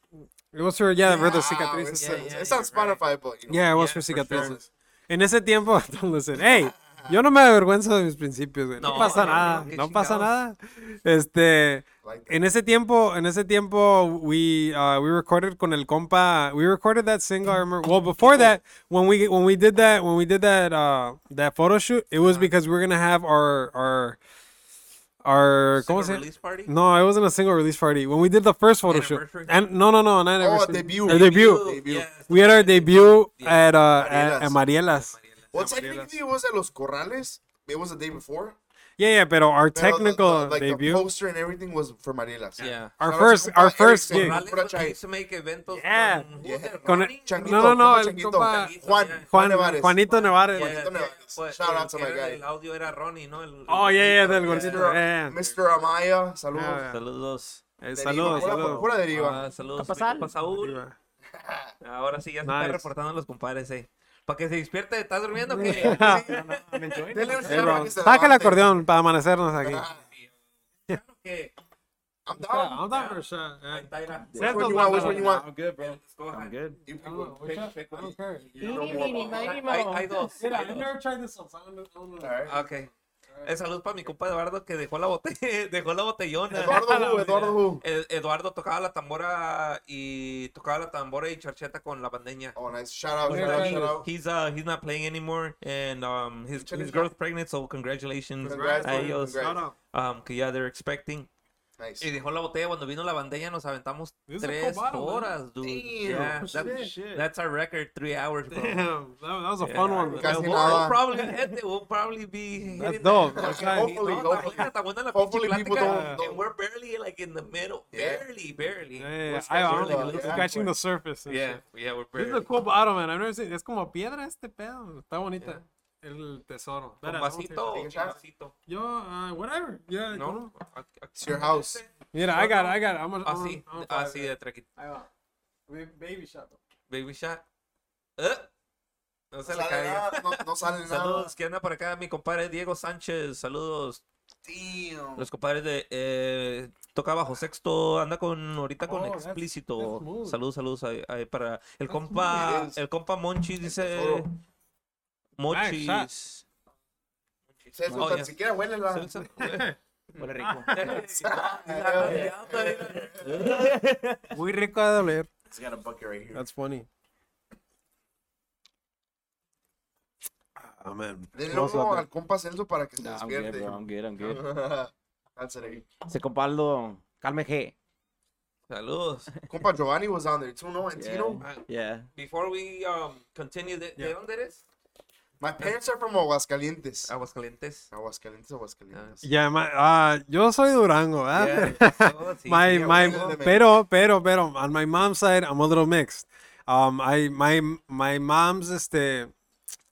Speaker 2: it was for yeah, for the
Speaker 4: Ah,
Speaker 2: cicatrices.
Speaker 4: It's,
Speaker 1: Yeah, yeah,
Speaker 4: it's on
Speaker 1: you're right.
Speaker 4: Spotify, but you know.
Speaker 2: Yeah, it was
Speaker 1: Yeah, for
Speaker 2: for
Speaker 1: sure.
Speaker 2: cicatrices. En ese tiempo, don't listen. Hey, yo no me avergüenzo de mis principios, güey. No,
Speaker 1: No,
Speaker 2: pasa
Speaker 1: no, no,
Speaker 2: nada,
Speaker 1: qué
Speaker 2: no pasa nada.
Speaker 1: chingados.
Speaker 2: Este,
Speaker 4: Like that.
Speaker 2: en ese tiempo, en ese tiempo, we uh, we recorded con el compa. We recorded that single. I remember. Well, before that, when we when we did that when we did that uh that photo shoot, it was because we were gonna have our our
Speaker 1: Single
Speaker 2: our ¿cómo se?
Speaker 1: release party?
Speaker 2: No, it wasn't a single release party. When we did the first photo shoot,
Speaker 1: Anniversary?
Speaker 2: and no, no, no, not
Speaker 4: Oh,
Speaker 2: anniversary.
Speaker 4: debut.
Speaker 2: Our debut.
Speaker 4: Debut.
Speaker 1: Yes.
Speaker 2: We had our debut
Speaker 1: Yeah.
Speaker 2: at uh at, at Marielas.
Speaker 4: Well, technically, it was at Los Corrales. It was the day before.
Speaker 2: Yeah, yeah, but our
Speaker 4: Pero the-
Speaker 2: technical
Speaker 4: the, like
Speaker 2: debut,
Speaker 4: The poster and everything was for Marilas.
Speaker 1: Yeah.
Speaker 2: our
Speaker 4: Shout out
Speaker 2: first,
Speaker 4: to compa
Speaker 2: our
Speaker 4: Eric
Speaker 2: first
Speaker 4: Corrales.
Speaker 2: gig.
Speaker 4: Corrales. pura
Speaker 1: Corrales
Speaker 4: chai.
Speaker 1: used to make eventos
Speaker 2: Yeah.
Speaker 1: con,
Speaker 4: Yeah.
Speaker 2: Con-
Speaker 1: Ronnie?
Speaker 4: Changuito,
Speaker 2: No, no, no,
Speaker 4: compa
Speaker 2: el
Speaker 4: Changuito.
Speaker 2: compa
Speaker 4: Juan,
Speaker 1: Juan-
Speaker 4: Juan
Speaker 2: Juan,
Speaker 4: Nevares.
Speaker 2: Juanito Nevares.
Speaker 1: Yeah,
Speaker 4: Juanito
Speaker 1: yeah,
Speaker 4: Nevares.
Speaker 1: fue-
Speaker 4: Shout out to
Speaker 1: pues, el
Speaker 4: my
Speaker 1: que era
Speaker 4: guy.
Speaker 1: El audio era Ronnie, ¿no? El-
Speaker 2: Oh
Speaker 1: el-
Speaker 2: yeah, yeah, del
Speaker 4: Mr.
Speaker 2: golcito. Yeah.
Speaker 4: Mr. Amaya, saludos.
Speaker 2: Yeah,
Speaker 1: Saludos.
Speaker 2: Eh,
Speaker 4: Deriva,
Speaker 2: Saludos,
Speaker 4: pura-
Speaker 2: saludos.
Speaker 4: Pura deriva.
Speaker 1: Ah, saludos.
Speaker 3: Compa Sal.
Speaker 1: Compa Saúl. Ahora sí ya se
Speaker 2: Nice.
Speaker 1: están reportando los compadres, eh. Para que se despierte, ¿estás durmiendo? o qué?
Speaker 4: Dele un
Speaker 2: Ah, Hey,
Speaker 4: shout
Speaker 2: bro,
Speaker 4: out que se
Speaker 2: Saca el
Speaker 4: levante.
Speaker 2: acordeón para amanecernos aquí.
Speaker 1: Ah, ¿Qué?
Speaker 4: Ah, I'm down.
Speaker 2: Ah, I'm down for a shot. yeah.
Speaker 1: ah, Ahí está, mira.
Speaker 4: Which one you want? Which one you want?
Speaker 3: I'm good, bro.
Speaker 1: Escoja.
Speaker 3: I'm good.
Speaker 4: You pick
Speaker 2: Oh,
Speaker 4: one.
Speaker 2: which one? I don't care.
Speaker 1: Hay, hay dos.
Speaker 2: Mira,
Speaker 1: hay
Speaker 2: I've
Speaker 1: dos.
Speaker 2: never tried this one, so I don't know- I don't know.
Speaker 4: Alright.
Speaker 1: Ok. Eh, salud para mi compa Eduardo que dejó la botella, dejó la botellona.
Speaker 4: Eduardo Who, Eduardo Who.
Speaker 1: Ed- Eduardo tocaba la tambora y tocaba la tambora y charcheta con la bandeña.
Speaker 4: Oh, nice. Shout out,
Speaker 2: Who's
Speaker 4: shout out,
Speaker 2: that?
Speaker 4: shout out.
Speaker 1: He's uh he's not playing anymore and um his
Speaker 4: Chale,
Speaker 1: his
Speaker 4: ya.
Speaker 1: girl's pregnant so congratulations
Speaker 4: Congrats,
Speaker 1: a
Speaker 4: man,
Speaker 1: ellos
Speaker 4: congrats.
Speaker 2: Shout out.
Speaker 1: um que ya they're expecting.
Speaker 4: Nice.
Speaker 1: Y dejó la botella cuando vino la bandeña nos aventamos
Speaker 2: This is a
Speaker 1: tres
Speaker 2: cool bottle, man.
Speaker 1: horas, dude. Yeah, that-
Speaker 3: Shit.
Speaker 1: that's our record, three hours, bro. Yeah,
Speaker 2: Damn, that, that was a fun one.
Speaker 4: Casi
Speaker 1: we'll,
Speaker 4: nada.
Speaker 1: we'll probably hit it. We'll probably be. hitting
Speaker 2: dope.
Speaker 1: that.
Speaker 2: That's
Speaker 1: No,
Speaker 2: nice.
Speaker 4: Hopefully,
Speaker 1: está
Speaker 4: hopefully.
Speaker 1: buena, está buena la
Speaker 4: Hopefully
Speaker 1: pinche
Speaker 4: people
Speaker 1: plática,
Speaker 4: don't- don't-
Speaker 1: And we're barely like in the middle,
Speaker 4: Yeah.
Speaker 1: barely, barely.
Speaker 2: Yeah, yeah, yeah.
Speaker 4: What's
Speaker 2: I,
Speaker 4: that
Speaker 2: I'm
Speaker 4: shit about?
Speaker 2: just
Speaker 4: Yeah.
Speaker 2: scratching the surface. and
Speaker 1: Yeah,
Speaker 2: shit.
Speaker 1: yeah, we're
Speaker 2: This is a
Speaker 1: barely.
Speaker 2: cool bottle, man. I've never seen. Es como piedra este pedo. Está bonita. El tesoro.
Speaker 1: Con
Speaker 2: Espera, vamos a ir.
Speaker 1: vasito,
Speaker 4: take a
Speaker 1: con
Speaker 4: shot.
Speaker 1: vasito.
Speaker 2: Yo, uh, whatever. Yeah.
Speaker 1: No,
Speaker 4: It's your house.
Speaker 2: Mira, I got it. I got it. I'm gonna.
Speaker 1: así,
Speaker 2: I'm, I'm fine.
Speaker 1: así de traquito.
Speaker 2: Ahí va. Ba- Baby shot.
Speaker 1: Baby shot. Eh, No se
Speaker 4: No
Speaker 1: le
Speaker 4: sale
Speaker 1: caiga.
Speaker 4: nada, no- no sale nada.
Speaker 1: Saludos, que anda por acá mi compadre Diego Sánchez. Saludos,
Speaker 4: Damn.
Speaker 1: los compadres de. Eh, toca bajo sexto, anda con ahorita con
Speaker 2: Oh, that's-
Speaker 1: explícito.
Speaker 2: that's smooth.
Speaker 1: saludos, saludos ahí- ahí para el compa,
Speaker 4: smooth.
Speaker 1: el compa Monchis dice.
Speaker 4: tesoro.
Speaker 1: Monchis.
Speaker 2: shot.
Speaker 4: Celso,
Speaker 1: Oh,
Speaker 4: tan
Speaker 1: yeah.
Speaker 4: siquiera huélela.
Speaker 1: Celso, eh,
Speaker 3: Huele rico.
Speaker 2: Eh, Muy rico de doler.
Speaker 4: It's got a bucket right here.
Speaker 2: That's funny. Oh, man.
Speaker 4: Denle
Speaker 2: What's
Speaker 4: uno
Speaker 2: up,
Speaker 4: al compa Celso para que se
Speaker 3: Nah, I'm good,
Speaker 4: despierte.
Speaker 3: bro. I'm good. I'm good.
Speaker 4: That's it.
Speaker 3: Se compaldo. Calme G.
Speaker 1: Saludos.
Speaker 4: Compa Giovanni was on there too, no? And Tino?
Speaker 3: Yeah.
Speaker 1: Before we um continue, ¿de, de
Speaker 2: Yeah.
Speaker 1: dónde eres?
Speaker 4: My parents are from Aguascalientes.
Speaker 1: Ah, Aguascalientes.
Speaker 4: Aguascalientes, Aguascalientes.
Speaker 2: Yeah, my, ah, yo soy Durango, ah.
Speaker 1: Ah,
Speaker 2: ¿verdad?
Speaker 1: Yeah, so, sí,
Speaker 2: my
Speaker 1: sí,
Speaker 2: my
Speaker 4: abuelo de Mex-
Speaker 2: pero pero pero on my mom's side I'm a little mixed. Um, I my my mom's este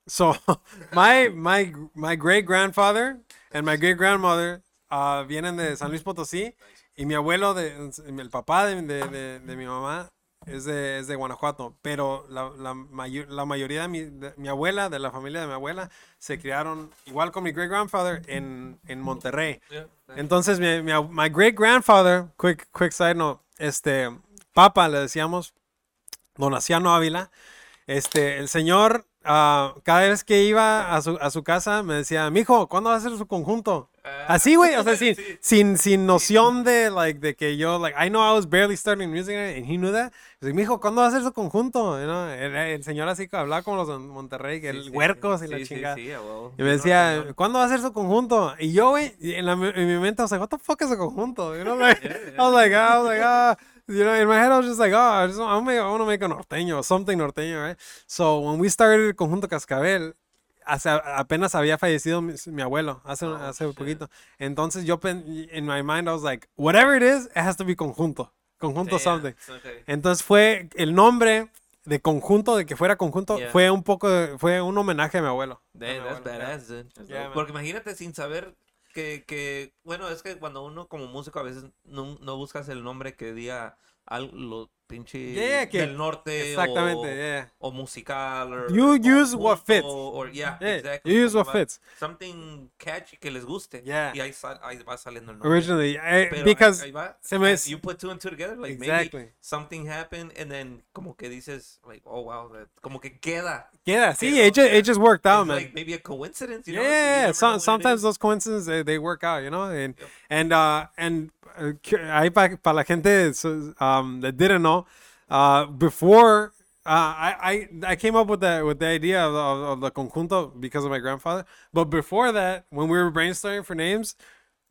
Speaker 2: so my my my great grandfather and my great grandmother uh, vienen de San Luis Potosí y mi abuelo de el papá de, de, de, de mi mamá es de, es de Guanajuato, pero la, la, mayo- la mayoría de mi, de mi abuela, de la familia de mi abuela, se criaron igual con mi great grandfather en, en Monterrey. Entonces, mi, mi, ab- my great grandfather, quick, quick side note, este, papa le decíamos, don Asiano Ávila, este, el señor, ah, cada vez que iba a su, a su casa, me decía, mijo, ¿cuándo va a ser su conjunto?
Speaker 1: Ah.
Speaker 2: Así, güey, o sea, sin, sin, sin noción de, like, de que yo, like, I know I was barely starting music and he knew that. He's like, mijo, ¿cuándo va a ser su conjunto? You know, el, el señor así que hablaba como los de Monterrey, que el huercos y la
Speaker 1: sí,
Speaker 2: chingada.
Speaker 1: sí, a huevo.
Speaker 2: Y me decía, ¿cuándo va a ser su conjunto? Y yo, güey, y en, la, en mi mente, I was like, what the fuck is a conjunto? You know, like, I was like, ah, I was like, ah. You know, in my head, I was just like, oh, I, just, I, wanna make, I wanna make a norteño, something norteño, right? So, when we started Conjunto Cascabel, hace- apenas había fallecido mi, mi abuelo, hace,
Speaker 1: Oh,
Speaker 2: hace poquito. Entonces, yo, pen- in my mind, I was like, whatever it is, it has to be Conjunto. Conjunto something.
Speaker 1: Okay.
Speaker 2: Entonces fue el nombre de conjunto, de que fuera conjunto,
Speaker 1: Yeah.
Speaker 2: fue un poco, de- fue un homenaje a mi abuelo.
Speaker 1: Damn, that's badass, dude.
Speaker 2: Yeah, man.
Speaker 1: Porque imagínate sin saber que, que, bueno, es que cuando uno como músico a veces no, no buscas el nombre que diga algo lo pinche
Speaker 2: Yeah, yeah, que-
Speaker 1: del norte
Speaker 2: Exactamente,
Speaker 1: o,
Speaker 2: yeah.
Speaker 1: o musical. Or,
Speaker 2: You
Speaker 1: o
Speaker 2: use what
Speaker 1: culto,
Speaker 2: fits.
Speaker 1: or- yeah,
Speaker 2: Yeah,
Speaker 1: exactly,
Speaker 2: you use what
Speaker 1: something
Speaker 2: fits.
Speaker 1: va- Something catchy que les guste.
Speaker 2: Yeah.
Speaker 1: Y ahí, sal- ahí va saliendo el nombre.
Speaker 2: Originally, eh,
Speaker 1: Pero ahí-
Speaker 2: because
Speaker 1: ahí va,
Speaker 2: se me
Speaker 1: and
Speaker 2: es-
Speaker 1: Ah, you put two and two together, like
Speaker 2: Exactly.
Speaker 1: maybe something happened and then como que dices, like, oh wow, that- como que queda.
Speaker 2: yeah, see,
Speaker 1: pero-
Speaker 2: it just, it just worked out,
Speaker 1: It's
Speaker 2: man.
Speaker 1: like maybe a coincidence, you
Speaker 2: yeah,
Speaker 1: know? You
Speaker 2: yeah, yeah.
Speaker 1: never know
Speaker 2: Some-
Speaker 1: when it
Speaker 2: sometimes
Speaker 1: is.
Speaker 2: those coincidences they, they work out, you know. And and uh, and uh, cu- ahí para la gente so, um, that didn't know, uh, before uh, I, I I came up with the with the idea of, of, of the conjunto because of my grandfather. But before that, when we were brainstorming for names.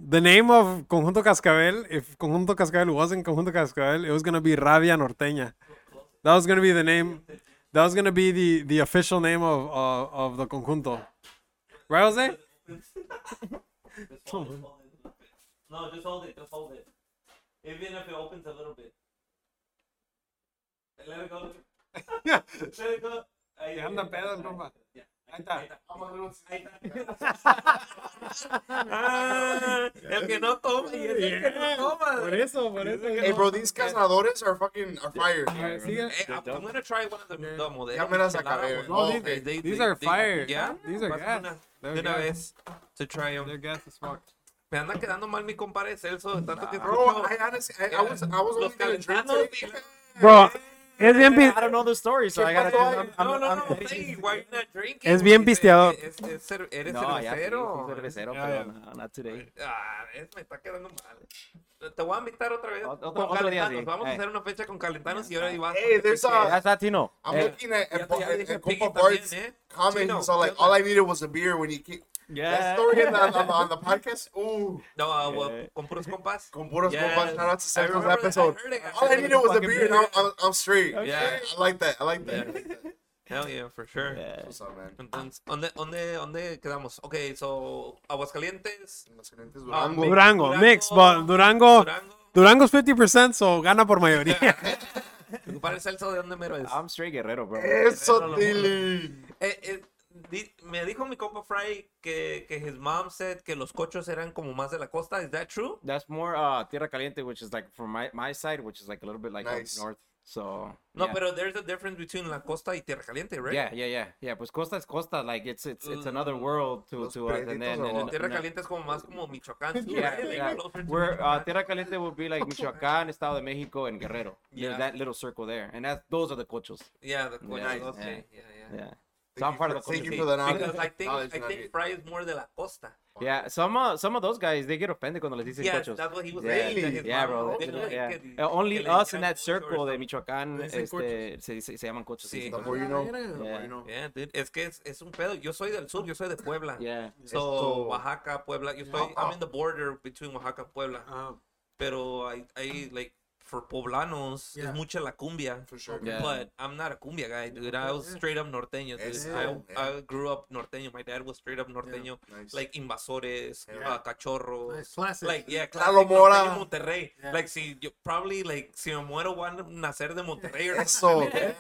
Speaker 2: The name of Conjunto Cascabel, if Conjunto Cascabel wasn't Conjunto Cascabel, it was gonna be Rabia Norteña. That was gonna be the name. That was gonna be the the official name of of, of the conjunto. Right, Jose?
Speaker 1: Hold it, hold it. No, just hold it, just hold it. Even if it opens a little bit. Let it go. Let it go. Ahí, ahí, ahí, ahí, ya. Ahí está. Ah, el que no toma y es el que no toma.
Speaker 2: Por eso, por eso.
Speaker 4: Hey, bro, these cazadores are fucking are fire.
Speaker 2: Sigue.
Speaker 1: Hey, Eh, ah, I'm, I'm gonna try one of them. No, modelo
Speaker 4: Ya me las
Speaker 1: michelada,
Speaker 4: acabé,
Speaker 1: güey.
Speaker 4: güey. No,
Speaker 1: Oh,
Speaker 4: these-
Speaker 1: they- they-
Speaker 2: these
Speaker 1: they-
Speaker 2: are
Speaker 1: they-
Speaker 2: fire.
Speaker 1: Yeah,
Speaker 2: These are
Speaker 1: pásame
Speaker 2: gas.
Speaker 1: una-
Speaker 2: They're
Speaker 1: De una
Speaker 2: gas.
Speaker 1: vez. To try 'em.
Speaker 2: They're gas as fuck.
Speaker 1: Me anda quedando mal mi compadre Celso. de Tanto que
Speaker 4: Bro,
Speaker 1: escucho.
Speaker 4: I honestly, I, I was, I was
Speaker 1: Los
Speaker 4: only gonna drink
Speaker 1: calentanos,
Speaker 4: today.
Speaker 2: Bro, es bien, pi-
Speaker 12: I don't know the story, so I gotta.
Speaker 4: pasó?
Speaker 12: I'm- I'm-
Speaker 1: No, no,
Speaker 12: I'm-
Speaker 1: no, hey, why you not drinking?
Speaker 2: Es bien
Speaker 1: Dice,
Speaker 2: pisteador.
Speaker 1: "Es- es cer- Eres
Speaker 3: No, ya sí,
Speaker 1: cervecero.
Speaker 3: soy cervecero, pero no, not today.
Speaker 1: Ah, es- me está quedando mal. Te voy a invitar otra vez.
Speaker 3: Otro-
Speaker 1: con
Speaker 3: otro día,
Speaker 1: Calentanos.
Speaker 3: sí.
Speaker 1: Vamos a
Speaker 3: Eh.
Speaker 1: hacer una fecha con Calentanos y ahora ahí vas.
Speaker 4: Hey, there's a.
Speaker 3: That's Latino.
Speaker 4: I'm
Speaker 3: Eh,
Speaker 4: looking at,
Speaker 1: ya
Speaker 4: at,
Speaker 1: te-
Speaker 4: Bo-
Speaker 1: ya
Speaker 4: at,
Speaker 1: dije
Speaker 4: at
Speaker 1: Piggy
Speaker 4: Compa
Speaker 1: también,
Speaker 4: Bart's
Speaker 1: eh.
Speaker 4: comment.
Speaker 1: Chino,
Speaker 4: so like,
Speaker 1: ¿qué
Speaker 4: all
Speaker 1: onda?
Speaker 4: I needed was a beer when he came. That
Speaker 3: yeah.
Speaker 4: story on, on, on, the podcast. Ooh,
Speaker 1: No, ah,
Speaker 3: Eh.
Speaker 1: bueno, con puros compas.
Speaker 4: con puros
Speaker 1: Yeah.
Speaker 4: compas, shout out to
Speaker 1: I
Speaker 4: Santos
Speaker 1: remember that, I
Speaker 4: episode.
Speaker 1: heard it, I
Speaker 4: All I
Speaker 1: heard it.
Speaker 4: needed was a beer, and I'm, I'm, I'm straight.
Speaker 1: Yeah.
Speaker 4: I like that. I like that.
Speaker 1: Hell yeah, for sure.
Speaker 4: What's up, man?
Speaker 1: Entonces, ¿dónde, dónde, ¿dónde quedamos? Ok, so, Aguascalientes.
Speaker 4: Emocionantes,
Speaker 1: ah,
Speaker 4: Durango.
Speaker 2: Durango, mix, but Durango,
Speaker 1: Durango.
Speaker 2: Durango's 50%, so gana por mayoría.
Speaker 1: Mi compadre Celso, ¿de dónde mero es?
Speaker 3: I'm straight guerrero, bro.
Speaker 4: Eh. Eso, Tilly.
Speaker 1: Eh, eh, di- me dijo mi compa Fry que, que his mom said que los cochos eran como más de la costa. Is that true?
Speaker 3: That's more uh, Tierra Caliente, which is like from my, my side, which is like a little bit like up
Speaker 4: Nice.
Speaker 3: north. So.
Speaker 1: No,
Speaker 3: yeah.
Speaker 1: pero there's a difference between la costa y Tierra Caliente, right?
Speaker 3: Yeah, yeah, yeah, yeah. Pues Costa is Costa. Like it's it's it's another
Speaker 1: Mm.
Speaker 3: world to
Speaker 4: Los
Speaker 3: to us.
Speaker 4: perritos
Speaker 3: And then
Speaker 4: o-
Speaker 3: and,
Speaker 1: Oh, Tierra
Speaker 3: and-
Speaker 1: Caliente es como más como Michoacán. too,
Speaker 3: Yeah,
Speaker 1: right? Like
Speaker 3: yeah.
Speaker 1: closer to
Speaker 3: Where uh,
Speaker 1: Michoacán.
Speaker 3: Tierra Caliente would be like Michoacán, Estado de Mexico, and Guerrero. Yeah.
Speaker 1: Yeah.
Speaker 3: that little circle there, and that's those are the cochos.
Speaker 1: Yeah, the cochos.
Speaker 3: Nice.
Speaker 1: okay, Yeah, yeah.
Speaker 3: Yeah. So
Speaker 4: Thank
Speaker 3: I'm
Speaker 4: you
Speaker 3: part
Speaker 4: for-
Speaker 3: of the
Speaker 4: Thank you
Speaker 3: cochos.
Speaker 4: for the knowledge.
Speaker 1: Because I think
Speaker 4: knowledge
Speaker 1: I
Speaker 4: nugget.
Speaker 1: think Fry is more de la costa.
Speaker 3: Yeah, some uh, some of those guys they get offended cuando les dicen
Speaker 1: Yeah,
Speaker 3: cochos.
Speaker 1: that's what he was
Speaker 3: Yeah.
Speaker 1: saying. that
Speaker 4: Really?
Speaker 1: his
Speaker 3: Yeah,
Speaker 1: mom
Speaker 3: bro.
Speaker 1: didn't like
Speaker 3: yeah.
Speaker 1: it,
Speaker 3: Uh, only
Speaker 1: que le
Speaker 3: us in
Speaker 1: dijeran
Speaker 3: that
Speaker 1: cocho or
Speaker 3: circle de
Speaker 1: something.
Speaker 3: Michoacán,
Speaker 4: dicen
Speaker 3: este, se, dice- se llaman
Speaker 1: Sí.
Speaker 3: cochos. se dicen
Speaker 4: The
Speaker 3: cochos.
Speaker 4: more you know. The more
Speaker 3: Yeah.
Speaker 4: you know.
Speaker 1: Yeah, dude, es que es, es un pedo. Yo soy del sur, yo soy de Puebla.
Speaker 3: Yeah.
Speaker 1: So,
Speaker 4: Esto-
Speaker 1: Oaxaca, Puebla. Yo estoy, I'm in the border between Oaxaca and Puebla. Pero I, I like for poblanos,
Speaker 11: Yeah.
Speaker 1: es mucha la cumbia.
Speaker 4: for sure.
Speaker 3: Yeah.
Speaker 1: But I'm not a cumbia guy, dude. I was straight up norteño, dude.
Speaker 4: Eso,
Speaker 1: I,
Speaker 4: yeah.
Speaker 1: I grew up norteño. My dad was straight up norteño,
Speaker 4: Nice.
Speaker 1: like invasores,
Speaker 4: Yeah.
Speaker 1: uh, cachorros.
Speaker 11: Nice, classic.
Speaker 1: Like yeah, claro,
Speaker 4: Lalo Mora.
Speaker 1: Mora. Monterrey.
Speaker 11: Yeah.
Speaker 1: Like si yo probably like si me muero van a nacer de Monterrey. or
Speaker 4: Eso. Yeah, yeah,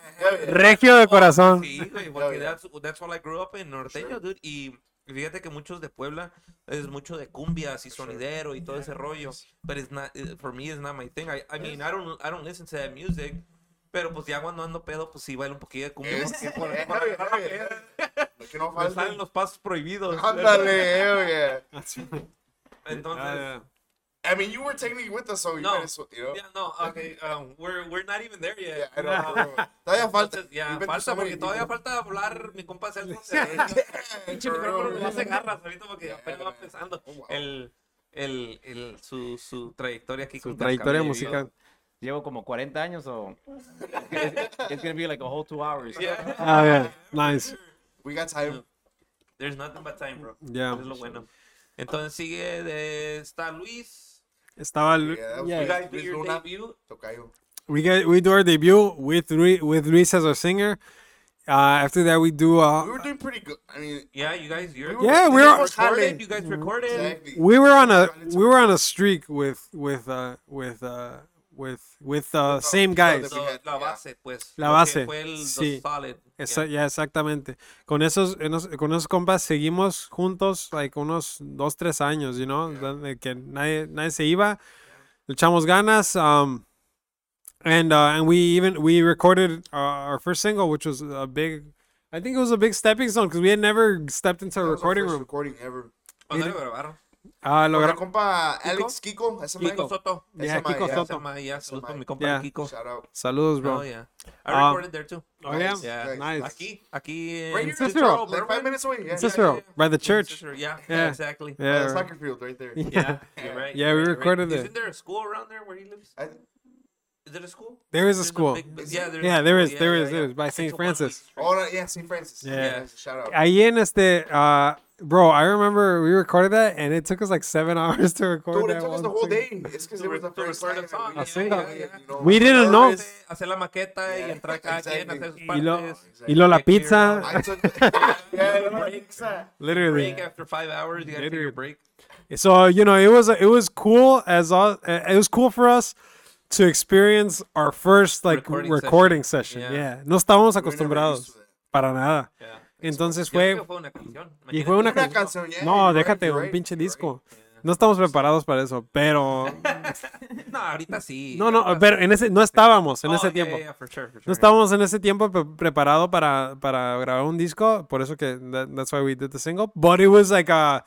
Speaker 4: yeah.
Speaker 10: Regio de corazón.
Speaker 1: Sí, güey,
Speaker 4: Oh,
Speaker 1: porque
Speaker 4: yeah.
Speaker 1: that's, that's all I grew up in, norteño,
Speaker 4: Sure.
Speaker 1: dude. Y fíjate que muchos de Puebla es mucho de cumbias y
Speaker 4: For sure.
Speaker 1: sonidero y todo ese rollo. Pero it's not, it- for me, it's not my thing. I, I mean, I don't, I don't listen to that music. Pero pues ya cuando ando pedo, pues sí bailo un poquillo de cumbia.
Speaker 4: Es-
Speaker 1: porque por-
Speaker 4: eh,
Speaker 1: para
Speaker 4: eh,
Speaker 1: agarrar la
Speaker 4: eh,
Speaker 1: peda,
Speaker 4: Lo que no
Speaker 1: me
Speaker 4: falta.
Speaker 1: salen los pasos prohibidos.
Speaker 4: Ándale, hell yeah.
Speaker 1: Entonces,
Speaker 10: Ah,
Speaker 2: Yeah,
Speaker 4: I mean, you were technically with us, so you
Speaker 1: No.
Speaker 4: might as well, you know.
Speaker 1: yeah, no, okay, um, we're, we're not even there yet. Ah,
Speaker 4: Yeah, I know, bro. Todavía falta.
Speaker 1: Entonces, ya,
Speaker 4: We've been through so
Speaker 1: falta,
Speaker 4: many
Speaker 1: porque todavía
Speaker 4: people.
Speaker 1: falta hablar mi compa Celso.
Speaker 4: Yeah,
Speaker 1: Pinche micrófono
Speaker 4: bro.
Speaker 1: me hace garras ahorita porque apenas va
Speaker 4: Yeah.
Speaker 1: empezando
Speaker 4: Wow.
Speaker 1: el, el, el, su, su trayectoria aquí.
Speaker 2: su
Speaker 1: con
Speaker 2: trayectoria
Speaker 1: Cascabel,
Speaker 2: musical.
Speaker 3: Llevo como 40 años o. It's gonna be like a whole two hours.
Speaker 1: yo- Yeah,
Speaker 2: Ah, yeah. Nice.
Speaker 4: We got time.
Speaker 1: there's nothing but time, bro.
Speaker 2: Yeah.
Speaker 1: Es lo bueno. Entonces sigue de, está Luis.
Speaker 2: Estaba Lu-
Speaker 4: Yeah, that was
Speaker 2: yeah.
Speaker 1: You guys do
Speaker 4: Luis
Speaker 1: your
Speaker 4: Luna.
Speaker 1: debut.
Speaker 4: Tocayo.
Speaker 2: we get we do our debut with Ru- with Luis as our singer. Uh, after that, we do.
Speaker 4: We
Speaker 2: Uh,
Speaker 4: were doing pretty good. I mean,
Speaker 1: Yeah, you guys, you're,
Speaker 4: We were-
Speaker 2: yeah,
Speaker 1: you guys
Speaker 2: we're
Speaker 1: recorded. You guys recorded.
Speaker 4: exactly.
Speaker 2: we were on a we were on a streak with with uh, with uh, with with uh, same guys.
Speaker 1: So,
Speaker 4: Yeah.
Speaker 1: la base, pues.
Speaker 2: La
Speaker 1: lo que
Speaker 2: base,
Speaker 1: Fue el, the
Speaker 2: sí.
Speaker 1: solid.
Speaker 2: Esa- ya, exactamente. Con esos, en los- con esos compas seguimos juntos, like, unos dos, tres años, you know, donde que nadie, nadie se iba, le echamos ganas, um, and, uh, and we even, we recorded uh, our first single, which was a big, I think it was a big stepping stone, because we had never stepped into a
Speaker 4: That was our
Speaker 2: recording
Speaker 4: first
Speaker 2: room.
Speaker 4: Recording ever.
Speaker 1: ¿Dónde lo grabaron?
Speaker 2: Ah, lo
Speaker 4: Con el
Speaker 2: gra-
Speaker 4: compa Alex Kiko. Ese man.
Speaker 1: Kiko Soto.
Speaker 2: Yeah,
Speaker 4: Ese man,
Speaker 2: Kiko
Speaker 4: yeah.
Speaker 2: Soto.
Speaker 1: Ese ma- yeah, saludos
Speaker 4: ma-
Speaker 1: con mi compa
Speaker 2: Yeah.
Speaker 1: Kiko.
Speaker 4: Shout out.
Speaker 2: Saludos, bro.
Speaker 1: Oh, yeah. I
Speaker 2: Um,
Speaker 1: recorded there too.
Speaker 2: Oh, yeah?
Speaker 1: Yeah.
Speaker 2: Nice.
Speaker 1: Aquí, aquí.
Speaker 4: Right
Speaker 1: en
Speaker 4: here,
Speaker 2: Cicero.
Speaker 4: Cicero,
Speaker 1: Berwyn.
Speaker 4: Like five minutes away. Yeah, yeah,
Speaker 2: Cicero, by the church.
Speaker 1: Cicero, Yeah,
Speaker 2: Yeah.
Speaker 1: yeah, exactly.
Speaker 4: yeah.
Speaker 2: Yeah,
Speaker 4: The
Speaker 2: right.
Speaker 4: soccer field right there.
Speaker 2: yeah.
Speaker 1: You're right.
Speaker 2: Yeah,
Speaker 1: you're
Speaker 2: we
Speaker 1: right, you're right.
Speaker 2: recorded it.
Speaker 1: Isn't there a school around there where he lives?
Speaker 4: I-
Speaker 1: Is there a school?
Speaker 2: There is a
Speaker 1: There's
Speaker 2: school.
Speaker 1: big- big- yeah, there's a
Speaker 2: Yeah, there
Speaker 1: school,
Speaker 2: is,
Speaker 1: yeah,
Speaker 2: there
Speaker 1: yeah,
Speaker 2: is, there
Speaker 1: yeah.
Speaker 2: is, by
Speaker 1: It's
Speaker 2: St.
Speaker 1: a one-way
Speaker 2: Francis.
Speaker 1: street.
Speaker 4: Oh, no, yeah, St. Francis.
Speaker 2: Yeah.
Speaker 1: Yeah.
Speaker 4: Shout out.
Speaker 2: Ahí en este, uh, bro, I remember we recorded that and it took us like seven hours to record
Speaker 4: Dude, it
Speaker 2: that
Speaker 4: took us
Speaker 2: one
Speaker 4: the whole
Speaker 2: thing.
Speaker 4: day. It's because it was the
Speaker 1: To
Speaker 4: first
Speaker 1: record
Speaker 4: time.
Speaker 1: a song,
Speaker 2: yeah,
Speaker 4: that we-
Speaker 2: yeah,
Speaker 1: yeah.
Speaker 4: you know,
Speaker 2: We didn't know.
Speaker 4: nervous.
Speaker 1: Hacer la maqueta y
Speaker 4: Yeah,
Speaker 1: entrar cada quien,
Speaker 4: exactly.
Speaker 1: hacer sus
Speaker 2: Y lo,
Speaker 1: partes.
Speaker 2: y lo la
Speaker 1: Take care.
Speaker 2: pizza,
Speaker 4: I took. yeah,
Speaker 1: Breaks,
Speaker 2: literally.
Speaker 1: break after five hours. You gotta take
Speaker 2: Literally.
Speaker 1: a break.
Speaker 2: So you know, it was it was cool as all, uh, it was cool for us to experience our first like recording,
Speaker 1: Recording
Speaker 2: session.
Speaker 1: session.
Speaker 2: Yeah. no estábamos
Speaker 4: We're never used
Speaker 2: acostumbrados
Speaker 4: to that.
Speaker 2: para nada.
Speaker 1: Yeah.
Speaker 2: Entonces
Speaker 1: Yo creo que
Speaker 2: fue
Speaker 1: fue una canción.
Speaker 2: y fue una
Speaker 4: Una
Speaker 2: canción.
Speaker 4: canción, yeah,
Speaker 2: No,
Speaker 4: you're right,
Speaker 2: déjate
Speaker 4: you're
Speaker 2: un
Speaker 4: right,
Speaker 2: pinche
Speaker 4: you're right.
Speaker 2: disco. No estamos preparados para eso, pero
Speaker 1: No, ahorita sí.
Speaker 2: no, no,
Speaker 1: ahorita
Speaker 2: pero en ese no estábamos en
Speaker 1: Oh,
Speaker 4: eh,
Speaker 2: ese
Speaker 1: yeah,
Speaker 2: tiempo.
Speaker 1: yeah, yeah, for sure, for sure.
Speaker 2: No estábamos en ese tiempo pre- preparado para, para grabar un disco, por eso que that- that's why we did the single. But it was like a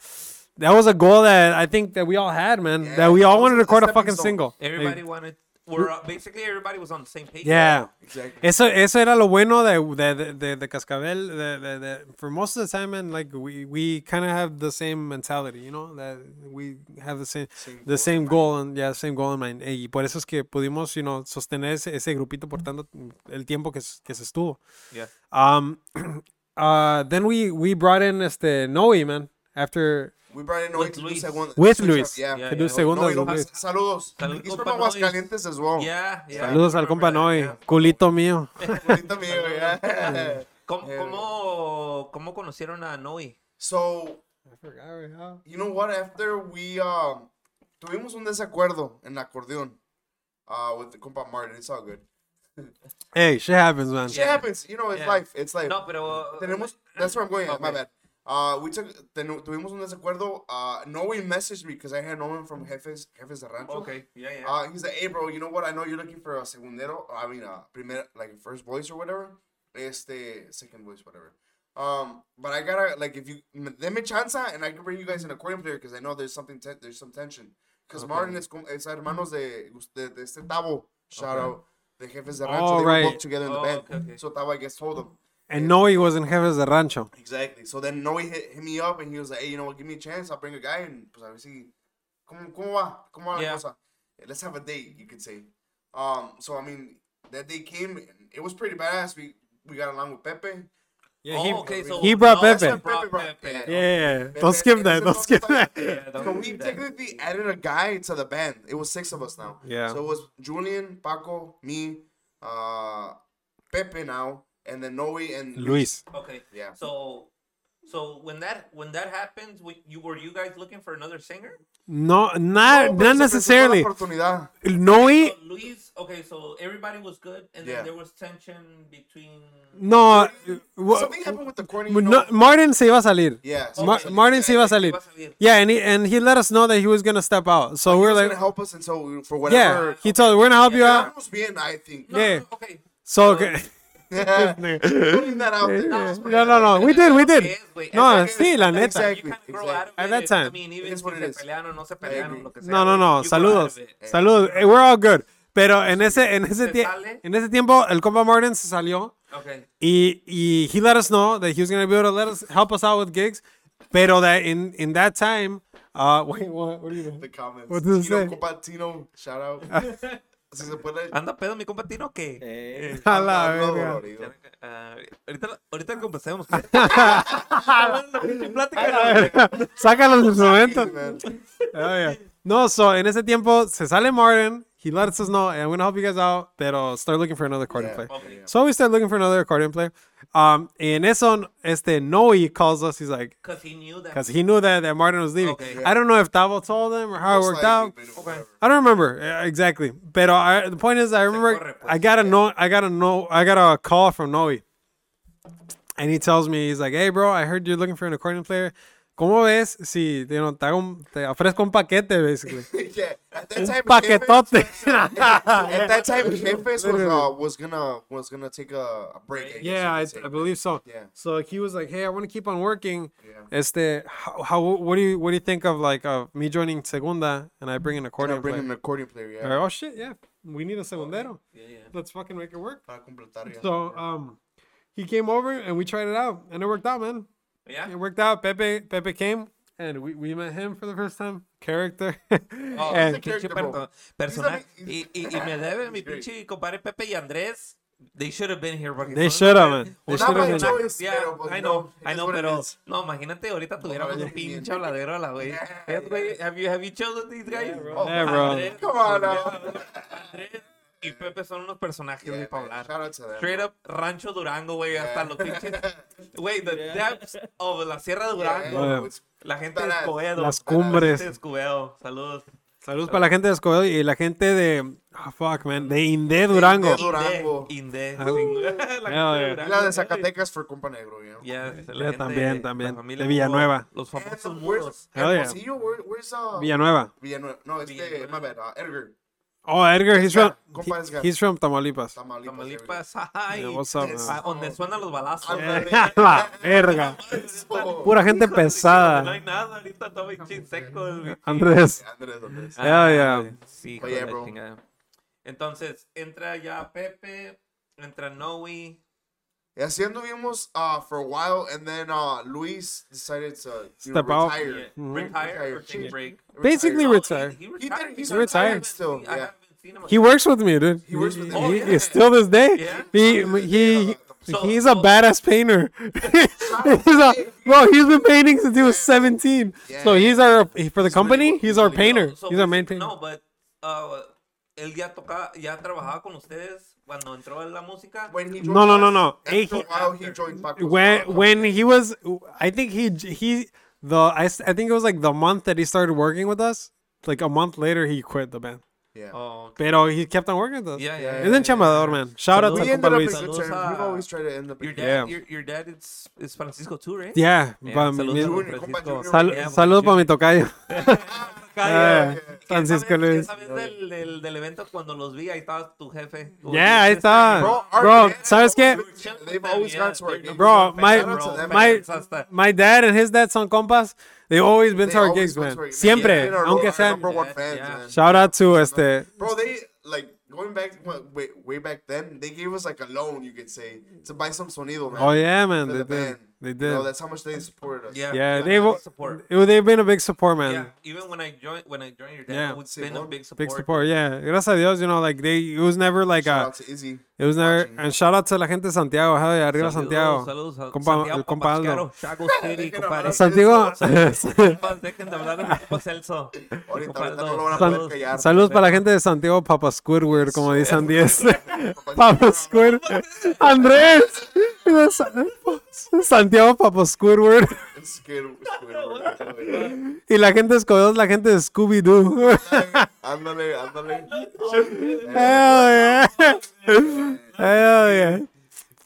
Speaker 2: that was a goal that I think that we all had, man.
Speaker 4: Yeah,
Speaker 2: that we all
Speaker 4: it
Speaker 2: wanted to
Speaker 4: was a
Speaker 2: record a
Speaker 4: stepping
Speaker 2: fucking
Speaker 4: stone.
Speaker 2: single.
Speaker 1: Everybody
Speaker 2: Like,
Speaker 1: wanted. We're uh, basically everybody was on the same page.
Speaker 2: yeah.
Speaker 4: Exactly.
Speaker 2: Eso, eso era lo bueno de, de, de, de, de Cascabel. De, de, de, for most of the time, man, like we, we kind of have the same mentality, you know, that we have the same, the same goal and yeah, same goal in mind. Y por eso es que pudimos, you know, sostener ese, ese grupito por tanto el tiempo que, s- que se estuvo.
Speaker 1: Yeah.
Speaker 2: Um, uh, then we we brought in este Noe, man. After
Speaker 4: We brought in
Speaker 1: With
Speaker 4: Noito
Speaker 1: Luis.
Speaker 4: Segundo.
Speaker 2: With Luis.
Speaker 4: Yeah.
Speaker 1: Yeah,
Speaker 2: to do
Speaker 1: yeah.
Speaker 2: segundo
Speaker 4: Noito,
Speaker 2: Luis.
Speaker 4: Saludos.
Speaker 1: Salud,
Speaker 4: He's from
Speaker 1: compa Nois.
Speaker 4: Aguascalientes as well.
Speaker 1: Yeah, yeah.
Speaker 2: saludos al compa Noe, culito mío.
Speaker 4: Bonito amigo, yeah.
Speaker 1: ¿Cómo,
Speaker 4: Yeah.
Speaker 1: cómo, cómo conocieron a Noe?
Speaker 4: So, you know what? After we um, tuvimos un desacuerdo en acordeón uh, with the compa Martin, it's all good.
Speaker 2: Hey, shit happens, man.
Speaker 4: Shit happens, you know. It's
Speaker 1: Yeah.
Speaker 4: life. It's life.
Speaker 1: No, pero.
Speaker 4: Tenemos. That's where I'm going. At, My
Speaker 1: Okay.
Speaker 4: bad. Uh, we took. Ten, tuvimos un desacuerdo. Uh, no one messaged me because I had no one from Jefes Jefes de Rancho.
Speaker 1: Okay, yeah, yeah.
Speaker 4: Uh, he's like, hey, bro, you know what? I know you're looking for a segundero. I mean, uh, primer, like first voice or whatever. Este, second voice, whatever. Um, but I gotta like if you let me chance and I can bring you guys an accordion player because I know there's something te- there's some tension. Because Martin is com- es hermanos de de, de este Tavo. Shout out the Jefes de Rancho.
Speaker 2: Oh,
Speaker 4: they were
Speaker 2: right.
Speaker 4: both together in the
Speaker 1: Oh,
Speaker 4: band.
Speaker 1: okay, okay.
Speaker 4: So Tavo, I guess, told him.
Speaker 2: And Noe was in Jefes de Rancho.
Speaker 4: Exactly. So then Noe hit, hit me up and he was like, hey, you know what? Give me a chance. I'll bring a guy and pues a ver si. ¿Cómo, cómo va? ¿Cómo va la
Speaker 1: Yeah.
Speaker 4: cosa? Let's have a date, you could say. Um, so, I mean, that day came and it was pretty badass. We we got along with Pepe.
Speaker 2: Yeah,
Speaker 1: Oh,
Speaker 2: he,
Speaker 1: okay, so
Speaker 2: he
Speaker 1: no,
Speaker 2: brought
Speaker 4: That's
Speaker 2: Pepe.
Speaker 4: not Pepe, bro.
Speaker 1: Pepe.
Speaker 2: Yeah, yeah, yeah. don't skip that. Don't skip that.
Speaker 4: So we technically added a guy to the band. It was six of us now.
Speaker 2: Yeah.
Speaker 4: So it was Julian, Paco, me, uh, Pepe now, and then Noe and
Speaker 2: Luis.
Speaker 1: Okay.
Speaker 4: Yeah.
Speaker 1: So, so when that when that happens, w- you were you guys looking for another singer?
Speaker 2: No,
Speaker 4: No,
Speaker 2: not not
Speaker 4: pero se presentó la
Speaker 2: necessarily.
Speaker 4: oportunidad.
Speaker 2: Noe,
Speaker 1: So Luis. Okay. So everybody was good, and then
Speaker 4: Yeah.
Speaker 1: there was tension between.
Speaker 2: no. wha-
Speaker 4: Something happened with the corny.
Speaker 2: no, Martin se iba a salir.
Speaker 4: yeah.
Speaker 2: Ma-
Speaker 1: Okay.
Speaker 2: Martin se iba a salir.
Speaker 1: Iba a salir.
Speaker 2: Yeah, and he, and he let us know that he was gonna step out. So we
Speaker 4: He
Speaker 2: were
Speaker 4: was
Speaker 2: like,
Speaker 4: gonna help us, and so for
Speaker 2: yeah.
Speaker 4: whatever.
Speaker 2: He told, we're gonna help you out.
Speaker 4: Estamos bien, I think.
Speaker 1: No, no,
Speaker 2: Yeah.
Speaker 1: no, okay.
Speaker 2: So okay.
Speaker 4: Yeah. Putting that out there.
Speaker 2: No, no, no. We did, we did. No, sí, la neta.
Speaker 1: You
Speaker 4: Exactly,
Speaker 1: kind of grow out of
Speaker 2: exactly.
Speaker 1: it.
Speaker 2: At that time.
Speaker 1: I mean, even
Speaker 4: It is
Speaker 1: si
Speaker 4: what it
Speaker 1: se
Speaker 4: is.
Speaker 1: pelearon, no se
Speaker 4: agree.
Speaker 1: pelearon, lo que sea.
Speaker 2: No, no,
Speaker 1: güey, you
Speaker 2: no.
Speaker 1: grow out of
Speaker 2: Saludos.
Speaker 1: it.
Speaker 2: Saludos. Eh, We're all good. Pero en ese, en ese,
Speaker 1: Se
Speaker 2: tie-
Speaker 1: sale.
Speaker 2: en ese tiempo, el compa Martin se salió.
Speaker 1: Okay.
Speaker 2: Y, y he let us know that he was going to be able to let us help us out with gigs. Pero that in, in that time, uh, wait, what, what are you doing?
Speaker 4: The comments.
Speaker 2: What does it
Speaker 4: Tino,
Speaker 2: say?
Speaker 4: compa Tino, shout out. Si se puede.
Speaker 1: Anda pedo mi compa Tino que.
Speaker 3: Eh,
Speaker 2: A la
Speaker 4: Ando
Speaker 2: verga.
Speaker 4: dolorido.
Speaker 1: Ah, ahorita, ahorita conversemos. que- Hablando de pinche plática, la verga.
Speaker 2: Saca los instrumentos.
Speaker 4: Sí, man.
Speaker 2: Oh, yeah. No, so en ese tiempo se sale Martin. He lets us know, and I'm gonna help you guys out. Pero start looking for another accordion
Speaker 4: Yeah,
Speaker 2: player.
Speaker 1: okay.
Speaker 2: So we start looking for another accordion player. Um, and eso, este Noe calls us. He's like,
Speaker 1: 'Cause he knew that.
Speaker 2: because he knew that, that Martin was leaving.
Speaker 1: Okay.
Speaker 2: I don't know if Tavo told him or how it
Speaker 4: Most
Speaker 2: worked
Speaker 4: likely,
Speaker 2: out.
Speaker 4: but whatever.
Speaker 2: I don't remember uh, exactly, but I, the point is, I remember
Speaker 1: corre, pues.
Speaker 2: I got a no, I got a no, I got a call from Noe, and he tells me he's like, "Hey, bro, I heard you're looking for an accordion player. ¿Cómo ves si you know, te, hago un- te ofrezco un paquete, basically,
Speaker 4: Yeah, at that
Speaker 2: un
Speaker 4: time,
Speaker 2: paquetote."
Speaker 4: Jefes- At that time, Jefes was, uh, was gonna was gonna take a, a break. I guess you
Speaker 2: yeah,
Speaker 4: could
Speaker 2: I,
Speaker 4: say.
Speaker 2: I believe so.
Speaker 4: Yeah.
Speaker 2: So he was like, "Hey, I want to keep on working.
Speaker 4: Yeah.
Speaker 2: Este, how, how, what do you, what do you think of like of me joining Segunda and I bring an
Speaker 4: Gonna
Speaker 2: accordion
Speaker 4: bring
Speaker 2: player?"
Speaker 4: an accordion player. Yeah.
Speaker 2: Like, oh shit, yeah, we need a segundero.
Speaker 1: Yeah, yeah.
Speaker 2: Let's fucking make it work.
Speaker 4: Para completar. Yeah.
Speaker 2: So um, he came over and we tried it out, and it worked out, man.
Speaker 1: Yeah.
Speaker 2: It worked out. Pepe Pepe came, and we, we met him for the first time. Character.
Speaker 1: Oh,
Speaker 2: And-
Speaker 4: he's a
Speaker 1: pinche
Speaker 4: character, bro.
Speaker 1: perso- personal.
Speaker 4: Eh, He's a-
Speaker 1: Y, y, y me debe mi pinche compadre Pepe y Andrés. They should have been here. porque
Speaker 2: they
Speaker 1: son-
Speaker 2: should have, man. They
Speaker 4: Well,
Speaker 2: should have
Speaker 4: that might
Speaker 2: been.
Speaker 4: join-
Speaker 2: there.
Speaker 4: choice,
Speaker 1: Yeah,
Speaker 4: pero, pues,
Speaker 1: I
Speaker 4: no,
Speaker 1: know,
Speaker 4: it
Speaker 1: I
Speaker 4: is
Speaker 1: know,
Speaker 4: what it
Speaker 1: pero
Speaker 4: is.
Speaker 1: no, imagínate ahorita tuviéramos
Speaker 4: vale,
Speaker 1: un
Speaker 4: bien.
Speaker 1: pinche habladero a la güey.
Speaker 4: Yeah,
Speaker 1: Yes, güey, Have you have you chosen these guys?
Speaker 2: bro. Yeah, bro.
Speaker 1: Andrés-
Speaker 4: Come on now.
Speaker 1: Andrés y Pepe son unos personajes
Speaker 4: Yeah,
Speaker 1: güey, para
Speaker 4: man,
Speaker 1: hablar.
Speaker 4: Shout out to them.
Speaker 1: Straight up Rancho Durango, güey, hasta los pinches. Güey, the depths of la Sierra de
Speaker 4: Yeah,
Speaker 1: Durango.
Speaker 2: Bueno.
Speaker 4: it's-
Speaker 1: La gente de
Speaker 4: Badass.
Speaker 1: Escobedo.
Speaker 2: Las
Speaker 1: La
Speaker 2: cumbres.
Speaker 1: gente de Escobedo. Saludos.
Speaker 2: Saludos para la gente de Escobedo y la gente de. ah, fuck, man. De Inde Durango.
Speaker 4: Inde. Durango.
Speaker 1: Inde.
Speaker 2: Ah,
Speaker 1: sin- La
Speaker 2: yeah,
Speaker 1: gente de
Speaker 2: yeah.
Speaker 1: Durango,
Speaker 4: La de
Speaker 1: güey.
Speaker 4: Zacatecas for compa negro. Yeah.
Speaker 1: Yeah, la
Speaker 2: Yeah,
Speaker 1: gente-
Speaker 2: también,
Speaker 1: la
Speaker 2: también.
Speaker 1: familia
Speaker 2: De Villanueva.
Speaker 1: Muro, Los
Speaker 4: And
Speaker 1: famosos muros.
Speaker 4: where's
Speaker 2: Hell yeah.
Speaker 4: Hermosillo? Where, where's uh
Speaker 2: Ah, Villanueva.
Speaker 4: Villanueva? No, it's the
Speaker 1: Villanueva.
Speaker 4: my bad. Uh, Edgar.
Speaker 2: Oh, Edgar, he's from.
Speaker 4: Compa
Speaker 2: he-
Speaker 4: Edgar.
Speaker 2: he's from Tamaulipas.
Speaker 4: Tamaulipas. there we go.
Speaker 1: Tamaulipas. Ay,
Speaker 2: Yeah, what's up,
Speaker 4: Yes.
Speaker 1: ah,
Speaker 2: man?
Speaker 1: donde suenan los balazos.
Speaker 4: Ándale.
Speaker 2: La verga.
Speaker 4: Oh,
Speaker 2: Pura gente
Speaker 1: Hijo de- No
Speaker 2: pesada.
Speaker 1: hay nada, ahorita está bien chin seco. el-
Speaker 2: Andrés.
Speaker 4: Andrés, Andrés.
Speaker 2: Yeah, yeah.
Speaker 1: Sí, hijo
Speaker 4: Oye,
Speaker 1: de la
Speaker 4: bro.
Speaker 1: chingada. Entonces, entra ya Pepe, entra Noe.
Speaker 4: Y así anduvimos uh, for a while, and then uh, Luis decided to you
Speaker 2: Step
Speaker 4: know,
Speaker 2: out.
Speaker 4: retire.
Speaker 1: Yeah.
Speaker 2: Mhm.
Speaker 1: Retire or
Speaker 4: Retire.
Speaker 1: take a break.
Speaker 2: Basically
Speaker 1: No,
Speaker 2: retired.
Speaker 1: he- he
Speaker 4: He
Speaker 1: retired.
Speaker 4: did- he's
Speaker 1: I haven't
Speaker 4: retired
Speaker 1: seen-
Speaker 4: still,
Speaker 1: I
Speaker 4: yeah.
Speaker 1: haven't seen him
Speaker 2: He works with me, dude.
Speaker 4: He works with
Speaker 2: He-
Speaker 4: me.
Speaker 1: Oh,
Speaker 2: he-
Speaker 1: yeah.
Speaker 2: He's still this day.
Speaker 1: Yeah.
Speaker 2: He he, he-
Speaker 1: So-
Speaker 2: he's a
Speaker 1: so-
Speaker 2: badass painter. he's a, bro, he's been painting since he was 17. So he's our he- for the company. He's our painter.
Speaker 1: So
Speaker 2: He's our main
Speaker 1: basi-
Speaker 2: painter.
Speaker 1: No, but uh, él ya toca, ya trabajaba con ustedes cuando entró en la música.
Speaker 4: When he
Speaker 2: No,
Speaker 4: joined
Speaker 2: no, no,
Speaker 4: us,
Speaker 2: no.
Speaker 4: After
Speaker 2: Eh,
Speaker 4: a
Speaker 2: he-
Speaker 4: while, he joined Paco.
Speaker 2: When when he was, I think he he the I, s- I think it was like the month that he started working with us. Like a month later, he quit the band.
Speaker 4: yeah.
Speaker 1: Oh,
Speaker 2: Pero he kept on working with us.
Speaker 1: yeah, yeah.
Speaker 4: Yeah,
Speaker 1: yeah.
Speaker 2: Isn't chamador, man? Shout out
Speaker 1: We
Speaker 2: to
Speaker 4: we
Speaker 2: Compa
Speaker 4: ended up in
Speaker 2: Luis.
Speaker 4: good terms.
Speaker 1: Saludos
Speaker 4: We've
Speaker 1: a-
Speaker 4: always tried to end up.
Speaker 1: Your
Speaker 4: in-
Speaker 1: dad,
Speaker 2: Yeah.
Speaker 1: your, your dad is, is Francisco too, right?
Speaker 2: Yeah,
Speaker 1: Yeah,
Speaker 2: pa-
Speaker 1: saludos
Speaker 2: mi-
Speaker 1: a
Speaker 4: Junior,
Speaker 1: Francisco.
Speaker 4: compa Junior.
Speaker 2: sal-
Speaker 1: Yeah, Junior.
Speaker 2: saludos para mi tocayo.
Speaker 1: Calle.
Speaker 2: Eh,
Speaker 1: ¿Qué
Speaker 2: Francisco
Speaker 1: sabes- qué
Speaker 2: Luis.
Speaker 1: sabes del, del, del evento cuando los vi? Ahí estaba tu jefe.
Speaker 2: Yeah, ahí está.
Speaker 4: Bro, our
Speaker 2: Bro,
Speaker 4: dad-
Speaker 2: ¿sabes qué?
Speaker 4: They've always gone to our games.
Speaker 2: Bro, my- my-
Speaker 1: hasta,
Speaker 2: My dad and his dad son compas. They've always been
Speaker 4: They
Speaker 2: to our
Speaker 4: always
Speaker 2: gigs,
Speaker 4: go to
Speaker 2: man.
Speaker 4: our-
Speaker 2: Siempre,
Speaker 4: They've been our-
Speaker 2: aunque
Speaker 4: our
Speaker 2: sea.
Speaker 4: number one
Speaker 1: Yeah,
Speaker 4: fans,
Speaker 1: yeah.
Speaker 4: man.
Speaker 2: Shout out to este.
Speaker 4: Bro, they like going back way, way back then. They gave us like a loan, you could say, to buy some sonido, man.
Speaker 2: Oh yeah, man.
Speaker 4: for
Speaker 2: They
Speaker 4: the
Speaker 2: did.
Speaker 4: band.
Speaker 2: They
Speaker 4: You
Speaker 2: did.
Speaker 4: know, that's how much they supported us.
Speaker 1: Yeah,
Speaker 2: yeah,
Speaker 1: yeah,
Speaker 2: they
Speaker 1: big
Speaker 2: wo-
Speaker 1: support.
Speaker 2: they- they've been a big support, man.
Speaker 1: Yeah, even when I joined, when I joined your dad,
Speaker 2: Yeah.
Speaker 1: it's been a
Speaker 4: Simón.
Speaker 1: big support.
Speaker 2: Big support, yeah. Gracias a Dios, you know, like they, it was never like
Speaker 4: Shout
Speaker 2: a,
Speaker 4: out to Izzy.
Speaker 2: it was never.
Speaker 4: watching.
Speaker 2: And shout out to la gente de Santiago, hell yeah, arriba Santiago.
Speaker 8: Saludos, saludos.
Speaker 2: Compa- el compa Aldo.
Speaker 8: Papacharo, Chago City,
Speaker 4: Dejen
Speaker 8: compadre.
Speaker 4: hablar.
Speaker 2: Santiago,
Speaker 8: Compas, Dejen de hablar de mi compa Celso.
Speaker 4: Ahorita,
Speaker 8: Compa
Speaker 4: ahorita
Speaker 8: Aldo,
Speaker 4: no lo van a
Speaker 8: saludos.
Speaker 4: poder callar.
Speaker 2: saludos para la gente de Santiago, Papa Squidward, como dicen 10. Papa Squidward. Andrés. Santiago Papa Squidward.
Speaker 4: Es que- es que-
Speaker 2: Y la gente de Escobedo es la gente de Scooby-Doo.
Speaker 4: Ándale, ándale.
Speaker 2: Hell yeah. Eh, Hell yeah. Eh,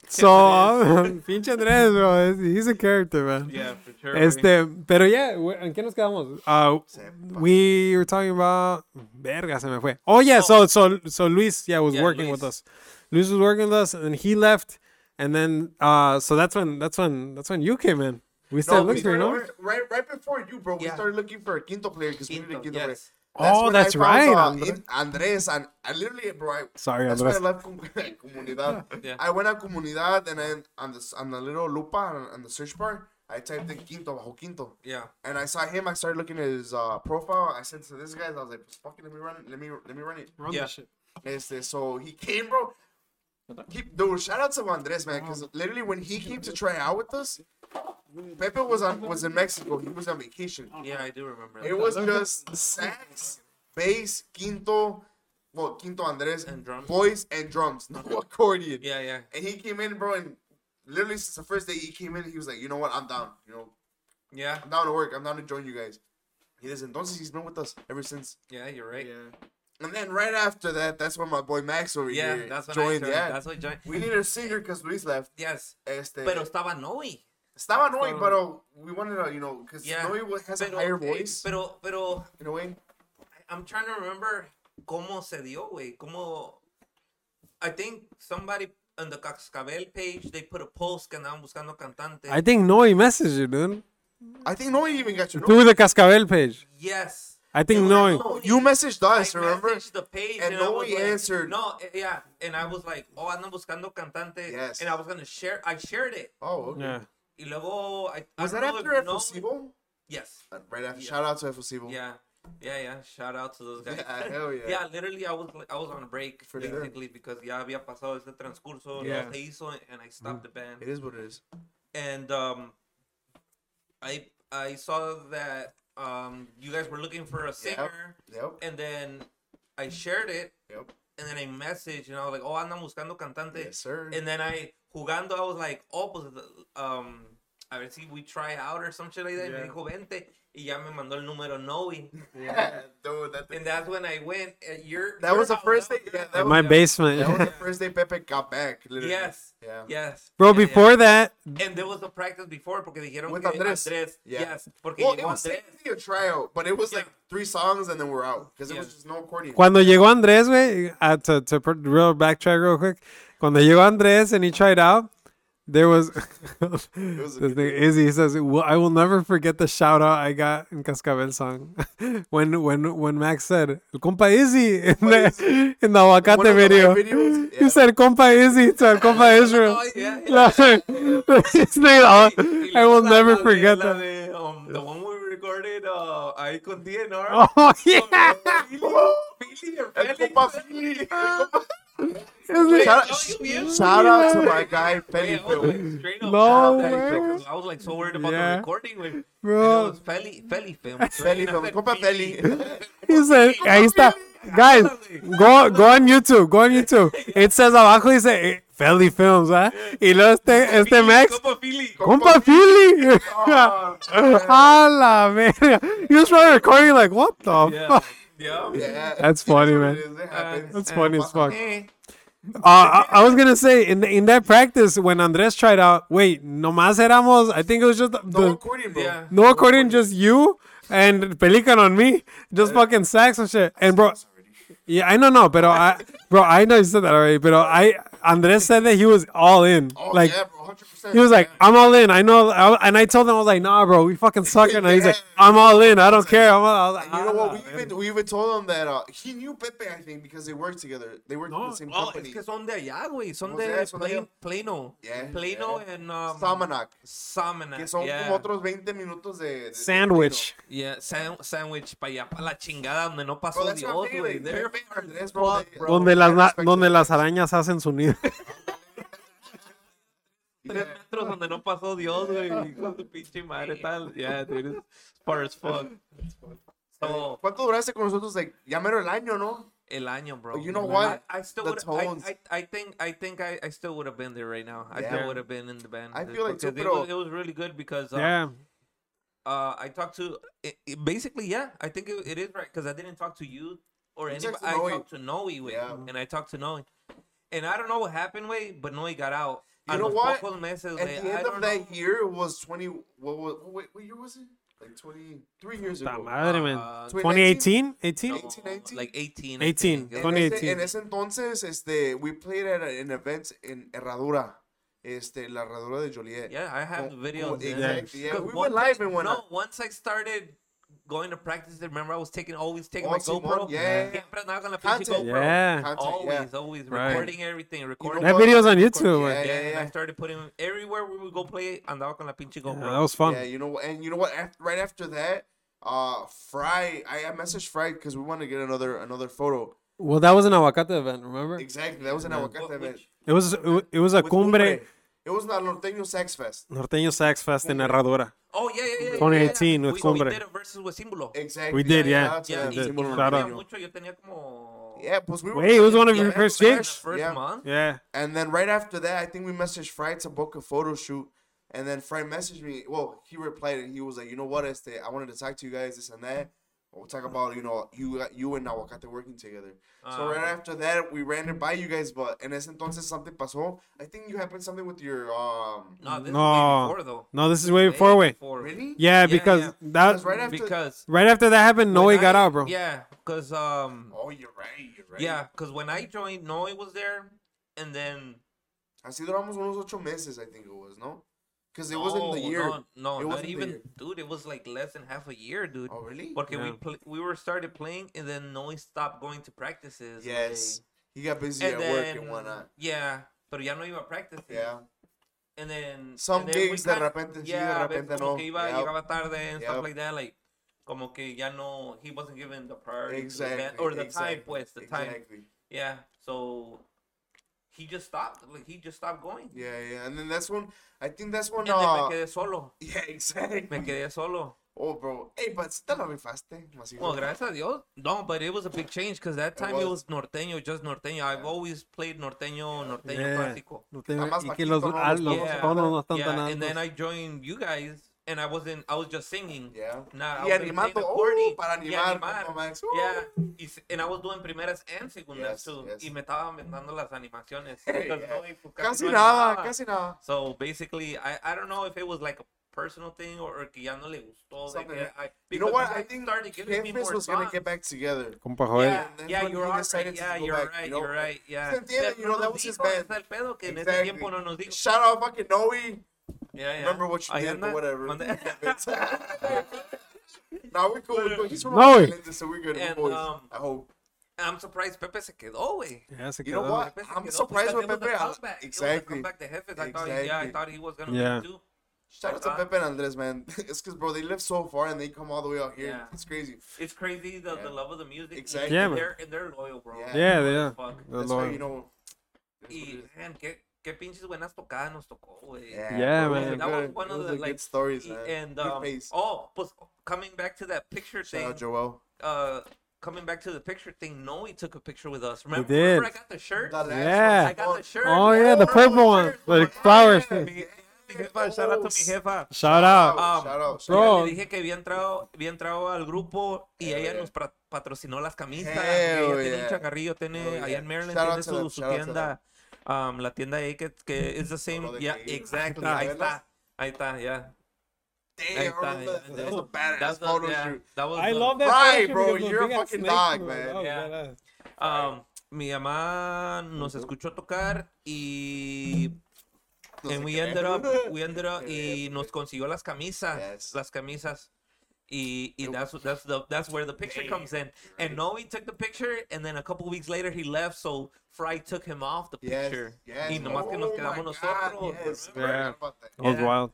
Speaker 2: So, pinche Andrés, bro. He's a character, man.
Speaker 1: Yeah, for sure. güey.
Speaker 2: Este, pero ya, we- ¿en qué nos quedamos? Uh, we were talking about. Verga, se me fue. Oh, yeah, so, so, so Luis, yeah, was
Speaker 1: Yeah,
Speaker 2: working
Speaker 1: Luis.
Speaker 2: with us. Luis was working with us, and then he left, and then, uh, so that's when, that's when, that's when you came in. We started
Speaker 4: we
Speaker 2: looking for you, no?
Speaker 4: started- Right, right before you, bro. We
Speaker 1: Yeah.
Speaker 4: started looking for a quinto player because we needed a
Speaker 1: Quinto,
Speaker 4: quinto player.
Speaker 1: yes.
Speaker 2: Oh,
Speaker 4: when
Speaker 2: that's
Speaker 4: I found,
Speaker 2: right,
Speaker 4: uh,
Speaker 2: Andre-
Speaker 4: in- Andres, and I literally, bro. I,
Speaker 2: Sorry,
Speaker 4: that's
Speaker 2: Andres.
Speaker 4: why I left com- comunidad.
Speaker 1: Yeah.
Speaker 4: I went on comunidad, and then on the s- on the little lupa on, on the search bar, I typed in quinto bajo quinto.
Speaker 1: Yeah.
Speaker 4: and I saw him. I started looking at his uh, profile. I sent to this guy. I was like, "Fuck it, let me run it. Let me let me run it."
Speaker 11: Run
Speaker 1: Yeah.
Speaker 11: that shit.
Speaker 4: Este, so he came, bro. Keep, dude, shout out to Andres, man, because literally when he came to try out with us, Pepe was on was in Mexico. He was on vacation.
Speaker 1: Yeah, I do remember.
Speaker 4: It
Speaker 1: that.
Speaker 4: was just sax, bass, quinto, well, quinto Andres
Speaker 1: And drums.
Speaker 4: voice and drums, no accordion.
Speaker 1: Yeah, yeah.
Speaker 4: And he came in, bro, and literally since the first day he came in, he was like, "You know what? I'm down. You know,
Speaker 1: Yeah,
Speaker 4: I'm down to work. I'm down to join you guys." He does. Entonces, he's been with us ever since.
Speaker 1: yeah, you're right. Yeah,
Speaker 4: And then right after that, that's when my boy Max over here
Speaker 1: that's when I
Speaker 4: joined.
Speaker 1: joined.
Speaker 4: Yeah,
Speaker 1: That's when I joined.
Speaker 4: we need a singer because Luis left.
Speaker 1: Yes,
Speaker 4: Este,
Speaker 1: pero estaba Noe.
Speaker 4: estaba annoying, but uh, we wanted to, you know, because
Speaker 1: Yeah,
Speaker 4: Noe wa- has
Speaker 1: Pero, eh,
Speaker 4: a higher voice
Speaker 1: pero, pero,
Speaker 4: in a way.
Speaker 1: I'm trying to remember cómo se dio, güey. Cómo. I think somebody on the Cascabel page they put a post que andaban buscando cantante.
Speaker 2: I think Noe messaged you, dude.
Speaker 4: I think Noe even got your
Speaker 2: Through the Cascabel page.
Speaker 1: Yes.
Speaker 2: I think
Speaker 1: It was
Speaker 2: Noe.
Speaker 1: Noe.
Speaker 4: You messaged
Speaker 1: I
Speaker 4: us, Ah, remember?
Speaker 1: messaged the page
Speaker 4: And
Speaker 1: I
Speaker 4: Noe
Speaker 1: was like-
Speaker 4: answered.
Speaker 1: No, eh, yeah, and I was like, oh, andan buscando cantante.
Speaker 4: Yes.
Speaker 1: And I was gonna share. I shared it.
Speaker 4: Oh, okay.
Speaker 2: Yeah.
Speaker 1: Y luego, I, I
Speaker 4: Was
Speaker 1: don't
Speaker 4: that
Speaker 1: know
Speaker 4: after
Speaker 1: if Noe-
Speaker 4: Efosivo?
Speaker 1: Yes.
Speaker 4: Right after. Shout out to Efosivo.
Speaker 1: Yeah. Yeah, yeah. Shout out to those guys.
Speaker 4: Yeah, hell yeah.
Speaker 1: Yeah, literally, I was I was on a break
Speaker 4: For sure.
Speaker 1: basically because ya había pasado ese transcurso,
Speaker 4: Yeah.
Speaker 1: no se hizo, and I stopped the band.
Speaker 4: It is what it is.
Speaker 1: and um, I I saw that um you guys were looking for a singer,
Speaker 4: Yep.
Speaker 1: and then I shared it,
Speaker 4: Yep.
Speaker 1: and then I messaged, and I was like, oh, andan buscando cantante,
Speaker 4: Yes, sir.
Speaker 1: and then I jugando, I was like, oh, pues, um, a ver si we try out or some shit like that. Y me dijo, vente, y ya me mandó el número Noe,
Speaker 4: Dude, that,
Speaker 1: and that's when I went. eh, At your
Speaker 4: That
Speaker 1: your
Speaker 4: was the
Speaker 1: house,
Speaker 4: first
Speaker 1: that
Speaker 4: thing-
Speaker 1: was
Speaker 4: yeah,
Speaker 1: your
Speaker 4: that
Speaker 2: In
Speaker 1: house,
Speaker 2: my
Speaker 1: yeah.
Speaker 4: that was
Speaker 2: basement.
Speaker 4: the first day Pepe got back. Literally.
Speaker 1: Yes.
Speaker 4: Yeah.
Speaker 1: Yes.
Speaker 2: Bro,
Speaker 1: Yeah, yeah.
Speaker 2: before that,
Speaker 1: And there was a practice before porque dijeron
Speaker 4: With
Speaker 1: que
Speaker 4: Andrés.
Speaker 1: Andrés.
Speaker 4: Yeah.
Speaker 1: Yes. Porque
Speaker 4: Well, it
Speaker 1: llegó
Speaker 4: was
Speaker 1: Andrés.
Speaker 4: technically a tryout, but it was like
Speaker 1: Yeah.
Speaker 4: three songs and then we're out because it was
Speaker 1: Yeah.
Speaker 4: just no accordion.
Speaker 2: Cuando llegó Andrés, güey, uh, to, to pr- real backtrack real quick. Cuando llegó Andrés and he tried out, there was,
Speaker 4: was a
Speaker 2: this nigga Izzy he says, well, I will never forget the shout out I got in Cascabel song when when when Max said, El compa Izzy in the, in the
Speaker 4: One
Speaker 2: aguacate
Speaker 4: of the
Speaker 2: video.
Speaker 4: live videos,
Speaker 2: He
Speaker 4: yeah.
Speaker 2: said, compa Izzy to el compa Israel.
Speaker 1: Oh, yeah, yeah.
Speaker 2: This nigga, oh,
Speaker 1: Y
Speaker 2: I
Speaker 1: luego
Speaker 2: will
Speaker 1: la-
Speaker 2: never
Speaker 1: la de-
Speaker 2: forget
Speaker 1: la
Speaker 2: that.
Speaker 1: de, um, the one we recorded uh, ahí con DNR.
Speaker 2: Oh, yeah.
Speaker 4: Oh.
Speaker 1: Philly or
Speaker 4: And
Speaker 1: Felix.
Speaker 4: Copa Philly.
Speaker 1: Shout-
Speaker 4: Shout out to my guy
Speaker 1: Hey,
Speaker 4: Felipe.
Speaker 1: I was like, straight up,
Speaker 2: No
Speaker 1: shout out to
Speaker 2: way.
Speaker 1: Felipe, 'cause I was like so worried about
Speaker 2: Yeah.
Speaker 1: the recording, güey. And
Speaker 2: Bro.
Speaker 1: It was Feli, Feli film.
Speaker 4: Felipe,
Speaker 1: And I said,
Speaker 4: Copa Feli.
Speaker 2: He said, ahí está. Guys, go, go on YouTube, go on YouTube. It says abajo, dice, eh, Philly Films, ¿ah? Y luego este, este
Speaker 1: Philly,
Speaker 2: Max,
Speaker 1: Copa Philly.
Speaker 2: compa Philly. A la verga. He was probably recording like, what the fuck?
Speaker 1: Yeah.
Speaker 4: Yeah.
Speaker 2: That's funny,
Speaker 4: It
Speaker 2: man.
Speaker 4: is, it happens.
Speaker 2: That's funny as fuck.
Speaker 1: Eh.
Speaker 2: Uh, I, I was gonna say, in in that practice, when Andres tried out, wait, nomás éramos, I think it was just the,
Speaker 4: No accordion, bro.
Speaker 1: Yeah.
Speaker 2: no accordion, just you and Pelican on me, just fucking sax and shit. And bro, yeah, I don't know, but I, bro, I know you said that already, but I, Andres said that he was all in,
Speaker 4: Oh,
Speaker 2: like
Speaker 4: yeah, bro. 100%.
Speaker 2: He was like, I'm all in. I know. I, and I told him, I was like, nah, bro, we fucking suck. And he's like, I'm all in. I don't care. I'm all, I was like,
Speaker 4: And you know
Speaker 2: "Ah,
Speaker 4: what? We
Speaker 2: man."
Speaker 4: even, we even told him that uh, he knew Pepe, I think, because they worked together. They worked in
Speaker 11: No,
Speaker 4: the same
Speaker 1: Oh,
Speaker 4: company.
Speaker 1: es que son de allá, güey. Son
Speaker 4: Pues
Speaker 1: de
Speaker 4: ya, son de
Speaker 1: Plain-
Speaker 4: allá.
Speaker 1: Plano.
Speaker 4: Yeah,
Speaker 1: Plano en um,
Speaker 4: Samanak,
Speaker 1: Samaná,
Speaker 4: que son
Speaker 1: yeah.
Speaker 4: como otros 20 minutos de. de-
Speaker 2: Sandwich.
Speaker 1: Yeah, san- sandwich para allá, para la chingada donde no
Speaker 4: Bro,
Speaker 1: pasó
Speaker 4: that's
Speaker 1: Dios,
Speaker 4: what I'm saying,
Speaker 1: güey.
Speaker 4: like,
Speaker 1: They're
Speaker 4: Pepe and Andrés, bro,
Speaker 1: fuck,
Speaker 4: they-
Speaker 1: bro.
Speaker 2: Donde
Speaker 4: I
Speaker 2: las, na-
Speaker 4: respect
Speaker 2: donde
Speaker 4: them.
Speaker 2: las arañas hacen su nido.
Speaker 1: Tres metros donde no pasó Dios, güey. Con tu pinche madre tal. Yeah, dude. It's far as fuck. So,
Speaker 4: ¿Cuánto duraste con nosotros? Like, ya mero el año, ¿no?
Speaker 1: el año, bro.
Speaker 4: You know
Speaker 1: I-
Speaker 4: what?
Speaker 1: I, still
Speaker 4: The
Speaker 1: would
Speaker 4: tones.
Speaker 1: I, I, I think I think I, I still would have been there right now. I
Speaker 4: Yeah.
Speaker 1: still would have been in the band.
Speaker 4: I feel like too,
Speaker 1: Because it
Speaker 4: pero-
Speaker 1: was, it was really good because uh,
Speaker 2: yeah.
Speaker 1: uh, I talked to it, it- basically, yeah, I think it, it is right because I didn't talk to you or
Speaker 4: You
Speaker 1: anybody.
Speaker 4: texted
Speaker 1: I
Speaker 4: Noe.
Speaker 1: talked to Noe, wey,
Speaker 4: Yeah.
Speaker 1: and I talked to Noe, and I don't know what happened, way, but Noe got out.
Speaker 4: You
Speaker 1: A
Speaker 4: know
Speaker 1: los
Speaker 4: what?
Speaker 1: pocos meses,
Speaker 4: At
Speaker 1: wey,
Speaker 4: the
Speaker 1: I
Speaker 4: end
Speaker 1: don't
Speaker 4: of that
Speaker 1: know.
Speaker 4: year it was 20. What, was wait, what year was it? Like 23 years
Speaker 2: Ta
Speaker 4: ago.
Speaker 2: madre, man.
Speaker 1: Uh,
Speaker 2: 2018? 18?
Speaker 1: No,
Speaker 4: 19?
Speaker 1: like 18,
Speaker 2: 18,
Speaker 1: I think.
Speaker 4: En ese,
Speaker 2: 2018.
Speaker 4: en ese entonces, este, we played at an event in Herradura. Este, la Herradura de Joliet.
Speaker 1: Yeah, I have the
Speaker 4: Well,
Speaker 1: videos.
Speaker 4: well,
Speaker 1: man.
Speaker 4: Oh, exactly, yeah.
Speaker 1: 'Cause
Speaker 4: We
Speaker 1: once
Speaker 4: went live
Speaker 1: I-
Speaker 4: and went
Speaker 1: No,
Speaker 4: up.
Speaker 1: once I started going to practice, remember I was taking always taking
Speaker 4: Oh,
Speaker 1: my
Speaker 4: Simón,
Speaker 1: GoPro.
Speaker 4: yeah.
Speaker 1: Siempre andaba con la pinche
Speaker 4: Content.
Speaker 1: GoPro.
Speaker 2: Yeah.
Speaker 4: Content,
Speaker 1: Always,
Speaker 4: yeah.
Speaker 1: always
Speaker 2: Right.
Speaker 1: recording everything, recording.
Speaker 2: That video's on YouTube.
Speaker 4: Yeah,
Speaker 2: man.
Speaker 1: Yeah, and I
Speaker 4: yeah.
Speaker 1: started putting everywhere we would go play, andaba con la pinche
Speaker 2: Yeah, oh.
Speaker 1: GoPro.
Speaker 2: that was fun.
Speaker 4: Yeah, you know, and you know what? Af right after that, uh, Fry, I, I messaged Fry because we want to get another another photo.
Speaker 2: Well, that was an Aguacate event, remember?
Speaker 4: Exactly, that was an Aguacate
Speaker 1: What-
Speaker 4: event.
Speaker 1: which-
Speaker 2: It was it wa- it was a
Speaker 4: With
Speaker 2: cumbre
Speaker 4: It was not Norteño Sax Fest.
Speaker 2: norteño sax fest in Herradura.
Speaker 1: Oh, yeah, yeah, yeah, yeah.
Speaker 2: 2018
Speaker 1: yeah.
Speaker 2: with
Speaker 1: we,
Speaker 2: Cumbre.
Speaker 1: We did a versus with Símbolo.
Speaker 4: Exactly.
Speaker 2: We did, yeah.
Speaker 4: shout out to
Speaker 1: Yeah,
Speaker 4: them,
Speaker 1: we did.
Speaker 4: Simón
Speaker 2: Shout
Speaker 1: Tenía
Speaker 2: out.
Speaker 4: Norteño.
Speaker 1: mucho, yo tenía como...
Speaker 4: Yeah, pues we were.
Speaker 2: Wait, it was one of
Speaker 4: Yeah,
Speaker 2: your
Speaker 4: that
Speaker 2: first
Speaker 4: was
Speaker 1: In the
Speaker 4: Ash.
Speaker 2: gigs?
Speaker 1: first
Speaker 4: Yeah.
Speaker 1: month.
Speaker 2: Yeah.
Speaker 4: And then right after that, I think we messaged Fry to book a photo shoot. And then Fry messaged me. Well, he replied and he was like, you know what, este, I wanted to talk to you guys, this and that. We'll talk about, you know, you you and Aguacate working together.
Speaker 1: Ah.
Speaker 4: so right after that, we ran it by you guys. But en ese entonces something pasó. I think you happened something with your, um,
Speaker 1: No, this
Speaker 2: No.
Speaker 1: is way before, though.
Speaker 2: No, this is way before way.
Speaker 1: before.
Speaker 4: really?
Speaker 2: Yeah,
Speaker 1: Yeah,
Speaker 2: because
Speaker 1: yeah.
Speaker 2: that
Speaker 4: That's right after.
Speaker 1: Because...
Speaker 2: right after that happened, Noe
Speaker 1: when
Speaker 2: got
Speaker 1: I-
Speaker 2: out, bro.
Speaker 1: Yeah, because... um,
Speaker 4: Oh, you're right. You're right.
Speaker 1: Yeah, because when I joined, Noe was there, and then...
Speaker 4: Así duramos unos ocho meses, I think it was, no? Because it wasn't the
Speaker 1: No,
Speaker 4: year.
Speaker 1: oh, No, no,
Speaker 4: It
Speaker 1: not
Speaker 4: wasn't the
Speaker 1: even...
Speaker 4: year.
Speaker 1: Dude, it was like less than half a year, dude.
Speaker 4: Oh, really?
Speaker 1: Porque we,
Speaker 2: Yeah.
Speaker 1: pl- we were started playing, and then Noe stopped going to practices.
Speaker 4: Yes. He got busy
Speaker 1: and
Speaker 4: at
Speaker 1: then,
Speaker 4: work and whatnot.
Speaker 1: Yeah, pero ya no iba a practice.
Speaker 4: Yeah.
Speaker 1: And then
Speaker 4: Some
Speaker 1: and then we
Speaker 4: gigs de
Speaker 1: kinda-
Speaker 4: repente sí, de
Speaker 1: yeah, a veces
Speaker 4: repente
Speaker 1: como
Speaker 4: no.
Speaker 1: Que iba,
Speaker 4: Yep.
Speaker 1: Llegaba tarde and
Speaker 4: Yep.
Speaker 1: stuff like that. Like, como que ya no, he wasn't given the priority to the band-
Speaker 4: Exactly.
Speaker 1: or the
Speaker 4: exactly,
Speaker 1: time, pues, the time.
Speaker 4: exactly.
Speaker 1: Yeah, so he just stopped. Like he just stopped going.
Speaker 4: Yeah, yeah. And then that's when I think that's when
Speaker 1: And then
Speaker 4: uh
Speaker 1: me quedé solo.
Speaker 4: yeah, exactly.
Speaker 1: Me quedé solo.
Speaker 4: Oh, bro. Hey, but si te la rifaste, Macizo.
Speaker 1: Well, Oh, gracias a Dios. No, but it was a big change because that time it was
Speaker 4: was.
Speaker 1: norteño, just norteño. I've always played norteño, norteño
Speaker 2: Yeah.
Speaker 1: clásico.
Speaker 2: No te-
Speaker 4: Nada más
Speaker 2: y que los-
Speaker 4: bajito, ¿no?
Speaker 2: ah, los
Speaker 1: Yeah.
Speaker 2: tonos no están
Speaker 1: yeah,
Speaker 2: tan
Speaker 1: and then
Speaker 2: altos.
Speaker 1: I joined you guys, and I wasn't. I was just singing.
Speaker 4: Yeah.
Speaker 1: Nah,
Speaker 4: Y
Speaker 1: I was
Speaker 4: animando,
Speaker 1: Ah, playing
Speaker 4: oh,
Speaker 1: accordion.
Speaker 4: para
Speaker 1: Y
Speaker 4: animar,
Speaker 1: animar.
Speaker 4: como Max,
Speaker 1: Yeah, y s- and I was doing primeras and segundas
Speaker 4: Yes,
Speaker 1: too,
Speaker 4: yes.
Speaker 1: y me estaba inventando las animaciones.
Speaker 4: Yeah.
Speaker 1: because no, y pues
Speaker 4: Uh, Casi
Speaker 1: no
Speaker 4: nada,
Speaker 1: animaba.
Speaker 4: casi nada.
Speaker 1: So basically, I I don't know if it was like a personal thing or, or que ya no le gustó. de
Speaker 4: Something
Speaker 1: que
Speaker 4: like-
Speaker 1: I,
Speaker 4: You know
Speaker 1: because you
Speaker 4: what? I
Speaker 1: guys
Speaker 4: think
Speaker 1: started giving me
Speaker 4: Jeffries
Speaker 1: more
Speaker 4: was gonna
Speaker 1: songs.
Speaker 4: get back together.
Speaker 2: Compa Joel.
Speaker 1: Yeah,
Speaker 4: And that's
Speaker 1: yeah,
Speaker 4: when
Speaker 1: you're
Speaker 4: he
Speaker 1: right.
Speaker 4: decided to
Speaker 1: Yeah,
Speaker 4: go
Speaker 1: you're
Speaker 4: back,
Speaker 1: right.
Speaker 4: you know?
Speaker 1: You're right. Yeah.
Speaker 4: ¿Se entiende?
Speaker 1: Pero
Speaker 4: You know,
Speaker 1: no
Speaker 4: that
Speaker 1: nos
Speaker 4: was his
Speaker 1: dijo,
Speaker 4: band.
Speaker 1: es el pedo que en ese
Speaker 4: Exactly.
Speaker 1: tiempo no nos dijo.
Speaker 4: Shout out fucking Noe.
Speaker 1: Yeah, yeah.
Speaker 4: Remember what you
Speaker 1: eh, Ahí
Speaker 4: did,
Speaker 1: anda.
Speaker 4: but whatever.
Speaker 1: Mande-
Speaker 4: nah, we're cool. We're cool. He's from
Speaker 2: Noe.
Speaker 4: Los Angeles, so we're good. We're
Speaker 1: And,
Speaker 4: boys.
Speaker 1: um,
Speaker 4: I hope.
Speaker 1: I'm surprised Pepe se quedó, güey.
Speaker 2: Yeah, se
Speaker 4: You know
Speaker 2: quedó.
Speaker 4: what?
Speaker 1: Pepe se
Speaker 4: I'm
Speaker 1: quedó
Speaker 4: surprised
Speaker 1: because it was
Speaker 4: with
Speaker 1: a
Speaker 4: Pepe. I-
Speaker 1: comeback. It was a
Speaker 4: Exactly.
Speaker 1: comeback de jefes. I thought, yeah, I
Speaker 4: Exactly.
Speaker 1: thought he was gonna
Speaker 2: Yeah.
Speaker 1: do.
Speaker 4: Shout out to
Speaker 1: Uh,
Speaker 4: Pepe and Andres, man. It's because, bro, they live so far and they come all the way out here.
Speaker 1: Yeah.
Speaker 4: It's crazy.
Speaker 1: It's crazy the,
Speaker 4: Yeah.
Speaker 1: the love of the music.
Speaker 4: Exactly.
Speaker 2: Yeah,
Speaker 1: and
Speaker 2: man.
Speaker 1: they're, and they're loyal, bro.
Speaker 4: Yeah.
Speaker 2: Yeah, yeah.
Speaker 1: Fuck.
Speaker 2: The
Speaker 4: That's
Speaker 2: Lord.
Speaker 4: why, you know.
Speaker 1: Y, man, qué, qué pinches buenas tocadas nos tocó, güey.
Speaker 4: Yeah,
Speaker 2: Yeah,
Speaker 4: bro,
Speaker 2: man.
Speaker 4: It
Speaker 1: That
Speaker 4: was a
Speaker 1: was
Speaker 4: good,
Speaker 1: one
Speaker 4: it
Speaker 1: of
Speaker 4: was
Speaker 1: the,
Speaker 4: a good
Speaker 1: like,
Speaker 4: stories,
Speaker 1: y-
Speaker 4: man.
Speaker 1: And,
Speaker 4: good
Speaker 1: um,
Speaker 4: face.
Speaker 1: oh, pues, coming back to that picture
Speaker 4: Shout
Speaker 1: thing.
Speaker 4: out, Joel.
Speaker 1: uh coming back to the picture thing, no, he took a picture with us. Remember,
Speaker 2: did.
Speaker 1: remember I got the shirt?
Speaker 4: The last one.
Speaker 2: Yeah.
Speaker 1: I got the shirt.
Speaker 2: Oh yeah, the purple one, the flowers.
Speaker 1: Mi- mi jefa, shout
Speaker 4: Oh,
Speaker 1: out to mi jefa.
Speaker 2: Shout out.
Speaker 4: Shout out,
Speaker 1: Um,
Speaker 4: shout out. shout
Speaker 2: bro.
Speaker 4: out.
Speaker 1: Yo Le dije que había entrado, había entrado al grupo y ella nos pra- patrocinó las camisas.
Speaker 4: Hell
Speaker 1: ella tiene
Speaker 4: yeah.
Speaker 1: un chacarrillo, tiene
Speaker 4: Hell
Speaker 1: allá
Speaker 4: yeah.
Speaker 1: en Maryland,
Speaker 4: Shout
Speaker 1: tiene
Speaker 4: out to
Speaker 1: su,
Speaker 4: them,
Speaker 1: su
Speaker 4: shout out to
Speaker 1: tienda, um, la tienda ahí que, que es the
Speaker 4: Lo
Speaker 1: same.
Speaker 4: de
Speaker 1: Yeah,
Speaker 4: que-
Speaker 1: exactly.
Speaker 4: Ah,
Speaker 1: Ahí
Speaker 4: ¿verdad?
Speaker 1: está, ahí está, yeah. Ahí
Speaker 4: Damn,
Speaker 1: está.
Speaker 4: bro, that that was a badass
Speaker 1: That's the-
Speaker 4: photo
Speaker 1: yeah,
Speaker 4: shoot.
Speaker 1: that was the-
Speaker 4: that Right, picture bro, because those you're a big ass fucking snakes dog, were- man. oh,
Speaker 1: Yeah. Um, mi mamá nos escuchó tocar y
Speaker 4: no
Speaker 1: And
Speaker 4: sé
Speaker 1: we
Speaker 4: qué.
Speaker 1: ended up, we ended up,
Speaker 2: Eh,
Speaker 1: y nos consiguió las camisas,
Speaker 4: Yes.
Speaker 1: las camisas. Y, y
Speaker 4: It-
Speaker 1: that's that's the that's where the picture comes in. And Noe took the picture, and then a couple weeks later he left, so Fry took him off the
Speaker 4: Yes,
Speaker 1: picture.
Speaker 4: yes.
Speaker 1: y nomás que nos
Speaker 4: Oh my
Speaker 1: quedamos
Speaker 4: God,
Speaker 1: nosotros.
Speaker 4: yes.
Speaker 2: Yeah.
Speaker 4: I forgot about that.
Speaker 2: That was
Speaker 1: Yeah.
Speaker 2: wild.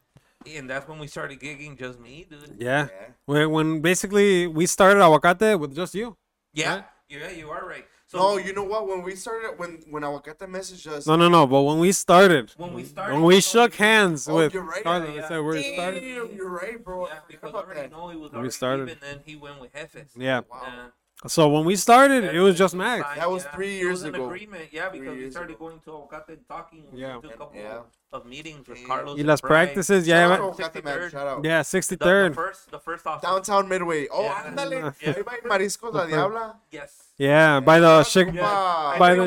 Speaker 1: And that's when we started gigging, just me, dude.
Speaker 2: Yeah.
Speaker 4: Yeah.
Speaker 2: When, when basically we started Aguacate with just you.
Speaker 1: Yeah, yeah, you are right. So
Speaker 4: No, you know what? When we started, when when Aguacate messaged us,
Speaker 2: No, no, no. But when we started,
Speaker 1: when we started,
Speaker 2: when we
Speaker 1: so-
Speaker 2: shook hands
Speaker 4: Oh,
Speaker 2: with
Speaker 4: you're right,
Speaker 2: Carlos,
Speaker 1: yeah,
Speaker 2: we
Speaker 1: yeah.
Speaker 2: said we're
Speaker 4: Damn,
Speaker 2: starting.
Speaker 4: you're right,
Speaker 1: Yeah,
Speaker 4: bro. I forgot
Speaker 1: because
Speaker 4: about
Speaker 1: already
Speaker 4: that.
Speaker 1: Noe was
Speaker 2: We
Speaker 1: already
Speaker 2: started.
Speaker 1: leaving, then he went with Jefes.
Speaker 2: Yeah.
Speaker 4: Wow.
Speaker 1: Yeah.
Speaker 2: So when we started,
Speaker 1: That's
Speaker 2: it was
Speaker 1: when
Speaker 2: just
Speaker 1: we
Speaker 2: Max.
Speaker 1: signed,
Speaker 4: That was
Speaker 1: yeah.
Speaker 4: three
Speaker 1: It
Speaker 4: years
Speaker 1: was an
Speaker 4: ago.
Speaker 1: agreement, yeah,
Speaker 4: Three
Speaker 1: because we
Speaker 4: years
Speaker 1: started
Speaker 4: ago.
Speaker 1: going to Aguacate and talking. We
Speaker 2: Yeah.
Speaker 1: did a couple
Speaker 4: Yeah.
Speaker 1: of meetings with
Speaker 4: Yeah.
Speaker 1: Carlos.
Speaker 2: Y
Speaker 1: and
Speaker 2: las
Speaker 1: Bray.
Speaker 2: practices,
Speaker 4: Shout
Speaker 2: yeah,
Speaker 4: out
Speaker 2: iba-
Speaker 4: Aguacate, man.
Speaker 1: 63rd.
Speaker 4: Shout out.
Speaker 2: yeah,
Speaker 1: The,
Speaker 2: 63rd.
Speaker 1: the first, the first office.
Speaker 4: Downtown Midway. Oh,
Speaker 1: Yeah.
Speaker 4: ándale.
Speaker 1: Yeah.
Speaker 4: Ahí va el Mariscos La Diabla.
Speaker 1: Yes.
Speaker 2: Yeah, by the chick,
Speaker 4: Wow.
Speaker 2: By the-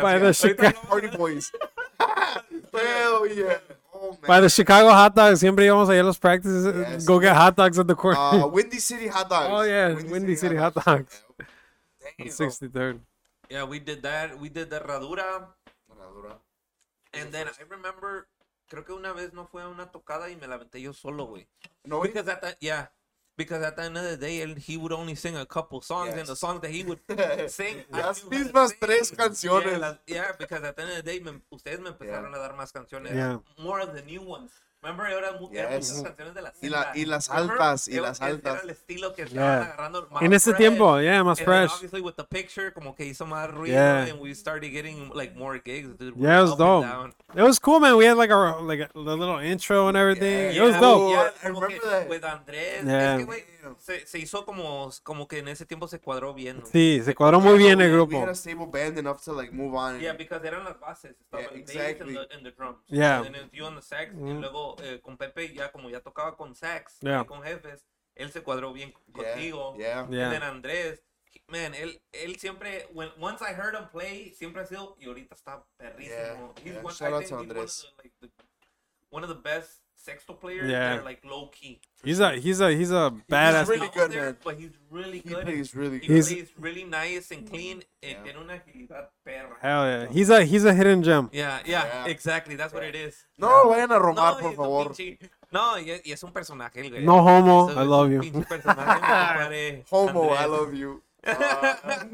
Speaker 2: by the Chica-
Speaker 4: Party Boys. Hell yeah. Oh, man.
Speaker 2: by the Chicago hot dogs. Siempre íbamos allá a los practices. uh,
Speaker 4: Yes.
Speaker 2: Go get hot dogs at the corner.
Speaker 1: Ah,
Speaker 4: Uh, Windy City Hot Dogs.
Speaker 2: Oh, yeah, Windy City Hot Dogs.
Speaker 4: Damn.
Speaker 2: 63rd.
Speaker 1: Yeah, we did that. We did the Radura.
Speaker 4: Maradona.
Speaker 1: And then I remember, creo que una vez no fue a una tocada y me la aventé yo solo, güey.
Speaker 4: No, we-
Speaker 1: Oh, Because at that, yeah. Because at the end of the day, and he would only sing a couple songs, and the
Speaker 4: Yes.
Speaker 1: songs that he would sing. I
Speaker 4: Las
Speaker 1: knew how to
Speaker 4: mismas
Speaker 1: sing.
Speaker 4: tres canciones.
Speaker 1: Yeah, las- yeah, because at the end of the day, me- ustedes me empezaron a dar más canciones.
Speaker 2: Yeah.
Speaker 1: More of the new ones. Remember, ahora mu- eran
Speaker 4: Yes.
Speaker 1: muchas canciones de la
Speaker 4: Y la-
Speaker 1: celda.
Speaker 4: y las
Speaker 1: Remember?
Speaker 4: altas, y
Speaker 1: Era-
Speaker 4: las
Speaker 1: ese Era
Speaker 4: altas.
Speaker 1: el estilo que estaban
Speaker 2: Yeah.
Speaker 1: agarrando.
Speaker 2: En
Speaker 1: más
Speaker 2: ese
Speaker 1: fresh.
Speaker 2: tiempo, yeah,
Speaker 1: And
Speaker 2: más
Speaker 1: then
Speaker 2: fresh.
Speaker 1: obviously with the picture, como que hizo más ruido,
Speaker 2: Yeah.
Speaker 1: and we started getting like more gigs, dude. We
Speaker 2: Yeah, it
Speaker 1: were
Speaker 2: was
Speaker 1: up and
Speaker 2: dope.
Speaker 1: down.
Speaker 2: It was cool, man. We had like our like a, the little intro and
Speaker 1: Yeah,
Speaker 2: everything. it was
Speaker 1: yeah,
Speaker 2: dope.
Speaker 1: yeah,
Speaker 4: I
Speaker 1: como que
Speaker 4: remember that.
Speaker 1: With Andrés.
Speaker 2: Yeah.
Speaker 1: Es que, güey, se, se hizo como, como que en ese tiempo se cuadró bien. güey.
Speaker 2: Sí, se cuadró muy bien el
Speaker 4: We had a
Speaker 2: grupo.
Speaker 4: stable band enough to like move on.
Speaker 1: Yeah, because eran las bases. Estaba
Speaker 4: Yeah,
Speaker 1: el bass
Speaker 4: exactly.
Speaker 1: and, the, and the drums.
Speaker 2: Yeah. Mm-hmm.
Speaker 1: And then it was you on the sax. Y luego eh, con Pepe, ya como ya tocaba con sax
Speaker 2: Yeah.
Speaker 1: y con jefes, él se cuadró bien
Speaker 4: Yeah,
Speaker 1: contigo.
Speaker 4: yeah.
Speaker 2: Yeah.
Speaker 1: And then Andrés. he- Man, él, él siempre, when, once I heard him play, siempre ha sido, y ahorita está perrísimo.
Speaker 4: Yeah, yeah.
Speaker 1: one-
Speaker 4: Shout
Speaker 1: I
Speaker 4: out to
Speaker 1: think he's
Speaker 4: Andrés.
Speaker 1: One of, the, like, the, one of the best sexto players
Speaker 2: Yeah.
Speaker 1: that are like low key.
Speaker 2: He's a he's a he's a
Speaker 1: He's
Speaker 2: badass.
Speaker 4: really
Speaker 1: out
Speaker 4: good,
Speaker 1: there,
Speaker 4: man.
Speaker 1: But he's really
Speaker 4: He
Speaker 1: good.
Speaker 4: plays really
Speaker 1: He
Speaker 4: good.
Speaker 2: He's-
Speaker 1: plays really nice and clean. And tiene una agilidad perra.
Speaker 2: Hell yeah. He's a he's a hidden gem.
Speaker 1: Yeah, yeah,
Speaker 4: Yeah.
Speaker 1: exactly. That's what it is.
Speaker 4: No lo vayan a
Speaker 1: No,
Speaker 4: romar,
Speaker 1: y
Speaker 4: por
Speaker 1: es un
Speaker 4: favor.
Speaker 1: pinche- No, y y es un personaje, el güey.
Speaker 2: No homo.
Speaker 1: Es-
Speaker 2: I
Speaker 1: es
Speaker 2: love
Speaker 1: un
Speaker 2: you.
Speaker 1: pinche personaje, mi compadre
Speaker 4: Homo, I
Speaker 1: Andrés.
Speaker 4: love you. Ah,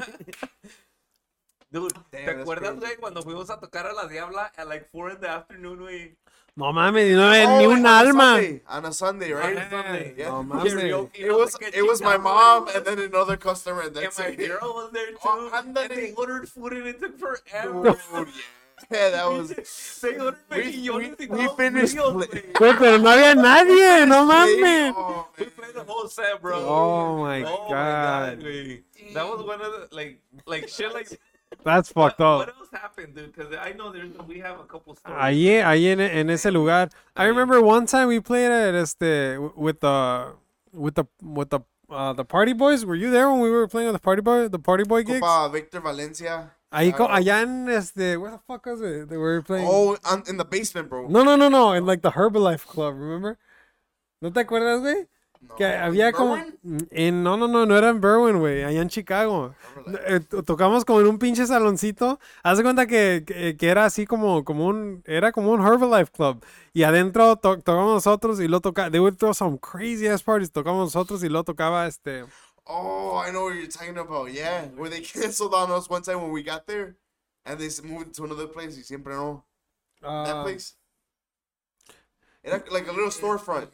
Speaker 1: Dude, ¿te
Speaker 4: that's
Speaker 1: acuerdas,
Speaker 4: crazy.
Speaker 1: güey, cuando fuimos a tocar a la Diabla at like 4 in the afternoon, güey?
Speaker 2: No mames, no hay
Speaker 4: oh,
Speaker 2: ni
Speaker 4: on
Speaker 2: un
Speaker 4: a
Speaker 2: alma.
Speaker 4: Sunday, On a Sunday, right?
Speaker 1: Ajá. Sunday.
Speaker 4: Yeah.
Speaker 2: No mames.
Speaker 1: Karaoke,
Speaker 4: It
Speaker 1: no
Speaker 4: was
Speaker 1: sé qué
Speaker 4: it was my
Speaker 1: chingados,
Speaker 4: mom
Speaker 1: güey.
Speaker 4: and then another customer and
Speaker 1: And
Speaker 4: that's
Speaker 1: my
Speaker 4: it.
Speaker 1: girl was there too.
Speaker 4: Oh,
Speaker 1: and
Speaker 4: ándale.
Speaker 1: they ordered food and it took forever.
Speaker 4: Dude, Oh, yeah, that was.
Speaker 1: They ordered mejillones y
Speaker 4: we
Speaker 1: todo,
Speaker 4: finished
Speaker 1: fríos,
Speaker 4: pla-
Speaker 1: güey.
Speaker 2: Güey, pero no había nadie. No mames.
Speaker 4: Oh,
Speaker 1: We played the whole set, bro.
Speaker 2: Oh my god.
Speaker 1: güey. That was one of the like like shit like
Speaker 2: That's fucked
Speaker 1: what,
Speaker 2: up.
Speaker 1: what else happened, dude? Because I know there's we have a couple stories.
Speaker 2: Ahí, ahí en, en ese lugar. I
Speaker 1: Ahí.
Speaker 2: remember one time we played at este with the with the with the uh, the party boys. Were you there when we were playing with the party boy the party boy gigs?
Speaker 4: Copa Victor Valencia.
Speaker 2: Ahí co-
Speaker 4: Claro.
Speaker 2: allá en este where the fuck was it? They were playing.
Speaker 4: Oh, on, in the basement, bro.
Speaker 2: No, no, no, no, in like the Herbalife Club, remember? ¿No te acuerdas, güey?
Speaker 4: No.
Speaker 2: Que había como
Speaker 4: Berwyn?
Speaker 2: en no, no, no, no era en Berwyn, güey, allá en Chicago. Eh, to- tocamos como en un pinche saloncito. Haz de cuenta que, que, que era así como como un era como un Herbalife Club y adentro to- tocamos nosotros y lo tocaba they would throw some crazy ass parties, tocamos nosotros y lo tocaba este
Speaker 4: Oh, I know what you're talking about. Yeah, where they canceled on us one time when we got there, and they s- moved to another place. You siempre know that
Speaker 2: uh,
Speaker 4: place. It had, like a little storefront.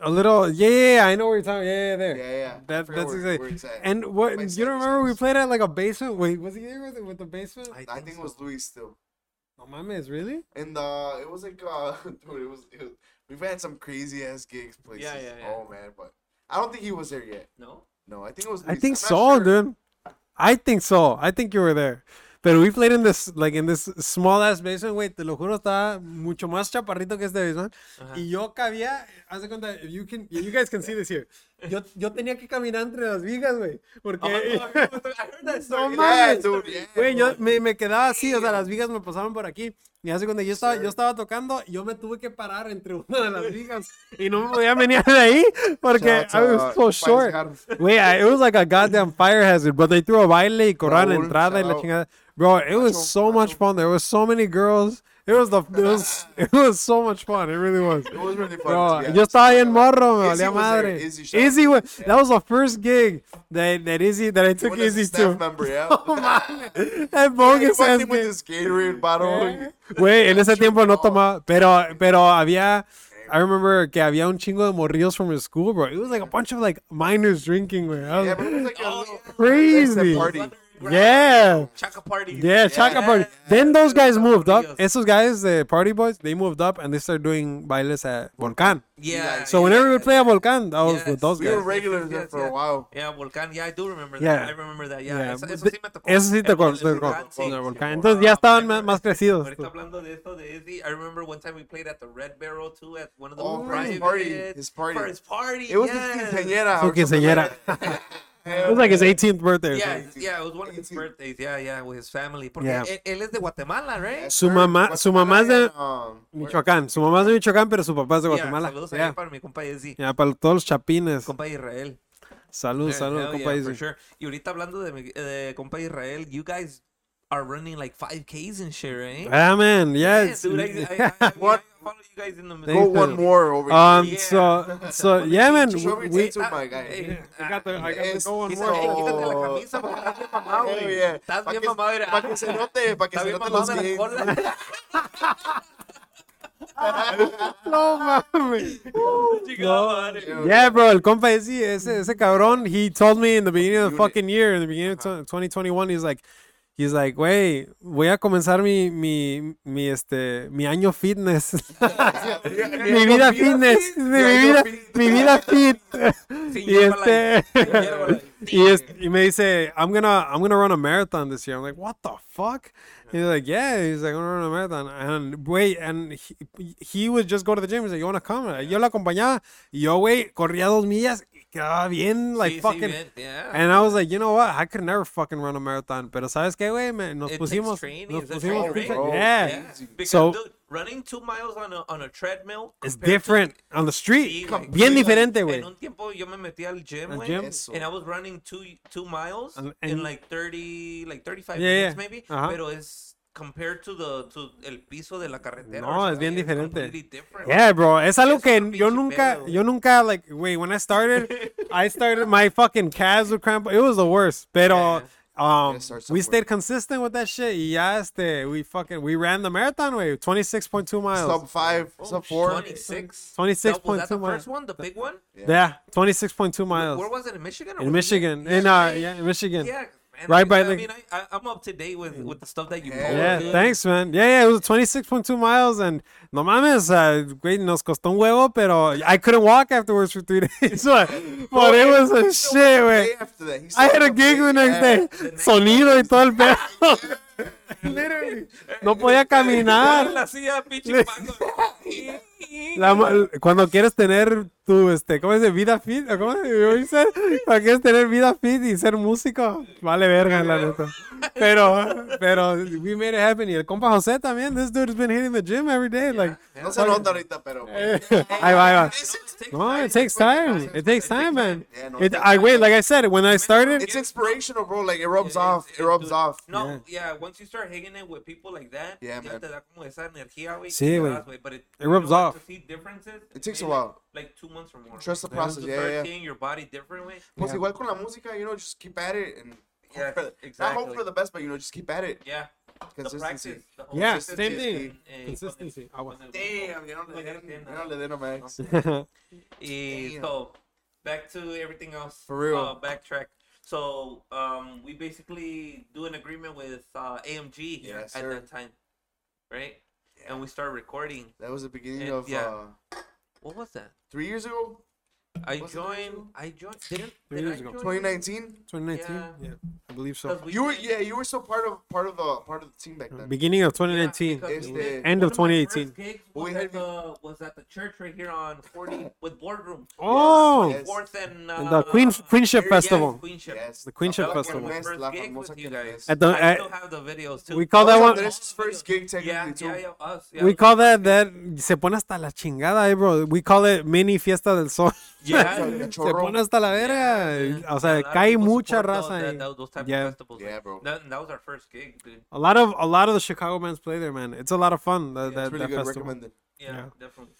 Speaker 2: a little yeah, yeah, yeah, I know what you're talking. Yeah, yeah,
Speaker 4: Yeah,
Speaker 2: there.
Speaker 4: yeah.
Speaker 2: That,
Speaker 4: I forgot
Speaker 2: that's
Speaker 4: where-
Speaker 2: exactly.
Speaker 4: where it's at.
Speaker 2: And what
Speaker 4: By
Speaker 2: you
Speaker 4: Sandy's
Speaker 2: remember we
Speaker 4: house.
Speaker 2: played at like a basement. Wait, was he there with, with the basement?
Speaker 4: I think it was Louis still.
Speaker 2: No mames, really?
Speaker 4: And uh, it was like uh, dude, it was, it was we've had some crazy ass gigs places.
Speaker 1: yeah, yeah.
Speaker 4: Oh man, but I don't think he was there yet.
Speaker 1: No.
Speaker 4: No, I think it was.
Speaker 2: I
Speaker 4: Luis.
Speaker 2: think
Speaker 4: I'm not
Speaker 2: so,
Speaker 4: sure.
Speaker 2: dude. I think so. I think you were there. Pero we played in this, like in this small ass basement. Wait, te lo juro, estaba mucho más chaparrito que este basement. Y yo cabía, haz de cuenta, if you, can, you guys can see this here. Yo, yo tenía que caminar entre las vigas, güey. Porque.
Speaker 1: Oh,
Speaker 2: no
Speaker 4: Yeah,
Speaker 2: mames.
Speaker 4: dude. Yeah.
Speaker 2: Güey, yo me, me quedaba así, o sea, las vigas me pasaban por aquí. Y hace cuando yo estaba, yo estaba tocando, yo me tuve que parar entre una de las vigas y no me podía venir de ahí porque
Speaker 4: Shout
Speaker 2: I
Speaker 4: out
Speaker 2: was
Speaker 4: to,
Speaker 2: so
Speaker 4: uh,
Speaker 2: short.
Speaker 4: Spice
Speaker 2: Güey, I- it was like a goddamn fire hazard, but they threw a baile y cobraron la
Speaker 4: Raúl,
Speaker 2: entrada y
Speaker 4: shout
Speaker 2: la
Speaker 4: out.
Speaker 2: chingada. Bro, it was
Speaker 4: Nacho,
Speaker 2: so much
Speaker 4: Nacho.
Speaker 2: fun. There were so many girls. It was the it was it was so much fun. It really was.
Speaker 4: It was really fun.
Speaker 2: Bro,
Speaker 4: to be
Speaker 2: yo
Speaker 4: honest.
Speaker 2: estaba bien morro, me
Speaker 4: Izzy
Speaker 2: valía
Speaker 4: was there.
Speaker 2: madre.
Speaker 4: Izzy
Speaker 2: Izzy,
Speaker 4: shot.
Speaker 2: wa- that was the first gig that that Izzy that I took
Speaker 4: When is the
Speaker 2: Izzy
Speaker 4: staff
Speaker 2: to.
Speaker 4: member, yeah.
Speaker 2: Oh, man. That bogus
Speaker 4: Walked
Speaker 2: ass
Speaker 4: in with
Speaker 2: gig.
Speaker 4: this Gatorade bottle.
Speaker 2: Güey, en ese tiempo no
Speaker 4: Oh.
Speaker 2: tomaba, pero pero había I remember que había un chingo de morrillos from his school, bro. It was like a bunch of like minors drinking, güey. I was
Speaker 4: Yeah, but it was like a
Speaker 1: Oh,
Speaker 4: little
Speaker 2: crazy.
Speaker 4: It's a party.
Speaker 2: Yeah.
Speaker 1: Chaka party.
Speaker 2: Yeah, Chaka Party. Then those guys moved up. Esos guys, the Party Boys, they moved up and they started doing bailes at Volcán.
Speaker 1: Ah, Yeah.
Speaker 2: So whenever we play at Volcán, that was with
Speaker 1: Yes.
Speaker 2: those
Speaker 4: We were
Speaker 2: guys.
Speaker 4: regulars there
Speaker 1: yes,
Speaker 4: for a
Speaker 1: yes.
Speaker 4: while.
Speaker 1: Yeah, Volcán. Yeah, I do remember
Speaker 2: Yeah.
Speaker 1: that. I remember that. Yeah.
Speaker 2: Yeah,
Speaker 1: Eso,
Speaker 2: but
Speaker 1: eso
Speaker 2: the-
Speaker 1: sí me tocó.
Speaker 2: Eso sí te
Speaker 1: El- el
Speaker 2: acuerdo, te acuerdo.
Speaker 1: Volcán, sí.
Speaker 2: Con el Volcán. Entonces ya estaban más, más crecidos. pues.
Speaker 1: Ahorita hablando de esto de Izzy, I remember one time we played at the Red Barrel too at one of the
Speaker 4: Oh, for his
Speaker 1: private-
Speaker 4: party, his party.
Speaker 1: For his party.
Speaker 4: It was
Speaker 1: yes.
Speaker 4: his quinceañera.
Speaker 2: Su
Speaker 4: or something like
Speaker 2: quinceañera. It was like his 18th birthday.
Speaker 1: Yeah,
Speaker 2: Yeah.
Speaker 1: it's- yeah, it was one of his birthdays. Yeah, yeah, with his family. Porque
Speaker 2: Yeah.
Speaker 1: él, él es de Guatemala, right?
Speaker 4: that.
Speaker 2: Su mamá- su mamá es de-
Speaker 4: Um,
Speaker 2: Michoacán. Su mamá es de Michoacán, pero su papá es de
Speaker 1: Yeah,
Speaker 2: Guatemala.
Speaker 1: saludos ahí
Speaker 2: Yeah.
Speaker 1: para mi compa Izzy.
Speaker 2: Ya, para todos los chapines.
Speaker 1: Compa Israel.
Speaker 2: Salud,
Speaker 1: Yeah,
Speaker 2: salud,
Speaker 1: hell
Speaker 2: compa.
Speaker 1: yeah, for
Speaker 2: Izzy.
Speaker 1: sure. Y ahorita hablando de, mi- de compa Israel, you guys are running like 5Ks and shit, right?
Speaker 2: Ah, man.
Speaker 1: Yeah,
Speaker 2: Yeah. it's-
Speaker 1: dude, I, I, I, I, mean, I follow you guys in the
Speaker 4: Go
Speaker 2: Thanks,
Speaker 4: one
Speaker 2: Pedro.
Speaker 4: more over
Speaker 2: Um,
Speaker 4: here.
Speaker 2: so, so, yeah, man.
Speaker 4: Show
Speaker 2: we-
Speaker 4: me we,
Speaker 2: We,
Speaker 4: to my guy.
Speaker 1: Hey, Quítate
Speaker 4: Es-
Speaker 1: hey, quítate la
Speaker 4: Oh.
Speaker 1: camisa porque estás bien mamado,
Speaker 4: Hell
Speaker 1: Ah, güey.
Speaker 4: yeah.
Speaker 1: Estás
Speaker 4: Pa'
Speaker 1: bien
Speaker 4: que-
Speaker 1: mamado, era-
Speaker 4: Pa' que se note, pa' que
Speaker 1: Está
Speaker 4: se
Speaker 1: bien
Speaker 4: note
Speaker 1: mamado
Speaker 4: los
Speaker 1: de la
Speaker 4: gays.
Speaker 1: cola.
Speaker 2: no mames.
Speaker 1: Chingada madre.
Speaker 2: Yeah, bro, el compa ese, ese, ese cabrón, he told me in the beginning of the
Speaker 4: Unit.
Speaker 2: fucking year, in the beginning of 2021, he's like, he's like, wey, voy a comenzar mi, mi, mi, este, mi año fitness. mi vida fitness, mi vida, mi vida fit.
Speaker 1: Sin
Speaker 2: y
Speaker 1: hierba,
Speaker 2: este,
Speaker 1: sin hierba.
Speaker 2: y, es, y me dice, I'm gonna, I'm gonna run a marathon this year. I'm like, what the fuck? He's like, yeah. He's like, I'm gonna run a marathon. And wait, and he, he would just go to the gym. He's like, you wanna come? Yo la acompañaba. Y yo, güey, corría dos millas y quedaba bien, like
Speaker 1: Sí, sí,
Speaker 2: fucking.
Speaker 1: bien, yeah.
Speaker 2: And I was like, you know what? I could never fucking run a marathon. Pero sabes qué, güey, Me- nos
Speaker 1: It takes
Speaker 2: pusimos,
Speaker 1: training,
Speaker 2: nos
Speaker 1: it's a
Speaker 2: pusimos,
Speaker 1: training,
Speaker 4: bro.
Speaker 2: yeah.
Speaker 1: Yeah. Because,
Speaker 2: So-
Speaker 1: dude, running two miles on a, on a treadmill
Speaker 2: It's
Speaker 1: compared to-
Speaker 2: different on the
Speaker 1: Sí,
Speaker 2: street.
Speaker 1: güey.
Speaker 2: Bien
Speaker 1: Sí,
Speaker 2: diferente, güey.
Speaker 1: En un tiempo yo me metí al gym,
Speaker 2: Al
Speaker 1: güey.
Speaker 2: gym.
Speaker 4: Eso.
Speaker 1: And I was running two, two miles
Speaker 2: And-
Speaker 1: in
Speaker 2: and-
Speaker 1: like 30, like 35
Speaker 2: Yeah,
Speaker 1: minutes
Speaker 2: yeah.
Speaker 1: maybe.
Speaker 2: Ajá.
Speaker 1: Pero es compared to the to el piso de la carretera.
Speaker 2: No,
Speaker 1: or
Speaker 2: es bien
Speaker 1: something, it's
Speaker 2: diferente.
Speaker 1: completely different.
Speaker 2: Yeah, bro. Es algo
Speaker 1: Es
Speaker 2: que
Speaker 1: otro
Speaker 2: yo
Speaker 1: pinche
Speaker 2: nunca,
Speaker 1: pedo, güey.
Speaker 2: yo nunca, like, wait, when I started, I started, my fucking calves would cramp. It was the worst. Pero, um,
Speaker 4: Gotta start
Speaker 2: we
Speaker 4: somewhere.
Speaker 2: stayed consistent with that shit. Y ya, este, we fucking, we ran the marathon, way 26.2
Speaker 4: Sub
Speaker 2: miles.
Speaker 4: five,
Speaker 1: Oh,
Speaker 4: sub four.
Speaker 1: 26.
Speaker 2: 26.2
Speaker 1: Was that the
Speaker 2: miles.
Speaker 1: first one? The big one?
Speaker 2: Yeah, 26.2
Speaker 1: Where
Speaker 2: miles.
Speaker 1: was it? In Michigan? or
Speaker 2: In
Speaker 1: was it-
Speaker 2: Michigan.
Speaker 1: Yeah,
Speaker 2: In, uh,
Speaker 1: right?
Speaker 2: yeah, in Michigan.
Speaker 1: Yeah. man,
Speaker 2: Right
Speaker 1: I,
Speaker 2: by
Speaker 1: I
Speaker 2: the-
Speaker 1: mean, I, I, I'm up to date with, with the stuff that you
Speaker 4: Yeah.
Speaker 1: post,
Speaker 2: Yeah,
Speaker 1: dude.
Speaker 2: thanks, man. Yeah, yeah, it was 26.2 miles, and no mames, uh, güey, nos costó un huevo, pero I couldn't walk afterwards for three days, but, but it was a shit,
Speaker 4: Day
Speaker 2: güey.
Speaker 4: after that, he
Speaker 2: I
Speaker 4: said
Speaker 2: had a
Speaker 4: something,
Speaker 2: gig the next
Speaker 4: yeah.
Speaker 2: day. este, Sonido y todo el pedo. Literally. No podía
Speaker 1: Claro,
Speaker 2: caminar.
Speaker 1: la silla, pinche pango.
Speaker 2: La ma- cuando quieres tener tu, este, ¿cómo dice? Vida fit. ¿o ¿Cómo se dice? Cuando quieres tener vida fit y ser músico, vale verga, la neta. Pero, pero, we made it happen. Y el compa José también. This dude's been hitting the gym every day. Like,
Speaker 4: No se nota ahorita, pero.
Speaker 2: Eh, ahí va, ahí va.
Speaker 1: Takes
Speaker 2: No,
Speaker 1: time.
Speaker 2: it takes time. It takes time, man.
Speaker 4: Yeah, no,
Speaker 2: It,
Speaker 4: it takes
Speaker 2: I wait, like I said, when I started,
Speaker 4: It's inspirational, bro. Like, it rubs
Speaker 1: Yeah,
Speaker 4: off.
Speaker 1: it's-
Speaker 4: It
Speaker 1: it's
Speaker 4: rubs
Speaker 1: good.
Speaker 4: off.
Speaker 1: No, yeah. once you start hanging it with people like that,
Speaker 4: Yeah,
Speaker 1: ya
Speaker 4: man.
Speaker 1: te da como esa energía, güey.
Speaker 2: Sí,
Speaker 1: que te
Speaker 2: güey.
Speaker 1: das, But it,
Speaker 2: It rubs
Speaker 1: you know,
Speaker 2: off.
Speaker 1: To see differences,
Speaker 4: It takes a
Speaker 1: maybe
Speaker 4: while.
Speaker 1: Like, like two months or more.
Speaker 4: Trust the
Speaker 1: Once
Speaker 4: process,
Speaker 1: you
Speaker 4: yeah,
Speaker 1: start
Speaker 4: yeah, yeah.
Speaker 1: seeing your body different, güey.
Speaker 4: Pues igual con la música, you know, just keep at it and.
Speaker 1: Yeah,
Speaker 4: hope for the- Not
Speaker 1: exactly.
Speaker 4: hope for the best, but you know, just keep at it.
Speaker 1: Yeah. The
Speaker 4: Consistency.
Speaker 1: practice. The whole
Speaker 2: yeah,
Speaker 1: practice.
Speaker 2: same thing.
Speaker 1: Eh,
Speaker 2: Consistency. Ah,
Speaker 1: con el- con
Speaker 2: bueno.
Speaker 1: el-
Speaker 4: Damn, you know,
Speaker 1: Well, yeah, yeah,
Speaker 4: no le den a Max.
Speaker 1: Y
Speaker 4: Damn.
Speaker 1: so, back to everything else.
Speaker 4: For real.
Speaker 1: Uh, backtrack. So, um, we basically do an agreement with uh, AMG
Speaker 4: Yes,
Speaker 1: at
Speaker 4: sir.
Speaker 1: that time, right? And we start recording.
Speaker 4: That was the beginning
Speaker 1: And-
Speaker 4: of
Speaker 1: yeah.
Speaker 4: uh,
Speaker 1: What was that?
Speaker 4: three years ago,
Speaker 1: I
Speaker 4: Was it
Speaker 1: joined.
Speaker 4: Mexico?
Speaker 1: I joined. Didn't.
Speaker 2: Three
Speaker 1: did I
Speaker 2: years ago.
Speaker 1: join?
Speaker 4: 2019.
Speaker 2: 2019.
Speaker 1: Yeah.
Speaker 2: Yeah, I believe so.
Speaker 1: 'Cause we
Speaker 4: You were,
Speaker 1: did-
Speaker 4: yeah, you were still part of part of the part of the team back then.
Speaker 2: Beginning of
Speaker 1: yeah,
Speaker 2: 2019.
Speaker 1: because we
Speaker 4: Este-
Speaker 1: did-
Speaker 2: End of
Speaker 1: one my first
Speaker 2: 2018.
Speaker 1: gigs
Speaker 4: Well, we
Speaker 1: Was
Speaker 4: had
Speaker 1: at, the, was at the church right here on 40 with boardroom.
Speaker 2: Oh,
Speaker 4: Yes.
Speaker 1: Fourth and
Speaker 2: And
Speaker 1: uh,
Speaker 2: the Queen Queenship
Speaker 1: yes,
Speaker 2: Festival.
Speaker 1: Queenship.
Speaker 4: Yes,
Speaker 2: The
Speaker 1: That
Speaker 2: Queenship
Speaker 1: was one of
Speaker 2: Festival.
Speaker 1: my
Speaker 4: Queen
Speaker 1: first
Speaker 4: La
Speaker 1: gigs with
Speaker 4: famosa
Speaker 1: you
Speaker 4: que
Speaker 1: guys.
Speaker 4: es.
Speaker 2: At the,
Speaker 1: I
Speaker 2: at,
Speaker 1: still have the videos too.
Speaker 2: we call that
Speaker 4: That was
Speaker 2: one.
Speaker 4: Andres' first gig technically
Speaker 1: yeah,
Speaker 4: too.
Speaker 1: yeah, yeah, us. Yeah,
Speaker 2: We
Speaker 1: us.
Speaker 2: call that that. Se pone hasta la chingada, eh, bro. We call it mini fiesta del sol.
Speaker 1: Yeah.
Speaker 4: Yeah,
Speaker 2: se
Speaker 4: chorro.
Speaker 2: pone hasta la verga.
Speaker 1: Yeah, yeah.
Speaker 2: Eh, O
Speaker 1: A
Speaker 2: sea,
Speaker 1: lot of
Speaker 2: cae
Speaker 1: people
Speaker 2: mucha
Speaker 1: support
Speaker 2: raza eh.
Speaker 1: those-
Speaker 2: ahí.
Speaker 1: that- those type of
Speaker 2: Yeah.
Speaker 1: festivals.
Speaker 4: Yeah,
Speaker 1: like,
Speaker 4: bro.
Speaker 1: That, that was our first gig, dude.
Speaker 2: A lot of a lot of the Chicago bands play there, man. It's a lot of fun. That,
Speaker 4: It's
Speaker 2: that,
Speaker 4: really
Speaker 2: that
Speaker 4: good.
Speaker 2: festival.
Speaker 4: Recommended.
Speaker 1: Yeah,
Speaker 2: Yeah.
Speaker 1: definitely.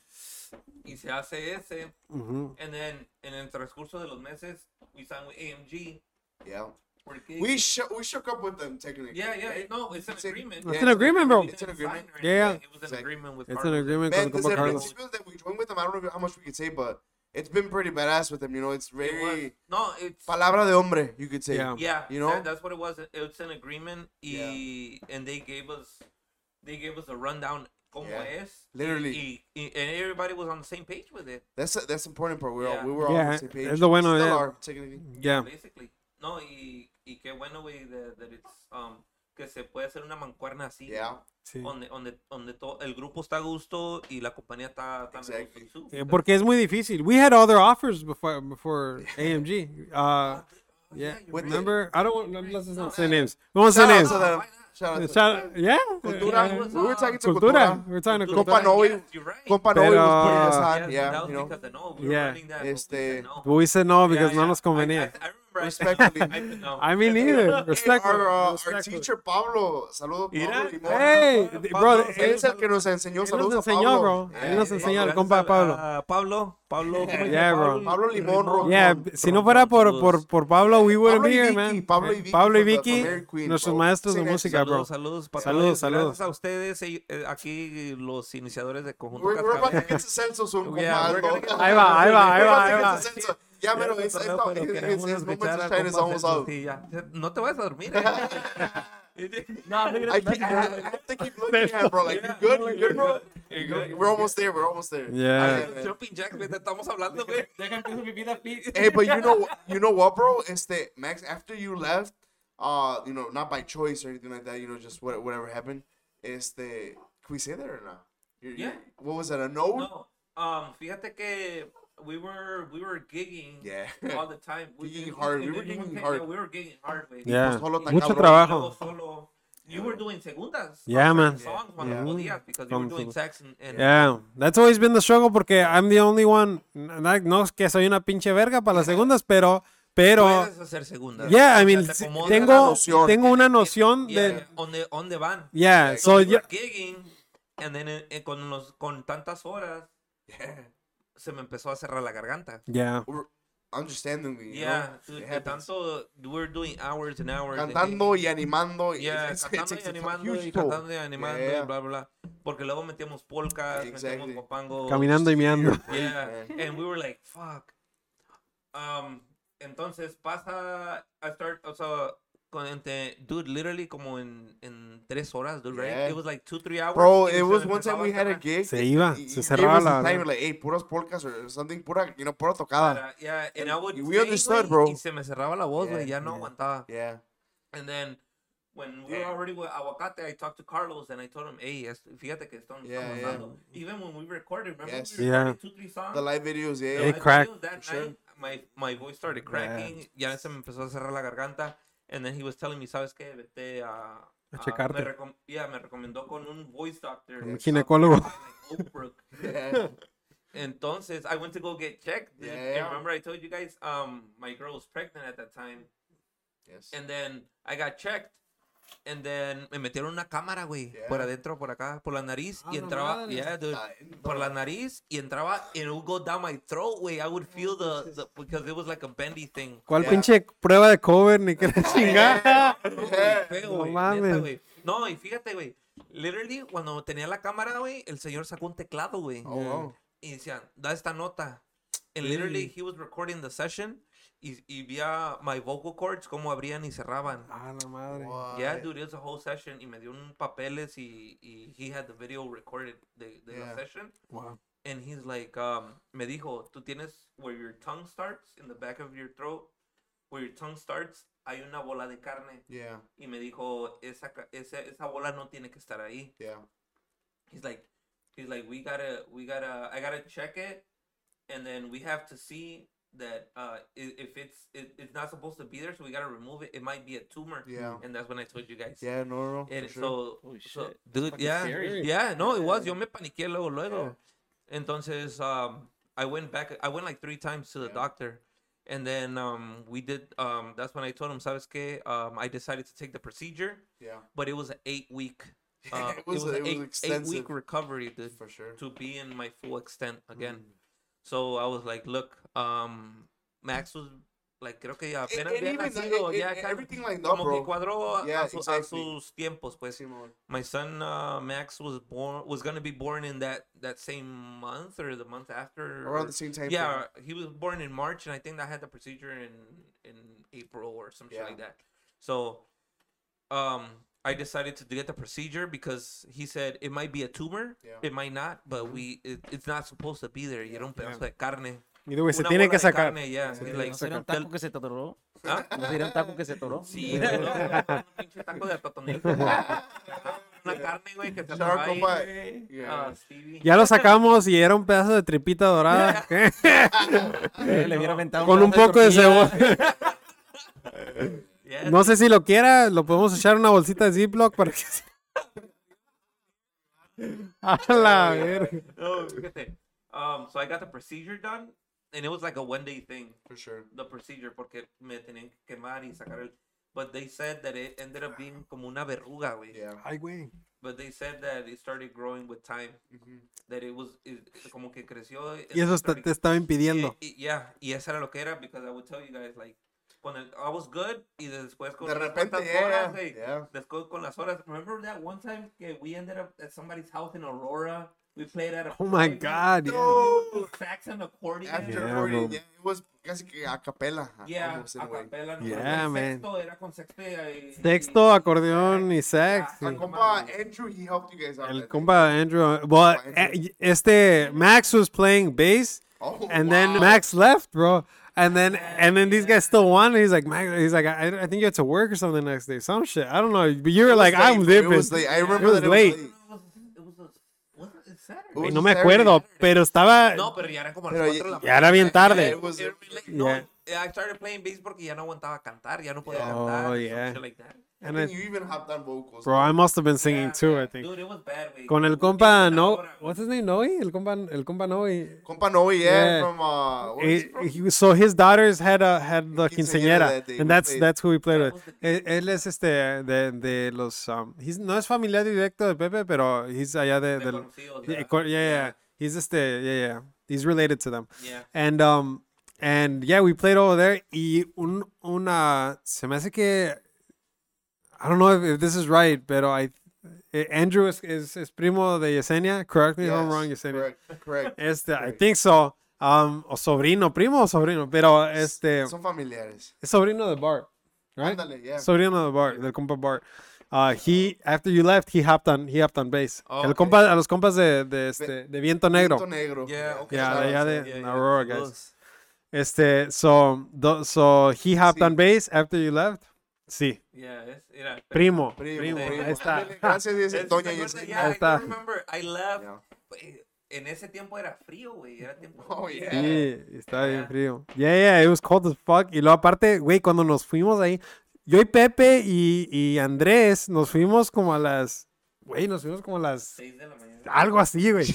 Speaker 1: Y se hace ese.
Speaker 2: Mhm.
Speaker 1: And then, en el transcurso de los meses, we signed with AMG.
Speaker 4: Yeah.
Speaker 1: Porque,
Speaker 4: We shook we shook up with them technically.
Speaker 1: yeah, yeah, no, it's an
Speaker 4: It's an-
Speaker 1: agreement.
Speaker 4: It's
Speaker 2: an agreement, bro.
Speaker 1: We
Speaker 4: It's an
Speaker 1: didn't sign
Speaker 4: agreement.
Speaker 1: or
Speaker 2: Yeah,
Speaker 1: anything, It was an
Speaker 4: Exactly.
Speaker 1: agreement with
Speaker 2: It's an
Speaker 1: Carlos. eh.
Speaker 2: agreement
Speaker 4: Man,
Speaker 2: con
Speaker 4: because
Speaker 2: Compa
Speaker 4: the
Speaker 2: Carlos.
Speaker 4: people that we joined with them, I don't know how much we could say, but it's been pretty badass with them. You know, it's
Speaker 1: It
Speaker 4: very
Speaker 1: was- No, it's.
Speaker 4: palabra de hombre. You could say.
Speaker 2: Yeah.
Speaker 1: Yeah,
Speaker 4: You
Speaker 1: you
Speaker 4: know?
Speaker 1: know that's what it was. It- It's an agreement, y, and they gave us, they gave us a rundown. Como
Speaker 4: Yeah,
Speaker 1: es?
Speaker 4: literally.
Speaker 1: y- y- and everybody was on the same page with it,
Speaker 4: That's that's the important part. We all
Speaker 1: Yeah.
Speaker 4: we were all on
Speaker 2: Yeah,
Speaker 4: the same page.
Speaker 2: es lo bueno,
Speaker 4: Still
Speaker 2: yeah.
Speaker 4: are, technically.
Speaker 2: Yeah.
Speaker 1: basically. No, y, y qué bueno, güey, that, that it's, um, que se puede hacer una mancuerna así,
Speaker 4: Yeah.
Speaker 2: Sí.
Speaker 1: donde, donde, donde todo el grupo está a gusto y la compañía está tan a gusto.
Speaker 4: Exactly.
Speaker 1: too.
Speaker 2: Eh, Porque es muy difícil. We had other offers before before AMG. Uh, yeah.
Speaker 4: With the-
Speaker 2: Remember? I don't want. let- Let's just not say names. We won't say names. Uh,
Speaker 4: Shout out to them. Shout out to them.
Speaker 2: Shout- yeah.
Speaker 4: Cultura.
Speaker 2: Yeah.
Speaker 4: We were talking to
Speaker 2: Cultura.
Speaker 4: Cultura.
Speaker 2: We're talking to
Speaker 1: Cultura.
Speaker 2: Cultura.
Speaker 4: Compa Novi.
Speaker 1: Yes, you're right.
Speaker 4: Compa Novi was putting us
Speaker 2: Pero-
Speaker 4: on.
Speaker 1: Yes, that
Speaker 4: Yeah.
Speaker 1: was
Speaker 4: You know.
Speaker 1: because of no. We were
Speaker 2: Yeah.
Speaker 1: running that, but we
Speaker 4: Este-
Speaker 1: said no.
Speaker 2: But we said no
Speaker 1: Yeah,
Speaker 2: because no
Speaker 1: yeah,
Speaker 2: nos
Speaker 1: I-
Speaker 2: convenía.
Speaker 1: I, I remember I said-
Speaker 4: Respectfully.
Speaker 1: I said no.
Speaker 2: I mean, neither. Respectful.
Speaker 4: Our, uh, our
Speaker 2: Respectful.
Speaker 4: teacher Pablo, saludo Pablo. Limón.
Speaker 2: Hey, bro. eh,
Speaker 4: Él
Speaker 2: Él,
Speaker 4: es el que nos enseñó.
Speaker 2: él nos
Speaker 4: Saludos a
Speaker 2: enseñó,
Speaker 4: Pablo.
Speaker 2: bro. Él nos
Speaker 1: Yeah,
Speaker 2: enseñó, el
Speaker 1: gracias
Speaker 2: compa
Speaker 1: a-
Speaker 2: Pablo.
Speaker 8: Ah, Pablo, Pablo, ¿cómo se
Speaker 2: Yeah,
Speaker 8: llama?
Speaker 2: bro.
Speaker 4: Pablo Limón Rojo.
Speaker 2: Yeah,
Speaker 4: Pablo
Speaker 2: si no fuera por,
Speaker 1: Saludos.
Speaker 2: por, por Pablo, we wouldn't
Speaker 4: y
Speaker 2: be here,
Speaker 4: Vicky,
Speaker 2: man.
Speaker 4: Pablo y
Speaker 2: Eh,
Speaker 4: Vicky.
Speaker 2: Pablo y
Speaker 4: from the-
Speaker 2: Vicky,
Speaker 4: from Mary Queen,
Speaker 2: nuestros
Speaker 4: bro.
Speaker 2: maestros de
Speaker 4: Sí,
Speaker 2: música, bro.
Speaker 1: Saludos, saludos. para
Speaker 2: Saludos,
Speaker 1: todos.
Speaker 2: saludos.
Speaker 1: Gracias a ustedes, eh, eh, aquí los iniciadores de Conjunto
Speaker 4: We're, we're about to
Speaker 1: Cascabel.
Speaker 4: get to censo soon,
Speaker 1: Yeah, we're
Speaker 4: compadre.
Speaker 1: gonna get-
Speaker 2: Ahí va, ahí va, ahí va, ahí
Speaker 4: We're
Speaker 2: va.
Speaker 4: about to get to censo. Ya, pero
Speaker 1: Pero
Speaker 4: it's, it's,
Speaker 1: queremos
Speaker 4: it's, it's moments
Speaker 1: escuchar
Speaker 4: of
Speaker 1: a
Speaker 4: shine is
Speaker 1: compas
Speaker 4: almost
Speaker 1: de-
Speaker 4: out.
Speaker 1: sí, ya. No te vas a dormir. eh. no, mira,
Speaker 4: I, keep, I, I have to keep looking at it, bro. Like, you good? You good, bro? We're almost there. We're almost there.
Speaker 2: Yeah.
Speaker 4: Ay, man.
Speaker 1: Jumping eh. Jack, güey, te estamos hablando, güey.
Speaker 10: Deja que se me pida fit.
Speaker 4: Hey, but you know, you know what, bro? It's the Max. After you left, uh, you know, not by choice or anything like that. You know, just what, whatever happened. It's the. Can we say that or not? You- you-
Speaker 1: Yeah.
Speaker 4: What was that? A node?
Speaker 1: No, um, fíjate que we were we were gigging
Speaker 4: Yeah.
Speaker 1: all the time.
Speaker 4: Gigging hard. We were gigging hard.
Speaker 1: We were gigging hard, güey.
Speaker 2: Yeah.
Speaker 4: pues, solo tan
Speaker 2: Mucho
Speaker 4: cabrón.
Speaker 2: trabajo.
Speaker 1: Solo. You were doing segundas.
Speaker 2: Yeah,
Speaker 1: on
Speaker 2: man.
Speaker 1: certain Songs cuando
Speaker 4: Yeah.
Speaker 1: podías, because you were
Speaker 2: Con-
Speaker 1: doing sex and, and
Speaker 2: Yeah, that's always been the struggle porque I'm the only one. na- No es que soy una pinche verga para las segundas, pero, pero,
Speaker 1: puedes hacer segundas.
Speaker 2: yeah, I mean,
Speaker 1: Pues, te
Speaker 2: sí,
Speaker 1: acomodas.
Speaker 2: tengo,
Speaker 4: noción.
Speaker 2: tengo una noción
Speaker 1: Yeah,
Speaker 2: de,
Speaker 1: ¿Dónde, dónde van?
Speaker 2: yeah, so
Speaker 1: we were
Speaker 2: yo,
Speaker 1: gigging, and then eh, eh, con, los, con tantas horas, se me empezó a cerrar la garganta.
Speaker 2: yeah,
Speaker 4: Understandably. You
Speaker 1: Yeah,
Speaker 4: know?
Speaker 1: dude,
Speaker 4: It
Speaker 1: de
Speaker 4: happens.
Speaker 1: tanto, we're doing hours and hours. and
Speaker 4: Cantando y animando.
Speaker 1: gigging. Yeah,
Speaker 4: it's- it's- it
Speaker 1: cantando
Speaker 4: takes
Speaker 1: y
Speaker 4: a
Speaker 1: animando,
Speaker 4: huge
Speaker 1: y
Speaker 4: toll.
Speaker 1: cantando y animando,
Speaker 4: Yeah.
Speaker 1: y bla, bla, bla. Porque luego metíamos polcas,
Speaker 4: Exactly.
Speaker 1: metíamos popangos.
Speaker 2: caminando y meando.
Speaker 1: Yeah,
Speaker 4: man.
Speaker 1: and we were like, fuck. Um, entonces pasa, I start, o sea, con, ente- dude, literally como en, en tres horas, dude, right?
Speaker 4: Yeah.
Speaker 1: It was like two, three hours.
Speaker 4: Bro,
Speaker 1: y
Speaker 4: it
Speaker 1: se
Speaker 4: was
Speaker 1: me
Speaker 4: one time
Speaker 1: empezaba
Speaker 4: we had a
Speaker 1: cerrar.
Speaker 4: gig.
Speaker 2: Se iba,
Speaker 4: you
Speaker 2: se
Speaker 4: gave
Speaker 2: cerraba
Speaker 4: us the
Speaker 2: la-
Speaker 4: time, like, hey, puras polcas or something, pura, you know, pura tocada.
Speaker 1: Para- yeah, and I would
Speaker 4: we
Speaker 1: sing,
Speaker 4: understood,
Speaker 1: güey,
Speaker 4: bro.
Speaker 1: Y se me cerraba la voz,
Speaker 4: Yeah,
Speaker 1: güey, ya no
Speaker 4: yeah.
Speaker 1: aguantaba.
Speaker 4: Yeah.
Speaker 1: And then when we were already with Aguacate, I talked to Carlos and I told him, hey, es- fíjate que estamos
Speaker 4: Yeah,
Speaker 1: estamos
Speaker 4: yeah.
Speaker 1: dando." Even when we recorded, remember
Speaker 4: Yes.
Speaker 1: we
Speaker 2: Yeah.
Speaker 1: recorded two, three songs?
Speaker 4: The live videos, yeah.
Speaker 2: Hey,
Speaker 1: I
Speaker 2: crack.
Speaker 1: feel That
Speaker 4: For sure.
Speaker 1: night, my, my voice started cracking. Ya se me empezó a cerrar la garganta. And then he was telling me, ¿sabes qué? Vete a...
Speaker 2: A checarte.
Speaker 1: Me recom- yeah, me recomendó con un voice doctor.
Speaker 2: Un ginecólogo.
Speaker 1: Like Oakbrook.
Speaker 4: yeah.
Speaker 1: Entonces, I went to go get checked. dude.
Speaker 4: Yeah,
Speaker 1: And
Speaker 4: yeah.
Speaker 1: remember I told you guys, um, my girl was pregnant at that time.
Speaker 4: Yes.
Speaker 1: And then I got checked. And then me metieron una cámara, güey.
Speaker 4: Yeah.
Speaker 1: Por adentro, por acá, por la nariz. y entraba, yeah, dude,
Speaker 4: Adentro.
Speaker 1: por la nariz. Y entraba, and it would go down my throat, güey. I would feel the, the, because it was like a bendy thing.
Speaker 2: ¿Cuál
Speaker 4: Yeah.
Speaker 2: pinche prueba de cover ni qué chingada?
Speaker 1: Güey, feo,
Speaker 2: No
Speaker 1: güey,
Speaker 2: mames.
Speaker 1: neta, güey. No, y fíjate, güey. Literally, cuando tenía la cámara, güey, el señor sacó un teclado, güey.
Speaker 4: Oh, wow.
Speaker 1: Y decían, da esta nota. And literally, he was recording the session. Y, y vía my vocal cords, cómo abrían y cerraban.
Speaker 2: Ah, la madre.
Speaker 1: Yeah, dude, it was a whole session. Y me dio un papeles y, y he had the video recorded de, de
Speaker 4: Yeah.
Speaker 1: la session.
Speaker 2: Wow.
Speaker 1: And he's like, um, me dijo, tú tienes where your tongue starts, in the back of your throat, where your tongue starts, hay una bola de carne.
Speaker 4: Yeah,
Speaker 1: Y me dijo, esa, ca- esa, esa bola no tiene que estar ahí.
Speaker 4: yeah.
Speaker 1: He's like, he's like, we gotta, we gotta, I gotta check it. And then we have to see that uh, i- if it's, it, it's not supposed to be there, so we gotta remove it. It might be a tumor.
Speaker 4: Yeah.
Speaker 1: And that's when I told you guys.
Speaker 4: Yeah, no, no. for
Speaker 1: And
Speaker 4: sure.
Speaker 1: so,
Speaker 3: Holy shit.
Speaker 1: so,
Speaker 3: That's
Speaker 1: dude,
Speaker 3: fucking
Speaker 1: yeah,
Speaker 3: scary.
Speaker 1: yeah, no, it was. Yo me paniqué luego, luego. Entonces, um, I went back. I went like three times to the doctor, And then um, we did. Um, that's when I told him, "Sabes que?" Um, I decided to take the procedure,
Speaker 4: Yeah.
Speaker 1: but it was an eight week. Uh,
Speaker 4: It was- it was
Speaker 1: an eight, eight
Speaker 4: extensive.
Speaker 1: week recovery dude,
Speaker 4: For sure. Mm-hmm.
Speaker 1: to be in my full extent again. So I was like, "Look, um, Max was like, creo que
Speaker 4: And-
Speaker 1: apenas
Speaker 4: and
Speaker 1: había
Speaker 4: even that-
Speaker 1: nacido,
Speaker 4: and-
Speaker 1: ya
Speaker 4: and
Speaker 1: casi-
Speaker 4: everything like that,
Speaker 1: como
Speaker 4: bro.
Speaker 1: que cuadró a-
Speaker 4: Yeah,
Speaker 1: a, su- a
Speaker 4: exactly.
Speaker 1: sus tiempos, pues."
Speaker 4: Simón.
Speaker 1: my son uh, Max was born was gonna be born in that that same month or the month after. or-
Speaker 4: Around the same time.
Speaker 1: yeah,
Speaker 4: frame.
Speaker 1: he was born in March, and I think I had the procedure in in April or some shit
Speaker 4: Yeah.
Speaker 1: like that. So, um, I decided to get the procedure because he said it might be a tumor,
Speaker 4: Yeah.
Speaker 1: it might not, but we it, it's not supposed to be there. You don't pedazo de carne.
Speaker 2: Either way, se
Speaker 1: Una
Speaker 2: tiene
Speaker 1: bola
Speaker 2: que
Speaker 1: de
Speaker 2: sacar.
Speaker 1: carne, yeah. He's like,
Speaker 3: ¿No será
Speaker 1: "Del-
Speaker 3: un taco que se te atoró?
Speaker 1: ¿Ah?
Speaker 3: ¿No será un taco que se atoró?
Speaker 1: Sí, güey, no, un pinche taco de atotonilco. Una carne, güey, que te
Speaker 4: Shark
Speaker 1: atoró ahí,
Speaker 4: bite.
Speaker 1: güey.
Speaker 4: Yeah.
Speaker 1: Ah, Stevie.
Speaker 2: Ya lo sacamos y era un pedazo de tripita dorada.
Speaker 3: Le hubiera aventado
Speaker 2: Con un
Speaker 3: pedazo
Speaker 2: poco de
Speaker 3: tortilla.
Speaker 2: cebolla.
Speaker 1: Yeah,
Speaker 2: No sé si lo quiera, lo podemos echar en una bolsita de Ziploc para que se... A la verga.
Speaker 1: No, fíjate. Oh, Um, so I got the procedure done, and it was like a one day thing.
Speaker 4: For sure.
Speaker 1: The procedure, porque me tenían que quemar y sacar el. But they said that it ended up being como una verruga, güey.
Speaker 4: Yeah.
Speaker 2: Ay, güey.
Speaker 1: But they said that it started growing with time.
Speaker 4: mm-hmm.
Speaker 1: That it was it- como que creció. and
Speaker 2: Y eso está-
Speaker 1: started-
Speaker 2: te estaba impidiendo.
Speaker 1: Y- y- yeah, y eso era lo que era, because I would tell you guys like. When I was good, y después con
Speaker 4: De
Speaker 1: unas
Speaker 4: repente,
Speaker 1: cuantas
Speaker 4: yeah,
Speaker 1: horas, güey,
Speaker 4: yeah.
Speaker 1: Después con las horas. Remember that one time que we ended up at somebody's house in Aurora? We played at a
Speaker 2: Oh my
Speaker 1: party.
Speaker 2: god. yeah.
Speaker 4: No.
Speaker 1: sax and accordion.
Speaker 4: After
Speaker 2: Yeah,
Speaker 4: recording,
Speaker 2: bro.
Speaker 4: yeah, it was casi que a capella. uh,
Speaker 1: yeah,
Speaker 4: almost in a
Speaker 1: a
Speaker 4: way.
Speaker 1: capella. no,
Speaker 2: Yeah,
Speaker 1: era
Speaker 2: man.
Speaker 1: Sexto, era con sexto y,
Speaker 2: Texto,
Speaker 1: y-
Speaker 2: acordeón y sax.
Speaker 1: Ah,
Speaker 4: My
Speaker 2: sí.
Speaker 4: compa eh, Andrew, he helped you guys out. I
Speaker 2: El
Speaker 4: think.
Speaker 2: compa Andrew. Well,
Speaker 4: Andrew.
Speaker 2: eh, este Max was playing bass,
Speaker 4: Oh,
Speaker 2: and
Speaker 4: wow.
Speaker 2: then Max left, bro. And then and then these guys still won. and He's like, Max, he's like, I, I think you had to work or something the next day, some shit. I don't know. But you were
Speaker 4: It was
Speaker 2: like, I'm
Speaker 4: late, bro,
Speaker 2: living.
Speaker 4: It was late. I remember
Speaker 2: was
Speaker 4: that it
Speaker 2: late.
Speaker 4: was late.
Speaker 1: It was, it was, a- was it- it's
Speaker 4: It
Speaker 1: Saturday.
Speaker 4: was
Speaker 2: No me
Speaker 4: Saturday.
Speaker 2: acuerdo, pero estaba.
Speaker 1: No, pero ya eran como las
Speaker 4: Pero
Speaker 1: cuatro de la
Speaker 4: ya-
Speaker 2: Ya era bien
Speaker 4: Yeah,
Speaker 2: tarde.
Speaker 4: it was-
Speaker 1: It really- no,
Speaker 2: Yeah.
Speaker 1: I started playing bass porque ya no aguantaba cantar, ya no podía
Speaker 2: Yeah.
Speaker 1: cantar.
Speaker 2: Oh,
Speaker 1: some
Speaker 2: yeah.
Speaker 1: shit like that.
Speaker 4: I
Speaker 2: And
Speaker 4: think
Speaker 2: I-
Speaker 4: you even hopped on vocals.
Speaker 2: bro, I must have been
Speaker 1: Yeah,
Speaker 2: singing too, I
Speaker 1: yeah.
Speaker 2: think.
Speaker 1: Dude, it was bad, güey.
Speaker 2: Con el
Speaker 1: Como
Speaker 2: compa,
Speaker 1: una
Speaker 2: no.
Speaker 1: hora, güey.
Speaker 2: What's his name? Noe? El compa, el compa Noe.
Speaker 4: Compa Noe, yeah,
Speaker 2: Yeah.
Speaker 4: from uh, where is
Speaker 2: Eh,
Speaker 4: he from?
Speaker 2: he- so his daughters had a had the
Speaker 4: Quinceañera
Speaker 2: quinceañera,
Speaker 4: that they
Speaker 2: and that's
Speaker 4: played.
Speaker 2: that's who we played
Speaker 1: That
Speaker 2: with.
Speaker 1: was the-
Speaker 2: Eh, Él es este de, de los um, he's no es familiar directo de Pepe, pero he's allá de,
Speaker 1: De
Speaker 2: del
Speaker 1: conocidos,
Speaker 2: yeah.
Speaker 1: yeah.
Speaker 2: yeah yeah he's este yeah yeah he's related to them
Speaker 1: Yeah.
Speaker 2: and um and yeah we played over there y un una se me hace que I don't know if, if this is right, but I eh, Andrew is, is is primo de Yesenia. Correct me if I'm
Speaker 4: Yes,
Speaker 2: wrong, Yesenia.
Speaker 4: Correct, correct.
Speaker 2: Este, I think so. Um, o sobrino, primo o sobrino, pero este,
Speaker 4: Son familiares.
Speaker 2: es sobrino de Bart, right?
Speaker 4: Ándale, yeah.
Speaker 2: Sobrino de Bart, del compa Bart. Uh, he after you left, he hopped on, he hopped on bass.
Speaker 1: Oh,
Speaker 2: El
Speaker 1: okay.
Speaker 2: compa, a los compas de, de este, de Viento Negro.
Speaker 4: Viento negro.
Speaker 1: Yeah, okay.
Speaker 2: Yeah,
Speaker 4: shout
Speaker 2: they
Speaker 4: out
Speaker 2: had
Speaker 4: to
Speaker 2: it.
Speaker 4: them.
Speaker 1: Yeah,
Speaker 2: in
Speaker 1: yeah,
Speaker 2: Aurora,
Speaker 1: it
Speaker 2: guys.
Speaker 1: was.
Speaker 2: Este, so do- so he hopped
Speaker 4: Sí.
Speaker 2: on bass after you left. Sí,
Speaker 1: Yeah, es- era-
Speaker 2: primo, primo,
Speaker 4: Primo,
Speaker 2: ahí
Speaker 4: primo.
Speaker 2: está.
Speaker 4: Ándale, Gracias, dice
Speaker 1: Es-
Speaker 4: Doña
Speaker 1: ¿se acuerda?
Speaker 4: Yesenia.
Speaker 1: Yeah, I
Speaker 2: está.
Speaker 1: do remember. I left.
Speaker 4: Yeah.
Speaker 1: eh, En ese tiempo era frío, güey. Era tiempo.
Speaker 4: Oh, yeah.
Speaker 2: Sí, está bien
Speaker 1: Yeah.
Speaker 2: frío. Yeah, yeah, it was cold as fuck. Y luego aparte, güey, cuando nos fuimos ahí, yo y Pepe y, y Andrés nos fuimos como a las, güey, nos fuimos como a las,
Speaker 1: Seis de la mañana.
Speaker 2: algo así, güey.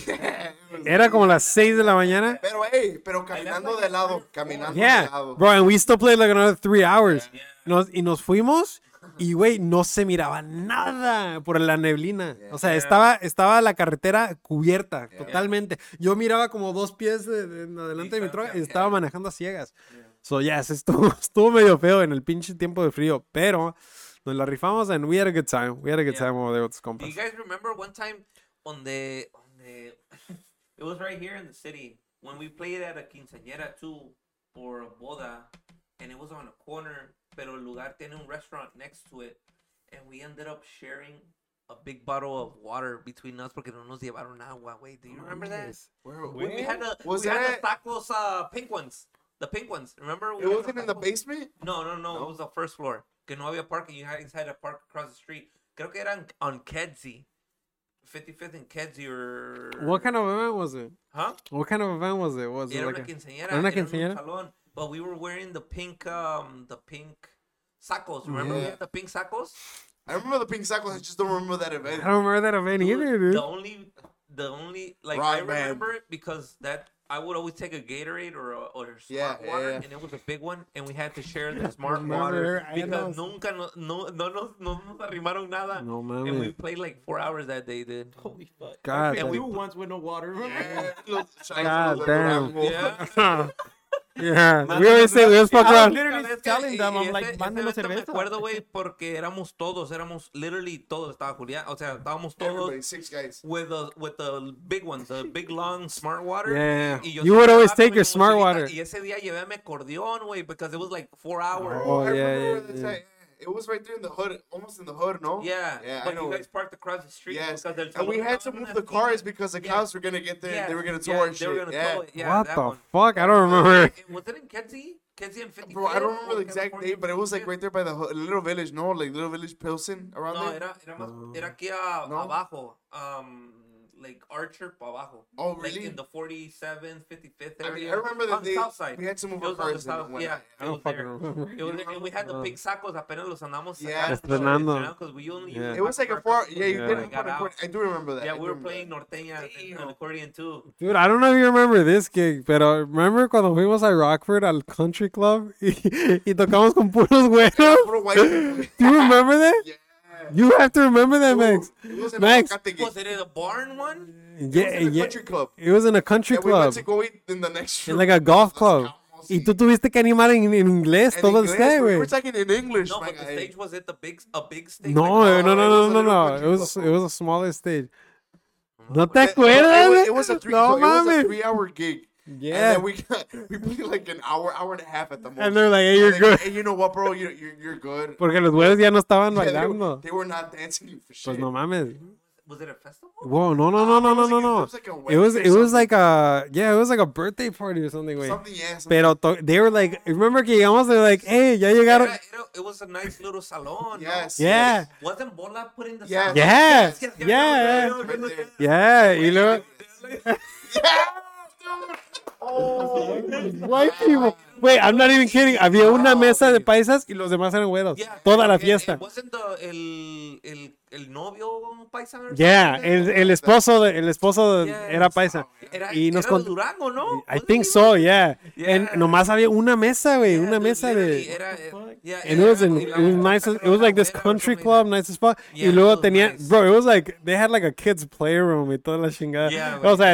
Speaker 2: Era como las 6 de la mañana.
Speaker 4: Pero, hey, pero caminando de lado, caminando de
Speaker 2: Yeah,
Speaker 4: lado.
Speaker 2: bro, and we still played like another three hours.
Speaker 1: Yeah.
Speaker 2: Nos, y nos fuimos y, güey, no se miraba nada por la neblina. O sea, estaba, estaba la carretera cubierta totalmente. Yo miraba como dos pies de, de- en adelante de mi troca y estaba manejando a ciegas. So, yes, estuvo, estuvo medio feo en el pinche tiempo de frío, pero nos la rifamos and we had a good time. We had a good
Speaker 1: Yeah.
Speaker 2: time over there with the
Speaker 1: Do you
Speaker 2: compas.
Speaker 1: guys remember one time on the on the it was right here in the city when we played at a quinceañera too for a boda and it was on a corner pero el lugar tiene un restaurant next to it and we ended up sharing a big bottle of water between us porque no nos llevaron agua wait do you remember that
Speaker 4: Where-
Speaker 1: When we had the
Speaker 4: Was
Speaker 1: we had
Speaker 4: that-
Speaker 1: the tacos uh pink ones the pink ones remember we
Speaker 4: It
Speaker 1: had
Speaker 4: wasn't in the
Speaker 1: tacos?
Speaker 4: basement?
Speaker 1: No, no, no, It was the first floor. Que no había parking. You had inside a park across the street. Creo que eran on Kedzie. 55th and Kedzie or...
Speaker 2: What kind of event was it?
Speaker 1: Huh?
Speaker 2: What kind of event was it? Was it
Speaker 1: Era
Speaker 2: like
Speaker 1: una
Speaker 2: a-
Speaker 1: quinceañera.
Speaker 2: era
Speaker 1: era
Speaker 2: una
Speaker 1: un
Speaker 2: quinceañera?
Speaker 1: salón, But we were wearing the pink, um, the pink sacos. Remember we
Speaker 4: Yeah.
Speaker 1: had the pink sacos?
Speaker 4: I remember the pink circles. I just don't remember that
Speaker 2: I
Speaker 4: event.
Speaker 2: don't remember that event either, dude.
Speaker 1: The only, the only, like, I
Speaker 4: Rock band.
Speaker 1: remember it because that, I would always take a Gatorade or a, or a smart
Speaker 4: Yeah, yeah,
Speaker 1: water,
Speaker 4: yeah.
Speaker 1: and it was a big one, and we had to share the smart
Speaker 13: Remember,
Speaker 1: water
Speaker 13: I
Speaker 1: because
Speaker 13: know.
Speaker 1: nunca no no no nos, no nos arrimaron nada,
Speaker 2: No
Speaker 1: and we
Speaker 2: mames.
Speaker 1: played like four hours that day, dude.
Speaker 10: Holy fuck.
Speaker 3: Ah,
Speaker 2: God,
Speaker 10: and we
Speaker 2: like-
Speaker 10: once with no water.
Speaker 4: Yeah, los
Speaker 2: God
Speaker 4: los-
Speaker 2: damn.
Speaker 1: Yeah.
Speaker 13: Yeah, we always say, let's fuck
Speaker 1: I
Speaker 13: around.
Speaker 1: was literally
Speaker 3: Cada vez que-
Speaker 1: telling them,
Speaker 3: y- y
Speaker 1: I'm
Speaker 3: ese-
Speaker 1: like,
Speaker 3: ese
Speaker 1: "Mándenos
Speaker 3: evento me
Speaker 1: cerveza". Me
Speaker 3: acuerdo,
Speaker 1: acuerdo, güey, porque éramos todos, éramos literally todos. Estaba Julián, o sea, estábamos
Speaker 4: Everybody,
Speaker 1: todos
Speaker 4: six guys.
Speaker 1: with the, with the big ones, the big long smart water.
Speaker 2: Yeah.
Speaker 1: Y yo
Speaker 13: You would
Speaker 1: siempre
Speaker 13: always
Speaker 1: estaba
Speaker 13: take
Speaker 1: con
Speaker 13: your
Speaker 1: mi
Speaker 13: smart
Speaker 1: mochilita,
Speaker 13: water.
Speaker 1: Y ese día llevé mi acordeón, güey, because it was like four hours.
Speaker 2: Oh,
Speaker 4: I
Speaker 2: yeah,
Speaker 4: remember
Speaker 2: yeah,
Speaker 4: that's
Speaker 2: yeah.
Speaker 4: right. It was right there in the hood, almost in the hood, no?
Speaker 1: Yeah,
Speaker 4: Oh. Yeah, I
Speaker 1: but
Speaker 4: know.
Speaker 1: you guys parked across the street
Speaker 4: Yes.
Speaker 1: because there's
Speaker 4: And we had to move the cars because the
Speaker 1: Yeah.
Speaker 4: cows were gonna get there. and They were gonna tour
Speaker 1: yeah,
Speaker 4: and
Speaker 1: They
Speaker 4: shit.
Speaker 1: were gonna
Speaker 4: yeah.
Speaker 1: tow it. Yeah,
Speaker 2: what
Speaker 1: that
Speaker 2: the
Speaker 1: one.
Speaker 2: fuck? I don't remember.
Speaker 1: And Was it in Kenzie? Kenzie and 50
Speaker 4: Bro, I don't remember the exact name, but it was like right there by the ho- little village, no, like little village Pilsen around
Speaker 1: No,
Speaker 4: there.
Speaker 1: era, era más, era aquí a,
Speaker 4: No.
Speaker 1: abajo, um, like Archer pa abajo.
Speaker 4: Oh,
Speaker 1: Like
Speaker 4: really?
Speaker 1: in the 47th, 55th
Speaker 4: I
Speaker 1: area.
Speaker 4: mean, I remember that
Speaker 1: on the
Speaker 4: they-
Speaker 1: south side.
Speaker 4: we had to move
Speaker 1: It
Speaker 4: our
Speaker 1: was on the
Speaker 4: cars and
Speaker 1: south-
Speaker 4: whatnot.
Speaker 1: Yeah,
Speaker 2: I
Speaker 1: it
Speaker 2: don't
Speaker 1: was
Speaker 2: fucking
Speaker 1: there.
Speaker 2: remember.
Speaker 1: It was, and we had the big sacos, apenas los andamos
Speaker 4: Yeah.
Speaker 2: Estrenando.
Speaker 1: Because we only
Speaker 2: Yeah.
Speaker 4: It was like a four. Yeah, you
Speaker 2: Yeah.
Speaker 4: did
Speaker 1: Got
Speaker 4: put a
Speaker 1: out.
Speaker 4: court- I do remember that.
Speaker 1: Yeah,
Speaker 4: I
Speaker 1: we
Speaker 4: do
Speaker 1: were
Speaker 4: remember
Speaker 1: playing Norteña and- and accordion too.
Speaker 2: Dude, I don't know if you remember this gig, pero remember cuando fuimos a Rockford al country club y, y tocamos con puros güeros.
Speaker 4: Puro white people.
Speaker 2: Do you remember that?
Speaker 4: that. Yeah.
Speaker 2: You have to remember that, Max.
Speaker 4: It was in
Speaker 2: Max.
Speaker 4: Aguacate Gate.
Speaker 1: Was it a barn one?
Speaker 2: Yeah,
Speaker 4: It was in a
Speaker 2: yeah.
Speaker 4: country club.
Speaker 2: It was in a country
Speaker 4: And we went
Speaker 2: club,
Speaker 4: to go eat in the next
Speaker 2: in
Speaker 4: room.
Speaker 2: like a golf
Speaker 4: Los
Speaker 2: club.
Speaker 4: Camos
Speaker 2: Y tú tuviste que animar en, en inglés
Speaker 4: and
Speaker 2: todo el
Speaker 4: inglés,
Speaker 2: set,
Speaker 4: We were
Speaker 2: güey.
Speaker 4: talking in English.
Speaker 1: No,
Speaker 4: my
Speaker 1: but the
Speaker 4: guy.
Speaker 1: stage was it the big a big stage?
Speaker 2: No,
Speaker 1: like,
Speaker 2: eh, no,
Speaker 4: it
Speaker 2: no,
Speaker 4: was a
Speaker 2: no, no,
Speaker 4: little
Speaker 2: no. It
Speaker 4: country
Speaker 2: was,
Speaker 4: club.
Speaker 2: it was a smaller stage. ¿No te
Speaker 4: That- no,
Speaker 2: acuerdas?
Speaker 4: Eh, It was,
Speaker 2: güey?
Speaker 4: it was a three.
Speaker 2: No
Speaker 4: so it was a
Speaker 2: mames.
Speaker 4: three-hour gig.
Speaker 2: Yeah.
Speaker 4: And then we got, we played like an hour, hour and a half at the most.
Speaker 2: And they're like, hey, you're
Speaker 4: Like,
Speaker 2: good.
Speaker 4: Hey, you know what, bro? You're you're, you're good.
Speaker 2: Porque los güeros ya no estaban
Speaker 4: Yeah, they, were,
Speaker 2: bailando.
Speaker 4: they were not dancing for shit.
Speaker 2: Pues no mames.
Speaker 1: was it a festival?
Speaker 2: Whoa, no, no, no, no,
Speaker 4: Ah, It
Speaker 2: no, no,
Speaker 4: was like a-
Speaker 2: no. It
Speaker 4: It
Speaker 2: was
Speaker 4: was like a
Speaker 2: it was
Speaker 4: Wednesday
Speaker 2: like a yeah, it was like a birthday party or something, güey.
Speaker 4: something. Something, yeah. Something.
Speaker 2: Pero to- they were like, remember que llegamos, they're like, hey, ya
Speaker 1: Era,
Speaker 2: llegaron.
Speaker 1: era, it was a nice little salon. no?
Speaker 4: Yes.
Speaker 2: Yeah,
Speaker 1: Wasn't Bola putting the
Speaker 4: Yes.
Speaker 1: salon?
Speaker 2: yeah,
Speaker 1: Yes, yes, yes, yes,
Speaker 2: yeah,
Speaker 1: yes,
Speaker 4: Right
Speaker 1: yes,
Speaker 4: there.
Speaker 1: yes.
Speaker 2: yeah. Y luego, white people. Wait, I'm not even kidding. Había una mesa de paisas y los demás eran güeros.
Speaker 1: Yeah,
Speaker 2: Toda la
Speaker 1: and- and
Speaker 2: fiesta.
Speaker 1: Wasn't the el el el novio paisano? or
Speaker 2: Yeah,
Speaker 1: something?
Speaker 2: el, el esposo, de- el esposo de- era paisa.
Speaker 1: Era,
Speaker 2: Y nos
Speaker 1: era de
Speaker 2: con-
Speaker 1: Durango, ¿no?
Speaker 2: I
Speaker 1: Wasn't
Speaker 2: think
Speaker 1: he?
Speaker 2: so, yeah.
Speaker 1: Yeah.
Speaker 2: And nomás había una mesa, güey,
Speaker 1: Yeah,
Speaker 2: una mesa
Speaker 1: literally,
Speaker 2: de.
Speaker 1: Era, eh, yeah,
Speaker 2: And it was
Speaker 1: era-
Speaker 2: in,
Speaker 1: y
Speaker 2: it
Speaker 1: la
Speaker 2: was
Speaker 1: otra
Speaker 2: nice. as-
Speaker 1: persona
Speaker 2: It was
Speaker 1: era
Speaker 2: like this
Speaker 1: güera or
Speaker 2: country
Speaker 1: something.
Speaker 2: club, nice as fuck.
Speaker 1: Yeah,
Speaker 2: y luego
Speaker 1: it was
Speaker 2: tenía,
Speaker 1: nice.
Speaker 2: bro, it was like they had like a kids playroom y toda la chingada.
Speaker 1: Yeah,
Speaker 2: o
Speaker 1: güey,
Speaker 2: sea,
Speaker 1: qué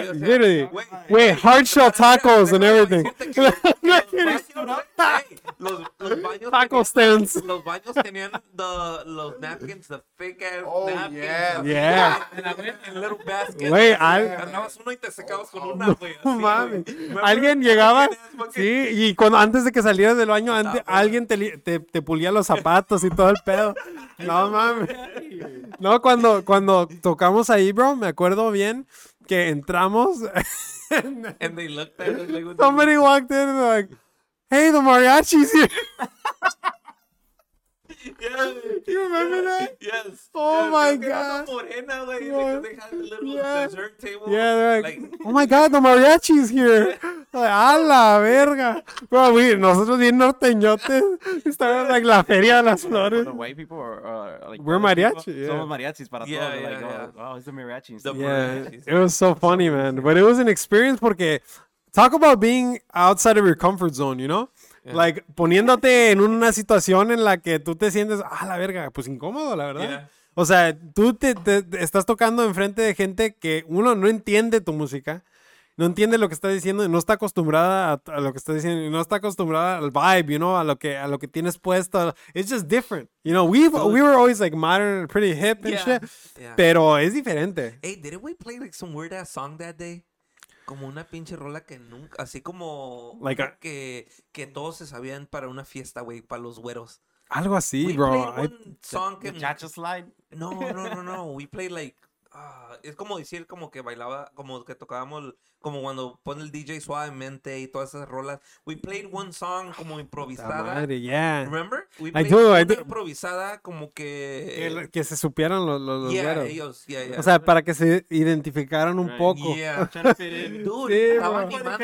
Speaker 1: pedo, o sea,
Speaker 2: "Ah, literally,
Speaker 1: güey,
Speaker 2: güey, hard
Speaker 1: Mira,
Speaker 2: shell tacos and
Speaker 1: déjame
Speaker 2: everything.
Speaker 1: decirte que los-
Speaker 2: I'm not
Speaker 1: los
Speaker 2: kidding.
Speaker 1: baños, güey, Los, los baños
Speaker 2: Taco
Speaker 1: tenían-
Speaker 2: stands.
Speaker 1: Los baños tenían the, los napkins, the fake ass
Speaker 4: Oh,
Speaker 1: napkins.
Speaker 4: yeah.
Speaker 1: así,
Speaker 2: Yeah.
Speaker 1: güey, En la red, en little basket.
Speaker 2: Güey, al- Oh,
Speaker 1: Agarrabas uno y te secabas con una, güey.
Speaker 2: no
Speaker 1: así,
Speaker 2: mames.
Speaker 1: güey. Me acuerdo
Speaker 2: Alguien
Speaker 1: que
Speaker 2: llegaba,
Speaker 1: alguien es porque-
Speaker 2: sí, y cuando antes de que salieras del baño, ante-
Speaker 1: Estaba-
Speaker 2: alguien te, li- te, te pulía los zapatos y todo el pedo. No mames. No, cuando, cuando tocamos ahí, bro, me acuerdo bien que entramos.
Speaker 1: And they looked at us like, what the-
Speaker 2: Somebody walked in and like, hey, the mariachi's here.
Speaker 1: Yeah.
Speaker 2: You remember that?
Speaker 1: Yes.
Speaker 2: Oh
Speaker 1: Yeah,
Speaker 2: my
Speaker 1: creo que era una
Speaker 2: God.
Speaker 1: morena, güey,
Speaker 2: Yeah.
Speaker 1: because they had a little
Speaker 2: Yeah.
Speaker 1: dessert table.
Speaker 2: Yeah, they're like, oh my god, the mariachi's here. Like, a la verga. Bro, we, nosotros bien norteñotes. Estábamos like la feria de las flores.
Speaker 3: The white people are, are like.
Speaker 2: We're
Speaker 3: other
Speaker 2: mariachi,
Speaker 3: people,
Speaker 2: yeah.
Speaker 3: Somos mariachis para
Speaker 1: Yeah,
Speaker 3: todos.
Speaker 1: yeah,
Speaker 3: like,
Speaker 1: yeah.
Speaker 3: oh, oh, it's a mariachi. and
Speaker 1: The
Speaker 3: stuff.
Speaker 2: Yeah,
Speaker 1: mariachis.
Speaker 2: it was so funny, man. But it was an experience porque talk about being outside of your comfort zone, you know? Like poniéndote en una situación en la que tú te sientes, ah, la verga, pues incómodo, la verdad.
Speaker 1: Yeah.
Speaker 2: O sea, tú te, te- te estás tocando enfrente de gente que uno no entiende tu música, no entiende lo que estás diciendo, y no está acostumbrada a, a lo que estás diciendo, y no está acostumbrada al vibe, you know, a lo que a lo que tienes puesto. It's just different, you know. We we were always like modern, and pretty hip and
Speaker 1: Yeah.
Speaker 2: shit,
Speaker 1: Yeah.
Speaker 2: pero es diferente.
Speaker 1: Hey, didn't we play like some weird ass song that day? Como una pinche rola que nunca, así como
Speaker 2: Like a-
Speaker 1: que, que todos se sabían para una fiesta, güey, para los güeros.
Speaker 2: Algo así,
Speaker 1: we
Speaker 2: bro.
Speaker 1: played
Speaker 2: I-
Speaker 1: one song que
Speaker 3: Muchacho slide.
Speaker 1: no, no, no, no. We played like ah, es como decir como que bailaba, como que tocábamos, como cuando pone el DJ suavemente y todas esas rolas. We played one song como
Speaker 2: la
Speaker 1: improvisada.
Speaker 2: madre, yeah.
Speaker 1: Remember? We
Speaker 2: I
Speaker 1: played
Speaker 2: do, I
Speaker 1: una
Speaker 2: do.
Speaker 1: improvisada como que
Speaker 2: Que, lo- que se supieran los, los, los
Speaker 1: yeah,
Speaker 2: güeros.
Speaker 1: ellos, yeah, yeah.
Speaker 2: O sea, para que se identificaran un
Speaker 3: Right.
Speaker 2: poco.
Speaker 1: yeah.
Speaker 3: Trying to fit in.
Speaker 1: Dude,
Speaker 2: Sí,
Speaker 1: estaba,
Speaker 2: bro.
Speaker 1: animando,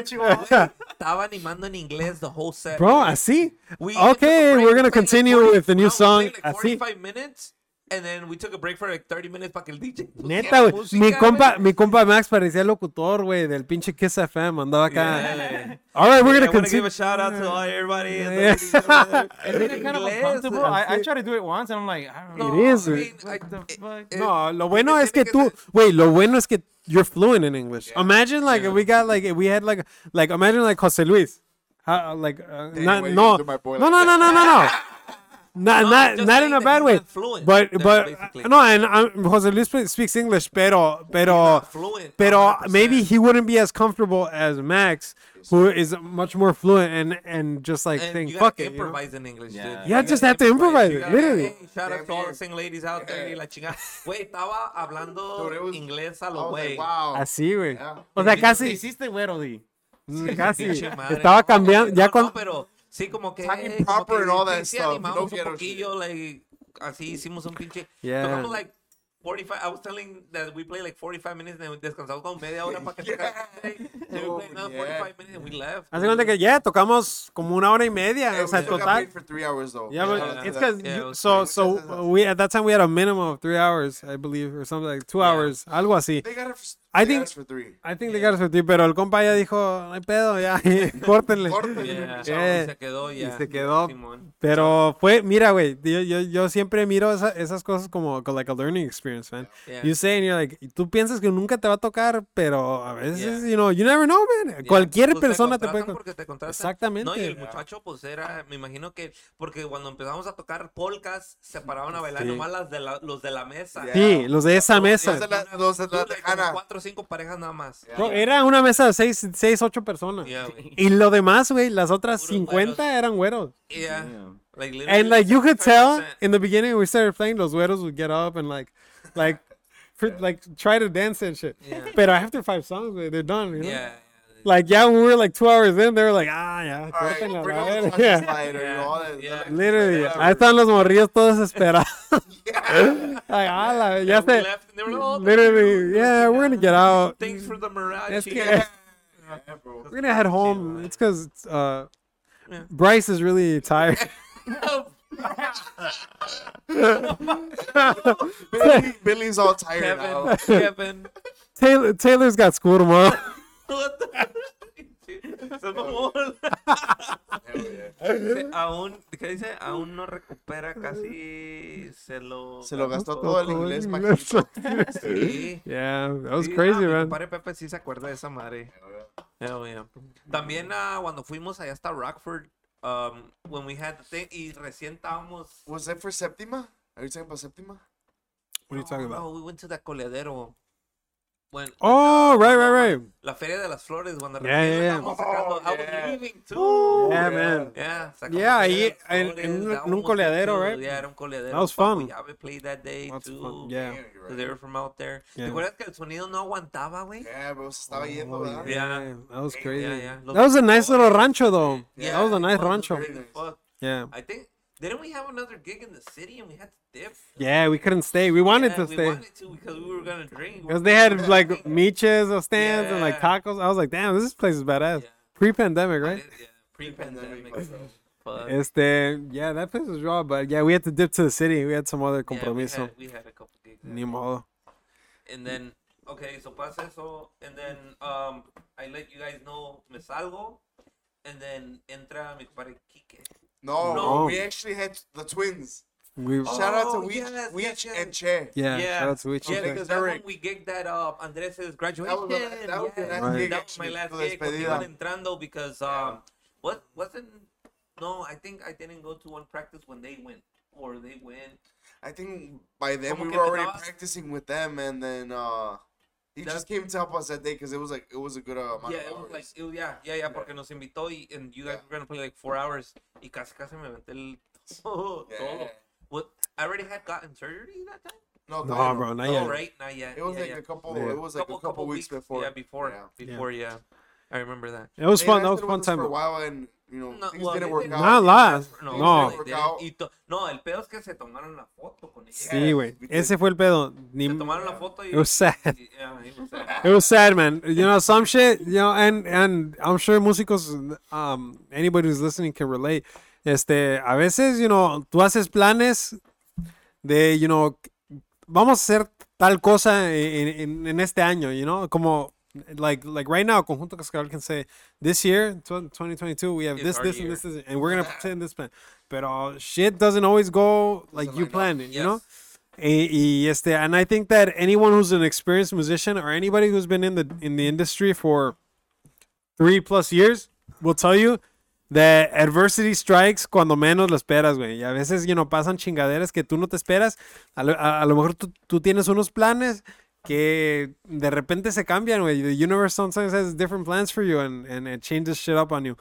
Speaker 1: estaba animando en inglés the whole set.
Speaker 2: Bro,
Speaker 1: güey.
Speaker 2: así.
Speaker 1: We even took a
Speaker 2: okay,
Speaker 1: break,
Speaker 2: we're gonna
Speaker 1: played like
Speaker 2: continue
Speaker 1: 40
Speaker 2: with the new
Speaker 1: no, we
Speaker 2: song.
Speaker 1: played like
Speaker 2: así.
Speaker 1: 45 minutes and then we took a break for like 30 minutes para que el DJ.
Speaker 2: Neta, güey. Mi compa, mi compa Max parecía locutor, güey, del pinche Kiss FM. Andaba acá. All right, we're
Speaker 14: I want to give
Speaker 2: gonna continue.
Speaker 14: a shout out to all everybody. in the
Speaker 2: Yeah.
Speaker 14: ladies and brother.
Speaker 3: Isn't it kind of
Speaker 14: Inglés,
Speaker 3: uncomfortable?
Speaker 14: uh,
Speaker 3: I, I tried to do it once and I'm like, I don't know.
Speaker 1: No,
Speaker 2: It is,
Speaker 1: I
Speaker 2: güey.
Speaker 1: mean, I-
Speaker 3: What the fuck?
Speaker 1: eh,
Speaker 2: No,
Speaker 1: porque
Speaker 2: lo bueno es que
Speaker 1: tiene
Speaker 2: tú,
Speaker 1: ser-
Speaker 2: wait, lo bueno es que you're fluent in English. Imagine like if we got like if we had like like imagine like José Luis, how like uh, not
Speaker 4: way,
Speaker 2: no
Speaker 4: you're my boy
Speaker 2: no
Speaker 4: like
Speaker 2: no no no no no. Not,
Speaker 1: No,
Speaker 2: not,
Speaker 1: just
Speaker 2: not
Speaker 1: saying
Speaker 2: in a
Speaker 1: that
Speaker 2: bad
Speaker 1: he's
Speaker 2: way,
Speaker 1: not fluent,
Speaker 2: but
Speaker 1: then,
Speaker 2: but
Speaker 1: basically.
Speaker 2: no, and um, José Luis sp- speaks English, pero pero
Speaker 1: not fluent,
Speaker 2: pero
Speaker 1: 100%.
Speaker 2: maybe he wouldn't be as comfortable as Max, who is much more fluent and and just like
Speaker 1: and
Speaker 2: saying
Speaker 1: you
Speaker 2: fuck
Speaker 1: gotta
Speaker 2: it, you know?
Speaker 1: improvise in English,
Speaker 3: Yeah.
Speaker 1: dude.
Speaker 3: You
Speaker 2: Yeah,
Speaker 1: gotta
Speaker 2: just have to improvise it,
Speaker 1: You gotta-
Speaker 2: literally.
Speaker 1: hey, shout out to all the single ladies out there y la chingada. Güey, estaba hablando
Speaker 4: Dude, it was-
Speaker 1: inglés a
Speaker 4: I
Speaker 1: lo
Speaker 4: was like,
Speaker 1: güey.
Speaker 4: wow.
Speaker 2: Así, güey.
Speaker 4: Yeah.
Speaker 2: O sea,
Speaker 3: ¿Qué
Speaker 2: casi.
Speaker 3: hiciste, güero, di?
Speaker 2: Mm, Casi.
Speaker 1: Pinche madre,
Speaker 2: Estaba
Speaker 1: no,
Speaker 2: cambiando.
Speaker 1: no,
Speaker 2: Ya
Speaker 1: no,
Speaker 2: cuando.
Speaker 1: pero sí, como que. eh,
Speaker 4: Talking
Speaker 1: como
Speaker 4: proper
Speaker 1: que
Speaker 4: and all that
Speaker 1: sí
Speaker 4: stuff, no
Speaker 1: animamos un
Speaker 4: ghetto
Speaker 1: poquillo, like, así hicimos un pinche.
Speaker 2: Yeah.
Speaker 1: Tocamos like 45. I was telling that we played like 45 minutes and then descansamos como media hora para que tocara. Then we played another
Speaker 4: Yeah.
Speaker 1: 45 minutes and we left.
Speaker 2: Hace cuenta que ya tocamos como una hora y media.
Speaker 4: Hey,
Speaker 2: o
Speaker 4: we
Speaker 2: sea,
Speaker 4: still got
Speaker 2: total.
Speaker 4: paid for three hours though.
Speaker 2: Yeah,
Speaker 1: Yeah,
Speaker 2: but it's
Speaker 1: yeah.
Speaker 2: because
Speaker 1: Yeah, it was
Speaker 2: so
Speaker 4: pretty-
Speaker 2: so uh, we at that time we had a minimum of three hours, I believe, or something like two hours, algo así.
Speaker 4: they got it. For,
Speaker 2: I
Speaker 4: they
Speaker 2: think-
Speaker 4: got us for three.
Speaker 2: I think they got us for three, pero el compa ya dijo, no hay pedo, ya, córtenle.
Speaker 1: Yeah.
Speaker 2: Yeah.
Speaker 1: Y se quedó,
Speaker 2: Y
Speaker 1: ya.
Speaker 2: se quedó.
Speaker 1: Simón.
Speaker 2: Pero fue, mira, güey, yo, yo, yo siempre miro esa- esas cosas como, como like a learning experience, man.
Speaker 1: Yeah.
Speaker 2: You say and you're like, tú piensas que nunca te va a tocar, pero a veces,
Speaker 1: Yeah.
Speaker 2: you know, you never know, man.
Speaker 1: Ya,
Speaker 2: Cualquier
Speaker 1: pues,
Speaker 2: persona te puede...
Speaker 1: contratan porque te contratan.
Speaker 2: Exactamente.
Speaker 1: No, y el muchacho, pues era, me imagino que, porque cuando empezamos a tocar polcas, se paraban a bailar
Speaker 2: Sí.
Speaker 1: nomás las de la- los de la mesa.
Speaker 2: Sí, los de esa
Speaker 1: Dos,
Speaker 2: mesa.
Speaker 4: Dos de la- dos de la
Speaker 1: Dude, like, como
Speaker 4: tejana.
Speaker 1: cuatro o cinco parejas nada más.
Speaker 4: Yeah.
Speaker 2: Bro, era una mesa de seis, seis ocho personas.
Speaker 1: Yeah, güey.
Speaker 2: Y lo demás, güey, las otras
Speaker 1: Puros
Speaker 2: 50
Speaker 1: güeros.
Speaker 2: eran güeros.
Speaker 1: Yeah. Like, literally,
Speaker 2: And like you could tell
Speaker 1: 100%.
Speaker 2: in the beginning we started playing, los güeros would get up and like, like, fr- like try to dance and shit.
Speaker 1: Yeah.
Speaker 2: But after five songs, güey, they're done. You know?
Speaker 1: Yeah.
Speaker 2: Like yeah, when we were like two hours in, they were like, ah, yeah,
Speaker 4: All right,
Speaker 2: corten la
Speaker 4: bring all
Speaker 2: verga.
Speaker 4: the touches
Speaker 2: yeah.
Speaker 4: lighter, you know, all that-
Speaker 1: Yeah.
Speaker 2: Literally,
Speaker 4: Yeah.
Speaker 2: ahí están los morrillos todos esperados. like, ala, ya
Speaker 1: And we
Speaker 2: se.
Speaker 1: left and they were like, "Oh,
Speaker 2: Literally, yeah, we're gonna get out.
Speaker 1: Thanks for the mirage.
Speaker 2: Es que-
Speaker 4: Yeah, bro.
Speaker 2: We're gonna head home. It's because uh,
Speaker 1: Yeah.
Speaker 2: Bryce is really tired.
Speaker 4: Billy, Billy's all tired
Speaker 1: Kevin,
Speaker 4: out.
Speaker 1: Kevin.
Speaker 2: Taylor, Taylor's got school tomorrow.
Speaker 1: What the- Se mamó. Dice, aún, ¿qué dice? Aún no recupera casi. Se lo.
Speaker 4: Se lo gastó todo el inglés, Maquito.
Speaker 2: yeah,
Speaker 1: Sí.
Speaker 2: that was
Speaker 1: Sí,
Speaker 2: crazy,
Speaker 1: ah, mi
Speaker 2: man.
Speaker 1: compadre Pepe sí se acuerda de esa madre. Yeah, yeah. También ah, cuando fuimos allá hasta Rockford, um, when we had the thing, y recién estábamos.
Speaker 4: Was that for Septima? Are you talking about Septima?
Speaker 2: What are you talking
Speaker 1: No,
Speaker 2: about?
Speaker 1: No, we went to the Coledero. When,
Speaker 2: Oh, right, right, right.
Speaker 1: La Feria de las Flores, cuando
Speaker 2: Yeah,
Speaker 1: recién
Speaker 2: yeah, yeah.
Speaker 1: estábamos sacando. I was
Speaker 4: Oh, yeah.
Speaker 1: leaving too.
Speaker 2: Yeah, man.
Speaker 1: Oh, Yeah, sacamos
Speaker 2: Yeah,
Speaker 1: la
Speaker 2: ahí
Speaker 1: Feria de las
Speaker 2: en-
Speaker 1: Flores,
Speaker 2: en un-
Speaker 1: that
Speaker 2: en un
Speaker 1: one was good
Speaker 2: coleadero,
Speaker 1: too.
Speaker 2: right?
Speaker 1: Yeah, era un coleadero.
Speaker 2: That was
Speaker 1: Paco
Speaker 2: fun.
Speaker 1: Llave played that day
Speaker 2: That's
Speaker 1: too.
Speaker 2: fun. Yeah.
Speaker 4: Damn, you're
Speaker 1: 'cause
Speaker 4: right.
Speaker 1: they were from out there.
Speaker 2: Yeah.
Speaker 1: ¿Te acuerdas que el sonido no aguantaba, güey?
Speaker 4: Yeah, bro, se estaba yendo,
Speaker 2: Oh,
Speaker 4: ¿verdad?
Speaker 2: yeah, that was crazy.
Speaker 1: yeah, yeah.
Speaker 2: That was a nice little rancho, though. that was a nice
Speaker 1: it was
Speaker 2: rancho.
Speaker 1: big as fuck.
Speaker 2: Yeah.
Speaker 1: I think didn't we have another gig in the city and we had to dip?
Speaker 2: Yeah, we couldn't stay. We wanted
Speaker 1: Yeah,
Speaker 2: to
Speaker 1: we
Speaker 2: stay.
Speaker 1: wanted to because we were gonna drink.
Speaker 2: Because they had like miches or stands and like
Speaker 1: Yeah.
Speaker 2: tacos. I was like, damn, this place is badass.
Speaker 1: Yeah.
Speaker 2: Pre pandemic, right?
Speaker 1: Yeah, pre-pandemic. Fuck.
Speaker 2: Este, yeah, that place was raw, but yeah, we had to dip to the city. We had some other
Speaker 1: Yeah, we,
Speaker 2: compromiso.
Speaker 1: had, we had a couple gigs.
Speaker 2: Ni modo.
Speaker 1: And then okay, so pasa eso, and then um, I let you guys know me salgo, and then entra mi compadre Kike.
Speaker 4: No,
Speaker 2: No.
Speaker 4: we actually had the twins.
Speaker 2: We,
Speaker 4: Shout out to
Speaker 1: Oh,
Speaker 4: Weech,
Speaker 1: yes,
Speaker 4: Weech
Speaker 1: yes, yes.
Speaker 4: and Che.
Speaker 2: yeah,
Speaker 1: yeah.
Speaker 2: shout out to Wichi.
Speaker 1: Yeah,
Speaker 4: Okay.
Speaker 1: because that one
Speaker 4: Eric.
Speaker 1: we gigged that uh, Andres' graduation.
Speaker 4: That was, the- that was the
Speaker 1: yeah.
Speaker 4: last
Speaker 2: Right.
Speaker 4: gig,
Speaker 1: that was my
Speaker 4: actually,
Speaker 1: last
Speaker 4: for
Speaker 1: gig. Cuando
Speaker 4: despedida.
Speaker 1: iban entrando because um, what wasn't no, I think I didn't go to one practice when they went or they went.
Speaker 4: I think by then
Speaker 1: Como
Speaker 4: we
Speaker 1: que
Speaker 4: were already
Speaker 1: empezabas-
Speaker 4: practicing with them, and then uh, he
Speaker 1: That-
Speaker 4: just came to help us that day because it was like it was a good uh, amount
Speaker 1: Yeah,
Speaker 4: of
Speaker 1: it was like
Speaker 4: hours.
Speaker 1: it, was- yeah, yeah, yeah, porque nos invitó y and you guys
Speaker 4: Yeah.
Speaker 1: were gonna play like four hours y casi casi me aventé el todo.
Speaker 4: Yeah.
Speaker 1: What I already had gotten surgery that time.
Speaker 4: No,
Speaker 2: No,
Speaker 4: Diana.
Speaker 2: bro, not
Speaker 1: Oh,
Speaker 2: yet.
Speaker 1: right, not yet.
Speaker 4: It was
Speaker 1: yeah,
Speaker 4: like
Speaker 1: yeah.
Speaker 4: a couple.
Speaker 2: Yeah.
Speaker 4: It was like a couple weeks before.
Speaker 1: Yeah, before,
Speaker 4: Yeah.
Speaker 1: before, yeah. I remember that.
Speaker 2: It was
Speaker 4: They
Speaker 2: fun. That
Speaker 4: lasted
Speaker 2: was a
Speaker 4: with
Speaker 2: fun
Speaker 4: us
Speaker 2: time.
Speaker 4: For a
Speaker 2: though.
Speaker 4: while, and you know
Speaker 1: No,
Speaker 4: things
Speaker 1: well,
Speaker 4: didn't
Speaker 1: they
Speaker 4: work
Speaker 1: didn't-
Speaker 4: out.
Speaker 2: Not last.
Speaker 1: No,
Speaker 2: No.
Speaker 1: they
Speaker 4: Work
Speaker 1: didn't.
Speaker 4: out.
Speaker 1: Y to- no, el pedo es que se tomaron la foto con ella.
Speaker 2: Sí, güey.
Speaker 4: we did.
Speaker 2: Ese fue el pedo. Ni-
Speaker 1: Se tomaron la foto y.
Speaker 2: It was sad.
Speaker 1: y- yeah, it was sad.
Speaker 2: It was sad, man. You know, some shit, you know, and and I'm sure músicos, um, anybody who's listening can relate. Este, a veces, you know, tú haces planes de, you know, vamos a hacer tal cosa en, en, en este año, you know, como, like, like right now, Conjunto Cascaral can say, this year, tw- 2022, we have
Speaker 1: It's
Speaker 2: this,
Speaker 1: our
Speaker 2: this, and
Speaker 1: year."
Speaker 2: this, this, and we're going to pretend this plan. Pero shit doesn't always go like
Speaker 1: Doesn't
Speaker 2: you
Speaker 1: line up.
Speaker 2: planned, it, you know?
Speaker 1: Yes.
Speaker 2: Y, y este, and I think that anyone who's an experienced musician or anybody who's been in the in the industry for three plus years will tell you that adversity strikes cuando menos lo esperas, güey. Y a veces, you know, pasan chingaderas que tú no te esperas. A lo, a- a lo mejor tú, tú tienes unos planes que de repente se cambian, güey. The universe sometimes has different plans for you and, and it changes shit up on you.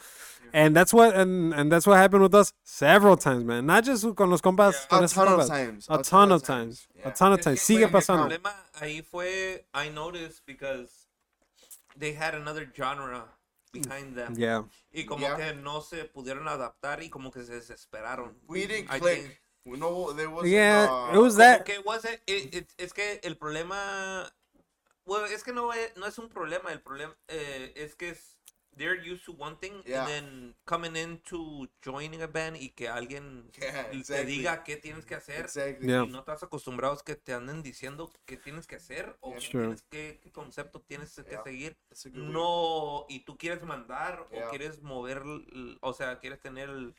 Speaker 2: And that's what and, and that's what happened with us several times, man. Not just con los compas. con
Speaker 4: A
Speaker 2: esos
Speaker 4: ton of
Speaker 2: compas.
Speaker 4: times.
Speaker 2: A ton of times. A ton of
Speaker 1: Es
Speaker 2: times.
Speaker 1: que, güey,
Speaker 2: Sigue pasando.
Speaker 1: El problema ahí fue, I noticed because they had another genre
Speaker 2: Mm.
Speaker 1: behind them.
Speaker 2: Yeah.
Speaker 1: Y como
Speaker 4: Yeah.
Speaker 1: que no se pudieron adaptar y como que se desesperaron.
Speaker 4: We didn't
Speaker 1: I
Speaker 4: click.
Speaker 1: think-
Speaker 4: No, there was.
Speaker 2: Yeah,
Speaker 4: uh,
Speaker 2: it was
Speaker 1: Como
Speaker 2: that.
Speaker 1: que it wasn't- it- it- eh, es que el problema. Well, es que no es, no es un problema. El problema eh, es que es, they're used to one thing and
Speaker 4: Yeah.
Speaker 1: then coming into joining a band y que alguien
Speaker 4: Yeah,
Speaker 1: te
Speaker 4: exactly.
Speaker 1: diga qué tienes que hacer.
Speaker 4: Exactly.
Speaker 2: Yeah.
Speaker 1: Y no estás acostumbrado a que te anden diciendo qué tienes que hacer o qué,
Speaker 2: True.
Speaker 1: tienes que- qué concepto tienes que
Speaker 4: Yeah.
Speaker 1: seguir.
Speaker 4: That's a good way.
Speaker 1: No, y tú quieres mandar
Speaker 4: Yeah.
Speaker 1: o quieres mover, l- o sea, quieres tener, el-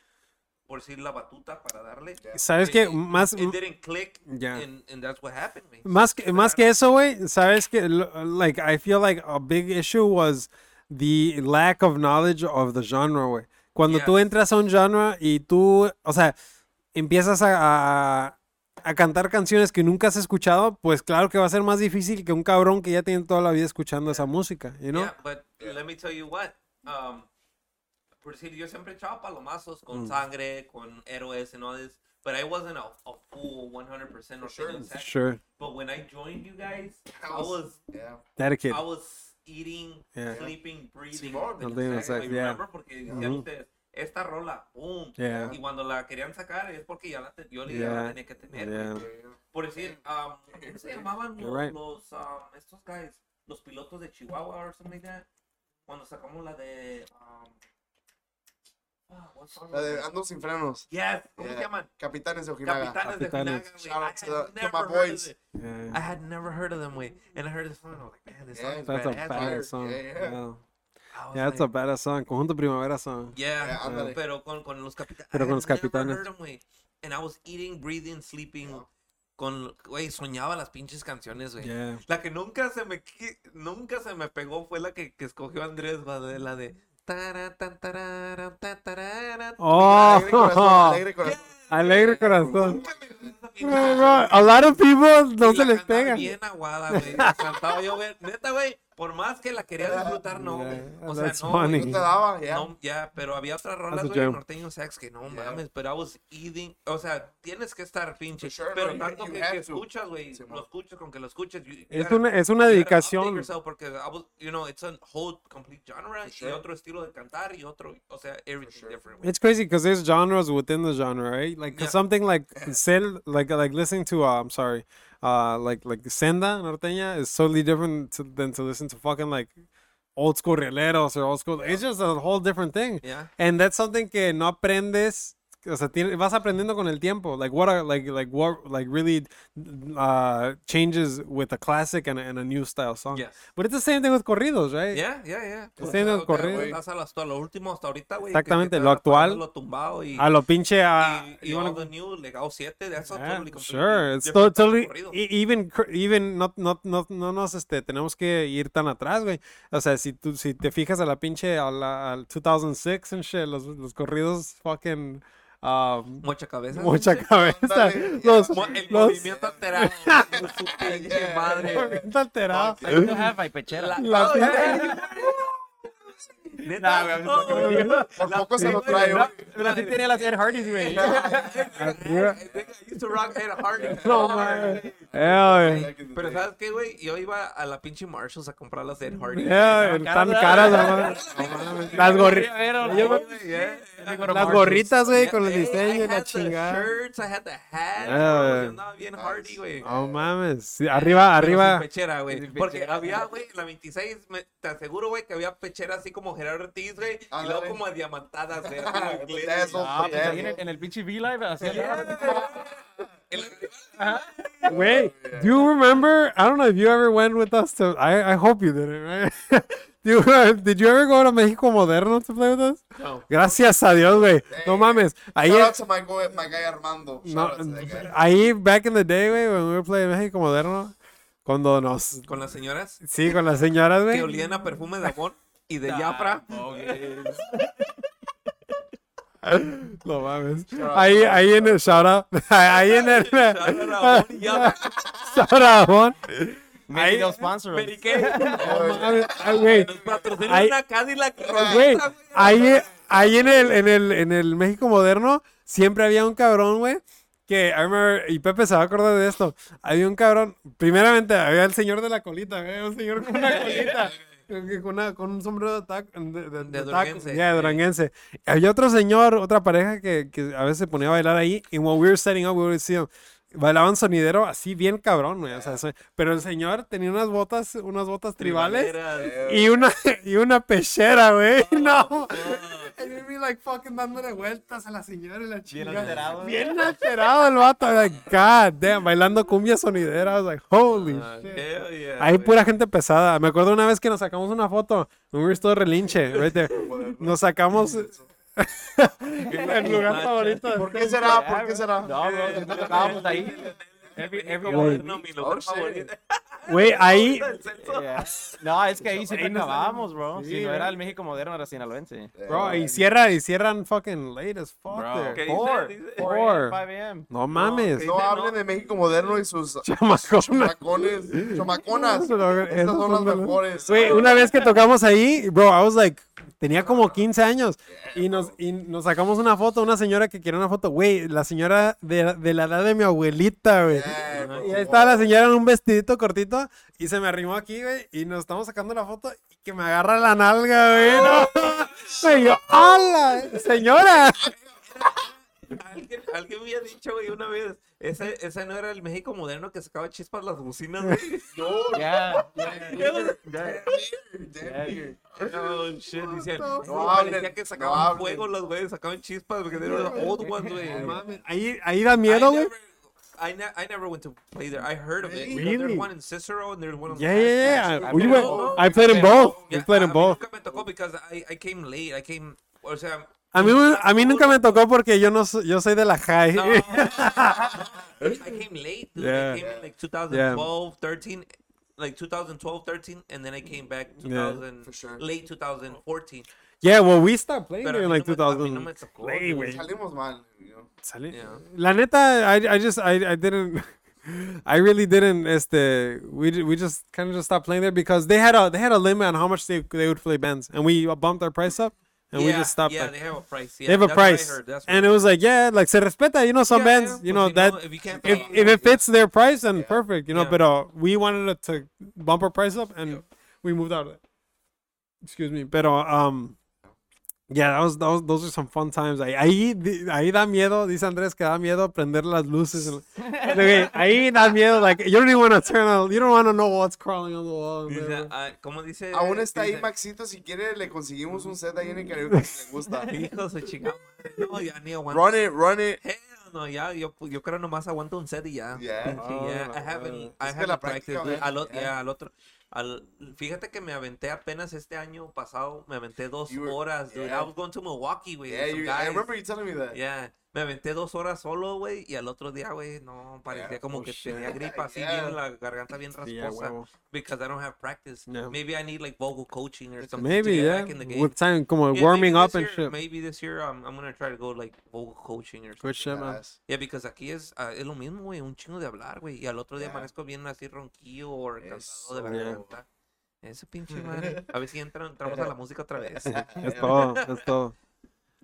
Speaker 1: por decir, la batuta para darle.
Speaker 2: ¿Sabes
Speaker 1: It-
Speaker 2: qué?
Speaker 1: it-
Speaker 2: Más,
Speaker 1: it didn't click,
Speaker 2: Yeah.
Speaker 1: and, and that's what happened. güey.
Speaker 2: Más que, más que eso, güey, sabes que, lo- like, I feel like a big issue was the lack of knowledge of the genre, güey. Cuando tú
Speaker 1: Yes.
Speaker 2: entras a un genre y tú, o sea, empiezas a, a, a cantar canciones que nunca has escuchado, pues claro que va a ser más difícil que un cabrón que ya tiene toda la vida escuchando esa música, you know?
Speaker 1: Yeah, but let me tell you what. Um, por decir, yo siempre echaba palomazos
Speaker 2: Mm.
Speaker 1: con sangre, con héroes and all this, but I wasn't a, a full 100% or sure.
Speaker 2: Sure.
Speaker 1: But when I joined you guys, I
Speaker 4: was-
Speaker 1: was
Speaker 4: Yeah.
Speaker 2: Dedicated.
Speaker 1: I was eating,
Speaker 2: Yeah.
Speaker 1: sleeping, breathing.
Speaker 4: Simón.
Speaker 1: the
Speaker 2: Breathing
Speaker 1: exact-
Speaker 2: exact,
Speaker 1: I
Speaker 2: yeah. Mm-hmm.
Speaker 1: remember porque decían ustedes, esta rola, boom.
Speaker 2: Yeah.
Speaker 1: Y cuando la querían sacar es porque ya la, te- yo ya
Speaker 2: Yeah.
Speaker 1: la tenía que tener.
Speaker 2: Yeah.
Speaker 1: Por decir, um, ¿cómo se llamaban
Speaker 2: You're
Speaker 1: los,
Speaker 2: right.
Speaker 1: los, um, estos guys? Los pilotos de Chihuahua or something like that. Cuando sacamos la de... Um, ah, what song
Speaker 4: La
Speaker 1: was
Speaker 4: de
Speaker 1: it?
Speaker 4: Ando sin frenos.
Speaker 1: Yes, ¿cómo
Speaker 4: Yeah.
Speaker 1: se llaman?
Speaker 4: Capitanes de Ojinaga.
Speaker 1: Capitanes,
Speaker 2: Capitanes.
Speaker 1: de
Speaker 4: Shout out
Speaker 1: Finaga,
Speaker 4: to
Speaker 1: güey. I
Speaker 4: the- to
Speaker 1: had
Speaker 4: my
Speaker 1: never heard of
Speaker 4: boys.
Speaker 1: it.
Speaker 2: Yeah.
Speaker 1: I had never heard of them, way, and I heard this song, and I was like, man, this song
Speaker 4: Yeah,
Speaker 1: is
Speaker 2: That's a
Speaker 1: badass,
Speaker 2: badass
Speaker 1: güey."
Speaker 2: song.
Speaker 4: Yeah,
Speaker 1: I
Speaker 2: Yeah.
Speaker 4: yeah.
Speaker 1: was
Speaker 2: Yeah, that's
Speaker 1: like,
Speaker 2: a badass song. Conjunto Primavera song.
Speaker 1: Yeah,
Speaker 4: Yeah, ándale.
Speaker 1: pero con, con los capitanes.
Speaker 2: Eh, Pero con los capitanes.
Speaker 1: And I was eating, breathing, sleeping. Con, güey, soñaba las pinches canciones, güey.
Speaker 2: Yeah.
Speaker 1: La que nunca se me qui- nunca se me pegó fue la que, que escogió Andrés, va, de- la de. tara, tan, tarara, ta, tarara.
Speaker 2: Oh,
Speaker 4: Alegre corazón, alegre corazón.
Speaker 2: Alegre corazón.
Speaker 1: Nunca me pegó esa pinche
Speaker 2: Bro,
Speaker 1: canción,
Speaker 2: bro, a lot of people no
Speaker 1: y la
Speaker 2: se les
Speaker 1: cantaba
Speaker 2: pega.
Speaker 1: Bien aguada, güey. La cantaba yo, güey. Neta, güey. Por más que la quería disfrutar, no, güey. O sea,
Speaker 2: That's
Speaker 1: no, güey.
Speaker 2: funny.
Speaker 4: No te daba, ya.
Speaker 1: No, ya, pero había otras rolas,
Speaker 2: a
Speaker 1: güey, de
Speaker 2: joke.
Speaker 1: norteño sax que no mames, pero I was eating, o sea, tienes que estar pinche,
Speaker 4: For sure,
Speaker 1: pero
Speaker 4: no,
Speaker 1: tanto
Speaker 4: you
Speaker 1: que,
Speaker 4: have
Speaker 1: que
Speaker 4: to.
Speaker 1: escuchas, güey,
Speaker 4: Sí,
Speaker 1: lo
Speaker 4: mo.
Speaker 1: escuchas con que lo escuches. you- you
Speaker 2: Es
Speaker 1: gotta-
Speaker 2: una, es
Speaker 1: you
Speaker 2: una
Speaker 1: gotta update
Speaker 2: dedicación.
Speaker 1: yourself Porque, I was- you know, it's a whole complete genre, y
Speaker 4: sure.
Speaker 1: otro estilo de cantar, y otro, o sea, everything different, güey.
Speaker 2: It's crazy because there's genres within the genre, right? Like 'cause
Speaker 1: Yeah.
Speaker 2: something like Sel, like like listening to uh, I'm sorry, uh, like like Senda Norteña is totally different to, than to listen to fucking like old school rieleros or old school. It's just a whole different thing.
Speaker 1: Yeah.
Speaker 2: And that's something que no aprendes. O sea, tiene- vas aprendiendo con el tiempo. Like what are like like what like really uh changes with a classic and a, and a new style song.
Speaker 1: Yes.
Speaker 2: But it's the same thing with corridos, right?
Speaker 1: Yeah, yeah, yeah.
Speaker 2: Está en el correo.
Speaker 1: Estás a lo- hasta lo último, hasta ahorita, güey. que- que
Speaker 2: Exactamente,
Speaker 1: está
Speaker 2: lo actual.
Speaker 1: Lo tumbado y,
Speaker 2: A lo pinche a
Speaker 1: y, y
Speaker 2: you wanna-
Speaker 1: all the new Legado 7, that's
Speaker 2: Yeah,
Speaker 1: totally completely
Speaker 2: Ah, sure, it's
Speaker 1: different than
Speaker 2: totally
Speaker 1: corrido.
Speaker 2: e- even cr- even no no no no nos este tenemos que ir tan atrás, güey. O sea, si tú si te fijas a la pinche a la, al 2006 and shit, los los corridos fucking um,
Speaker 1: Mucha cabeza.
Speaker 2: mucha cabeza,
Speaker 4: Ándale,
Speaker 2: los
Speaker 1: Mo- El
Speaker 2: los
Speaker 1: movimiento alterado. su pinche madre.
Speaker 2: movimiento alterado.
Speaker 3: I still have my pechera.
Speaker 2: La pinche-
Speaker 3: Nah, güey,
Speaker 1: Oh, güey.
Speaker 4: Por poco se lo trae, güey.
Speaker 3: Pero sí tenía las Ed Hardys, güey.
Speaker 2: mira.
Speaker 1: I think I used to rock Ed Hardy.
Speaker 2: No, man. Eh, güey.
Speaker 1: Pero ¿sabes qué, güey? Yo iba a la pinche Marshalls a comprar las Ed Hardy.
Speaker 2: Eh,
Speaker 3: Tan
Speaker 2: tan
Speaker 3: caras,
Speaker 2: caras, mamá. Las gorritas. eh, Las gorritas, güey, con el diseño y la
Speaker 1: eh, I had
Speaker 2: chingada.
Speaker 1: the shirts, I had the hat.
Speaker 2: Ah,
Speaker 1: bro,
Speaker 2: güey.
Speaker 1: Yo andaba bien Hardy, güey.
Speaker 2: Oh mames. Sí, Arriba,
Speaker 1: Pero sin
Speaker 2: arriba.
Speaker 1: pechera, güey. Porque había, güey, en la 26, me- te aseguro, güey, que había pechera así como Gerardo Ortiz, güey.
Speaker 4: Ah,
Speaker 1: y luego
Speaker 4: dale.
Speaker 1: como adiamantadas, güey. así como
Speaker 4: Ah,
Speaker 2: pues,
Speaker 1: glitter.
Speaker 4: Eso,
Speaker 3: Ah, pues ahí en
Speaker 4: eso.
Speaker 3: el, en el pinche V-Live, así.
Speaker 2: Wait, do you remember? I don't know if you ever went with us to. I, I hope you didn't, right? do you, did you ever go to Mexico Moderno to play with us?
Speaker 15: No.
Speaker 2: Gracias a Dios, güey. No mames. Ahí,
Speaker 4: Shout out to my, go- my guy Armando. Shout
Speaker 2: no,
Speaker 4: out to that guy.
Speaker 2: ahí back in the day, güey, when we were playing Mexico Moderno, cuando nos.
Speaker 1: Con las señoras
Speaker 2: Sí, con las señoras,
Speaker 1: que
Speaker 2: güey.
Speaker 1: olían a perfume de amor y de yapra.
Speaker 2: No mames. Ahí, ahí en el. Shout out. Ahí en el.
Speaker 1: Shout out a Bon y Yapra.
Speaker 2: Shout out, Juan.
Speaker 3: Maybe they'll sponsor us.
Speaker 1: Periqué.
Speaker 2: Mames, ah, güey.
Speaker 1: Nos patrocina
Speaker 2: Ahí-
Speaker 1: una Cadillac.
Speaker 2: Güey,
Speaker 1: Rosa,
Speaker 2: ahí, ahí en el, en el, en el México moderno siempre había un cabrón, güey. Que I remember- y Pepe se va a acordar de esto. Había un cabrón, primeramente había el señor de la colita, güey, un señor con una colita, con, una- con un sombrero de taco. De, de- de taco.
Speaker 1: duranguense.
Speaker 2: Yeah, de duranguense. Había otro señor, otra pareja que, que a veces se ponía a bailar ahí. Y when we were setting up, we would see them. Bailaban sonidero así bien cabrón, güey. o sea, se- pero el señor tenía unas botas, unas botas tribales.
Speaker 1: Tribalera.
Speaker 2: Y una, y una pechera, güey. no. And you'd be like fucking dándole vueltas a la señora y la chica. Bien alterado. Bien alterado el vato. Like, God damn, bailando cumbia sonidera. I was like, holy shit.
Speaker 1: Hell yeah,
Speaker 2: Hay
Speaker 1: Ah, güey.
Speaker 2: pura gente pesada. Me acuerdo una vez que nos sacamos una foto. Un resto relinche. right there. Nos sacamos. el lugar favorito.
Speaker 4: ¿Por qué será? ¿Por qué será? Oh,
Speaker 3: No, bro, nosotros tocábamos ahí. Every, every
Speaker 1: Como
Speaker 3: other-
Speaker 1: no, mi lugar
Speaker 4: Oh, shit.
Speaker 1: favorito.
Speaker 2: Güey, ahí.
Speaker 1: El censo.
Speaker 3: Yeah. No, es que ahí siempre
Speaker 2: nos
Speaker 3: acabábamos, bro.
Speaker 2: Sí,
Speaker 3: Si no
Speaker 2: güey.
Speaker 3: era el México moderno, era sinaloense.
Speaker 2: Bro, y cierra, y cierran fucking late as fuck.
Speaker 3: Bro.
Speaker 2: there.
Speaker 1: ¿Qué
Speaker 3: Four.
Speaker 1: dice? Dice-
Speaker 2: Four.
Speaker 3: 5 a.m.
Speaker 2: No mames.
Speaker 4: No hablen de México moderno y sus
Speaker 2: Chamacona.
Speaker 4: chacones, chamaconas.
Speaker 2: Eso lo-
Speaker 4: Estas
Speaker 2: esas
Speaker 4: son
Speaker 2: son
Speaker 4: las
Speaker 2: de las-
Speaker 4: mejores.
Speaker 2: Güey, una vez que tocamos ahí, bro, I was like, tenía como 15 años. Y nos, y nos sacamos una foto, una señora que quería una foto, güey, la señora de, de la edad de mi abuelita, güey.
Speaker 4: Eh,
Speaker 1: pues,
Speaker 4: por
Speaker 2: Y
Speaker 4: favor.
Speaker 2: ahí estaba la señora en un vestidito cortito y se me arrimó aquí, güey, y nos estamos sacando la foto y que me agarra la nalga, güey. No.
Speaker 1: Ah.
Speaker 2: Güey, yo, ¡hala! Señora.
Speaker 1: Alguien, alguien me había dicho, güey, una vez. Ese, ese no era el México moderno que sacaba chispas las bucinas, güey.
Speaker 3: Yeah.
Speaker 4: Damn near.
Speaker 1: No, shit. Decían,
Speaker 4: No
Speaker 1: no,
Speaker 4: hablen,
Speaker 1: parecía que
Speaker 4: no
Speaker 1: sacaban
Speaker 4: hablen.
Speaker 1: fuego los güeyes, sacaban chispas, porque they were the old ones, güey.
Speaker 2: No mames, Ahí, ahí da miedo,
Speaker 1: I
Speaker 2: güey.
Speaker 1: never, I, ne- I never went to play there. I heard of it.
Speaker 2: Really?
Speaker 1: There's one in Cicero and there's one on
Speaker 2: Yeah, yeah, yeah. We went,
Speaker 1: No,
Speaker 2: I played in both. We
Speaker 1: Yeah,
Speaker 2: played
Speaker 1: a
Speaker 2: in
Speaker 1: mí
Speaker 2: both.
Speaker 1: Nunca me tocó because I, I came late. I came, o sea,
Speaker 2: A mí, a mí nunca me tocó porque yo no so- yo soy de la high.
Speaker 1: No. I came late. Dude.
Speaker 2: Yeah.
Speaker 1: I came in like 2012, 13, like 2012, 13, and then I came back 2000,
Speaker 4: For sure.
Speaker 1: late 2014.
Speaker 2: yeah, well, we stopped playing
Speaker 1: Pero
Speaker 2: in
Speaker 1: a mí
Speaker 2: like
Speaker 1: no me- a mí
Speaker 2: 2000.
Speaker 1: no me tocó,
Speaker 2: Play,
Speaker 1: dude.
Speaker 2: güey.
Speaker 4: Salimos mal. you know.
Speaker 2: Sale-
Speaker 1: Yeah.
Speaker 2: La neta, I, I just, I, I didn't, I really didn't, este, we, ju- we just kind of just stopped playing there because they had a, they had a limit on how much they, they would play bands and we bumped our price up and we
Speaker 1: Yeah,
Speaker 2: just stopped
Speaker 1: Yeah,
Speaker 2: like,
Speaker 1: they have a price. Yeah,
Speaker 2: they have a
Speaker 1: that's what I
Speaker 2: price.
Speaker 1: heard, that's what
Speaker 2: And it
Speaker 1: I
Speaker 2: was like, yeah, like, se respeta, you know, some
Speaker 1: heard. Yeah,
Speaker 2: bands,
Speaker 1: yeah,
Speaker 2: you
Speaker 1: pues
Speaker 2: know,
Speaker 1: si
Speaker 2: that,
Speaker 1: if, you can't
Speaker 2: if,
Speaker 1: pay-
Speaker 2: if it fits their price, then perfect, you know.
Speaker 1: Yeah.
Speaker 2: But uh, we wanted it to bump our price up, and we moved out of it. Excuse me, but uh, um, yeah, that was, that was those are some fun times. Ahí, ahí, di- ahí da miedo, dice Andrés que da miedo prender las luces. and- Okay, ahí da miedo, like you don't even want to turn on, you don't want to know what's crawling on the wall. and
Speaker 1: Dice,
Speaker 2: whatever.
Speaker 1: ah, ¿Cómo dice?
Speaker 4: Aún está ahí
Speaker 1: Dice,
Speaker 4: Maxito, si quiere le conseguimos un set ahí en el karaoke si le gusta.
Speaker 1: Hijo de su chingada madre, No, ya ni aguanto.
Speaker 4: Run it, run it.
Speaker 1: Hell no, ya, yo, yo creo nomás aguanto un set y ya.
Speaker 4: Yeah.
Speaker 1: Sí, yeah, I haven't, I
Speaker 4: Ah, eh, Es que la
Speaker 1: haven't practiced.
Speaker 4: práctica, eh.
Speaker 1: Al, o-
Speaker 4: yeah.
Speaker 1: yeah, al otro, al, fíjate que me aventé apenas este año pasado, me aventé dos
Speaker 4: You were-
Speaker 1: horas, dude.
Speaker 4: yeah.
Speaker 1: I was going to Milwaukee, güey.
Speaker 4: Yeah,
Speaker 1: with some
Speaker 4: you, I
Speaker 1: guys.
Speaker 4: remember you telling me that.
Speaker 1: Yeah, me aventé dos horas solo, güey, y al otro día, güey, no, parecía como que tenía gripa, así,
Speaker 4: oh, Yeah.
Speaker 1: bien, la garganta bien rasposa,
Speaker 2: Yeah, huevo.
Speaker 1: because I don't have practice.
Speaker 2: Yeah.
Speaker 1: Maybe I need, like, vocal coaching or something to
Speaker 2: Maybe
Speaker 1: get
Speaker 2: yeah,
Speaker 1: back in the game.
Speaker 2: with time, come on,
Speaker 1: Yeah,
Speaker 2: warming
Speaker 1: maybe
Speaker 2: up
Speaker 1: this
Speaker 2: and
Speaker 1: year-
Speaker 2: shit.
Speaker 1: Maybe this year um, I'm, I'm gonna try to go, like, vocal coaching or something.
Speaker 2: Good shit, man.
Speaker 4: Badass.
Speaker 1: Yeah, because aquí es, ah, es lo mismo, güey, un chingo de hablar, güey. Y al otro día
Speaker 4: Yeah.
Speaker 1: amanezco bien así ronquillo o cansado de la
Speaker 4: Eso.
Speaker 1: garganta. Ese pinche madre. A ver si entra- entramos a la música otra vez.
Speaker 2: That's all. That's all.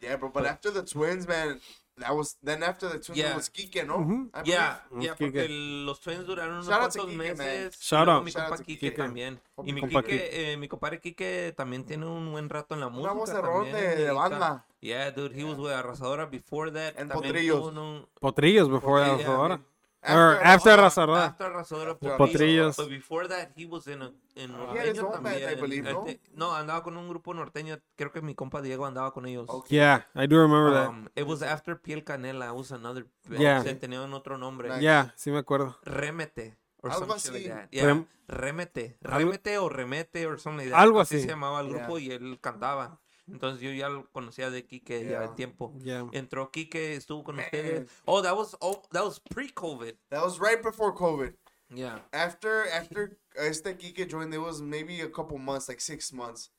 Speaker 4: Yeah, bro, but after the twins, man, that was then after the twins
Speaker 1: Yeah. Mm-hmm.
Speaker 4: it was Kike, no? I believe.
Speaker 1: Yeah, yeah,
Speaker 2: Quique.
Speaker 1: porque los Twins duraron unos
Speaker 4: Shout out to
Speaker 1: cuantos
Speaker 4: Quique, man.
Speaker 1: meses. y
Speaker 2: Shout
Speaker 1: luego
Speaker 2: out.
Speaker 1: Mi
Speaker 4: Shout out
Speaker 1: compa
Speaker 4: to
Speaker 1: Quique
Speaker 2: Quique.
Speaker 1: también. Y mi,
Speaker 2: Compa
Speaker 1: Quique, eh, mi compadre Quique también tiene un buen rato en la música.
Speaker 4: Una voz de ron
Speaker 1: también,
Speaker 4: de, de
Speaker 1: y
Speaker 4: banda.
Speaker 1: ta- Yeah, dude, he was with Arrasadora before that.
Speaker 4: En
Speaker 1: también
Speaker 4: Potrillos.
Speaker 1: tuvo un-
Speaker 2: Potrillos before that
Speaker 1: Yeah,
Speaker 2: was
Speaker 1: yeah,
Speaker 2: ahora.
Speaker 1: man.
Speaker 13: or after
Speaker 1: Raza-
Speaker 13: Razadora.
Speaker 1: After Razadora
Speaker 4: After
Speaker 13: Ah, Potrillos.
Speaker 1: But before that, he was in, a, in norteño
Speaker 4: he had his own band, I
Speaker 1: también.
Speaker 4: believe,
Speaker 1: I
Speaker 4: ¿no?
Speaker 1: thi- no, andaba con un grupo norteño. Creo que mi compa Diego andaba con ellos.
Speaker 13: Yeah, I do remember that.
Speaker 1: Um, it was after Piel Canela. It was another. band.
Speaker 13: Yeah.
Speaker 1: Se tenía un otro nombre.
Speaker 13: Yeah, sí me acuerdo.
Speaker 1: Remete. Or some
Speaker 4: Algo
Speaker 1: shit like
Speaker 4: así.
Speaker 1: that. Yeah,
Speaker 13: Rem-
Speaker 1: remete.
Speaker 13: Algo-
Speaker 1: Remete o remete or something like that.
Speaker 13: Algo así.
Speaker 1: se llamaba el grupo y él cantaba. Entonces yo ya lo conocía de Quique ya el tiempo.
Speaker 13: Yeah.
Speaker 1: Entró Quique, estuvo con ustedes. Oh, that was oh, that was pre-COVID.
Speaker 4: That was right before COVID.
Speaker 1: Yeah.
Speaker 4: After after este Kike joined, there was maybe a couple months, like six months.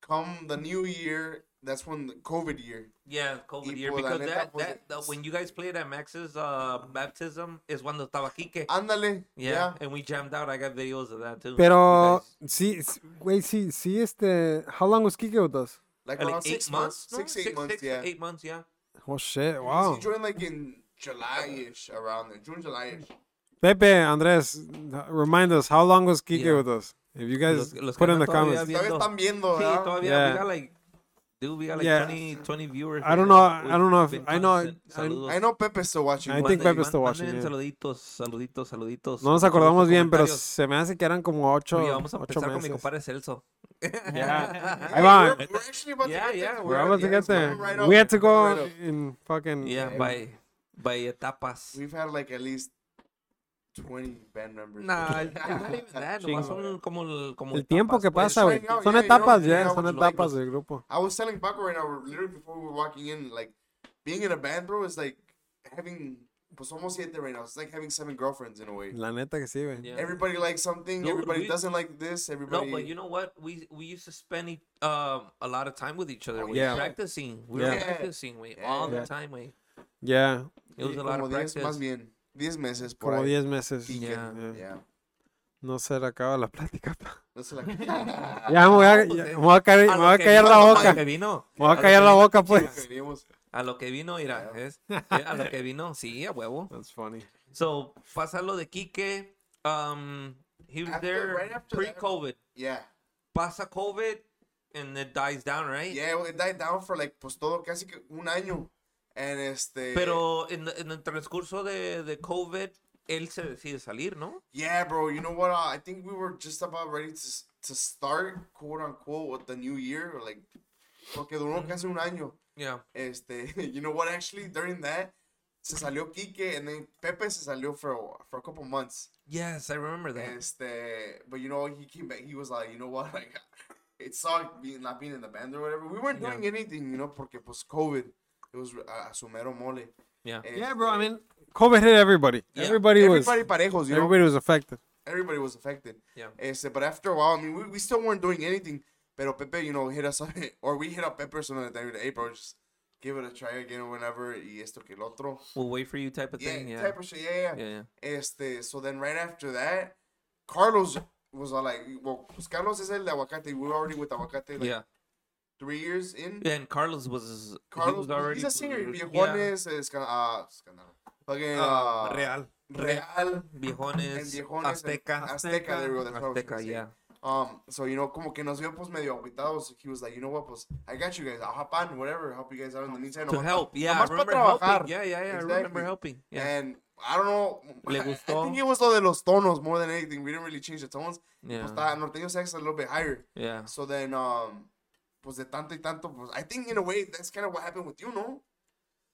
Speaker 4: Come the new year, that's when the COVID year.
Speaker 1: Yeah, COVID
Speaker 4: Y
Speaker 1: year
Speaker 4: pues, la
Speaker 1: because
Speaker 4: neta,
Speaker 1: that,
Speaker 4: pues,
Speaker 1: that, that- when you guys played at Max's uh, baptism is when the estaba Quique.
Speaker 4: Ándale.
Speaker 1: Yeah,
Speaker 4: Ah, Yeah.
Speaker 1: and we jammed out. I got videos of that too.
Speaker 13: Pero
Speaker 1: You guys-
Speaker 13: sí, s- güey, sí, sí, este, how long was Kike with us?
Speaker 4: Like,
Speaker 1: like
Speaker 4: around
Speaker 1: eight
Speaker 4: six months.
Speaker 1: months, no?
Speaker 4: Six, eight months,
Speaker 1: six,
Speaker 4: yeah.
Speaker 1: eight months, yeah.
Speaker 13: Oh shit,
Speaker 4: Because
Speaker 13: wow.
Speaker 4: He joined like in July ish, around there. June, July ish.
Speaker 13: Pepe, Andres, uh, remind us how long was Kike
Speaker 1: Yeah.
Speaker 13: with us? If you guys
Speaker 1: Los- los que
Speaker 13: put in the
Speaker 1: andan todavía
Speaker 13: comments.
Speaker 4: Todavía
Speaker 1: Viendo.
Speaker 4: están viendo,
Speaker 1: Sí,
Speaker 4: ¿verdad?
Speaker 1: todavía
Speaker 13: Yeah.
Speaker 1: we got like, dude, we got like
Speaker 13: Yeah.
Speaker 1: 20, 20 viewers.
Speaker 13: I don't
Speaker 1: here.
Speaker 13: know- I
Speaker 1: We've
Speaker 13: don't know if-
Speaker 1: been
Speaker 13: I know-
Speaker 1: constant.
Speaker 13: I-
Speaker 1: Saludos.
Speaker 4: I know Pepe's still watching.
Speaker 13: I
Speaker 4: but-
Speaker 13: think
Speaker 1: Manden-
Speaker 13: Pepe's still watching,
Speaker 1: manden
Speaker 13: yeah.
Speaker 1: Saluditos, saluditos, saluditos.
Speaker 13: No nos
Speaker 1: Mucho gusto,
Speaker 13: acordamos bien, pero
Speaker 1: comentarios.
Speaker 13: se me hace que eran como ocho,
Speaker 1: Oye, vamos a
Speaker 13: ocho
Speaker 1: empezar con mi
Speaker 13: meses.
Speaker 1: compadre Celso.
Speaker 13: Yeah.
Speaker 4: Yeah,
Speaker 13: Ahí va.
Speaker 4: We're, we're actually about
Speaker 1: Ah, Yeah,
Speaker 4: to get
Speaker 1: yeah,
Speaker 4: there.
Speaker 13: We're about to
Speaker 4: yeah,
Speaker 13: get
Speaker 4: it's coming
Speaker 13: there.
Speaker 4: right
Speaker 13: we
Speaker 4: up.
Speaker 13: had to go
Speaker 4: Right up.
Speaker 13: in fucking.
Speaker 1: Yeah, by, by etapas.
Speaker 4: We've had like at least 20 band members.
Speaker 1: Nah, it's not even that. nomás son como, el- como
Speaker 13: El tiempo
Speaker 1: etapas,
Speaker 13: que
Speaker 1: pues.
Speaker 13: pasa,
Speaker 4: Pues,
Speaker 13: güey.
Speaker 4: right now,
Speaker 13: Son
Speaker 4: yeah, you know,
Speaker 13: etapas,
Speaker 4: you
Speaker 13: ya,
Speaker 4: know,
Speaker 13: son
Speaker 4: los
Speaker 13: etapas
Speaker 4: locos.
Speaker 13: del grupo.
Speaker 4: I was telling Paco right now, we're literally before we were walking in, like being in a band, bro, is like having pues almost hit there right now. It's like having seven girlfriends in a way.
Speaker 13: La neta que sí, güey.
Speaker 1: Yeah.
Speaker 4: Everybody likes something,
Speaker 1: Dude,
Speaker 4: everybody
Speaker 1: we-
Speaker 4: doesn't like this,
Speaker 1: No,
Speaker 4: everybody
Speaker 1: but you know what? We we used to spend e- um a lot of time with each other. We
Speaker 13: yeah.
Speaker 1: were practicing. We were
Speaker 13: Yeah.
Speaker 1: practicing. We all
Speaker 13: Yeah.
Speaker 1: the time. We
Speaker 13: Yeah,
Speaker 1: it was a lot
Speaker 4: como
Speaker 1: of
Speaker 4: 10, más
Speaker 1: practice.
Speaker 4: bien 10 meses por
Speaker 13: como
Speaker 4: ahí.
Speaker 13: 10 meses.
Speaker 4: Kike.
Speaker 1: Yeah.
Speaker 4: Yeah.
Speaker 13: No se le acaba la plática. pa.
Speaker 4: No se la-
Speaker 13: Ah, Ya me voy a, ya me voy a ca- me voy a callar la
Speaker 1: A pues, lo
Speaker 13: boca.
Speaker 1: que vino.
Speaker 13: Me voy a
Speaker 1: lo
Speaker 13: callar
Speaker 1: que
Speaker 13: la
Speaker 1: vino,
Speaker 13: boca, pues.
Speaker 4: Venimos.
Speaker 1: A lo que vino, mira, es, a lo que vino, sí, a huevo.
Speaker 13: That's funny.
Speaker 1: So pasa lo de Quique. Um, he was
Speaker 4: After-
Speaker 1: there
Speaker 4: right after that-
Speaker 1: pre-COVID.
Speaker 4: Yeah.
Speaker 1: Pasa COVID, and it dies down, right?
Speaker 4: Yeah, well, it died down for like pues todo casi que un año. And este
Speaker 1: Pero en, en el transcurso de, de COVID, él se decide salir, ¿no?
Speaker 4: Yeah, bro. You know what? Uh, I think we were just about ready to s- to start quote unquote with the new year, or like porque duró casi un año.
Speaker 1: Yeah.
Speaker 4: Este, you know what? Actually, during that, se salió Kike and then Pepe se salió for a, for a couple months.
Speaker 1: Yes, I remember that.
Speaker 4: Este, but you know he came back. He was like, you know what? Like, it sucked being not being in the band or whatever. We weren't doing anything, you know, porque pues COVID. It was uh, a su mero mole. Eh,
Speaker 1: Yeah.
Speaker 13: Yeah, bro. I mean, COVID hit everybody. Everybody was.
Speaker 4: everybody parejos, you know.
Speaker 13: Everybody was affected.
Speaker 4: everybody was affected.
Speaker 1: Yeah.
Speaker 4: Este, but after a while, I mean, we, we still weren't doing anything. Pero Pepe, you know, hit us up, or we hit up Pepe or something like that. we like, hey, bro, just give it a try again or whatever. Y esto que el otro.
Speaker 1: We'll wait for you type of
Speaker 4: Yeah,
Speaker 1: thing. Yeah.
Speaker 4: type of shit. Yeah, yeah.
Speaker 1: yeah, yeah.
Speaker 4: Este, so then right after that, Carlos was all like, well, pues Carlos is el de aguacate. We were already with aguacate like
Speaker 1: yeah.
Speaker 4: three years in.
Speaker 1: Yeah, And Carlos was he
Speaker 4: Carlos,
Speaker 1: was already
Speaker 4: he's a singer.
Speaker 1: Yeah.
Speaker 4: Viejones, yeah. esca- uh, escándalo. Fucking,
Speaker 1: Uh,
Speaker 4: uh,
Speaker 1: Real.
Speaker 4: Real. And
Speaker 1: Viejones,
Speaker 4: Viejones and
Speaker 1: Azteca.
Speaker 4: Azteca, there we go, that's what I was
Speaker 1: Azteca,
Speaker 4: gonna say.
Speaker 1: yeah.
Speaker 4: Um, so you know, como que nos vio pues medio aguitados. He was like, you know what, pues I got you guys. I'll hop on, whatever, help you guys out in the meantime.
Speaker 1: To
Speaker 4: nomás-
Speaker 1: help, yeah. I
Speaker 4: nomás pa'
Speaker 1: remember
Speaker 4: trabajar."
Speaker 1: helping. Yeah, yeah, yeah. I remember
Speaker 4: Exactly. Eh,
Speaker 1: helping. Yeah.
Speaker 4: And I don't know.
Speaker 1: Le
Speaker 4: I
Speaker 1: gustó.
Speaker 4: think it was lo de los tonos more than anything. We didn't really change the tones.
Speaker 1: yeah.
Speaker 4: Pues está norteño sax a little bit higher.
Speaker 1: yeah.
Speaker 4: So then, um, pues de tanto y tanto, pues I think in a way that's kind of what happened with you, no?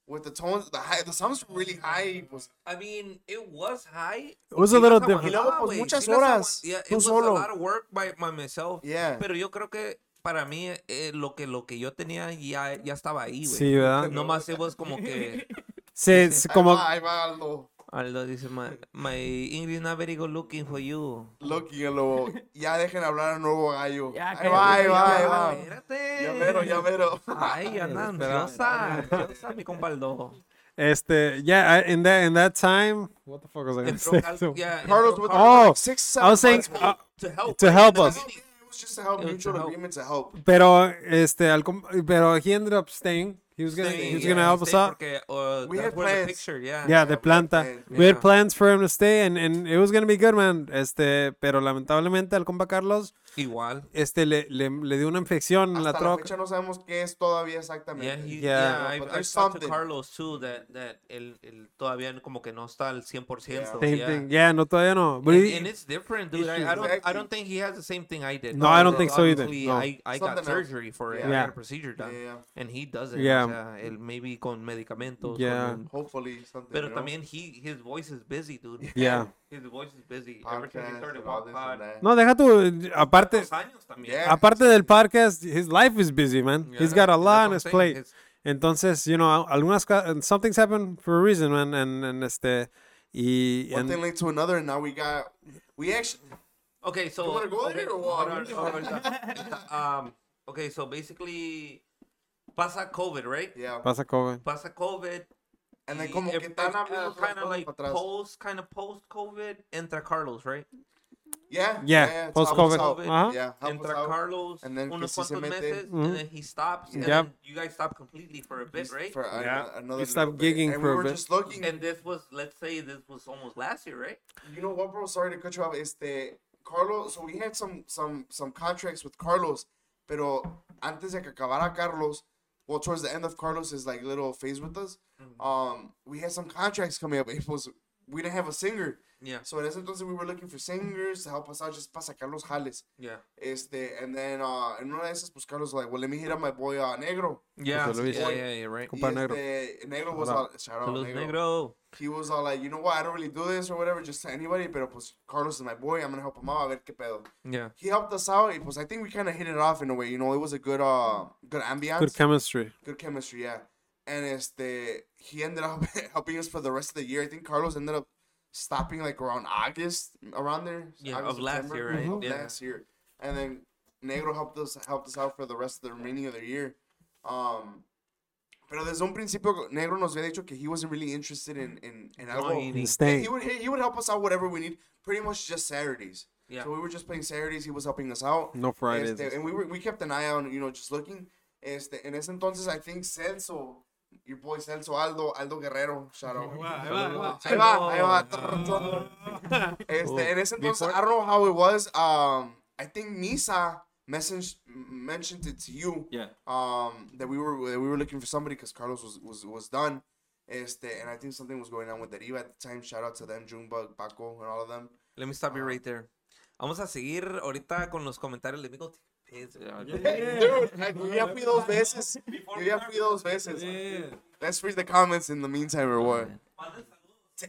Speaker 4: With the tones, the high, the sounds were really high. Pues
Speaker 1: I mean, it was high.
Speaker 13: It was a
Speaker 1: Sí
Speaker 13: little
Speaker 1: las
Speaker 13: different.
Speaker 4: Y luego,
Speaker 1: aguantaba,
Speaker 4: pues,
Speaker 1: güey,
Speaker 4: muchas
Speaker 1: sí las
Speaker 4: horas,
Speaker 1: aguant- Yeah, it
Speaker 4: tú
Speaker 1: was
Speaker 4: solo.
Speaker 1: a lot of work by, by myself.
Speaker 4: Yeah.
Speaker 1: Pero yo creo que para mí eh, lo que lo que yo tenía ya ya estaba ahí, güey.
Speaker 13: Sí, ¿verdad?
Speaker 1: Nomás it was como que
Speaker 13: Se, se- como,
Speaker 4: ahí va, ahí va lo
Speaker 1: Aldo dice, my, my English not very good looking for you.
Speaker 4: Loki, lo ya dejen hablar al nuevo gallo.
Speaker 10: Ya,
Speaker 4: ahí va, ahí
Speaker 10: cállate,
Speaker 4: va,
Speaker 10: ya,
Speaker 4: ahí
Speaker 1: Ah,
Speaker 4: va.
Speaker 1: Espérate.
Speaker 4: Ya mero, ya mero.
Speaker 1: Ay, anda ansiosa. Ansiosa, mi compadre.
Speaker 13: este, yeah, I, in that in that time, what the fuck was I gonna
Speaker 1: Entró
Speaker 13: say?
Speaker 2: Pues,
Speaker 1: Carlos,
Speaker 13: So-
Speaker 1: yeah,
Speaker 4: Carlos pues,
Speaker 1: entró
Speaker 4: with
Speaker 1: Carlos
Speaker 13: Oh,
Speaker 4: like six, seven
Speaker 13: I was saying,
Speaker 4: months.
Speaker 13: uh,
Speaker 1: to help.
Speaker 13: to
Speaker 1: right?
Speaker 13: help
Speaker 1: In the
Speaker 13: us.
Speaker 1: beginning.
Speaker 4: It was just to help
Speaker 1: It was
Speaker 4: mutual
Speaker 1: to help.
Speaker 4: agreement to help.
Speaker 13: pero este, al com- pero he ended up staying. He
Speaker 2: He was gonna
Speaker 1: Stay,
Speaker 2: he was
Speaker 1: yeah,
Speaker 2: gonna help us
Speaker 1: stay
Speaker 2: out.
Speaker 1: Porque, uh,
Speaker 4: We
Speaker 1: that's
Speaker 4: had
Speaker 1: where the
Speaker 4: plans.
Speaker 1: picture, yeah.
Speaker 2: Yeah, the planta.
Speaker 4: plan.
Speaker 2: We had
Speaker 1: Yeah.
Speaker 2: plans for him to stay and, and it was gonna be good, man. Este, pero lamentablemente al compa Carlos,
Speaker 1: Igual.
Speaker 2: este le, le, le dio una infección en la
Speaker 4: Hasta la
Speaker 2: troca.
Speaker 4: fecha no sabemos qué es todavía
Speaker 1: Yeah,
Speaker 4: exactamente.
Speaker 1: he,
Speaker 2: Yeah.
Speaker 1: yeah, I,
Speaker 4: But
Speaker 1: I
Speaker 4: there's
Speaker 1: talked to
Speaker 4: something.
Speaker 1: Carlos too that that el, el todavía como que no está al 100%. Yeah.
Speaker 2: Same thing. Yeah, no todavía no. But
Speaker 1: And,
Speaker 2: he-
Speaker 1: and it's different, dude. I, I don't I
Speaker 4: Exactly.
Speaker 1: don't think he has the same thing I did.
Speaker 2: No, I don't think so either.
Speaker 1: Obviously,
Speaker 2: No.
Speaker 1: I, I got
Speaker 4: Something else.
Speaker 1: surgery for it. I
Speaker 2: Yeah.
Speaker 1: got a procedure done.
Speaker 4: Yeah.
Speaker 1: And he does it.
Speaker 2: Yeah.
Speaker 1: O sea, el- maybe con medicamentos.
Speaker 2: Yeah.
Speaker 1: con-
Speaker 4: Hopefully something.
Speaker 1: pero
Speaker 4: you know?
Speaker 1: también he his voice is busy, dude.
Speaker 2: yeah.
Speaker 1: His voice is busy. Ever since he
Speaker 4: Podcast,
Speaker 1: started
Speaker 4: all
Speaker 1: Walk
Speaker 4: this
Speaker 1: Pod.
Speaker 4: and that.
Speaker 2: No, deja tu aparte
Speaker 1: Dos años también.
Speaker 4: Yeah.
Speaker 2: aparte del podcast, his life is busy, man. Ah, He's got a
Speaker 1: That's
Speaker 2: lot
Speaker 1: what
Speaker 2: on
Speaker 1: I'm
Speaker 2: his
Speaker 1: saying.
Speaker 2: plate.
Speaker 1: It's-
Speaker 2: Entonces, you know, algunas ca- and something's happened for a reason, man, and and este y
Speaker 4: One
Speaker 2: and-
Speaker 4: thing linked to another, and now we got. We actually.
Speaker 1: Okay, so
Speaker 4: wanna go
Speaker 1: okay,
Speaker 4: there or what?
Speaker 1: hold on, hold on. um, okay, so basically, pasa COVID, right?
Speaker 4: Yeah.
Speaker 2: pasa COVID.
Speaker 1: Pasa COVID.
Speaker 4: And
Speaker 1: y e
Speaker 4: then, como que
Speaker 1: ev-
Speaker 4: están
Speaker 1: ev-
Speaker 4: hablando
Speaker 1: kind of like
Speaker 4: atrás.
Speaker 1: post, kind of post COVID, entra Carlos, right?
Speaker 4: Yeah.
Speaker 2: Yeah,
Speaker 4: it's
Speaker 2: post
Speaker 4: help us
Speaker 2: COVID.
Speaker 4: out.
Speaker 2: Uh-huh.
Speaker 4: Yeah. help us
Speaker 1: entra
Speaker 4: out.
Speaker 1: Carlos,
Speaker 4: ah, and then que
Speaker 1: unos
Speaker 4: sí se
Speaker 1: cuantos
Speaker 4: mete.
Speaker 1: meses,
Speaker 2: Mhm.
Speaker 1: and then he stops, and
Speaker 2: Yeah.
Speaker 1: then you guys stop completely for a bit, right?
Speaker 4: For a-
Speaker 2: Yeah.
Speaker 4: another
Speaker 2: We stopped
Speaker 4: little bit.
Speaker 2: gigging
Speaker 4: and
Speaker 2: for a
Speaker 4: we were
Speaker 2: bit.
Speaker 4: just looking.
Speaker 1: and this was, let's say, this was almost last year, right?
Speaker 4: you know what, bro? Sorry to cut you off. Este, Carlos, so we had some some some contracts with Carlos, pero antes de que acabara Carlos, well, towards the end of Carlos's like little phase with us,
Speaker 1: Mm-hmm.
Speaker 4: um, we had some contracts coming up. It was we didn't have a singer,
Speaker 1: Yeah,
Speaker 4: so in ese entonces we were looking for singers to help us out just para sacar los jales.
Speaker 1: yeah,
Speaker 4: Este, and then uh, en una de esas, pues Carlos was like, well, let me hit up my boy uh, Negro.
Speaker 1: yeah,
Speaker 2: Luis.
Speaker 1: yeah, yeah, yeah, right.
Speaker 2: Compa
Speaker 4: Y
Speaker 2: Negro.
Speaker 4: este, Negro was
Speaker 2: Shout
Speaker 4: all, shout out
Speaker 1: Los
Speaker 4: Negro
Speaker 1: Negro.
Speaker 4: he was all like, you know what, I don't really do this or whatever, just to anybody, pero pues Carlos is my boy, I'm gonna help him out, a ver qué pedo.
Speaker 1: Yeah.
Speaker 4: He helped us out, it was, I think we kind of hit it off in a way, you know, it was a good, uh, good ambiance,
Speaker 2: Good
Speaker 4: good,
Speaker 2: chemistry.
Speaker 4: chemistry, yeah. And este, he ended up helping us for the rest of the year. I think Carlos ended up stopping like around August, around there.
Speaker 1: Yeah,
Speaker 4: August,
Speaker 1: of last
Speaker 4: September,
Speaker 1: year, right?
Speaker 4: of
Speaker 1: Yeah.
Speaker 4: Last year. And then Negro helped us helped us out for the rest of the remaining of the year. Um, pero desde un principio Negro nos había dicho que he wasn't really interested in in, in algo.
Speaker 1: Joining.
Speaker 4: He
Speaker 2: Staying.
Speaker 4: would he, he would help us out whatever we need. Pretty much just Saturdays.
Speaker 1: Yeah.
Speaker 4: So we were just playing Saturdays. He was helping us out.
Speaker 2: No Fridays.
Speaker 4: Este, and we were, we kept an eye on you know just looking. Este, en ese entonces I think Celso, your boy Celso Aldo Aldo Guerrero, shout out. Ahí va, ahí va. Tr- tr- Este, en ese entonces, I don't know how it was. Um, I think Misa messaged mentioned it to you.
Speaker 3: Yeah.
Speaker 4: Um, that we were that we were looking for somebody because Carlos was was was done. Este, and I think something was going on with Deriva at the time. Shout out to them, Junebug, Paco, and all of them.
Speaker 1: Let me stop you right there. Vamos a seguir ahorita con los comentarios. Let me go take a piss.
Speaker 4: Dude, I- yo ya fui dos veces. Yo ya fui dos veces. Let's read the comments in the meantime or what?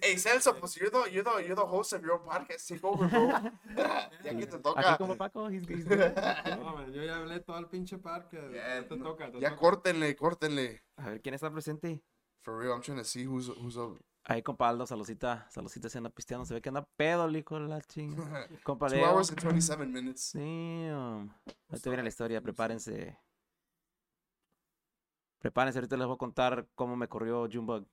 Speaker 4: Hey Celso, pues you're the you're the you're the host of your own podcast. Take over, bro. ya que te
Speaker 3: Aquí
Speaker 4: toca.
Speaker 3: como Paco, he's, he's good.
Speaker 16: Yo ya hablé todo el pinche parque.
Speaker 4: Ya,
Speaker 16: Te
Speaker 4: no.
Speaker 16: toca, te
Speaker 4: Ya
Speaker 16: toca.
Speaker 4: córtenle, córtenle.
Speaker 3: A ver, ¿quién está presente?
Speaker 4: For real, I'm trying to see who's who's up.
Speaker 3: Ahí, compa Aldo, saludcita. Saludcita se anda pisteando. Se ve que anda pedo, lico, la chinga. Compa
Speaker 4: Two
Speaker 3: Leo.
Speaker 4: hours and 27 minutes.
Speaker 3: Damn. Ahorita viene la historia, prepárense. Prepárense, ahorita les voy a contar cómo me corrió Junebug.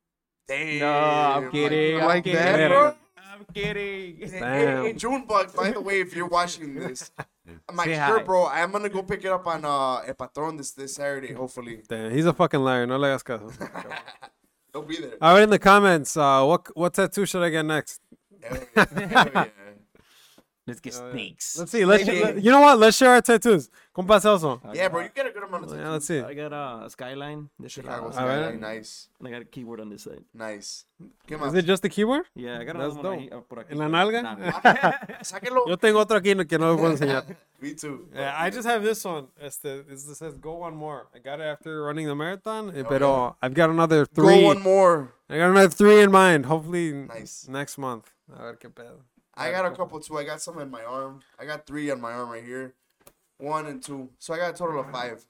Speaker 4: Damn.
Speaker 3: I'm kidding,
Speaker 4: You
Speaker 3: Ah, I'm
Speaker 4: like
Speaker 3: kidding.
Speaker 4: that, bro?
Speaker 3: I'm kidding.
Speaker 4: Hey, hey, Junebug, by the way, if you're watching this, I'm like,
Speaker 3: Say
Speaker 4: sure,
Speaker 3: hi.
Speaker 4: bro. I'm gonna go pick it up on uh, El Patron this, this Saturday, hopefully.
Speaker 2: Damn, he's a fucking liar. No le hagas caso.
Speaker 4: He'll be there.
Speaker 2: All right, in the comments, uh, what what tattoo should I get next?
Speaker 4: Hell yeah, hell yeah.
Speaker 3: Let's
Speaker 13: Oh,
Speaker 3: get snakes.
Speaker 2: Let's see. Let's you know what? Let's share our tattoos. Compa Celso.
Speaker 4: Yeah, bro, you get a good amount of
Speaker 2: Yeah,
Speaker 4: time.
Speaker 2: let's see.
Speaker 3: I got a uh, skyline. This is
Speaker 4: Chicago
Speaker 3: uh,
Speaker 2: All right.
Speaker 4: Skyline, nice,
Speaker 3: and I got a keyword on this side.
Speaker 4: nice. ¿Qué
Speaker 2: Is
Speaker 4: más?
Speaker 2: it just the keyboard?
Speaker 3: Yeah, I got
Speaker 2: That's
Speaker 3: another one
Speaker 2: dope.
Speaker 3: right, uh, por aquí.
Speaker 2: En la nalga?
Speaker 4: Sáquelo.
Speaker 2: Yo tengo otro aquí que no lo puedo enseñar.
Speaker 4: Me too.
Speaker 2: Yeah, I just have this one. Este, this this says go one more. I got it after running the marathon, eh, pero I've got another three.
Speaker 4: Go one more.
Speaker 2: I got another three in mind. Hopefully
Speaker 4: Nice.
Speaker 2: next month. A ver qué pedo.
Speaker 4: I got a couple too. I got some in my arm. I got three on my arm right here, one and two. So I got a total
Speaker 1: Ah.
Speaker 4: of five.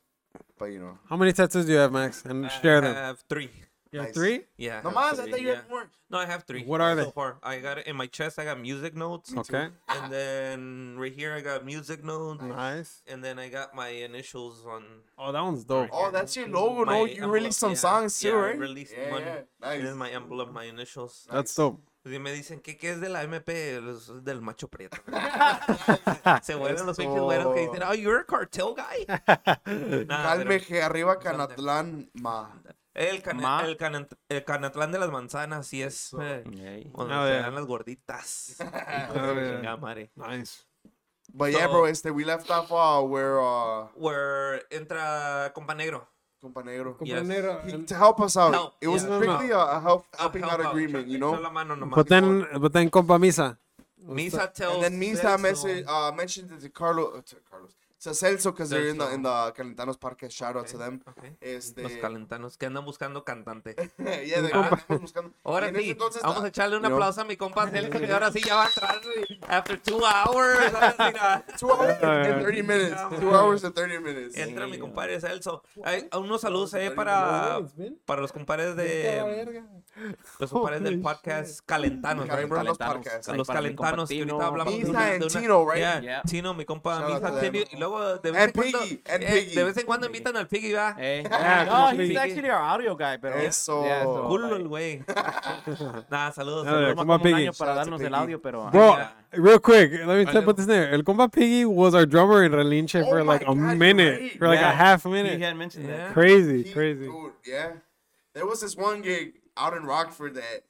Speaker 4: But you know,
Speaker 2: How many tattoos do you have, Max? And
Speaker 4: Ah,
Speaker 2: share them.
Speaker 1: I have three.
Speaker 2: You have
Speaker 4: nice.
Speaker 2: three?
Speaker 1: Yeah. I have
Speaker 4: no más. I
Speaker 1: three,
Speaker 4: thought you
Speaker 1: yeah.
Speaker 4: had more.
Speaker 1: No, I have three.
Speaker 2: What are they?
Speaker 1: So far, I got it in my chest. I got music notes,
Speaker 2: Okay.
Speaker 1: and then right here I got music notes,
Speaker 2: Nice.
Speaker 1: and then I got my initials on.
Speaker 2: Oh, that one's dope.
Speaker 4: Oh, that's your logo.
Speaker 1: my
Speaker 4: no, you
Speaker 1: envelope.
Speaker 4: released some
Speaker 1: Yeah,
Speaker 4: songs too,
Speaker 1: yeah, I
Speaker 4: right?
Speaker 1: released
Speaker 4: yeah,
Speaker 1: one.
Speaker 4: yeah.
Speaker 1: This is
Speaker 4: Nice.
Speaker 1: my envelope, my initials.
Speaker 2: That's dope.
Speaker 1: Y me dicen, ¿qué, qué es de la MP? Los- Es del macho prieto. Se vuelven los pinches güeros que "Oh, dicen, oh, you're a cartel guy. Nah, pero-
Speaker 4: Calme que arriba Canatlán, ma.
Speaker 1: El, can-
Speaker 3: Ma.
Speaker 1: el, cana- el canatlán de las manzanas, sí es.
Speaker 2: Oh.
Speaker 1: eh,
Speaker 3: Ey.
Speaker 1: Donde
Speaker 17: A
Speaker 1: se
Speaker 17: ver.
Speaker 1: dan las gorditas.
Speaker 17: ver.
Speaker 1: Ya, madre.
Speaker 17: Nice.
Speaker 4: But yeah, bro,
Speaker 1: So-
Speaker 4: este, we left off uh, where uh,
Speaker 1: Where entra Compa Negro.
Speaker 4: Compa Negro.
Speaker 1: Yes.
Speaker 4: He- to help us out.
Speaker 1: Help,
Speaker 4: It was
Speaker 1: yeah.
Speaker 4: strictly a, a help, helping
Speaker 1: Ajá,
Speaker 4: out
Speaker 1: pa-
Speaker 4: agreement, you
Speaker 1: echó
Speaker 4: know?
Speaker 1: la mano nomás.
Speaker 2: But then, but then, compa misa.
Speaker 1: Misa tells
Speaker 4: And then Misa
Speaker 1: Celso-
Speaker 4: message, uh, mentioned it to Carlo, uh, to Carlos, to Celso, because they're in the, in the Calentanos Parque. Shout out to them.
Speaker 1: Okay.
Speaker 4: Este,
Speaker 1: Los calentanos que andan buscando cantante.
Speaker 4: yeah, de- andamos buscando-
Speaker 1: Ahora
Speaker 4: y Eh, en ese
Speaker 1: sí,
Speaker 4: entonces,
Speaker 1: vamos a
Speaker 4: ah,
Speaker 1: echarle un
Speaker 4: you know,
Speaker 1: aplauso a mi compa Celso, que ahora sí ya va a entrar. güey. After two hours. ahora sí, la-
Speaker 4: Two hours and 30 minutes. Two hours and 30 minutes.
Speaker 1: Entra mi compadre Celso. Ay, unos saludos eh, para, para los compadres
Speaker 2: Eh,
Speaker 1: de los compadres del podcast Calentanos. right, bro?
Speaker 4: Calentanos
Speaker 3: Calentanos.
Speaker 4: Podcast.
Speaker 1: Los
Speaker 3: Para mi compa
Speaker 1: calentanos que ahorita
Speaker 3: Tino.
Speaker 1: hablamos
Speaker 4: Misa
Speaker 1: una-
Speaker 4: and
Speaker 1: una-
Speaker 4: Tino, right?
Speaker 1: Yeah,
Speaker 3: Yeah.
Speaker 1: Tino, mi compa,
Speaker 4: Shout out
Speaker 1: Misa,
Speaker 4: to them.
Speaker 1: Tino, y luego de vez,
Speaker 4: And
Speaker 1: en cuando,
Speaker 4: Piggy, and
Speaker 1: eh, de
Speaker 4: Piggy.
Speaker 1: vez en cuando invitan al Piggy, va.
Speaker 3: Hey.
Speaker 2: Yeah,
Speaker 3: no,
Speaker 2: complete.
Speaker 3: he's actually our audio guy, pero.
Speaker 4: Eso.
Speaker 3: Yeah, so,
Speaker 1: Culo
Speaker 3: like,
Speaker 1: el güey. Nada, saludos.
Speaker 2: A ver,
Speaker 1: saludos.
Speaker 3: toma
Speaker 2: Come on,
Speaker 3: como un
Speaker 2: Piggy.
Speaker 3: año para
Speaker 4: Shout out to
Speaker 3: darnos el
Speaker 4: Piggy.
Speaker 3: audio, pero. ah,
Speaker 2: Bro,
Speaker 1: Yeah.
Speaker 2: real quick, let me tell, put this in there. El compa Piggy was our drummer in Relinche
Speaker 4: Oh
Speaker 2: for
Speaker 4: my
Speaker 2: like a
Speaker 4: God, you're
Speaker 2: minute,
Speaker 4: right.
Speaker 2: for like
Speaker 3: Yeah.
Speaker 2: a half
Speaker 3: He
Speaker 2: minute.
Speaker 3: had mentioned
Speaker 1: Yeah.
Speaker 3: that.
Speaker 2: Crazy,
Speaker 4: He-
Speaker 2: crazy.
Speaker 4: Dude, yeah. There was this one gig out in Rockford that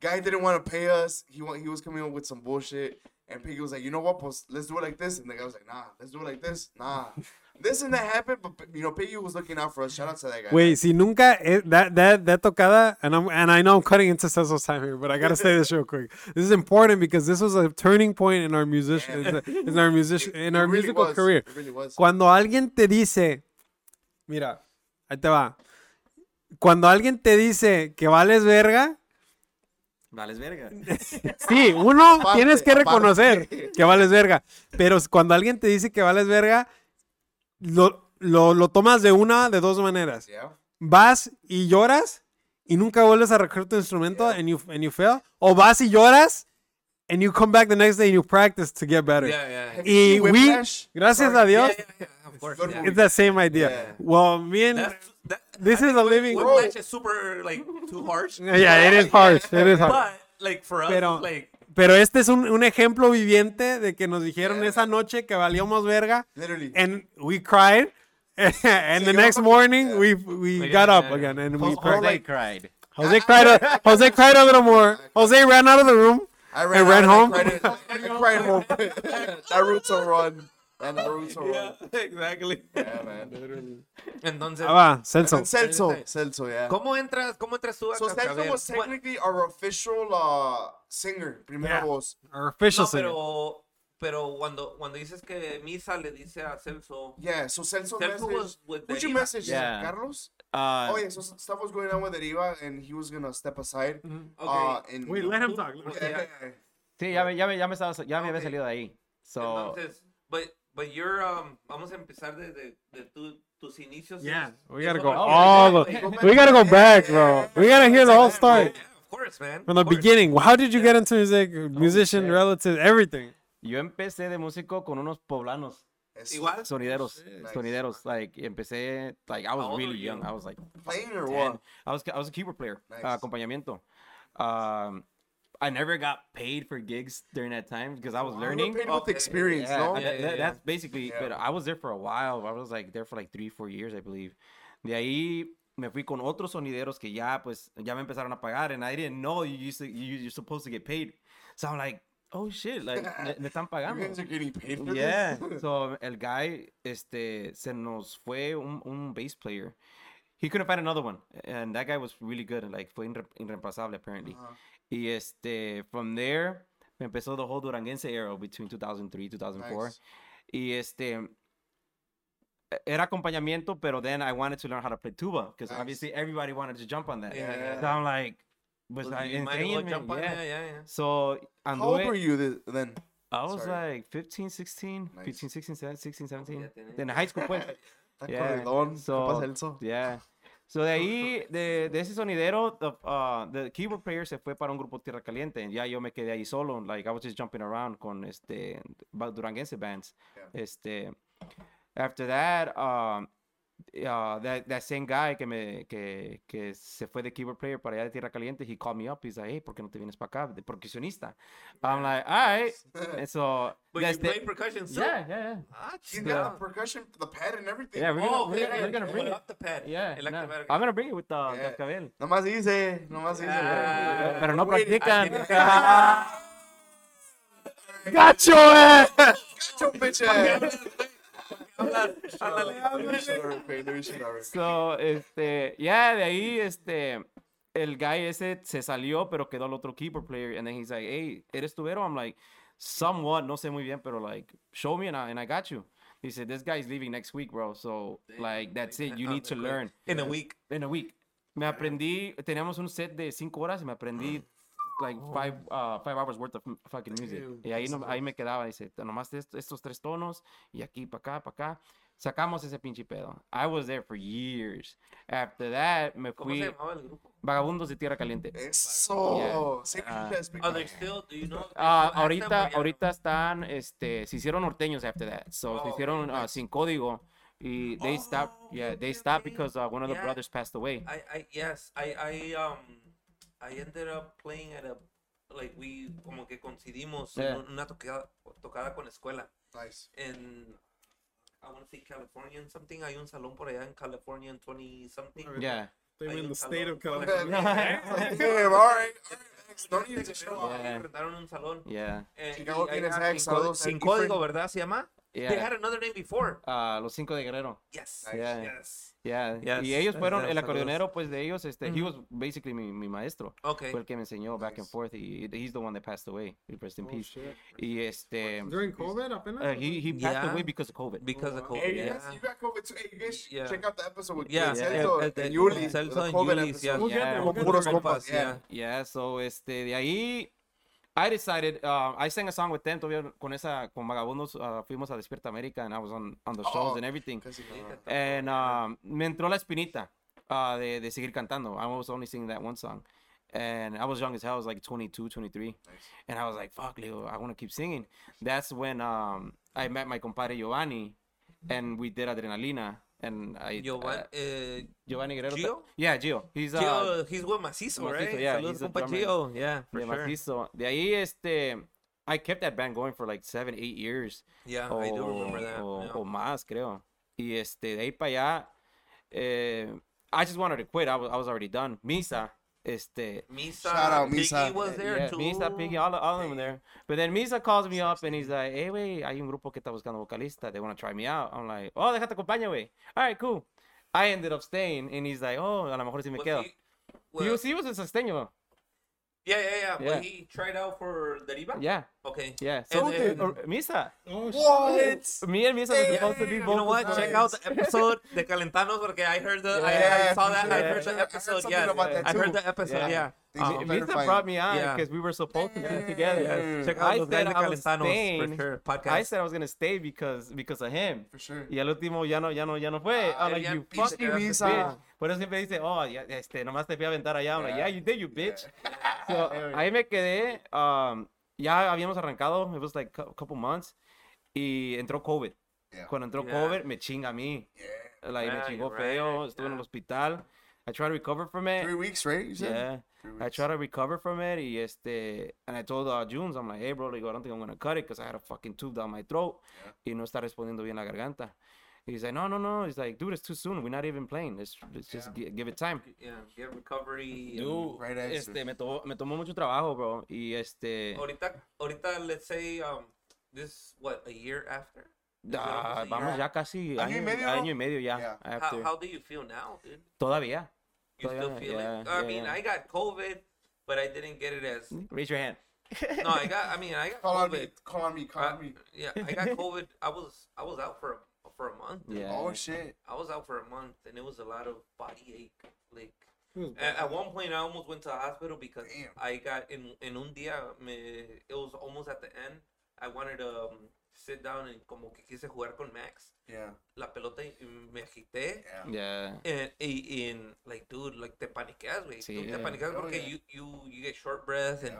Speaker 4: guy didn't want to pay us. He wa- he was coming up with some bullshit. And Piggy was like, you know what, pues, let's do it like this. And the guy was like, nah, let's do it like this. Nah. this and that happened, but you know, Piggy was looking out for us. Shout out to that guy.
Speaker 2: Wait, see, nunca eh, that that that tocada, and I'm and I know I'm cutting into Cecil's time here, but I gotta say this real quick. This is important because this was a turning point in our musician, in our musician, in
Speaker 4: It
Speaker 2: our
Speaker 4: really
Speaker 2: musical
Speaker 4: was.
Speaker 2: career.
Speaker 4: It really was.
Speaker 2: Cuando alguien te dice, mira, ahí te va. Cuando alguien te dice que vales verga,
Speaker 3: Vales verga.
Speaker 2: sí, uno
Speaker 4: Aparte,
Speaker 2: tienes que
Speaker 4: aparte.
Speaker 2: reconocer que vales verga. Pero cuando alguien te dice que vales verga, lo, lo, lo tomas de una de dos maneras.
Speaker 4: Yeah.
Speaker 2: Vas y lloras y nunca vuelves a recoger tu instrumento and, you, and you fail. O vas y lloras and you come back the next day and you practice to get better.
Speaker 1: Yeah, yeah, yeah.
Speaker 4: Have you
Speaker 2: Y
Speaker 4: seen
Speaker 2: we,
Speaker 4: Whiplash?
Speaker 2: gracias a
Speaker 4: Sorry.
Speaker 2: Dios,
Speaker 1: Yeah, yeah, yeah, of course,
Speaker 4: Good
Speaker 1: yeah.
Speaker 4: movie.
Speaker 2: it's the same idea.
Speaker 4: Yeah.
Speaker 2: Well, me and
Speaker 1: That's- that-
Speaker 2: this is a living.
Speaker 1: Would match is super like too harsh.
Speaker 2: Yeah, it is harsh. It is harsh.
Speaker 1: But like for us,
Speaker 2: Pero-
Speaker 1: like
Speaker 2: Pero este es un, un ejemplo viviente de que nos dijeron esa noche que valíamos verga.
Speaker 4: Literally.
Speaker 2: And we cried. and the
Speaker 4: yo
Speaker 2: next
Speaker 4: no-
Speaker 2: morning
Speaker 4: Yeah.
Speaker 2: we we
Speaker 1: Yeah,
Speaker 2: got up
Speaker 1: yeah, yeah.
Speaker 2: again and we
Speaker 3: Jose
Speaker 2: cried.
Speaker 3: cried.
Speaker 2: Jose cried a, Jose cried a little more. Jose ran out of the room.
Speaker 4: I
Speaker 2: I ran
Speaker 4: out
Speaker 2: home.
Speaker 4: and I cried, I cried home. Naruto run. That Naruto
Speaker 1: yeah,
Speaker 4: run.
Speaker 1: exactly.
Speaker 4: Yeah, man.
Speaker 1: Entonces,
Speaker 2: Ah, va,
Speaker 4: And
Speaker 2: Celso.
Speaker 4: Celso. Celso, yeah.
Speaker 1: ¿cómo entras? ¿Cómo entras tú a
Speaker 4: So Celso
Speaker 1: Cascabel?
Speaker 4: was
Speaker 1: Bueno,
Speaker 4: technically our official uh, singer, primera
Speaker 2: Yeah.
Speaker 4: voz.
Speaker 2: Our official
Speaker 1: No,
Speaker 2: singer.
Speaker 1: pero pero cuando cuando dices que Misa le dice a Celso,
Speaker 4: Yeah, so Celso,
Speaker 1: Celso
Speaker 4: messaged-
Speaker 1: was with
Speaker 4: Who'd you
Speaker 1: Deriva.
Speaker 4: message?
Speaker 3: Yeah.
Speaker 4: Carlos?
Speaker 3: Uh,
Speaker 4: oh, yeah, so s- stuff was going on with Deriva, and he was gonna step aside. Uh,
Speaker 1: okay,
Speaker 4: and
Speaker 2: Wait, Mm-hmm. let him talk.
Speaker 4: Yeah, yeah, yeah.
Speaker 3: Sí, ya me, ya me, ya me, estaba, ya me había
Speaker 1: Ok.
Speaker 3: salido de ahí. So,
Speaker 1: entonces, but but you're um, vamos a empezar desde de tu- tus inicios.
Speaker 2: Yeah,
Speaker 1: en-
Speaker 2: we gotta
Speaker 1: eso
Speaker 2: go
Speaker 1: no-
Speaker 2: all
Speaker 1: Yeah,
Speaker 2: the. We gotta go back, bro. We gotta hear the whole story
Speaker 1: yeah, Oh, of course, man.
Speaker 2: from the
Speaker 1: of course.
Speaker 2: beginning. How did you get into music, musician, relative, everything?
Speaker 3: yo empecé de músico con unos poblanos,
Speaker 4: It's
Speaker 1: Igual.
Speaker 3: sonideros,
Speaker 4: Nice.
Speaker 3: sonideros. Like, empecé, like, I
Speaker 1: How
Speaker 3: was
Speaker 1: old
Speaker 3: really
Speaker 1: were
Speaker 3: young.
Speaker 1: you?
Speaker 3: I was like,
Speaker 4: playing or
Speaker 3: 10.
Speaker 4: what?
Speaker 3: I was, I was a keyboard player,
Speaker 4: Nice.
Speaker 3: uh, acompañamiento. Um, I never got paid for gigs during that time because I was learning.
Speaker 4: Paid
Speaker 1: Oh,
Speaker 4: with experience,
Speaker 3: Yeah,
Speaker 4: no?
Speaker 3: that-
Speaker 1: Yeah,
Speaker 3: that-
Speaker 1: yeah,
Speaker 3: that's basically.
Speaker 4: Yeah.
Speaker 3: But I was there for a while. I was like there for like three, four years, I believe. De ahí me fui con otros sonideros que ya pues ya me empezaron a pagar, and I didn't know you used to, you, you're supposed to get paid. So I'm like, oh shit, like me, me están
Speaker 4: You guys are
Speaker 3: pagando.
Speaker 4: getting paid for
Speaker 3: Yeah.
Speaker 4: this?
Speaker 3: So el guy, este, se nos fue un, un bass player. He couldn't find another one, and that guy was really good. and, Like fue irre irreemplazable apparently. Y este, from there, me empezó the whole Duranguense era between 2003 2004.
Speaker 4: Nice.
Speaker 3: Y este, e- era acompañamiento, pero then I wanted to learn how to play tuba because
Speaker 4: Nice.
Speaker 3: obviously everybody wanted to jump on that.
Speaker 1: Yeah, yeah.
Speaker 3: So I'm like, was
Speaker 1: Pues,
Speaker 3: I
Speaker 1: you might as well
Speaker 3: insane? man?
Speaker 1: jump on,
Speaker 3: Yeah.
Speaker 1: yeah, yeah, yeah.
Speaker 3: So
Speaker 4: How old were
Speaker 3: anduve,
Speaker 4: you th- then?
Speaker 3: I was
Speaker 4: Sorry.
Speaker 3: like 15, 16,
Speaker 4: Nice.
Speaker 3: 15, 16, 16, 17.
Speaker 1: tenés.
Speaker 3: Then high school, pues.
Speaker 4: Está
Speaker 3: Yeah,
Speaker 4: corredón, ¿qué
Speaker 3: so-
Speaker 4: pasa, Celso?
Speaker 3: Yeah. So de ahí, de, de ese sonidero, the, uh, the keyboard player se fue para un grupo Tierra Caliente. Ya yo me quedé ahí solo. Like, I was just jumping around con este, ba- Duranguense bands. Este, after that, um, uh, that that same guy que me que, que se fue de keyboard player para allá de Tierra Caliente, he called me up. He's like, hey, ¿por qué no te vienes para acá de percusionista? I'm like, all right. And so este
Speaker 1: But you
Speaker 3: that's the-
Speaker 1: play percussion, so
Speaker 3: yeah, yeah, yeah.
Speaker 4: Ah, she's got the percussion, the pad, and everything.
Speaker 3: Yeah, we're gonna-
Speaker 1: Oh,
Speaker 3: we're
Speaker 1: okay,
Speaker 3: gonna- we're
Speaker 1: okay,
Speaker 3: gonna
Speaker 1: okay.
Speaker 3: bring
Speaker 1: Well,
Speaker 3: it.
Speaker 1: up the pad.
Speaker 3: Yeah,
Speaker 1: El acto
Speaker 3: no,
Speaker 1: verga.
Speaker 3: I'm gonna bring it with uh,
Speaker 4: Yeah.
Speaker 3: Cascabel.
Speaker 4: Nomás dice, nomás dice.
Speaker 1: Ah.
Speaker 3: Pero no
Speaker 4: Wait, I
Speaker 3: practican.
Speaker 13: Got your ass.
Speaker 4: Chop bitch ass.
Speaker 1: Ándale.
Speaker 3: So, este, yeah, de ahí, este, el guy ese se salió, pero quedó el otro keeper player. And then he's like, hey, ¿eres tubero? I'm like, somewhat, no sé muy bien, pero like, show me and I, and I got you. He said, this guy's leaving next week, bro. So, like, that's it. You need to learn
Speaker 1: In a week.
Speaker 3: in a week. Me aprendí, teníamos un set de cinco horas y me aprendí like five, uh, five hours worth of m- fucking music. y ahí, no, ahí me quedaba, dice, nomás est- estos tres tonos y aquí, para acá, para acá. Sacamos ese pinche pedo. I was there for years. After that, me
Speaker 1: ¿Cómo se
Speaker 3: fui
Speaker 1: llamaba el grupo?
Speaker 3: Vagabundos de Tierra Caliente.
Speaker 4: Eso. Sí,
Speaker 3: Ah.
Speaker 4: bitch ass, bitch
Speaker 1: Are they
Speaker 4: ass.
Speaker 1: Oh, still, do you know? if they still have
Speaker 3: Ah,
Speaker 1: them or
Speaker 3: ahorita,
Speaker 1: ya no?
Speaker 3: ahorita están, este, se hicieron norteños after that. So,
Speaker 1: Oh,
Speaker 3: se
Speaker 1: okay,
Speaker 3: hicieron ah, sin código. Y they stopped,
Speaker 1: Oh,
Speaker 3: yeah, they
Speaker 1: okay,
Speaker 3: stopped
Speaker 1: okay.
Speaker 3: because uh, one of the
Speaker 1: Yeah.
Speaker 3: brothers passed away.
Speaker 1: I, I yes, I, I um I ended up playing at a like we como que coincidimos en
Speaker 3: Yeah.
Speaker 1: un- una tocada, tocada con la escuela
Speaker 4: Nice.
Speaker 1: en I want to say California and something. Hay un salón por allá en California en 20 something.
Speaker 3: Yeah.
Speaker 13: They
Speaker 1: Hay
Speaker 13: were in
Speaker 1: un
Speaker 13: the state
Speaker 1: salón-
Speaker 13: of California.
Speaker 4: Damn, all right. all right, thanks. Don't need to show off.
Speaker 3: Yeah.
Speaker 1: Rentaron un salón.
Speaker 3: Yeah.
Speaker 1: eh,
Speaker 4: Chicago
Speaker 1: y ahí
Speaker 4: tienes
Speaker 1: era
Speaker 4: hacks,
Speaker 1: sin, código,
Speaker 4: saludos a
Speaker 1: sin
Speaker 4: Keyframe.
Speaker 1: código, ¿verdad? Se llama.
Speaker 3: Yeah.
Speaker 1: They had another name before.
Speaker 3: Ah, los cinco de Guerrero.
Speaker 1: Yes.
Speaker 4: Nice.
Speaker 3: Yeah.
Speaker 1: Yes.
Speaker 3: Yeah. Y
Speaker 8: Yes,
Speaker 3: ellos
Speaker 8: yes,
Speaker 3: fueron,
Speaker 8: yes,
Speaker 3: el
Speaker 8: saludos.
Speaker 3: acordeonero, pues de ellos, este, he was basically mi, mi maestro.
Speaker 1: Okay.
Speaker 3: Fue el que me enseñó back and
Speaker 4: Nice.
Speaker 3: forth. Y he's the one that passed away. Rest in
Speaker 13: Oh,
Speaker 3: peace.
Speaker 13: shit.
Speaker 3: Y este.
Speaker 13: During COVID, apenas.
Speaker 3: uh, he, he passed
Speaker 1: Yeah.
Speaker 3: away because of COVID.
Speaker 1: Because of COVID.
Speaker 4: Oh, Hey, you
Speaker 1: yeah.
Speaker 4: guys, you got COVID too. Hey, you guys,
Speaker 1: Yeah.
Speaker 4: check out the episode with
Speaker 1: Yeah,
Speaker 4: with
Speaker 1: yeah,
Speaker 4: Celso
Speaker 1: yeah,
Speaker 4: and
Speaker 1: yeah,
Speaker 4: Yuli,
Speaker 1: yeah, Celso
Speaker 4: the
Speaker 1: and
Speaker 4: COVID
Speaker 1: Yuli's,
Speaker 4: episode.
Speaker 13: We'll get
Speaker 3: Yeah.
Speaker 13: there, we'll
Speaker 4: Como
Speaker 13: get
Speaker 4: puros
Speaker 13: there.
Speaker 4: compas,
Speaker 1: Compas, yeah.
Speaker 3: Yeah, so este, de ahí, I decided, uh, I sang a song with them, todavía con esa, con Vagabundos, uh, fuimos a Despierta América, and I was on, on the shows
Speaker 4: Oh.
Speaker 3: and everything.
Speaker 4: Casi no, no.
Speaker 3: And um, me entró la espinita uh, de, de seguir cantando. I was only singing that one song. And I was young as hell. I was like 22, 23. And I was like, fuck, Leo, I want to keep singing. That's when um, I met my compadre Giovanni and we did Adrenalina. And I.
Speaker 1: Yo,
Speaker 3: uh,
Speaker 1: what? Uh,
Speaker 3: Giovanni Guerrero.
Speaker 1: Gio?
Speaker 3: Yeah, Gio. He's, uh,
Speaker 1: Gio, he's with Macizo,
Speaker 3: Macizo,
Speaker 1: right?
Speaker 3: yeah,
Speaker 1: Saludos,
Speaker 3: he's a
Speaker 1: compa
Speaker 3: drummer.
Speaker 1: Gio. Yeah, for
Speaker 3: de
Speaker 1: sure.
Speaker 3: macizo. De ahí, este. I kept that band going for like seven, eight years.
Speaker 1: Yeah,
Speaker 3: o,
Speaker 1: I
Speaker 4: Oh,
Speaker 1: do remember that.
Speaker 3: o-
Speaker 1: yeah.
Speaker 3: o más, creo. Y este, de ahí para allá, eh, I just wanted to quit. I was, I was already done. Misa, este.
Speaker 1: Misa,
Speaker 4: Shout out,
Speaker 1: Biggie
Speaker 4: Misa. oh,
Speaker 1: was there
Speaker 3: yeah,
Speaker 1: too.
Speaker 3: Misa, Piggy, all, all of them there. But then Misa calls me up and he's like, hey, wey, hay un grupo que está buscando vocalista. They want to try me out. I'm like, oh, déjate acompaña, wey. All right, cool. I ended up staying and he's like, oh, a lo mejor si me
Speaker 1: Was
Speaker 3: quedo.
Speaker 1: he-
Speaker 3: He
Speaker 1: well,
Speaker 3: was, he was a Sasteño,
Speaker 1: yeah, yeah, yeah.
Speaker 3: Yeah.
Speaker 1: But he tried out for Deriva.
Speaker 3: yeah,
Speaker 1: Okay.
Speaker 3: yeah.
Speaker 1: And
Speaker 3: So,
Speaker 1: then-
Speaker 3: or- Misa,
Speaker 4: What?
Speaker 3: me and Misa were supposed to be
Speaker 1: You
Speaker 3: both.
Speaker 1: know what? Check out the episode de Calentanos porque I heard the I- I,
Speaker 4: Yeah,
Speaker 1: saw that I
Speaker 4: yeah.
Speaker 1: heard the
Speaker 4: I heard
Speaker 1: episode.
Speaker 4: something
Speaker 1: Yeah,
Speaker 4: about that
Speaker 1: I
Speaker 4: too.
Speaker 1: heard the episode.
Speaker 3: Yeah.
Speaker 1: Yeah. Uh-huh.
Speaker 4: Things
Speaker 3: Uh,
Speaker 4: are
Speaker 3: Misa
Speaker 4: clarifying.
Speaker 3: brought me on
Speaker 1: Yeah.
Speaker 3: because we were supposed to be together.
Speaker 1: Yes. Check out
Speaker 3: Mm. I
Speaker 1: those guys
Speaker 3: said
Speaker 1: de
Speaker 3: I was
Speaker 1: Calentanos for
Speaker 3: staying.
Speaker 1: sure.
Speaker 3: I
Speaker 1: Podcast.
Speaker 3: said I was gonna stay because because of him.
Speaker 4: For sure.
Speaker 3: Y al último ya no ya no ya no fue.
Speaker 1: Ah,
Speaker 3: I'm uh, like
Speaker 1: ya
Speaker 3: you
Speaker 1: pinche
Speaker 3: fucking
Speaker 4: Misa.
Speaker 3: bitch. Por eso siempre dice oh ya, este nomás te fui a aventar allá. I'm like yeah you did you bitch.
Speaker 1: Ah,
Speaker 3: So, ahí me quedé. um, ya habíamos arrancado. It was like a couple months y entró COVID.
Speaker 4: Yeah.
Speaker 3: Cuando entró
Speaker 1: Yeah.
Speaker 3: COVID me chinga a mí. Like, me
Speaker 1: Yeah,
Speaker 3: chingó
Speaker 1: you're
Speaker 3: feo.
Speaker 1: right,
Speaker 3: Estuve en el
Speaker 1: yeah.
Speaker 3: hospital. I tried to recover from it.
Speaker 4: Three weeks, right? You said?
Speaker 3: Yeah.
Speaker 4: Three
Speaker 3: I
Speaker 4: weeks.
Speaker 3: try to recover from it. y este, and I told uh, Junes, I'm like, hey, bro, le digo, I don't think I'm going to cut it because I had a fucking tube down my throat. Y no está respondiendo bien la garganta. He's like, no, no, no. He's like, dude, it's too soon. We're not even playing. Let's, let's just gi- give it time.
Speaker 1: Yeah, get recovery. and-
Speaker 3: Dude,
Speaker 4: right answer.
Speaker 3: este, me, to- me tomó mucho trabajo, bro. Y este,
Speaker 4: Oh,
Speaker 1: Ahorita, ahorita, let's say um, this what a year after.
Speaker 3: ah,
Speaker 1: sí,
Speaker 3: vamos
Speaker 4: ya.
Speaker 3: ya casi
Speaker 4: Año y
Speaker 3: año,
Speaker 4: medio,
Speaker 3: año
Speaker 4: ¿no?
Speaker 3: y medio ya.
Speaker 4: Yeah.
Speaker 1: How,
Speaker 3: after.
Speaker 1: how do you feel now, dude?
Speaker 3: Todavía.
Speaker 1: You still
Speaker 3: Todavía,
Speaker 1: feel
Speaker 3: yeah,
Speaker 1: it? I
Speaker 3: yeah,
Speaker 1: mean,
Speaker 3: yeah.
Speaker 1: I got COVID, but I didn't get it as. No,
Speaker 3: Raise your hand.
Speaker 1: I got. I mean, I got
Speaker 4: Call on me.
Speaker 1: COVID.
Speaker 4: Call on me. Call
Speaker 1: I-
Speaker 4: on me.
Speaker 1: yeah, I got COVID. I was I was out for a, for a month. dude.
Speaker 3: Yeah.
Speaker 4: Oh shit.
Speaker 1: I was out for a month, and it was a lot of body ache. Like at, at one point, I almost went to the hospital because
Speaker 4: Damn.
Speaker 1: I got in in un día. Me, it was almost at the end. I wanted to um, sit down and como que quise jugar con Max
Speaker 4: Yeah.
Speaker 1: la pelota y me agité.
Speaker 4: Yeah.
Speaker 3: Yeah.
Speaker 1: And, y- and, like, dude, like, te paniqueas, güey.
Speaker 3: Sí,
Speaker 1: Tú te
Speaker 3: yeah.
Speaker 1: paniqueas
Speaker 4: Oh,
Speaker 1: porque
Speaker 4: yeah.
Speaker 1: you, you, you get short breath and...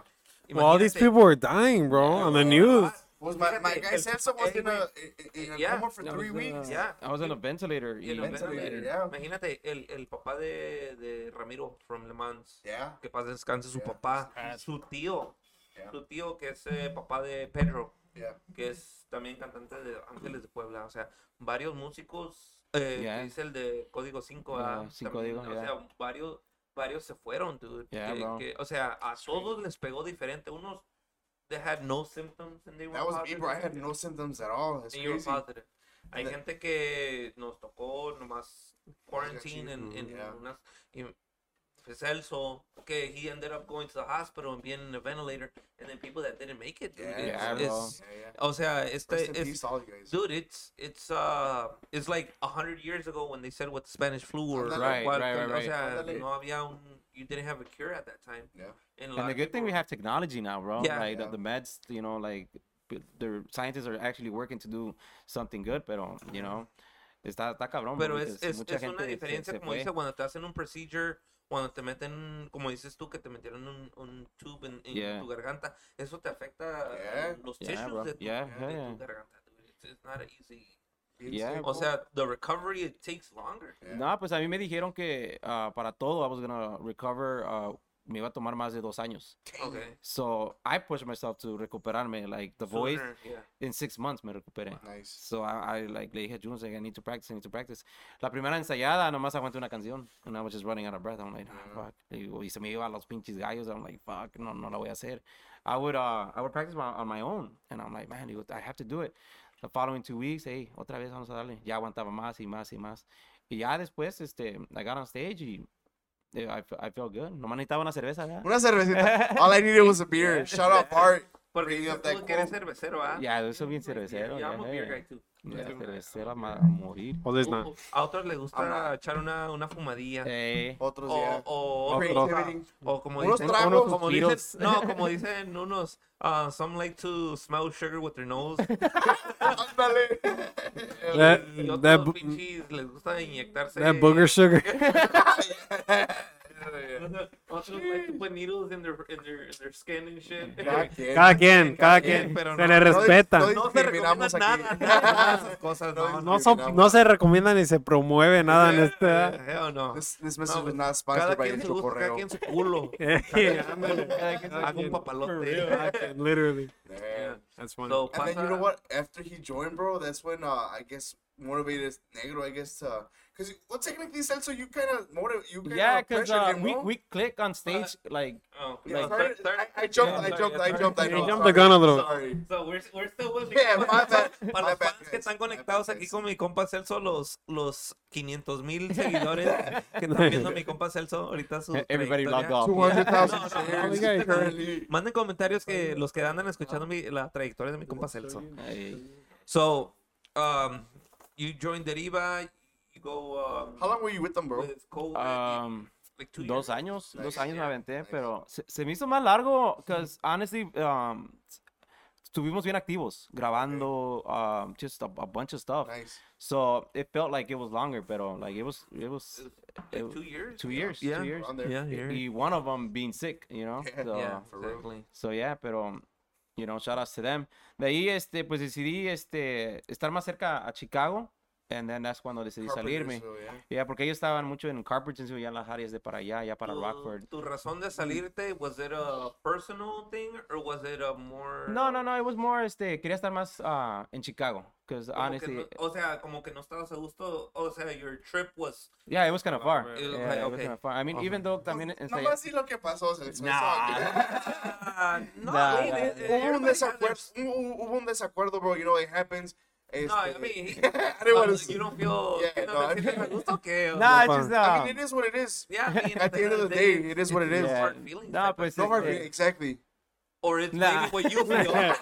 Speaker 13: Well, all
Speaker 1: Imagínate- Oh,
Speaker 13: these people were dying, bro, on the news.
Speaker 4: Was my, my
Speaker 1: Fíjate,
Speaker 4: guy
Speaker 1: el-
Speaker 4: Celso was
Speaker 1: eh,
Speaker 4: in a, in a
Speaker 1: yeah.
Speaker 4: coma for
Speaker 3: I
Speaker 4: three
Speaker 3: was, uh,
Speaker 4: weeks.
Speaker 1: yeah.
Speaker 3: I was on a ventilator.
Speaker 1: Y el
Speaker 3: y-
Speaker 4: Ventilator,
Speaker 1: ventilator.
Speaker 4: yeah.
Speaker 1: Imagínate, el, el papá de, de Ramiro from Le Mans.
Speaker 4: Yeah.
Speaker 1: Que paz descanse su
Speaker 4: Yeah.
Speaker 1: papá. Su tío.
Speaker 4: Yeah.
Speaker 1: Su tío que es eh, papá de Pedro.
Speaker 4: Yeah.
Speaker 1: Que es también cantante de Ángeles de Puebla. O sea, varios músicos. Eh,
Speaker 3: Yeah.
Speaker 1: que dice el de Código 5.
Speaker 3: Ah,
Speaker 1: ah,
Speaker 3: sí,
Speaker 1: también,
Speaker 3: Código,
Speaker 1: O
Speaker 3: yeah.
Speaker 1: sea, varios, varios se fueron, dude.
Speaker 3: Yeah,
Speaker 1: que-
Speaker 3: bro.
Speaker 1: que- o sea, a todos les pegó diferente. Unos. They had no symptoms and they were
Speaker 4: That was me,
Speaker 1: positive.
Speaker 4: bro. I had no symptoms at all. It's
Speaker 1: And you were
Speaker 4: crazy.
Speaker 1: positive. Hay
Speaker 4: the-
Speaker 1: gente que nos tocó nomás quarantine
Speaker 4: you.
Speaker 1: en, en
Speaker 4: Yeah.
Speaker 1: unas. Y, pues Celso, que he ended up going to the hospital and being in a ventilator, and then people that didn't make it. Dude,
Speaker 4: Yeah,
Speaker 3: Yeah,
Speaker 1: it's,
Speaker 3: bro.
Speaker 1: it's-
Speaker 4: Yeah, yeah.
Speaker 1: o sea, este
Speaker 4: Rest in
Speaker 1: es-
Speaker 4: peace, all you guys.
Speaker 1: dude, it's it's uh, it's like a hundred years ago when they said what the Spanish flu or
Speaker 4: Ándale.
Speaker 3: Right,
Speaker 1: what,
Speaker 3: right, right,
Speaker 1: o
Speaker 3: right.
Speaker 1: sea,
Speaker 4: Ándale.
Speaker 1: no había un, you didn't have a cure at that time.
Speaker 4: Yeah.
Speaker 1: And, a lot
Speaker 3: And the
Speaker 1: of
Speaker 3: good thing
Speaker 1: people-
Speaker 3: we have technology now, bro.
Speaker 1: Yeah.
Speaker 3: like the-
Speaker 4: Yeah.
Speaker 3: The, meds, you know, like p- the scientists are actually working to do something good, pero, you know, está, está cabrón. bro,
Speaker 1: Pero es,
Speaker 3: because
Speaker 1: es,
Speaker 3: mucha
Speaker 1: es una
Speaker 3: gente se-
Speaker 1: diferencia,
Speaker 3: se
Speaker 1: como
Speaker 3: fue.
Speaker 1: dice, cuando te hacen un procedure, cuando te meten, como dices tú, que te metieron un, un tube en, en
Speaker 3: Yeah.
Speaker 1: tu garganta, eso te afecta a
Speaker 4: Yeah.
Speaker 1: los
Speaker 3: Yeah,
Speaker 1: tissues
Speaker 3: bro.
Speaker 1: de tu,
Speaker 3: Yeah,
Speaker 1: de
Speaker 3: hell
Speaker 1: tu
Speaker 3: yeah.
Speaker 1: garganta. dude. It's, it's not easy.
Speaker 3: Yeah.
Speaker 1: O sea, the recovery, it takes longer.
Speaker 4: Yeah.
Speaker 3: No, pues a mí me dijeron que ah, para todo I was gonna recover, ah, me iba a tomar más de dos años.
Speaker 1: Okay.
Speaker 3: So I pushed myself to recuperarme, like the voice.
Speaker 1: Sooner, yeah.
Speaker 3: In six months me recuperé.
Speaker 4: Nice.
Speaker 3: So I, I like le dije a Jules, like, I need to practice, I need to practice. La primera ensayada nomás aguanté una canción. And I was just running out of breath. I'm like,
Speaker 1: Mm.
Speaker 3: ah, fuck. Le digo, y se me iba a los pinches gallos. I'm like, fuck, no, no la voy a hacer. I would, uh, I would practice my, on my own. And I'm like, man, digo, I have to do it. The following two weeks, hey, otra vez vamos a darle. Ya aguantaba más y más y más. Y ya después, este, I got on stage y eh, I, fe- I felt good. Nomás necesitaba una cerveza, ¿verdad?
Speaker 4: Una cervecita. All I needed was a beer. Shout out Bart.
Speaker 1: Porque
Speaker 4: Bringing up
Speaker 1: dices tú
Speaker 4: that
Speaker 1: que eres
Speaker 4: quote.
Speaker 1: cervecero, ¿ah?
Speaker 3: Ya, yo soy bien cervecero.
Speaker 1: Yeah, I'm a
Speaker 3: ya,
Speaker 1: beer
Speaker 3: ya.
Speaker 1: guy too.
Speaker 3: Ya, cervecero a ma- a morir.
Speaker 13: Well, there's not.
Speaker 1: Uh, A otros les
Speaker 4: Habla.
Speaker 1: gusta echar una, una fumadilla.
Speaker 3: Hey.
Speaker 4: Otros,
Speaker 1: O,
Speaker 4: Pues, yeah.
Speaker 1: o,
Speaker 3: Eh, Otro.
Speaker 4: Creativity.
Speaker 1: O como
Speaker 4: Unos
Speaker 1: dicen,
Speaker 4: tragos. Unos
Speaker 1: como dicen-
Speaker 3: suspiros.
Speaker 1: no, como dicen unos, uh, some like to smell sugar with their nose.
Speaker 4: Ándale.
Speaker 13: That,
Speaker 1: y otros
Speaker 13: that, bo-
Speaker 1: pinches les gusta inyectarse.
Speaker 13: that booger sugar.
Speaker 1: Eh, Otros like to put needles in their, in their, in their skin and shit.
Speaker 4: Cada quien.
Speaker 13: Cada quien, cada
Speaker 1: eh, quien,
Speaker 13: quien.
Speaker 1: pero
Speaker 13: Se
Speaker 1: no-
Speaker 13: le
Speaker 1: no-
Speaker 4: No-
Speaker 13: respeta.
Speaker 4: No,
Speaker 1: No se recomienda
Speaker 4: discriminamos
Speaker 1: nada,
Speaker 4: aquí.
Speaker 1: nada, nada de esas cosas, no.
Speaker 13: No, so- no se recomienda ni se promueve nada en este.
Speaker 1: Eh, hell no.
Speaker 4: This, this message
Speaker 1: No, pues,
Speaker 4: was not
Speaker 1: Cada
Speaker 4: sponsored by
Speaker 1: quien,
Speaker 4: El
Speaker 1: su gusto, cada
Speaker 4: Chocorreo.
Speaker 1: quien su culo.
Speaker 13: Eh,
Speaker 1: Hago un papalote.
Speaker 13: Literally.
Speaker 4: Yeah.
Speaker 13: That's funny.
Speaker 1: So,
Speaker 4: Eh, And then you know
Speaker 1: pasa-
Speaker 4: what? After he joined, bro, that's when uh, I guess motivated Negro, I guess, to because well, technically, Celso, you kind of motivate, you kind of
Speaker 3: Yeah, because
Speaker 4: pressured
Speaker 3: uh,
Speaker 4: him,
Speaker 3: we,
Speaker 4: no?
Speaker 3: we click on stage like
Speaker 1: Oh,
Speaker 4: Yeah,
Speaker 1: no,
Speaker 4: sorry,
Speaker 1: sorry.
Speaker 4: I, I jumped,
Speaker 1: Yeah,
Speaker 4: I
Speaker 1: sorry,
Speaker 4: jumped, I
Speaker 1: sorry.
Speaker 4: jumped, I
Speaker 1: You
Speaker 4: jumped.
Speaker 13: jumped the gun a little.
Speaker 4: Sorry.
Speaker 1: So we're, we're still with
Speaker 4: Yeah,
Speaker 1: Para-
Speaker 4: my bad.
Speaker 1: Para
Speaker 4: My
Speaker 1: los
Speaker 4: bad,
Speaker 1: fans que
Speaker 4: guys.
Speaker 1: están
Speaker 4: My bad,
Speaker 1: conectados aquí
Speaker 4: guys.
Speaker 1: con mi compa Celso, los, los 500 mil seguidores que están viendo a mi compa Celso, ahorita su
Speaker 3: Eh, everybody logged
Speaker 1: trayectoria.
Speaker 3: off.
Speaker 13: thousand
Speaker 4: 200,000
Speaker 1: No, no,
Speaker 13: no,
Speaker 4: shares
Speaker 13: guys.
Speaker 4: currently.
Speaker 1: Manden comentarios que los que andan escuchando mi, la trayectoria de mi compa Celso.
Speaker 3: Hey.
Speaker 1: So, um, you joined Deriva, you go um,
Speaker 4: How long were you with them, bro?
Speaker 1: with COVID,
Speaker 3: Um,
Speaker 1: like two
Speaker 3: dos
Speaker 1: years.
Speaker 3: años, dos
Speaker 4: Nice.
Speaker 3: años me aventé,
Speaker 4: Nice.
Speaker 3: pero se, se me hizo más largo, because honestly, um, s- estuvimos bien activos, grabando, um, just a, a bunch of stuff.
Speaker 4: Nice.
Speaker 3: So it felt like it was longer, pero like it was, it was
Speaker 1: Like
Speaker 3: it-
Speaker 1: two years.
Speaker 3: two years,
Speaker 1: Yeah.
Speaker 3: two years.
Speaker 4: Around there.
Speaker 1: Yeah, yeah.
Speaker 3: Y one of them being sick, you know.
Speaker 4: Yeah.
Speaker 3: So,
Speaker 1: yeah,
Speaker 4: for real.
Speaker 1: exactly.
Speaker 3: So yeah, pero you know, shout outs to them. De ahí este pues decidí este estar más cerca a Chicago and then that's cuando decidí salirme.
Speaker 4: Carpentersville, yeah.
Speaker 3: Yeah, porque ellos estaban mucho en Carpentersville, ya en las áreas de para allá, ya para
Speaker 1: Tu-
Speaker 3: Rockford.
Speaker 1: Tu razón de salirte, was it a personal thing or was it a more
Speaker 3: No, no, no, it was more este quería estar más ah, en Chicago because
Speaker 1: Como que
Speaker 3: honestly
Speaker 1: no- o sea, como que no estabas a gusto, o sea, your trip was
Speaker 3: yeah, it was kind of far.
Speaker 1: It was
Speaker 3: Yeah,
Speaker 1: like,
Speaker 3: it was
Speaker 1: okay.
Speaker 3: kind of far. I mean, even
Speaker 4: Uh-huh.
Speaker 3: though también ensayé-
Speaker 4: Nomás sí lo que pasó, Celso. Nah.
Speaker 1: Ah, no,
Speaker 3: Nah,
Speaker 1: I mean,
Speaker 3: nah,
Speaker 1: it-
Speaker 3: nah.
Speaker 1: it-
Speaker 4: Hubo un
Speaker 1: everybody has their-
Speaker 4: desacuerdo, hubo hubo un desacuerdo, bro. You know, it happens.
Speaker 1: No, I
Speaker 4: Este-
Speaker 1: mean, he-
Speaker 4: I didn't wanna
Speaker 1: uh,
Speaker 4: say-
Speaker 1: you don't feel
Speaker 4: Yeah,
Speaker 1: you
Speaker 4: no,
Speaker 1: know,
Speaker 4: I
Speaker 1: te sientes a
Speaker 4: mean-
Speaker 1: gusto que
Speaker 3: Nah, it's
Speaker 13: fun.
Speaker 3: just
Speaker 4: I mean,
Speaker 3: um,
Speaker 4: it is what it is.
Speaker 1: yeah, I mean,
Speaker 4: At the end of the day, it is what it is.
Speaker 1: it's hard
Speaker 3: Yeah.
Speaker 1: feelings
Speaker 3: Nah,
Speaker 1: type of
Speaker 3: pues,
Speaker 1: thing.
Speaker 4: No hard
Speaker 3: eh,
Speaker 4: feelings, exactly.
Speaker 1: or it's
Speaker 3: nah.
Speaker 1: maybe what you feel.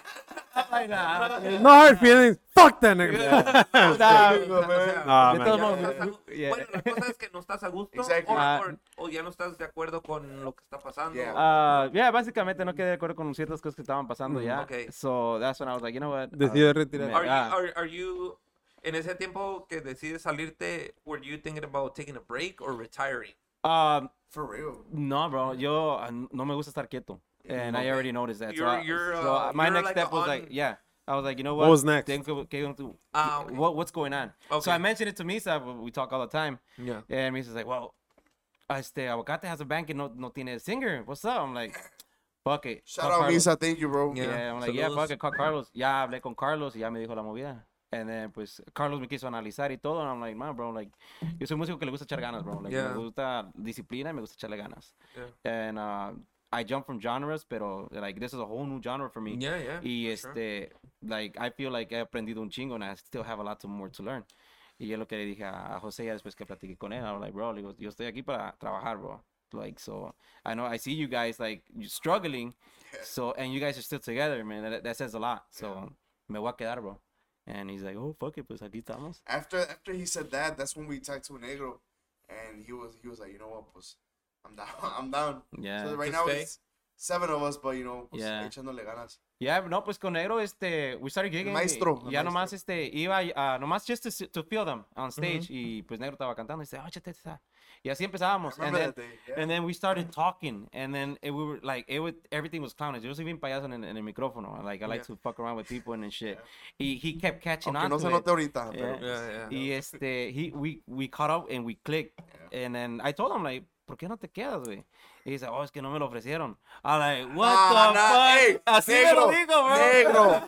Speaker 3: ay, nah,
Speaker 13: No hard feelings. Fuck that nigga.
Speaker 3: nah,
Speaker 4: There you go, man.
Speaker 13: Nah,
Speaker 3: De
Speaker 13: man.
Speaker 1: Ya
Speaker 3: todos
Speaker 1: no
Speaker 3: modos,
Speaker 1: estás a-
Speaker 3: yeah.
Speaker 1: Bueno, la cosa es que no estás a gusto
Speaker 4: Exactly.
Speaker 1: or-
Speaker 3: Ah.
Speaker 1: or- o ya no estás de acuerdo con lo que está pasando.
Speaker 4: Yeah.
Speaker 3: Ah, yeah, básicamente no quedé de acuerdo con ciertas cosas que estaban
Speaker 4: Mm,
Speaker 3: pasando ya.
Speaker 1: ok.
Speaker 3: So that's when I was like, you know what?
Speaker 13: Decidió
Speaker 3: Are
Speaker 13: retirar.
Speaker 1: Are you,
Speaker 3: Ah.
Speaker 1: are, are you en ese tiempo que decides salirte, were you thinking about taking a break or retiring?
Speaker 3: Ah,
Speaker 4: For real.
Speaker 3: no, bro, yo ah, no me gusta estar quieto. And I already noticed that. So,
Speaker 1: You're-
Speaker 3: I-
Speaker 1: you're,
Speaker 3: so
Speaker 1: uh,
Speaker 3: my
Speaker 1: you're
Speaker 3: next
Speaker 1: like
Speaker 3: step was
Speaker 1: on-
Speaker 3: like, yeah. I was like, you know what?
Speaker 13: What was next?
Speaker 3: Think of- okay, um,
Speaker 1: Ah, okay.
Speaker 3: what what's going on? So I
Speaker 1: Okay.
Speaker 3: mentioned it to Misa. but We talk all the time.
Speaker 2: Yeah.
Speaker 3: And Misa's like, well, este aguacate has a bank and no no tiene a singer. What's up? I'm like, fuck it.
Speaker 4: Shout
Speaker 3: Call
Speaker 4: out
Speaker 3: Carlos.
Speaker 4: Misa, thank you, bro.
Speaker 3: Yeah, I'm like, yeah,
Speaker 1: Saludos.
Speaker 3: fuck it, call Carlos. Ya hablé con Carlos y ya me dijo la movida. And then, pues, Carlos me quiso analizar y todo. And I'm like, man, bro, like, yo soy músico que le gusta echar ganas, bro. Like,
Speaker 1: Yeah.
Speaker 3: me gusta disciplina y me gusta echarle ganas. And uh, I jump from genres, pero, like, this is a whole new genre for me.
Speaker 1: Yeah, yeah,
Speaker 3: Y
Speaker 1: for sure.
Speaker 3: este, like, I feel like he aprendido un chingo and I still have a lot to- more to learn. Y es lo que le dije a José ya después que platiqué con él. I was like, bro, le digo, yo estoy aquí para trabajar, bro. Like, so, I know I see you guys, like, you struggling. So, and you guys are still together, man. That, that says a lot. So, me voy a quedar, bro. And he's like, oh, fuck it, pues aquí estamos.
Speaker 4: After after he said that, that's when we talked to Negro, and he was he was like, you know what, pues, I'm down, I'm down.
Speaker 3: Yeah.
Speaker 4: So right
Speaker 1: To
Speaker 4: now
Speaker 1: stay.
Speaker 4: it's seven of us, but you know, pues,
Speaker 3: Yeah.
Speaker 4: echándole ganas.
Speaker 3: Yeah, no, pues con Negro, este, we started gigging.
Speaker 4: maestro,
Speaker 3: y
Speaker 4: el
Speaker 3: ya
Speaker 4: maestro.
Speaker 3: nomás, este, iba, ah, nomás just to, s- to feel them on stage. Y pues Negro estaba cantando. Y dice, oh, chate, chate. Y así empezábamos. And
Speaker 4: Remember
Speaker 3: then,
Speaker 4: that day, yeah.
Speaker 3: and then we started talking. And then it, we were like, it would, everything was clowning. Yo soy bien payaso en, el- en el micrófono. Like, I like to fuck around with people and then shit. Y he kept catching
Speaker 4: Aunque
Speaker 3: on
Speaker 4: no
Speaker 3: to
Speaker 4: se
Speaker 3: it.
Speaker 4: note ahorita,
Speaker 3: Yeah.
Speaker 4: pero
Speaker 1: Yeah, yeah.
Speaker 3: Ah, pues, Y este, he, we, we caught up and we clicked. And then I told him, like, ¿por qué no te quedas, güey? Y dice, oh, es que no me lo ofrecieron. I'm like, what
Speaker 4: Ah,
Speaker 3: the
Speaker 4: nah,
Speaker 3: fuck?
Speaker 4: ey,
Speaker 3: Así
Speaker 4: negro,
Speaker 3: me lo digo, bro.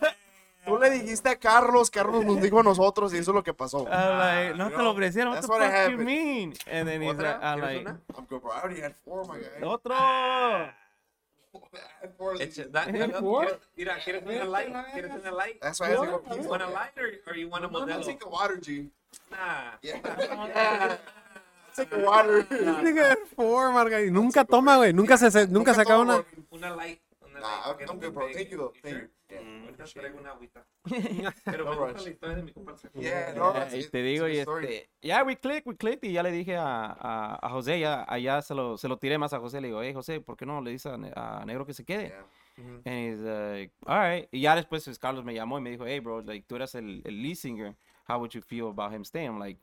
Speaker 4: negro. Tú le dijiste a Carlos, Carlos nos dijo a nosotros y eso es lo que pasó.
Speaker 1: Ah.
Speaker 3: I'm like, no te lo ofrecieron. What
Speaker 4: that's
Speaker 3: the
Speaker 4: what
Speaker 3: fuck you
Speaker 4: happened.
Speaker 3: mean? And then he's like,
Speaker 1: ¿Otra?
Speaker 3: I'm
Speaker 1: ¿Quieres
Speaker 3: like,
Speaker 1: una?
Speaker 4: I'm good, bro. I already had four, my guy.
Speaker 3: otro.
Speaker 4: I had four of these.
Speaker 1: Echa- da- da- da- ¿quieres- Mira, ¿quieres una light? ¿Quieres una light?
Speaker 4: That's why I had to go
Speaker 1: You
Speaker 4: pee.
Speaker 1: want a light or, or you want a
Speaker 4: I'm gonna
Speaker 1: modelo? Ah,
Speaker 4: take a water, G.
Speaker 1: Nah.
Speaker 4: Yeah. Take a water.
Speaker 13: Four, Margarita. Nunca toma, güey. Nunca se, nunca saca
Speaker 4: Toma,
Speaker 13: una.
Speaker 4: bro.
Speaker 1: Una light. Una light.
Speaker 4: Nah,
Speaker 1: para que no
Speaker 4: I'm
Speaker 1: te
Speaker 4: good, bro.
Speaker 1: pegue.
Speaker 4: Thank you, though. Thank you. Yeah.
Speaker 3: Mm,
Speaker 1: Ahorita
Speaker 4: Appreciate
Speaker 1: traigo
Speaker 4: it.
Speaker 1: una agüita. Pero
Speaker 4: No
Speaker 1: me gusta
Speaker 4: rush.
Speaker 1: la historia de mi compa. el Sergio.
Speaker 4: Yeah, no,
Speaker 3: Ya,
Speaker 4: it's-
Speaker 3: y
Speaker 4: it's-
Speaker 3: te digo,
Speaker 4: it's
Speaker 3: y
Speaker 4: a story.
Speaker 3: este, ya, we click, we click, y ya le dije a, a, a José, ya, allá se lo, se lo tiré más a José, le digo, hey, José, ¿por qué no le dices a, Ne- a Negro que se quede?
Speaker 4: Yeah.
Speaker 3: And he's like, all right. Y ya después pues, Carlos me llamó y me dijo, hey, bro, like, tú eras el, el lead singer. How would you feel about him staying? I'm like,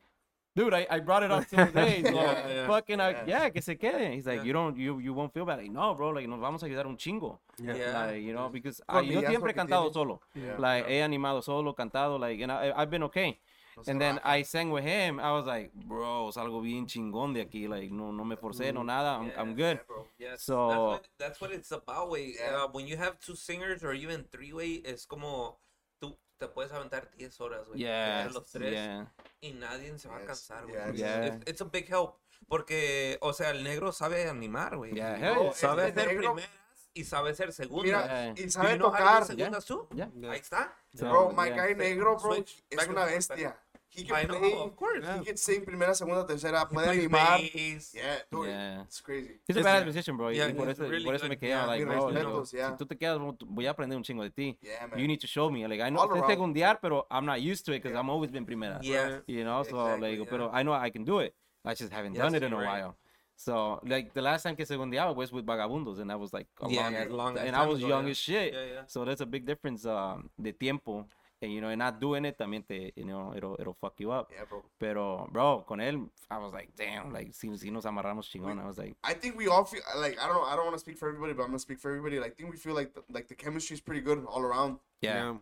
Speaker 3: dude, I, I brought it up to him today. So
Speaker 1: Yeah, yeah.
Speaker 3: fucking, I-
Speaker 4: Yeah.
Speaker 3: yeah, que se quede. He's like,
Speaker 1: Yeah.
Speaker 3: you don't, you, you won't feel bad. Like, no, bro, like, nos vamos a ayudar un chingo.
Speaker 1: Yeah.
Speaker 3: Like, you know, because
Speaker 4: Con
Speaker 3: I, yo
Speaker 4: liderazgo
Speaker 3: siempre he
Speaker 4: que
Speaker 3: cantado
Speaker 4: tiene.
Speaker 3: solo.
Speaker 4: Yeah.
Speaker 3: Like, he animado solo, cantado, like, and I, I've been okay. And then I sang with him. I was like, bro, salgo bien chingón de aquí. Like, no, no me forcé, no nada. I'm, I'm good.
Speaker 1: Mm-hmm. Yes,
Speaker 3: So-
Speaker 1: that's what, that's what it's about, güey.
Speaker 4: Yeah.
Speaker 1: Uh, when you have two singers or even three, güey, es como tú te puedes aventar 10 horas, güey.
Speaker 3: Yeah.
Speaker 1: entre los tres
Speaker 3: Yeah.
Speaker 1: y nadie se va a
Speaker 4: Yes,
Speaker 1: cansar, güey.
Speaker 4: yes.
Speaker 3: Yeah.
Speaker 1: It's, it's a big help porque, o sea, el negro sabe animar, güey.
Speaker 3: Yeah.
Speaker 4: No,
Speaker 3: hell yeah.
Speaker 4: el-
Speaker 1: Sabe
Speaker 4: el
Speaker 1: hacer
Speaker 4: negro-
Speaker 1: primeras y sabe hacer segundas.
Speaker 4: Mira,
Speaker 3: Yeah.
Speaker 4: y
Speaker 1: Do you
Speaker 4: sabe
Speaker 1: know how to do
Speaker 4: tocar.
Speaker 1: segundas tú?
Speaker 3: Yeah.
Speaker 1: Ahí está.
Speaker 3: So,
Speaker 4: Bro, my
Speaker 3: yeah.
Speaker 4: guy negro, bro,
Speaker 1: Switch.
Speaker 4: es
Speaker 1: Back
Speaker 4: una
Speaker 1: and forth, back
Speaker 4: bestia. He
Speaker 1: I
Speaker 4: can
Speaker 1: know,
Speaker 4: play,
Speaker 1: of course.
Speaker 4: he can sing primera, segunda, tercera, puede
Speaker 1: Plays
Speaker 4: animar.
Speaker 1: bass.
Speaker 4: Yeah, dude,
Speaker 3: Yeah.
Speaker 4: it's crazy.
Speaker 3: He's a badass musician, bro.
Speaker 1: Yeah,
Speaker 3: y por
Speaker 1: he's
Speaker 3: eso,
Speaker 1: really
Speaker 3: por eso me
Speaker 1: good.
Speaker 3: quedé,
Speaker 1: Yeah,
Speaker 3: like,
Speaker 4: mis
Speaker 3: bro, le digo,
Speaker 4: respetos, yeah.
Speaker 3: si tú te quedas, bro, tú- voy a aprender un chingo de ti.
Speaker 4: Yeah, man.
Speaker 3: You need to show me. Like, I know,
Speaker 4: All
Speaker 3: sé
Speaker 4: around.
Speaker 3: segundear, pero I'm not used to it because I'm always been primera.
Speaker 1: Yeah.
Speaker 3: You know, so,
Speaker 1: Exactly,
Speaker 3: le digo,
Speaker 1: yeah.
Speaker 3: pero I know I can do it. I just haven't done
Speaker 1: Yes,
Speaker 3: it in a
Speaker 1: you're right.
Speaker 3: while. So, like, the last time que segundeaba was with Vagabundos, and that was, like, a
Speaker 1: Yeah,
Speaker 3: long,
Speaker 1: yeah,
Speaker 3: ass-
Speaker 1: long ass
Speaker 3: And I
Speaker 1: time
Speaker 3: was
Speaker 1: ago,
Speaker 3: young
Speaker 1: yeah.
Speaker 3: as shit.
Speaker 1: Yeah, yeah.
Speaker 3: So, that's a big difference um, de tiempo. And, you know, and not doing it también te, you know, it'll, it'll fuck you up.
Speaker 4: Yeah, bro.
Speaker 3: Pero, bro, con él, I was like, damn, like, si, si nos amarramos chingón. I was like,
Speaker 4: I think we all feel like I don't know. I don't want to speak for everybody, but I'm gonna speak for everybody. Like, I think we feel like the, like the chemistry is pretty good all around.
Speaker 3: yeah.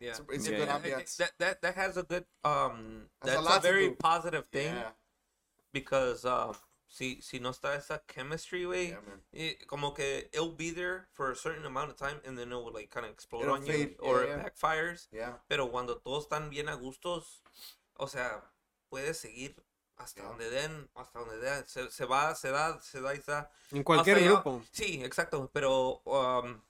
Speaker 1: Yeah.
Speaker 4: It's a, it's a
Speaker 3: Yeah,
Speaker 4: good
Speaker 3: yeah.
Speaker 1: I think
Speaker 4: ambiance.
Speaker 1: That, that that has a good um
Speaker 4: Has a
Speaker 1: that's a,
Speaker 4: lot to
Speaker 1: very
Speaker 4: do.
Speaker 1: positive thing
Speaker 4: Yeah.
Speaker 1: because uh si si no está esa chemistry way
Speaker 4: Yeah, man.
Speaker 1: it, como que it'll be there for a certain amount of time and then it'll like kind of explode
Speaker 4: It'll
Speaker 1: on
Speaker 4: fade.
Speaker 1: you or
Speaker 4: Yeah,
Speaker 1: it
Speaker 4: yeah.
Speaker 1: backfires
Speaker 4: Yeah.
Speaker 1: pero cuando todos están bien a gustos o sea puedes seguir hasta
Speaker 4: Yeah.
Speaker 1: donde den hasta donde den se, se va se da se da y se da
Speaker 13: En cualquier
Speaker 1: hasta
Speaker 3: uh,
Speaker 1: ya-
Speaker 13: grupo.
Speaker 1: sí, exacto, pero um,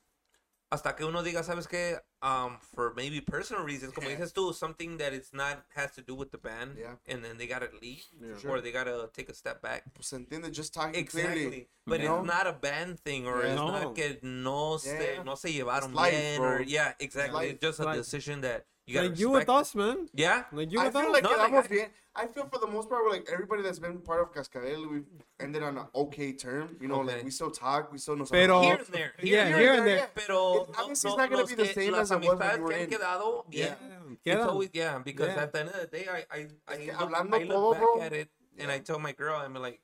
Speaker 1: hasta que uno diga, sabes que, um, for maybe personal reasons, como dices tú, something that it's not has to do with the band,
Speaker 4: Yeah.
Speaker 1: and then they gotta leave
Speaker 4: Sure.
Speaker 1: or they gotta take a step back.
Speaker 4: Pues entiende, just talking
Speaker 1: Exactly,
Speaker 4: clearly.
Speaker 1: but
Speaker 4: No.
Speaker 1: it's not a band thing, or
Speaker 4: Yeah.
Speaker 1: it's
Speaker 13: No.
Speaker 1: not que no se
Speaker 4: Yeah.
Speaker 1: no se llevaron
Speaker 4: It's life,
Speaker 1: bien,
Speaker 4: bro.
Speaker 1: or yeah, exactly.
Speaker 4: life.
Speaker 1: It's just a
Speaker 13: Like-
Speaker 1: decision that you gotta.
Speaker 13: Like you with
Speaker 1: respect.
Speaker 13: us, man.
Speaker 1: Yeah,
Speaker 13: Like you
Speaker 4: I
Speaker 13: with
Speaker 4: feel
Speaker 13: us.
Speaker 4: like
Speaker 1: No,
Speaker 4: quedamos
Speaker 1: like, I-
Speaker 4: bien. I feel for the most part, we're like everybody that's been part of Cascabel, we've ended on an okay term. You know, like
Speaker 1: Okay.
Speaker 4: we still talk, we still know.
Speaker 13: Pero-
Speaker 1: here and there, here
Speaker 13: Yeah,
Speaker 1: and
Speaker 13: here
Speaker 1: there.
Speaker 13: and there.
Speaker 1: Pero
Speaker 4: It-
Speaker 1: no-
Speaker 4: obviously
Speaker 1: no-
Speaker 4: it's not gonna
Speaker 1: los
Speaker 4: be the
Speaker 1: que-
Speaker 4: same
Speaker 1: las
Speaker 4: as it was when
Speaker 1: amistades
Speaker 4: you were
Speaker 1: que han
Speaker 4: in.
Speaker 1: quedado bien. It's
Speaker 13: Quedan.
Speaker 1: always yeah, because
Speaker 13: Yeah.
Speaker 1: at the end of the day, I I I
Speaker 4: que
Speaker 1: look,
Speaker 4: hablando
Speaker 1: I look
Speaker 4: todo,
Speaker 1: back
Speaker 4: bro.
Speaker 1: at it and I tell my girl, I'm like,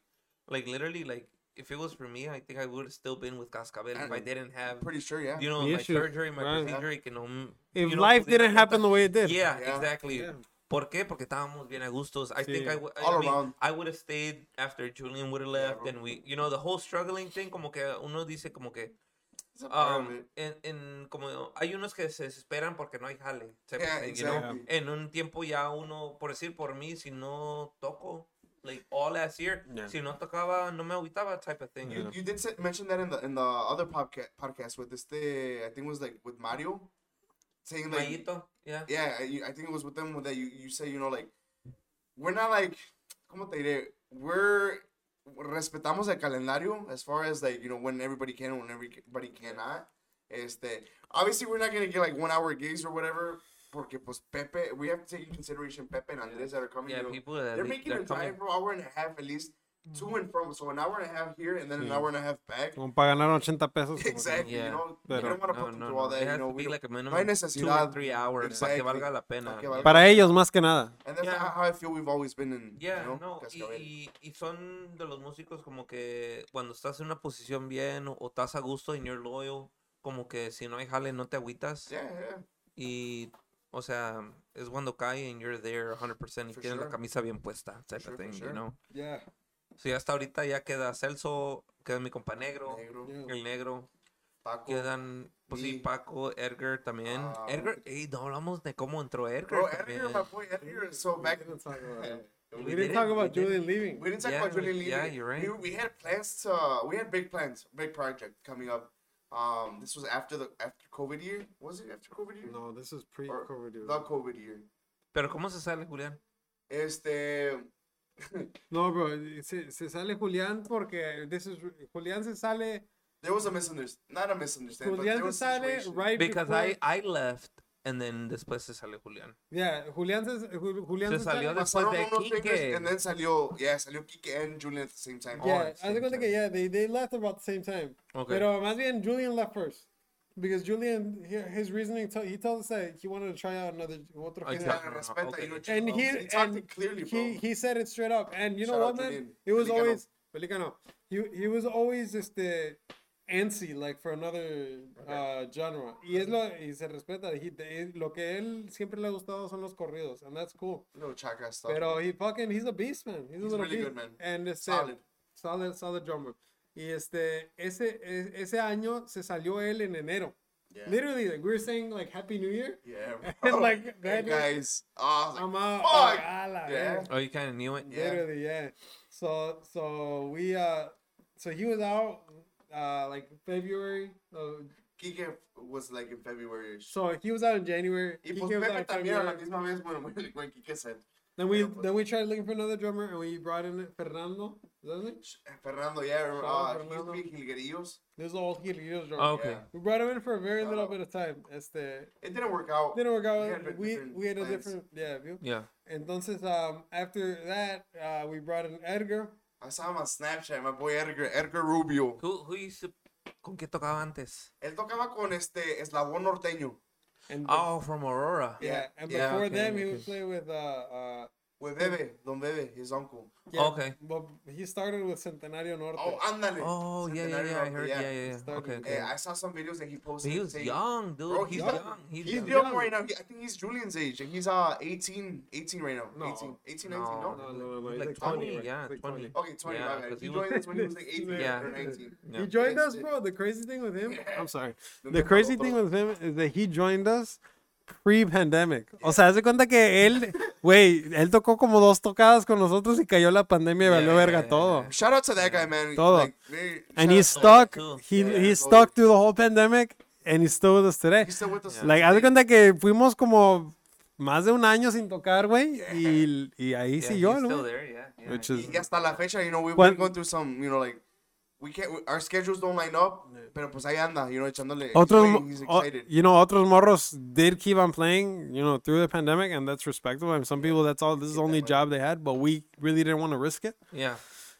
Speaker 1: like literally, like if it was for me, I think I would have still been with Cascabel if I didn't have,
Speaker 4: Pretty sure, yeah.
Speaker 1: you know,
Speaker 2: The
Speaker 1: my
Speaker 2: issue,
Speaker 1: surgery, my
Speaker 2: right.
Speaker 1: procedure, y que no, mm,
Speaker 2: If
Speaker 1: you know,
Speaker 2: life
Speaker 1: they-
Speaker 2: didn't happen the way it did.
Speaker 1: Yeah,
Speaker 4: Yeah.
Speaker 1: exactly. ¿Por qué? Porque estábamos bien a gustos. I think I, w- I,
Speaker 4: All
Speaker 1: mean,
Speaker 4: around.
Speaker 1: I would have stayed after Julian would have left and we, you know, the whole struggling thing, como que uno dice como que,
Speaker 4: It's a part of
Speaker 1: um,
Speaker 4: it.
Speaker 1: en, en, como, hay unos que se desesperan porque no hay jale. Se-
Speaker 4: Yeah,
Speaker 1: you know,
Speaker 4: exactly.
Speaker 1: En un tiempo ya uno, por decir por mí, si no toco, like all last year, si no tocaba, no me agüitaba type of thing.
Speaker 4: You, you did say, mention that in the in the other podcast podcast with this day. I think it was like with Mario, saying like
Speaker 1: Mayito, yeah.
Speaker 4: yeah, I, you- I think it was with them that you you say you know like we're not like como te diré we're respetamos el calendario as far as like you know when everybody can and when everybody cannot. Este obviously we're not gonna get like one hour gigs or whatever. Porque pues Pepe, we have to take into consideration Pepe and Andres that are coming.
Speaker 1: Yeah,
Speaker 4: you know,
Speaker 1: people that
Speaker 4: they're
Speaker 1: they-
Speaker 4: making
Speaker 1: they're
Speaker 4: a
Speaker 1: coming. Mm.
Speaker 4: drive for hour and a half at least to and from. So an hour and a half here and then an hour and a half back.
Speaker 2: Como para ganar 80 pesos. como que-
Speaker 4: Exactly.
Speaker 1: Yeah.
Speaker 4: You know,
Speaker 2: Pero-
Speaker 4: you don't want to
Speaker 1: No,
Speaker 4: put them
Speaker 1: no,
Speaker 4: through
Speaker 1: no.
Speaker 4: all that.
Speaker 1: It
Speaker 4: You
Speaker 1: has
Speaker 4: know,
Speaker 1: to be
Speaker 4: we-
Speaker 1: like a
Speaker 4: no hay
Speaker 1: minimum two
Speaker 4: necesidad.
Speaker 1: or three hours para
Speaker 4: Exactly.
Speaker 1: que valga la pena.
Speaker 4: Para que valga-
Speaker 2: Para ellos más que nada.
Speaker 4: And that's
Speaker 1: Yeah.
Speaker 4: not how I feel we've always been in.
Speaker 1: Yeah,
Speaker 4: you know,
Speaker 1: no, y,
Speaker 4: Cascabel.
Speaker 1: y- y son de los músicos como que cuando estás en una posición bien o, o estás a gusto en your loyal, como que si no hay jale no te agüitas
Speaker 4: Yeah, yeah.
Speaker 1: y o sea, es cuando cae and you're there 100% y
Speaker 4: For
Speaker 1: tienes la
Speaker 4: sure.
Speaker 1: camisa bien puesta, type
Speaker 4: sure,
Speaker 1: of
Speaker 4: for
Speaker 1: thing,
Speaker 4: sure.
Speaker 1: you know.
Speaker 18: Yeah.
Speaker 1: So ya hasta ahorita ya queda Celso, queda mi compa Negro,
Speaker 4: Negro,
Speaker 1: el Negro,
Speaker 4: Paco.
Speaker 1: quedan pues sí,
Speaker 4: Lee.
Speaker 1: Paco, Edgar también.
Speaker 4: Ah,
Speaker 1: Edgar, ey, no hablamos de cómo entró Edgar
Speaker 4: Bro,
Speaker 1: también.
Speaker 4: Edgar, my boy Edgar. So back.
Speaker 1: We
Speaker 2: We didn't
Speaker 1: didn't-
Speaker 2: talk
Speaker 1: we
Speaker 2: about
Speaker 1: didn't-
Speaker 2: Julian leaving.
Speaker 4: We didn't talk
Speaker 1: Yeah,
Speaker 4: about Julian
Speaker 1: we-
Speaker 4: leaving.
Speaker 1: yeah, you're right.
Speaker 4: We, we had plans to. uh, We had big plans, big project coming up. Um, this was after the after COVID year. Was it after COVID year?
Speaker 2: No, this is pre
Speaker 4: Or-
Speaker 2: COVID. dude.
Speaker 4: The COVID year.
Speaker 1: Pero cómo se sale Julián?
Speaker 4: Este.
Speaker 2: No, bro. Se, se sale Julián porque this is Julián se sale.
Speaker 4: There was a misunderstanding. Not a misunderstanding. but
Speaker 2: Julián
Speaker 4: there
Speaker 2: se
Speaker 4: was a
Speaker 2: sale
Speaker 4: situation.
Speaker 2: right
Speaker 1: Because
Speaker 2: before.
Speaker 1: I, I left and then después se sale Julián.
Speaker 2: Yeah, Julián se, Ju- Julián
Speaker 1: Se
Speaker 2: se
Speaker 1: salió
Speaker 2: sale.
Speaker 1: de-
Speaker 4: Pasaron
Speaker 1: de
Speaker 4: unos fingers
Speaker 1: Quique.
Speaker 4: And then salió, yeah, salió Kike and Julian at the same time.
Speaker 2: Yeah,
Speaker 4: all at the
Speaker 2: haz de
Speaker 4: same
Speaker 2: cuenta que
Speaker 4: time.
Speaker 2: yeah, they, they left about the same time.
Speaker 1: Okay.
Speaker 2: Pero más bien Julian left first. Because Julian, he, his reasoning, tell he tells us that he wanted to try out another otro
Speaker 1: Ay,
Speaker 2: género.
Speaker 4: Yeah,
Speaker 1: No, no,
Speaker 4: respeta,
Speaker 1: okay.
Speaker 4: you know,
Speaker 2: and
Speaker 4: bro.
Speaker 2: he,
Speaker 4: He talked
Speaker 2: and
Speaker 4: it clearly, bro.
Speaker 2: he he said it straight up. And you know
Speaker 4: Shout
Speaker 2: what,
Speaker 4: out to
Speaker 2: man?
Speaker 4: Lin-
Speaker 2: It was
Speaker 4: Pelicano.
Speaker 2: always Pelicano. He he was always just the antsy like for another uh, genre. Y es lo y se respeta. He, de- lo que él siempre le ha gustado son los corridos, and that's cool.
Speaker 4: Little Chaka stuff.
Speaker 2: Pero uh, he fucking he's a beast, man. He's, a
Speaker 4: He's
Speaker 2: little
Speaker 4: really
Speaker 2: beast.
Speaker 4: good, man.
Speaker 2: And este,
Speaker 4: Solid.
Speaker 2: solid, solid drummer. Y este ese e- ese año se salió él en enero.
Speaker 4: Yeah.
Speaker 2: Literally, like we were saying, like Happy New Year.
Speaker 4: Yeah,
Speaker 2: And,
Speaker 4: bro.
Speaker 2: like,
Speaker 4: Hey,
Speaker 2: that-
Speaker 4: guys. Oh, I was
Speaker 2: I'm
Speaker 4: like,
Speaker 2: out.
Speaker 4: Fuck!
Speaker 2: Like, a la
Speaker 4: Yeah.
Speaker 2: verga.
Speaker 1: Oh, you kind of knew it?
Speaker 4: Yeah.
Speaker 2: Literally, yeah. So so we uh so he was out uh like February. Uh,
Speaker 4: Kike was like in February.
Speaker 2: so he was out in January.
Speaker 4: Y
Speaker 2: Kike
Speaker 4: pues
Speaker 2: was out
Speaker 4: Pepe
Speaker 2: in
Speaker 4: también a la
Speaker 2: February.
Speaker 4: misma vez when, when, when Kike said,
Speaker 2: Then we
Speaker 4: Yeah, but-
Speaker 2: then we tried looking for another drummer and we brought in Fernando. Is that his name?
Speaker 4: Fernando, yeah,
Speaker 2: Shout
Speaker 4: uh,
Speaker 2: out
Speaker 4: he's
Speaker 2: Fernando.
Speaker 4: big Hilguerillos.
Speaker 2: This is all he drummer.
Speaker 1: Oh, okay.
Speaker 4: Yeah.
Speaker 2: We brought him in for a very
Speaker 4: Shout
Speaker 2: little
Speaker 4: out.
Speaker 2: bit of time. Este
Speaker 4: It didn't work out.
Speaker 2: didn't work
Speaker 4: We had a
Speaker 2: out. We
Speaker 4: different
Speaker 2: we had a
Speaker 4: plans.
Speaker 2: different yeah view.
Speaker 1: Yeah.
Speaker 2: Entonces um after that uh we brought in Edgar.
Speaker 4: I saw him on Snapchat, my boy Edgar, Edgar Rubio.
Speaker 1: Who, who hizo, ¿Con qué tocaba antes?
Speaker 4: Él tocaba con este Eslabón Norteño.
Speaker 2: And
Speaker 1: Oh, from Aurora.
Speaker 2: yeah, and
Speaker 4: yeah,
Speaker 2: before
Speaker 1: okay,
Speaker 2: them he
Speaker 1: okay.
Speaker 2: would play with uh uh
Speaker 4: With Pues Bebe, Don Bebe, his uncle.
Speaker 2: Yeah,
Speaker 1: Okay.
Speaker 2: Well, he started with Centenario Norte.
Speaker 4: Oh, ándale.
Speaker 1: Oh, yeah, yeah,
Speaker 4: Centenario
Speaker 1: yeah. I
Speaker 4: Norte,
Speaker 1: heard. Yeah, yeah, yeah. Okay,
Speaker 2: Started-
Speaker 1: okay.
Speaker 4: Eh, I saw some videos that he posted.
Speaker 1: He was
Speaker 4: saying-
Speaker 1: young, dude.
Speaker 4: Bro,
Speaker 1: Oh, he's,
Speaker 4: he's
Speaker 1: young.
Speaker 4: young.
Speaker 1: He's,
Speaker 4: He's
Speaker 1: young.
Speaker 4: young right now. He- I think he's Julian's age, and he's uh 18, 18 right now.
Speaker 2: No.
Speaker 4: 18, 18, 19,
Speaker 1: No,
Speaker 4: no?
Speaker 1: no,
Speaker 2: No, no, no,
Speaker 1: He's
Speaker 2: he's
Speaker 1: like
Speaker 2: like
Speaker 1: 20,
Speaker 2: 20, right?
Speaker 1: yeah,
Speaker 2: He's like
Speaker 1: 20.
Speaker 2: 20.
Speaker 4: Okay,
Speaker 1: Yeah,
Speaker 4: 20, my bad.
Speaker 1: 'cause
Speaker 4: He
Speaker 1: he was-
Speaker 4: joined us when he was like 18
Speaker 1: Yeah.
Speaker 4: or 19.
Speaker 1: Yeah.
Speaker 2: He joined
Speaker 4: Yes,
Speaker 2: us,
Speaker 4: it-
Speaker 2: bro. The crazy thing with him, I'm sorry.
Speaker 4: me
Speaker 2: The crazy
Speaker 4: pasó,
Speaker 2: thing
Speaker 4: bro.
Speaker 2: with him is that he joined us pre-pandemic. O sea, hace cuenta que él, güey, él tocó como dos tocadas con nosotros y cayó la pandemia y
Speaker 1: Yeah,
Speaker 2: valió
Speaker 1: yeah,
Speaker 2: verga
Speaker 1: yeah,
Speaker 2: todo.
Speaker 1: yeah.
Speaker 4: Shout out to that guy, man.
Speaker 2: Todo.
Speaker 4: Like, very,
Speaker 2: And
Speaker 4: shout
Speaker 2: he's
Speaker 4: out to-
Speaker 2: stuck.
Speaker 1: too.
Speaker 2: He he's
Speaker 4: Yeah, totally.
Speaker 2: stuck through the whole pandemic and he's still with us today.
Speaker 4: He's still with us.
Speaker 2: Like, haz de cuenta que fuimos como más de un año sin tocar, güey, y, y ahí
Speaker 1: Yeah,
Speaker 2: siguió,
Speaker 1: he's
Speaker 2: el
Speaker 1: still
Speaker 2: güey.
Speaker 1: there, yeah. yeah.
Speaker 2: Which
Speaker 1: he-
Speaker 2: is
Speaker 4: Y hasta la fecha, you know, we,
Speaker 2: Cuan-
Speaker 4: we're going through some, you know, like, we can't, we, our schedules don't line up, pero pues ahí anda, you know, echándole. he's
Speaker 2: otros,
Speaker 4: waiting,
Speaker 2: mo-
Speaker 4: he's
Speaker 2: o-
Speaker 4: excited.
Speaker 2: you know, otros morros did keep on playing, you know, through the pandemic, and that's respectable. And some people, that's all, this is the only job they had, but we really didn't want to risk it.
Speaker 1: Yeah.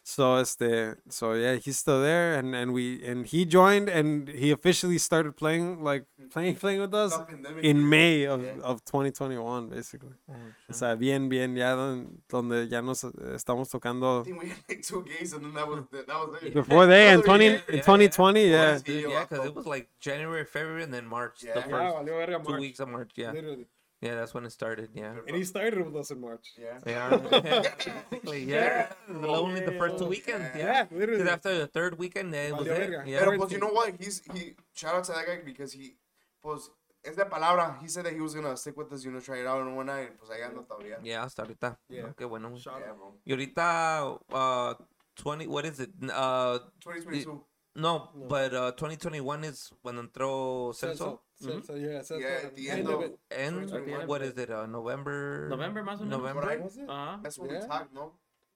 Speaker 2: So este, so yeah, he's still there, and and we and he joined, and he officially started playing like playing playing with us in May of, of 2021, basically.
Speaker 19: Oh,
Speaker 2: o sea, bien bien ya don- donde ya nos eh, estamos
Speaker 4: I
Speaker 2: tocando
Speaker 4: think we had like two gays and then that was that, that was it.
Speaker 2: before they in
Speaker 4: Other
Speaker 2: 20
Speaker 4: year,
Speaker 2: in 2020, yeah.
Speaker 4: Yeah,
Speaker 1: Dude, yeah, because it was like January, February, and then March.
Speaker 4: Yeah.
Speaker 1: The
Speaker 4: Yeah,
Speaker 1: first
Speaker 19: valió verga
Speaker 1: two
Speaker 19: March.
Speaker 1: weeks of March. Yeah,
Speaker 19: Literally.
Speaker 1: yeah, that's when it started. Yeah.
Speaker 19: And he started with us in March.
Speaker 4: Yeah.
Speaker 1: Yeah. Basically, yeah. The- Only the first two weekends.
Speaker 19: Yeah,
Speaker 1: Yeah.
Speaker 19: literally.
Speaker 1: Because after the third weekend, then it was
Speaker 19: Valió
Speaker 1: it.
Speaker 19: verga.
Speaker 1: Yeah.
Speaker 4: Pero, pues, you know what? He's he shout out to that guy because he pues es de palabra. He said that he was gonna stick with us, you know, try it out and one night. Pues allá anda todavía.
Speaker 1: Yeah, hasta ahorita. No, qué bueno. güey.
Speaker 4: Yeah, bro.
Speaker 1: Y ahorita, uh, 20, what is it? N- Uh,
Speaker 4: 2022.
Speaker 1: no, but uh, 2021 is when entró Celso. Mhm.
Speaker 19: mm-hmm. yeah, Celso.
Speaker 4: Yeah, at the end
Speaker 19: End of
Speaker 4: of
Speaker 19: it.
Speaker 1: And
Speaker 3: 2021.
Speaker 1: what is it? Uh, November.
Speaker 3: November más o menos.
Speaker 4: Por ahí.
Speaker 1: November.
Speaker 19: Uh,
Speaker 3: Ajá.
Speaker 4: That's when
Speaker 19: Yeah.
Speaker 4: we talked, no?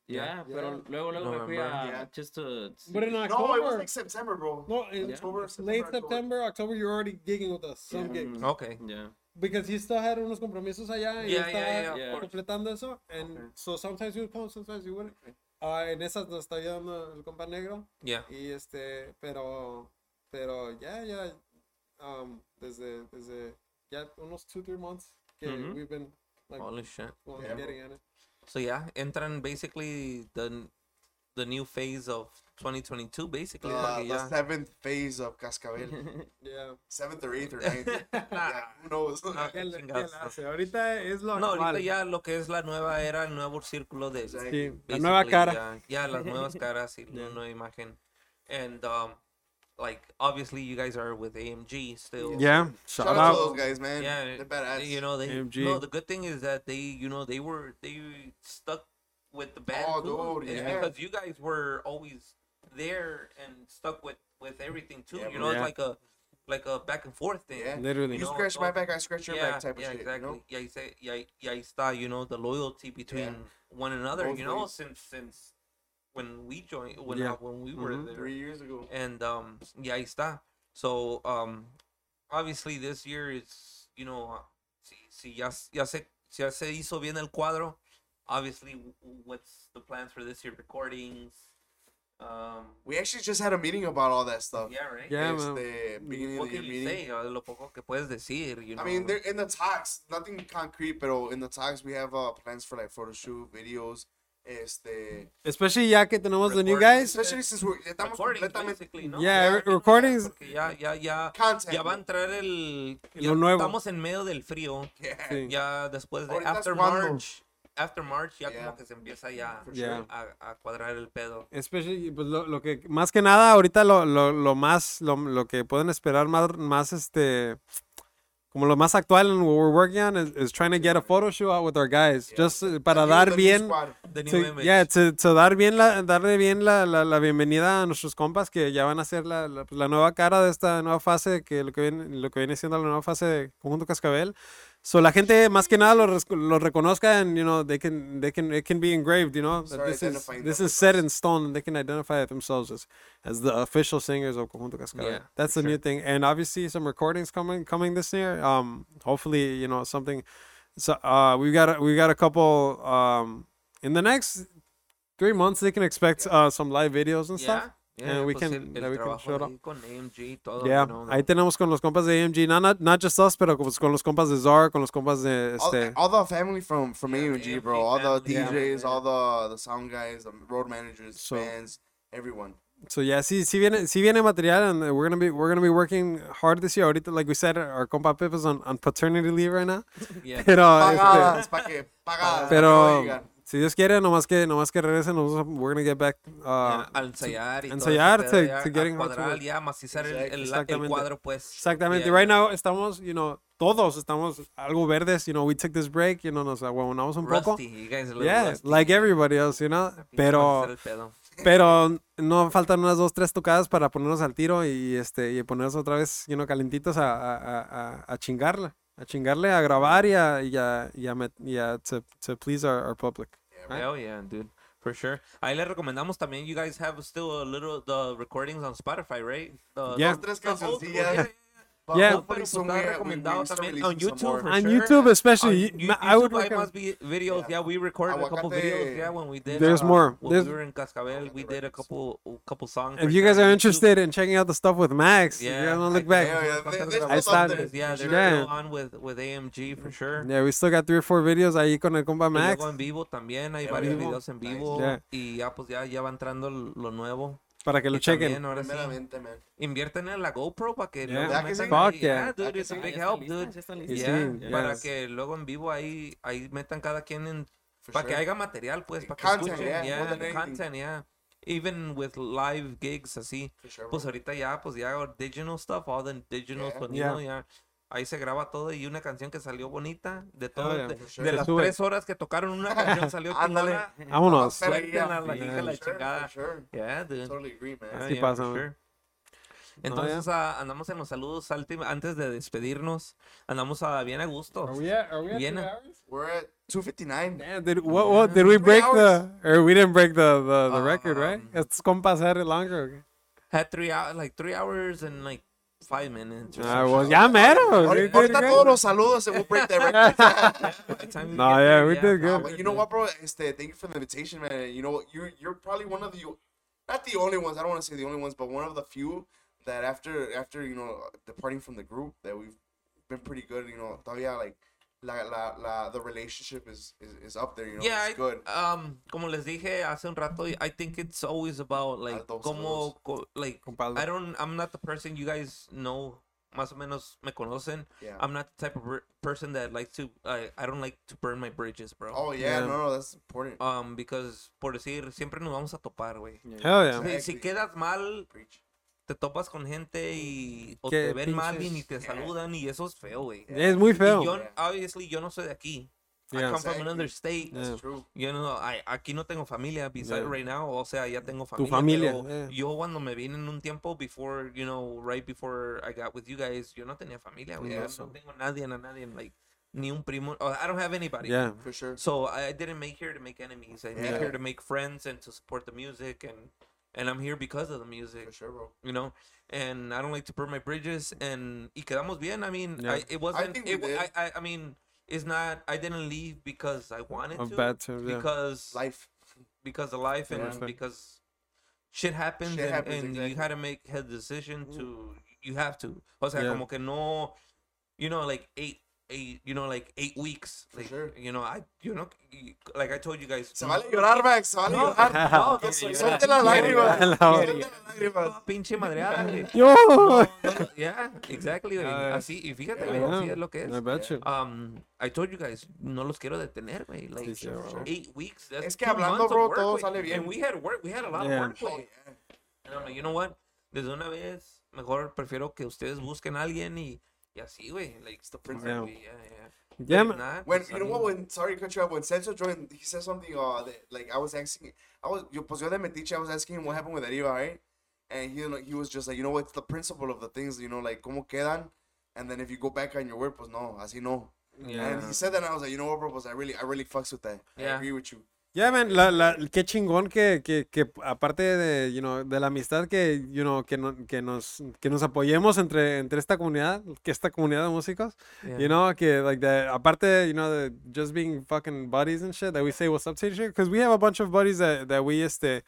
Speaker 3: Yeah, pero luego, luego me fui a
Speaker 1: November.
Speaker 3: just to
Speaker 19: But in October,
Speaker 4: No, it was like September, bro.
Speaker 19: no, in
Speaker 3: Yeah.
Speaker 4: October,
Speaker 19: late
Speaker 4: September, October.
Speaker 19: September, October, you're already gigging with us. Some gigs.
Speaker 1: Okay.
Speaker 3: Yeah.
Speaker 19: Because he still had unos compromisos allá y
Speaker 1: Yeah,
Speaker 19: estaba
Speaker 1: yeah, yeah, of
Speaker 3: Yeah. course.
Speaker 19: completando eso. And
Speaker 4: Okay.
Speaker 19: so sometimes you would come, sometimes you wouldn't. Ah, en esas nos está ayudando el compa negro.
Speaker 1: Yeah.
Speaker 19: Y este, pero, pero ya, ya, um, desde, desde, ya unos 2, 3 months que
Speaker 3: Mhm.
Speaker 19: we've been like,
Speaker 1: Holy shit.
Speaker 19: well,
Speaker 4: Yeah,
Speaker 19: getting at it.
Speaker 1: So yeah, entran basically the the new phase of 2022 basically.
Speaker 4: Uh,
Speaker 2: Ah,
Speaker 1: porque
Speaker 4: the
Speaker 1: ya-
Speaker 4: seventh phase of Cascabel.
Speaker 19: Yeah.
Speaker 4: seventh or eighth or ninth. yeah, who knows?
Speaker 2: Ah,
Speaker 1: Qué
Speaker 19: ¿Qué,
Speaker 1: chingados.
Speaker 19: hace? Ahorita es lo
Speaker 1: No, ahorita ya lo que es la nueva era, el nuevo círculo de
Speaker 2: Sí, la
Speaker 1: basically,
Speaker 2: nueva cara.
Speaker 1: Ya, ya las nuevas caras y la nueva imagen. And um like obviously you guys are with AMG still.
Speaker 2: Yeah,
Speaker 4: Shout,
Speaker 2: shout
Speaker 4: out, to
Speaker 2: out.
Speaker 4: those guys, man.
Speaker 1: Yeah,
Speaker 4: They're badass.
Speaker 1: You know, they
Speaker 2: AMG.
Speaker 1: no, the good thing is that they, you know, they were they stuck with the band
Speaker 4: Oh,
Speaker 1: too.
Speaker 4: dude,
Speaker 1: It's
Speaker 4: yeah.
Speaker 1: because you guys were always there and stuck with with everything too.
Speaker 4: Yeah,
Speaker 1: you
Speaker 4: bro.
Speaker 1: know,
Speaker 2: Yeah.
Speaker 1: it's like a like a back and forth thing.
Speaker 4: Yeah.
Speaker 2: Literally.
Speaker 4: you
Speaker 1: know,
Speaker 4: scratch my
Speaker 1: so-
Speaker 4: back, I scratch your
Speaker 1: yeah,
Speaker 4: back type of
Speaker 1: yeah,
Speaker 4: shit.
Speaker 1: exactly.
Speaker 4: You know?
Speaker 1: Yeah, you say, yeah, yeah, you start, you know, the loyalty between one another.
Speaker 4: Both
Speaker 1: you know,
Speaker 4: ways.
Speaker 1: since since when we joined, when
Speaker 2: Yeah.
Speaker 1: uh, when we were
Speaker 2: Mhm.
Speaker 1: there,
Speaker 4: Mm-hmm. Three years ago.
Speaker 1: and um yeah ahí está so um obviously this year is you know uh, si, si ya, s- ya se si ya se hizo bien el cuadro obviously w- what's the plans for this year recordings um
Speaker 4: We actually just had a meeting about all that stuff.
Speaker 1: yeah right
Speaker 2: Yeah,
Speaker 4: It's
Speaker 2: man.
Speaker 4: the beginning
Speaker 1: what
Speaker 4: of the
Speaker 1: can you
Speaker 4: meeting.
Speaker 1: say uh, lo poco que puedes decir you know
Speaker 4: I mean, they're in the talks. Nothing concrete, but in the talks we have uh, plans for like photo shoot, videos. Este,
Speaker 2: Especially ya que tenemos the new
Speaker 1: Recording.
Speaker 2: guys.
Speaker 4: especially since we're estamos
Speaker 1: recordings
Speaker 4: completamente
Speaker 1: basically no
Speaker 2: Yeah, re-
Speaker 1: you know,
Speaker 2: recordings.
Speaker 1: porque ya ya ya
Speaker 4: content.
Speaker 1: ya va a entrar el ya
Speaker 2: Lo nuevo.
Speaker 1: estamos en medio del frío
Speaker 4: Yeah.
Speaker 2: Sí.
Speaker 1: ya después de
Speaker 4: Ahorita es
Speaker 1: after
Speaker 4: cuando.
Speaker 1: March after March ya
Speaker 4: Yeah.
Speaker 1: como que se empieza ya
Speaker 4: For
Speaker 2: Yeah.
Speaker 1: a, a cuadrar el pedo
Speaker 2: Especially, pues lo, lo que más que nada ahorita lo, lo, lo más lo, lo que pueden esperar más, más este como lo más actual and what we're working on is, is trying to get a photo shoot out with our guys just uh, para
Speaker 4: New-
Speaker 2: dar
Speaker 4: the new
Speaker 2: bien
Speaker 4: squad.
Speaker 1: The new
Speaker 2: to,
Speaker 1: image.
Speaker 2: yeah, to- to dar bien la, darle bien la, la, la bienvenida a nuestros compas que ya van a ser la, pues, la, la nueva cara de esta nueva fase que lo que viene, lo que viene siendo la nueva fase de Conjunto Cascabel. So la gente más que nada lo, res- lo reconozca and you know they can they can it can be engraved, you know. that
Speaker 4: Start
Speaker 2: this is
Speaker 4: identifying
Speaker 2: this
Speaker 4: them
Speaker 2: is set in stone and they can identify it themselves as, as the official singers of Conjunto Cascabel.
Speaker 1: Yeah,
Speaker 2: That's
Speaker 1: for
Speaker 2: the new thing. And obviously some recordings coming coming this year. Um hopefully, you know, something so uh we got a, we got a couple um in the next three months they can expect uh some live videos and stuff.
Speaker 1: Yeah, yeah,
Speaker 2: and we
Speaker 1: pues
Speaker 2: can-
Speaker 1: el, el
Speaker 2: that we can
Speaker 1: trabajo
Speaker 2: show it
Speaker 1: ahí con AMG y todo
Speaker 2: Yeah,
Speaker 1: you know,
Speaker 2: ahí tenemos con los compas de AMG, no, not, not just us, pero pues con los compas de Czar, con los compas de
Speaker 4: All,
Speaker 2: este,
Speaker 4: all the family from from
Speaker 1: Yeah,
Speaker 4: AMG,
Speaker 1: AMG
Speaker 4: bro. All the
Speaker 1: family, yeah.
Speaker 4: DJs, all the the sound guys, the road managers,
Speaker 2: So-
Speaker 4: fans, everyone.
Speaker 2: So yeah, sí, sí viene, sí viene material, and we're gonna be we're gonna be working hard this year. Ahorita, like we said, our compa Pip is on, on paternity leave right now.
Speaker 1: Yeah.
Speaker 2: Pero, este,
Speaker 4: Pagadas, pa que pagadas.
Speaker 2: pero
Speaker 4: oigan.
Speaker 2: si Dios quiere, nomás que nomás que regresen, nos- we're gonna get back. Uh,
Speaker 1: Yeah, al ensayar y todo
Speaker 2: ensayar,
Speaker 1: ese pedo,
Speaker 2: to-
Speaker 1: ya,
Speaker 2: to getting
Speaker 1: a
Speaker 2: her to
Speaker 1: cuadrar
Speaker 2: it.
Speaker 1: ya macizar el, el- el
Speaker 2: Exactamente.
Speaker 1: cuadro pues
Speaker 2: Exactamente.
Speaker 1: Yeah.
Speaker 2: Right now estamos, you know, todos estamos algo verdes. You know, we took this break. You know, nos aguamonamos un poco.
Speaker 1: rusty you guys are a little
Speaker 2: Yeah,
Speaker 1: rusty.
Speaker 2: like everybody else, you know. Pero
Speaker 1: Macizar el pedo.
Speaker 2: Pero no faltan unas dos, tres tocadas para ponernos al tiro y este y ponernos otra vez you know, calentitos a, a, a, a- a chingarla. A chingarle, a grabar y a, y a, y a met- y a to, to please our, our public.
Speaker 1: Hell yeah, dude. For sure. Ahí les recomendamos también. You guys have still a little the recordings on Spotify, right? The,
Speaker 2: Yeah.
Speaker 4: Dos, tres
Speaker 1: the old-
Speaker 4: cancioncillas.
Speaker 2: Yeah.
Speaker 1: Pero pues, está recomendado también on YouTube.
Speaker 2: on YouTube, especially. you- I would
Speaker 1: I
Speaker 2: recommend.
Speaker 1: must be videos. Yeah, we recorded a couple
Speaker 4: Aguacate.
Speaker 1: videos. Yeah, when we did.
Speaker 2: There's
Speaker 1: uh,
Speaker 2: more.
Speaker 1: When
Speaker 2: There's-
Speaker 1: we were in Cascabel, we did a couple, a couple songs.
Speaker 2: If
Speaker 1: for
Speaker 2: you
Speaker 1: sure
Speaker 2: guys
Speaker 1: on
Speaker 2: are
Speaker 1: YouTube.
Speaker 2: interested in checking out the stuff with Max, you
Speaker 1: Yeah,
Speaker 2: guys want to
Speaker 1: I-
Speaker 2: look back.
Speaker 4: Yeah, yeah, they- they
Speaker 2: I
Speaker 4: still up
Speaker 2: started.
Speaker 4: there.
Speaker 1: Yeah, they're
Speaker 2: Yeah.
Speaker 1: still on with with AMG for sure.
Speaker 2: Yeah, we still got three or four videos ahí con el compa
Speaker 1: Y
Speaker 2: Max
Speaker 1: luego en vivo también hay varios
Speaker 4: vivo.
Speaker 1: videos en vivo
Speaker 2: Yeah.
Speaker 1: y ya pues ya, ya va entrando lo nuevo.
Speaker 2: para que lo
Speaker 1: Y
Speaker 2: chequen.
Speaker 1: también, ahora sí,
Speaker 4: Primeramente, man.
Speaker 1: invierten en la GoPro para que
Speaker 2: Yeah.
Speaker 1: luego
Speaker 4: ¿Verdad que
Speaker 1: metan
Speaker 4: sí?
Speaker 1: ahí-
Speaker 2: Fuck yeah.
Speaker 1: Ah, dude, it's a big help, dude.
Speaker 2: Y sí,
Speaker 1: Yeah,
Speaker 2: yeah.
Speaker 1: Para que luego en vivo ahí, ahí metan cada quien en...
Speaker 4: For
Speaker 1: Para que
Speaker 4: sure.
Speaker 1: haya material, pues, para que
Speaker 4: Content,
Speaker 1: escuchen.
Speaker 4: yeah,
Speaker 1: Yeah,
Speaker 4: more than
Speaker 1: the
Speaker 4: anything.
Speaker 1: content, yeah. Even with live gigs así.
Speaker 4: For sure,
Speaker 1: Pues
Speaker 4: bro.
Speaker 1: ahorita ya, pues ya our digital stuff, all the digital
Speaker 4: Yeah.
Speaker 1: sonido, ya. Ahí se graba todo y una canción que salió bonita. De todo,
Speaker 2: Oh, yeah,
Speaker 1: de,
Speaker 4: for sure.
Speaker 1: de
Speaker 2: Se
Speaker 1: las
Speaker 2: sube.
Speaker 1: tres horas que tocaron, una canción salió
Speaker 4: Ándale.
Speaker 1: chingona.
Speaker 2: Vámonos.
Speaker 4: Pero,
Speaker 1: Suéltenla,
Speaker 4: yeah,
Speaker 1: la
Speaker 4: for
Speaker 1: hija de la
Speaker 4: sure, for
Speaker 1: chingada.
Speaker 4: sure.
Speaker 1: Yeah, dude.
Speaker 4: Totally agree, man.
Speaker 1: Ah,
Speaker 2: Sí
Speaker 1: yeah,
Speaker 2: pasa, Oh,
Speaker 1: for
Speaker 2: man.
Speaker 1: sure. Entonces ah, andamos en los saludos Salty, antes de despedirnos. Andamos a bien a gusto. Bien a-
Speaker 4: We're at 259.
Speaker 2: Yeah, did what, what did we break the or we didn't break the the, the record right?
Speaker 1: Um,
Speaker 2: It's compas had it longer.
Speaker 1: had three hours, like three hours and like five minutes. or
Speaker 2: I
Speaker 1: some
Speaker 2: was yeah, man.
Speaker 4: Ahorita ahorita todos los saludos and we'll break that record.
Speaker 1: shit. By the time we
Speaker 2: No,
Speaker 1: get
Speaker 2: yeah,
Speaker 1: there,
Speaker 2: we did
Speaker 4: Nah,
Speaker 2: good.
Speaker 4: but you know what, bro? Este, thank you for the invitation, man. You know, what? you're you're probably one of the, not the only ones. I don't want to say the only ones, but one of the few that after after you know departing from the group that we've been pretty good. You know, todavía like la la, la the relationship is, is is up there. You know,
Speaker 1: Yeah,
Speaker 4: it's
Speaker 1: I-
Speaker 4: good.
Speaker 1: um, como les dije hace un rato, I think it's always about like
Speaker 4: Altos,
Speaker 1: como co- like
Speaker 2: Compadre.
Speaker 1: I don't, I'm not the person you guys know. Más o menos me conocen.
Speaker 4: Yeah.
Speaker 1: I'm not the type of per- person that likes to. I I don't like to burn my bridges, bro.
Speaker 4: oh
Speaker 2: Yeah.
Speaker 4: yeah, no, no, that's important.
Speaker 1: Um, because por decir siempre nos vamos a topar, güey.
Speaker 2: Hell yeah.
Speaker 1: Si- Si
Speaker 4: Exactly.
Speaker 1: quedas mal,
Speaker 4: Preach.
Speaker 1: te topas con gente y o
Speaker 2: Que
Speaker 1: te ven mal y
Speaker 2: pinches-
Speaker 1: ni te saludan y eso es feo, güey.
Speaker 2: Yeah, it's muy
Speaker 1: Y yo,
Speaker 2: feo.
Speaker 1: obviously, yo no soy de aquí. I
Speaker 2: Yeah.
Speaker 1: come from
Speaker 4: Exactly.
Speaker 1: another state.
Speaker 2: Yeah.
Speaker 4: That's true.
Speaker 1: Yo no, I- aquí no tengo familia beside
Speaker 2: Yeah.
Speaker 1: right now. O sea, ya tengo
Speaker 2: Tu
Speaker 1: familia.
Speaker 2: familia,
Speaker 1: pero
Speaker 2: yeah.
Speaker 1: Yo cuando me vine en un tiempo, before, you know, right before I got with you guys, yo no tenía familia, güey.
Speaker 4: Yeah.
Speaker 1: No tengo nadie, a nadie, like, ni un primo. Oh, I don't have anybody.
Speaker 2: Yeah.
Speaker 4: For sure.
Speaker 1: So I didn't make here to make enemies. I
Speaker 4: Yeah.
Speaker 1: make here to make friends and to support the music and and I'm here because of the music,
Speaker 4: For sure, bro.
Speaker 1: you know. And I don't like to burn my bridges. And y quedamos bien. I mean,
Speaker 2: Yeah.
Speaker 1: I, it wasn't.
Speaker 4: think we
Speaker 1: it, wa-
Speaker 4: did.
Speaker 1: I, I I mean, it's not. I didn't leave because I wanted
Speaker 2: Of
Speaker 1: to.
Speaker 2: bad terms, yeah.
Speaker 1: Because
Speaker 4: Life.
Speaker 1: because of life and
Speaker 2: Yeah.
Speaker 1: because shit happens
Speaker 4: Shit
Speaker 1: and,
Speaker 4: happens,
Speaker 1: and
Speaker 4: exactly.
Speaker 1: you had to make a decision to you have to o sea
Speaker 2: Yeah.
Speaker 1: como que no you know like eight eight you know like eight weeks
Speaker 4: For
Speaker 1: like
Speaker 4: sure.
Speaker 1: you know I you know you- like I told you guys
Speaker 4: Se vale llorar, Max. Se vale
Speaker 1: No,
Speaker 4: llorar.
Speaker 1: no, no,
Speaker 4: Suelta la lágrima.
Speaker 2: llorar.
Speaker 4: Suelta la lágrima.
Speaker 1: no, pinche madreada güey.
Speaker 2: Yo.
Speaker 1: No, no, yeah exactly güey.
Speaker 2: Ah,
Speaker 1: así y fíjate güey, así
Speaker 2: Yeah.
Speaker 1: es lo que es
Speaker 2: I bet you.
Speaker 1: Um, I told you guys, no los quiero detener, güey. Like
Speaker 2: sí, bro.
Speaker 1: eight weeks. That's
Speaker 4: Es que
Speaker 1: two
Speaker 4: hablando,
Speaker 1: months of
Speaker 4: bro,
Speaker 1: work,
Speaker 4: todo
Speaker 1: güey.
Speaker 4: sale bien.
Speaker 1: And we had work, we had a lot
Speaker 2: Yeah.
Speaker 1: of work, güey. And I'm like, you know what? Desde una vez, mejor prefiero que ustedes busquen a alguien y, y así, güey. Like, it's the perfect
Speaker 2: Yeah.
Speaker 1: way, yeah, yeah.
Speaker 2: Yeah,
Speaker 1: If
Speaker 2: man.
Speaker 1: not,
Speaker 4: When
Speaker 1: pues,
Speaker 4: you
Speaker 1: I
Speaker 4: know what?
Speaker 1: mean,
Speaker 4: When sorry, to cut you off. When Celso joined, he said something. Uh, that, like I was asking, I was yo, pues yo de Metiche, I was asking him what happened with Arriba, right? And he he was just like, you know, it's the principle of the things, you know, like como quedan, and then if you go back on your word, pues no, así no. And he said that, and I was like, you know what, bro, pues I really, I really fucks with that. I
Speaker 1: Yeah.
Speaker 4: agree with you.
Speaker 2: Yeah, man, la, la, qué chingón que, que, que aparte de, you know, de la amistad que, you know, que, no- que, nos, que nos apoyemos entre, entre esta comunidad, que esta comunidad de músicos,
Speaker 1: Yeah.
Speaker 2: you know, que, like, that, aparte, you know, the, just being fucking buddies and shit, that we say what's up to each other, because we have a bunch of buddies that, that we, este,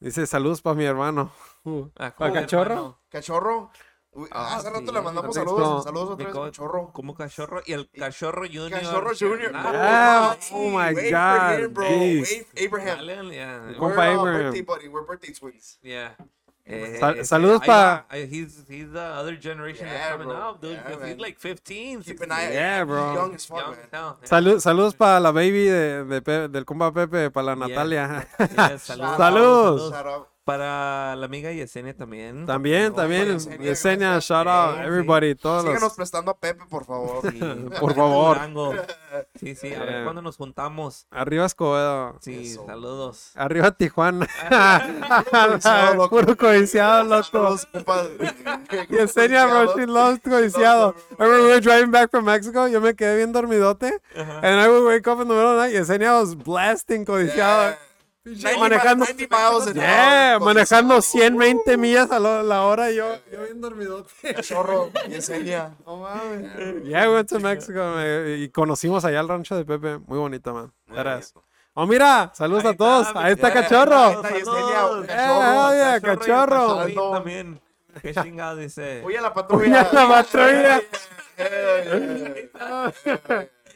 Speaker 2: dice, saludos para mi hermano, uh,
Speaker 1: ah,
Speaker 2: para
Speaker 1: joder,
Speaker 2: cachorro,
Speaker 1: hermano,
Speaker 4: Cachorro. Uy,
Speaker 1: Ah,
Speaker 4: hace rato
Speaker 1: sí.
Speaker 4: le mandamos
Speaker 2: Contexto.
Speaker 4: saludos, saludos otra
Speaker 1: Me
Speaker 4: vez,
Speaker 1: co-
Speaker 4: cachorro.
Speaker 1: Como cachorro y el cachorro Junior.
Speaker 4: Cachorro Junior.
Speaker 2: Ah,
Speaker 4: Ay,
Speaker 2: oh my
Speaker 4: wait for
Speaker 2: God,
Speaker 4: him, bro.
Speaker 2: beast.
Speaker 4: Wait, Abraham.
Speaker 1: Dale, yeah.
Speaker 2: Compa
Speaker 4: We're, uh,
Speaker 2: Abraham.
Speaker 4: birthday buddy. We're birthday twins.
Speaker 1: Yeah. Eh,
Speaker 2: Sal-
Speaker 1: eh,
Speaker 2: saludos
Speaker 1: ahí va.
Speaker 2: pa-
Speaker 1: Eh, He's, he's the other generation that's
Speaker 4: Yeah,
Speaker 1: coming
Speaker 4: bro.
Speaker 1: up, dude.
Speaker 4: Yeah,
Speaker 1: 'cause
Speaker 4: man.
Speaker 1: he's like 15.
Speaker 4: Keep an eye.
Speaker 2: Yeah,
Speaker 4: he's
Speaker 2: bro.
Speaker 4: Young as
Speaker 1: 16,
Speaker 4: fuck,
Speaker 1: young
Speaker 4: man.
Speaker 1: as hell, yeah.
Speaker 2: Salud, saludos para la baby de, de Pe- del compa Pepe, para la
Speaker 1: Yeah.
Speaker 2: Natalia,
Speaker 1: Yeah,
Speaker 4: Shout out,
Speaker 2: Saludos.
Speaker 4: shout out.
Speaker 1: Para la amiga Yesenia también.
Speaker 2: también, también,
Speaker 4: Yesenia,
Speaker 2: Yesenia,
Speaker 4: gracias.
Speaker 2: shout out,
Speaker 1: Yeah, sí.
Speaker 2: everybody, todos los-
Speaker 4: Síganos prestando a Pepe, por favor.
Speaker 1: Sí,
Speaker 2: por favor.
Speaker 1: Durango. Sí, sí, a
Speaker 2: Yeah.
Speaker 1: ver cuándo nos juntamos.
Speaker 2: Arriba Escobedo.
Speaker 1: Sí,
Speaker 4: Eso.
Speaker 1: saludos.
Speaker 2: Arriba Tijuana.
Speaker 4: codiciado, loco.
Speaker 2: Puro codiciado, loco.
Speaker 4: Saludos, compa.
Speaker 2: Yesenia bro, she loves codiciado. I remember we were driving back from Mexico. Yo me quedé bien dormidote. And I would wake up in the middle of the night. Yesenia was blasting codiciado. Manejando-
Speaker 4: 90 miles an
Speaker 2: Yeah,
Speaker 4: hour.
Speaker 2: manejando 120 millas a la- la hora yo.
Speaker 20: Yo bien dormidote.
Speaker 4: Chorro, y enseña.
Speaker 20: No mames.
Speaker 2: Yeah, we went to Mexico eh, y conocimos allá el rancho de Pepe. Muy bonito, man. Eras. Oh, mira, saludos a todos. Ahí está Cachorro.
Speaker 4: Ahí está Yesenia,
Speaker 21: Saludos.
Speaker 4: cachorro.
Speaker 2: Eh, oye, cachorro.
Speaker 21: y el Pachoy También. Qué chingado dice.
Speaker 4: Oye, la
Speaker 2: Oye,
Speaker 4: patrulla.
Speaker 2: la patrulla.
Speaker 4: Eh,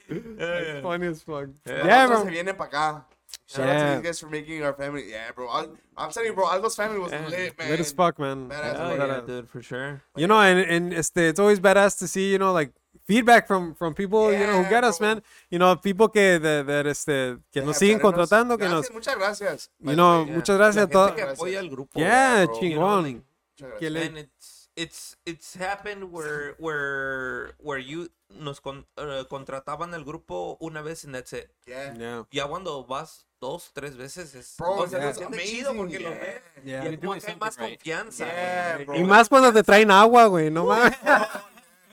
Speaker 21: Eh,
Speaker 2: Funny as fuck.
Speaker 4: Yeah,
Speaker 2: Yeah,
Speaker 4: bro.
Speaker 2: bro.
Speaker 4: Se viene para acá. Shout out to
Speaker 2: Yeah.
Speaker 4: you guys for making our family. Yeah, bro. I, I'm telling you, bro. Aldo's family was lit, man.
Speaker 2: Lit as fuck, man.
Speaker 1: Oh,
Speaker 4: Badass.
Speaker 21: hell yeah,
Speaker 2: Badass.
Speaker 21: dude, for sure.
Speaker 2: You know, and, and este, it's always badass to see, you know, like feedback from, from people, you know, who
Speaker 4: Yeah,
Speaker 2: get us,
Speaker 4: bro.
Speaker 2: man. You know, people que, de, de, este, que nos
Speaker 4: Yeah,
Speaker 2: siguen
Speaker 4: veteran's-
Speaker 2: contratando, que nos.
Speaker 4: Gracias, Muchas gracias.
Speaker 2: You know, muchas gracias a
Speaker 21: Gente
Speaker 2: todos.
Speaker 21: que apoya al grupo.
Speaker 2: Yeah,
Speaker 4: bro.
Speaker 2: chingón.
Speaker 4: Muchas
Speaker 2: Que
Speaker 4: gracias.
Speaker 2: le-
Speaker 1: and it's it's it's happened where where where you nos con, eh, contrataban el grupo una vez and that's it.
Speaker 4: Yeah.
Speaker 2: Yeah.
Speaker 1: Ya cuando vas dos tres veces es
Speaker 4: Bro,
Speaker 1: o sea,
Speaker 4: yeah.
Speaker 1: se siente chido porque lo ves.
Speaker 2: Yeah.
Speaker 1: Y como que hay más confianza.
Speaker 4: Yeah, bro.
Speaker 2: Y más cuando te traen agua, güey, no mames.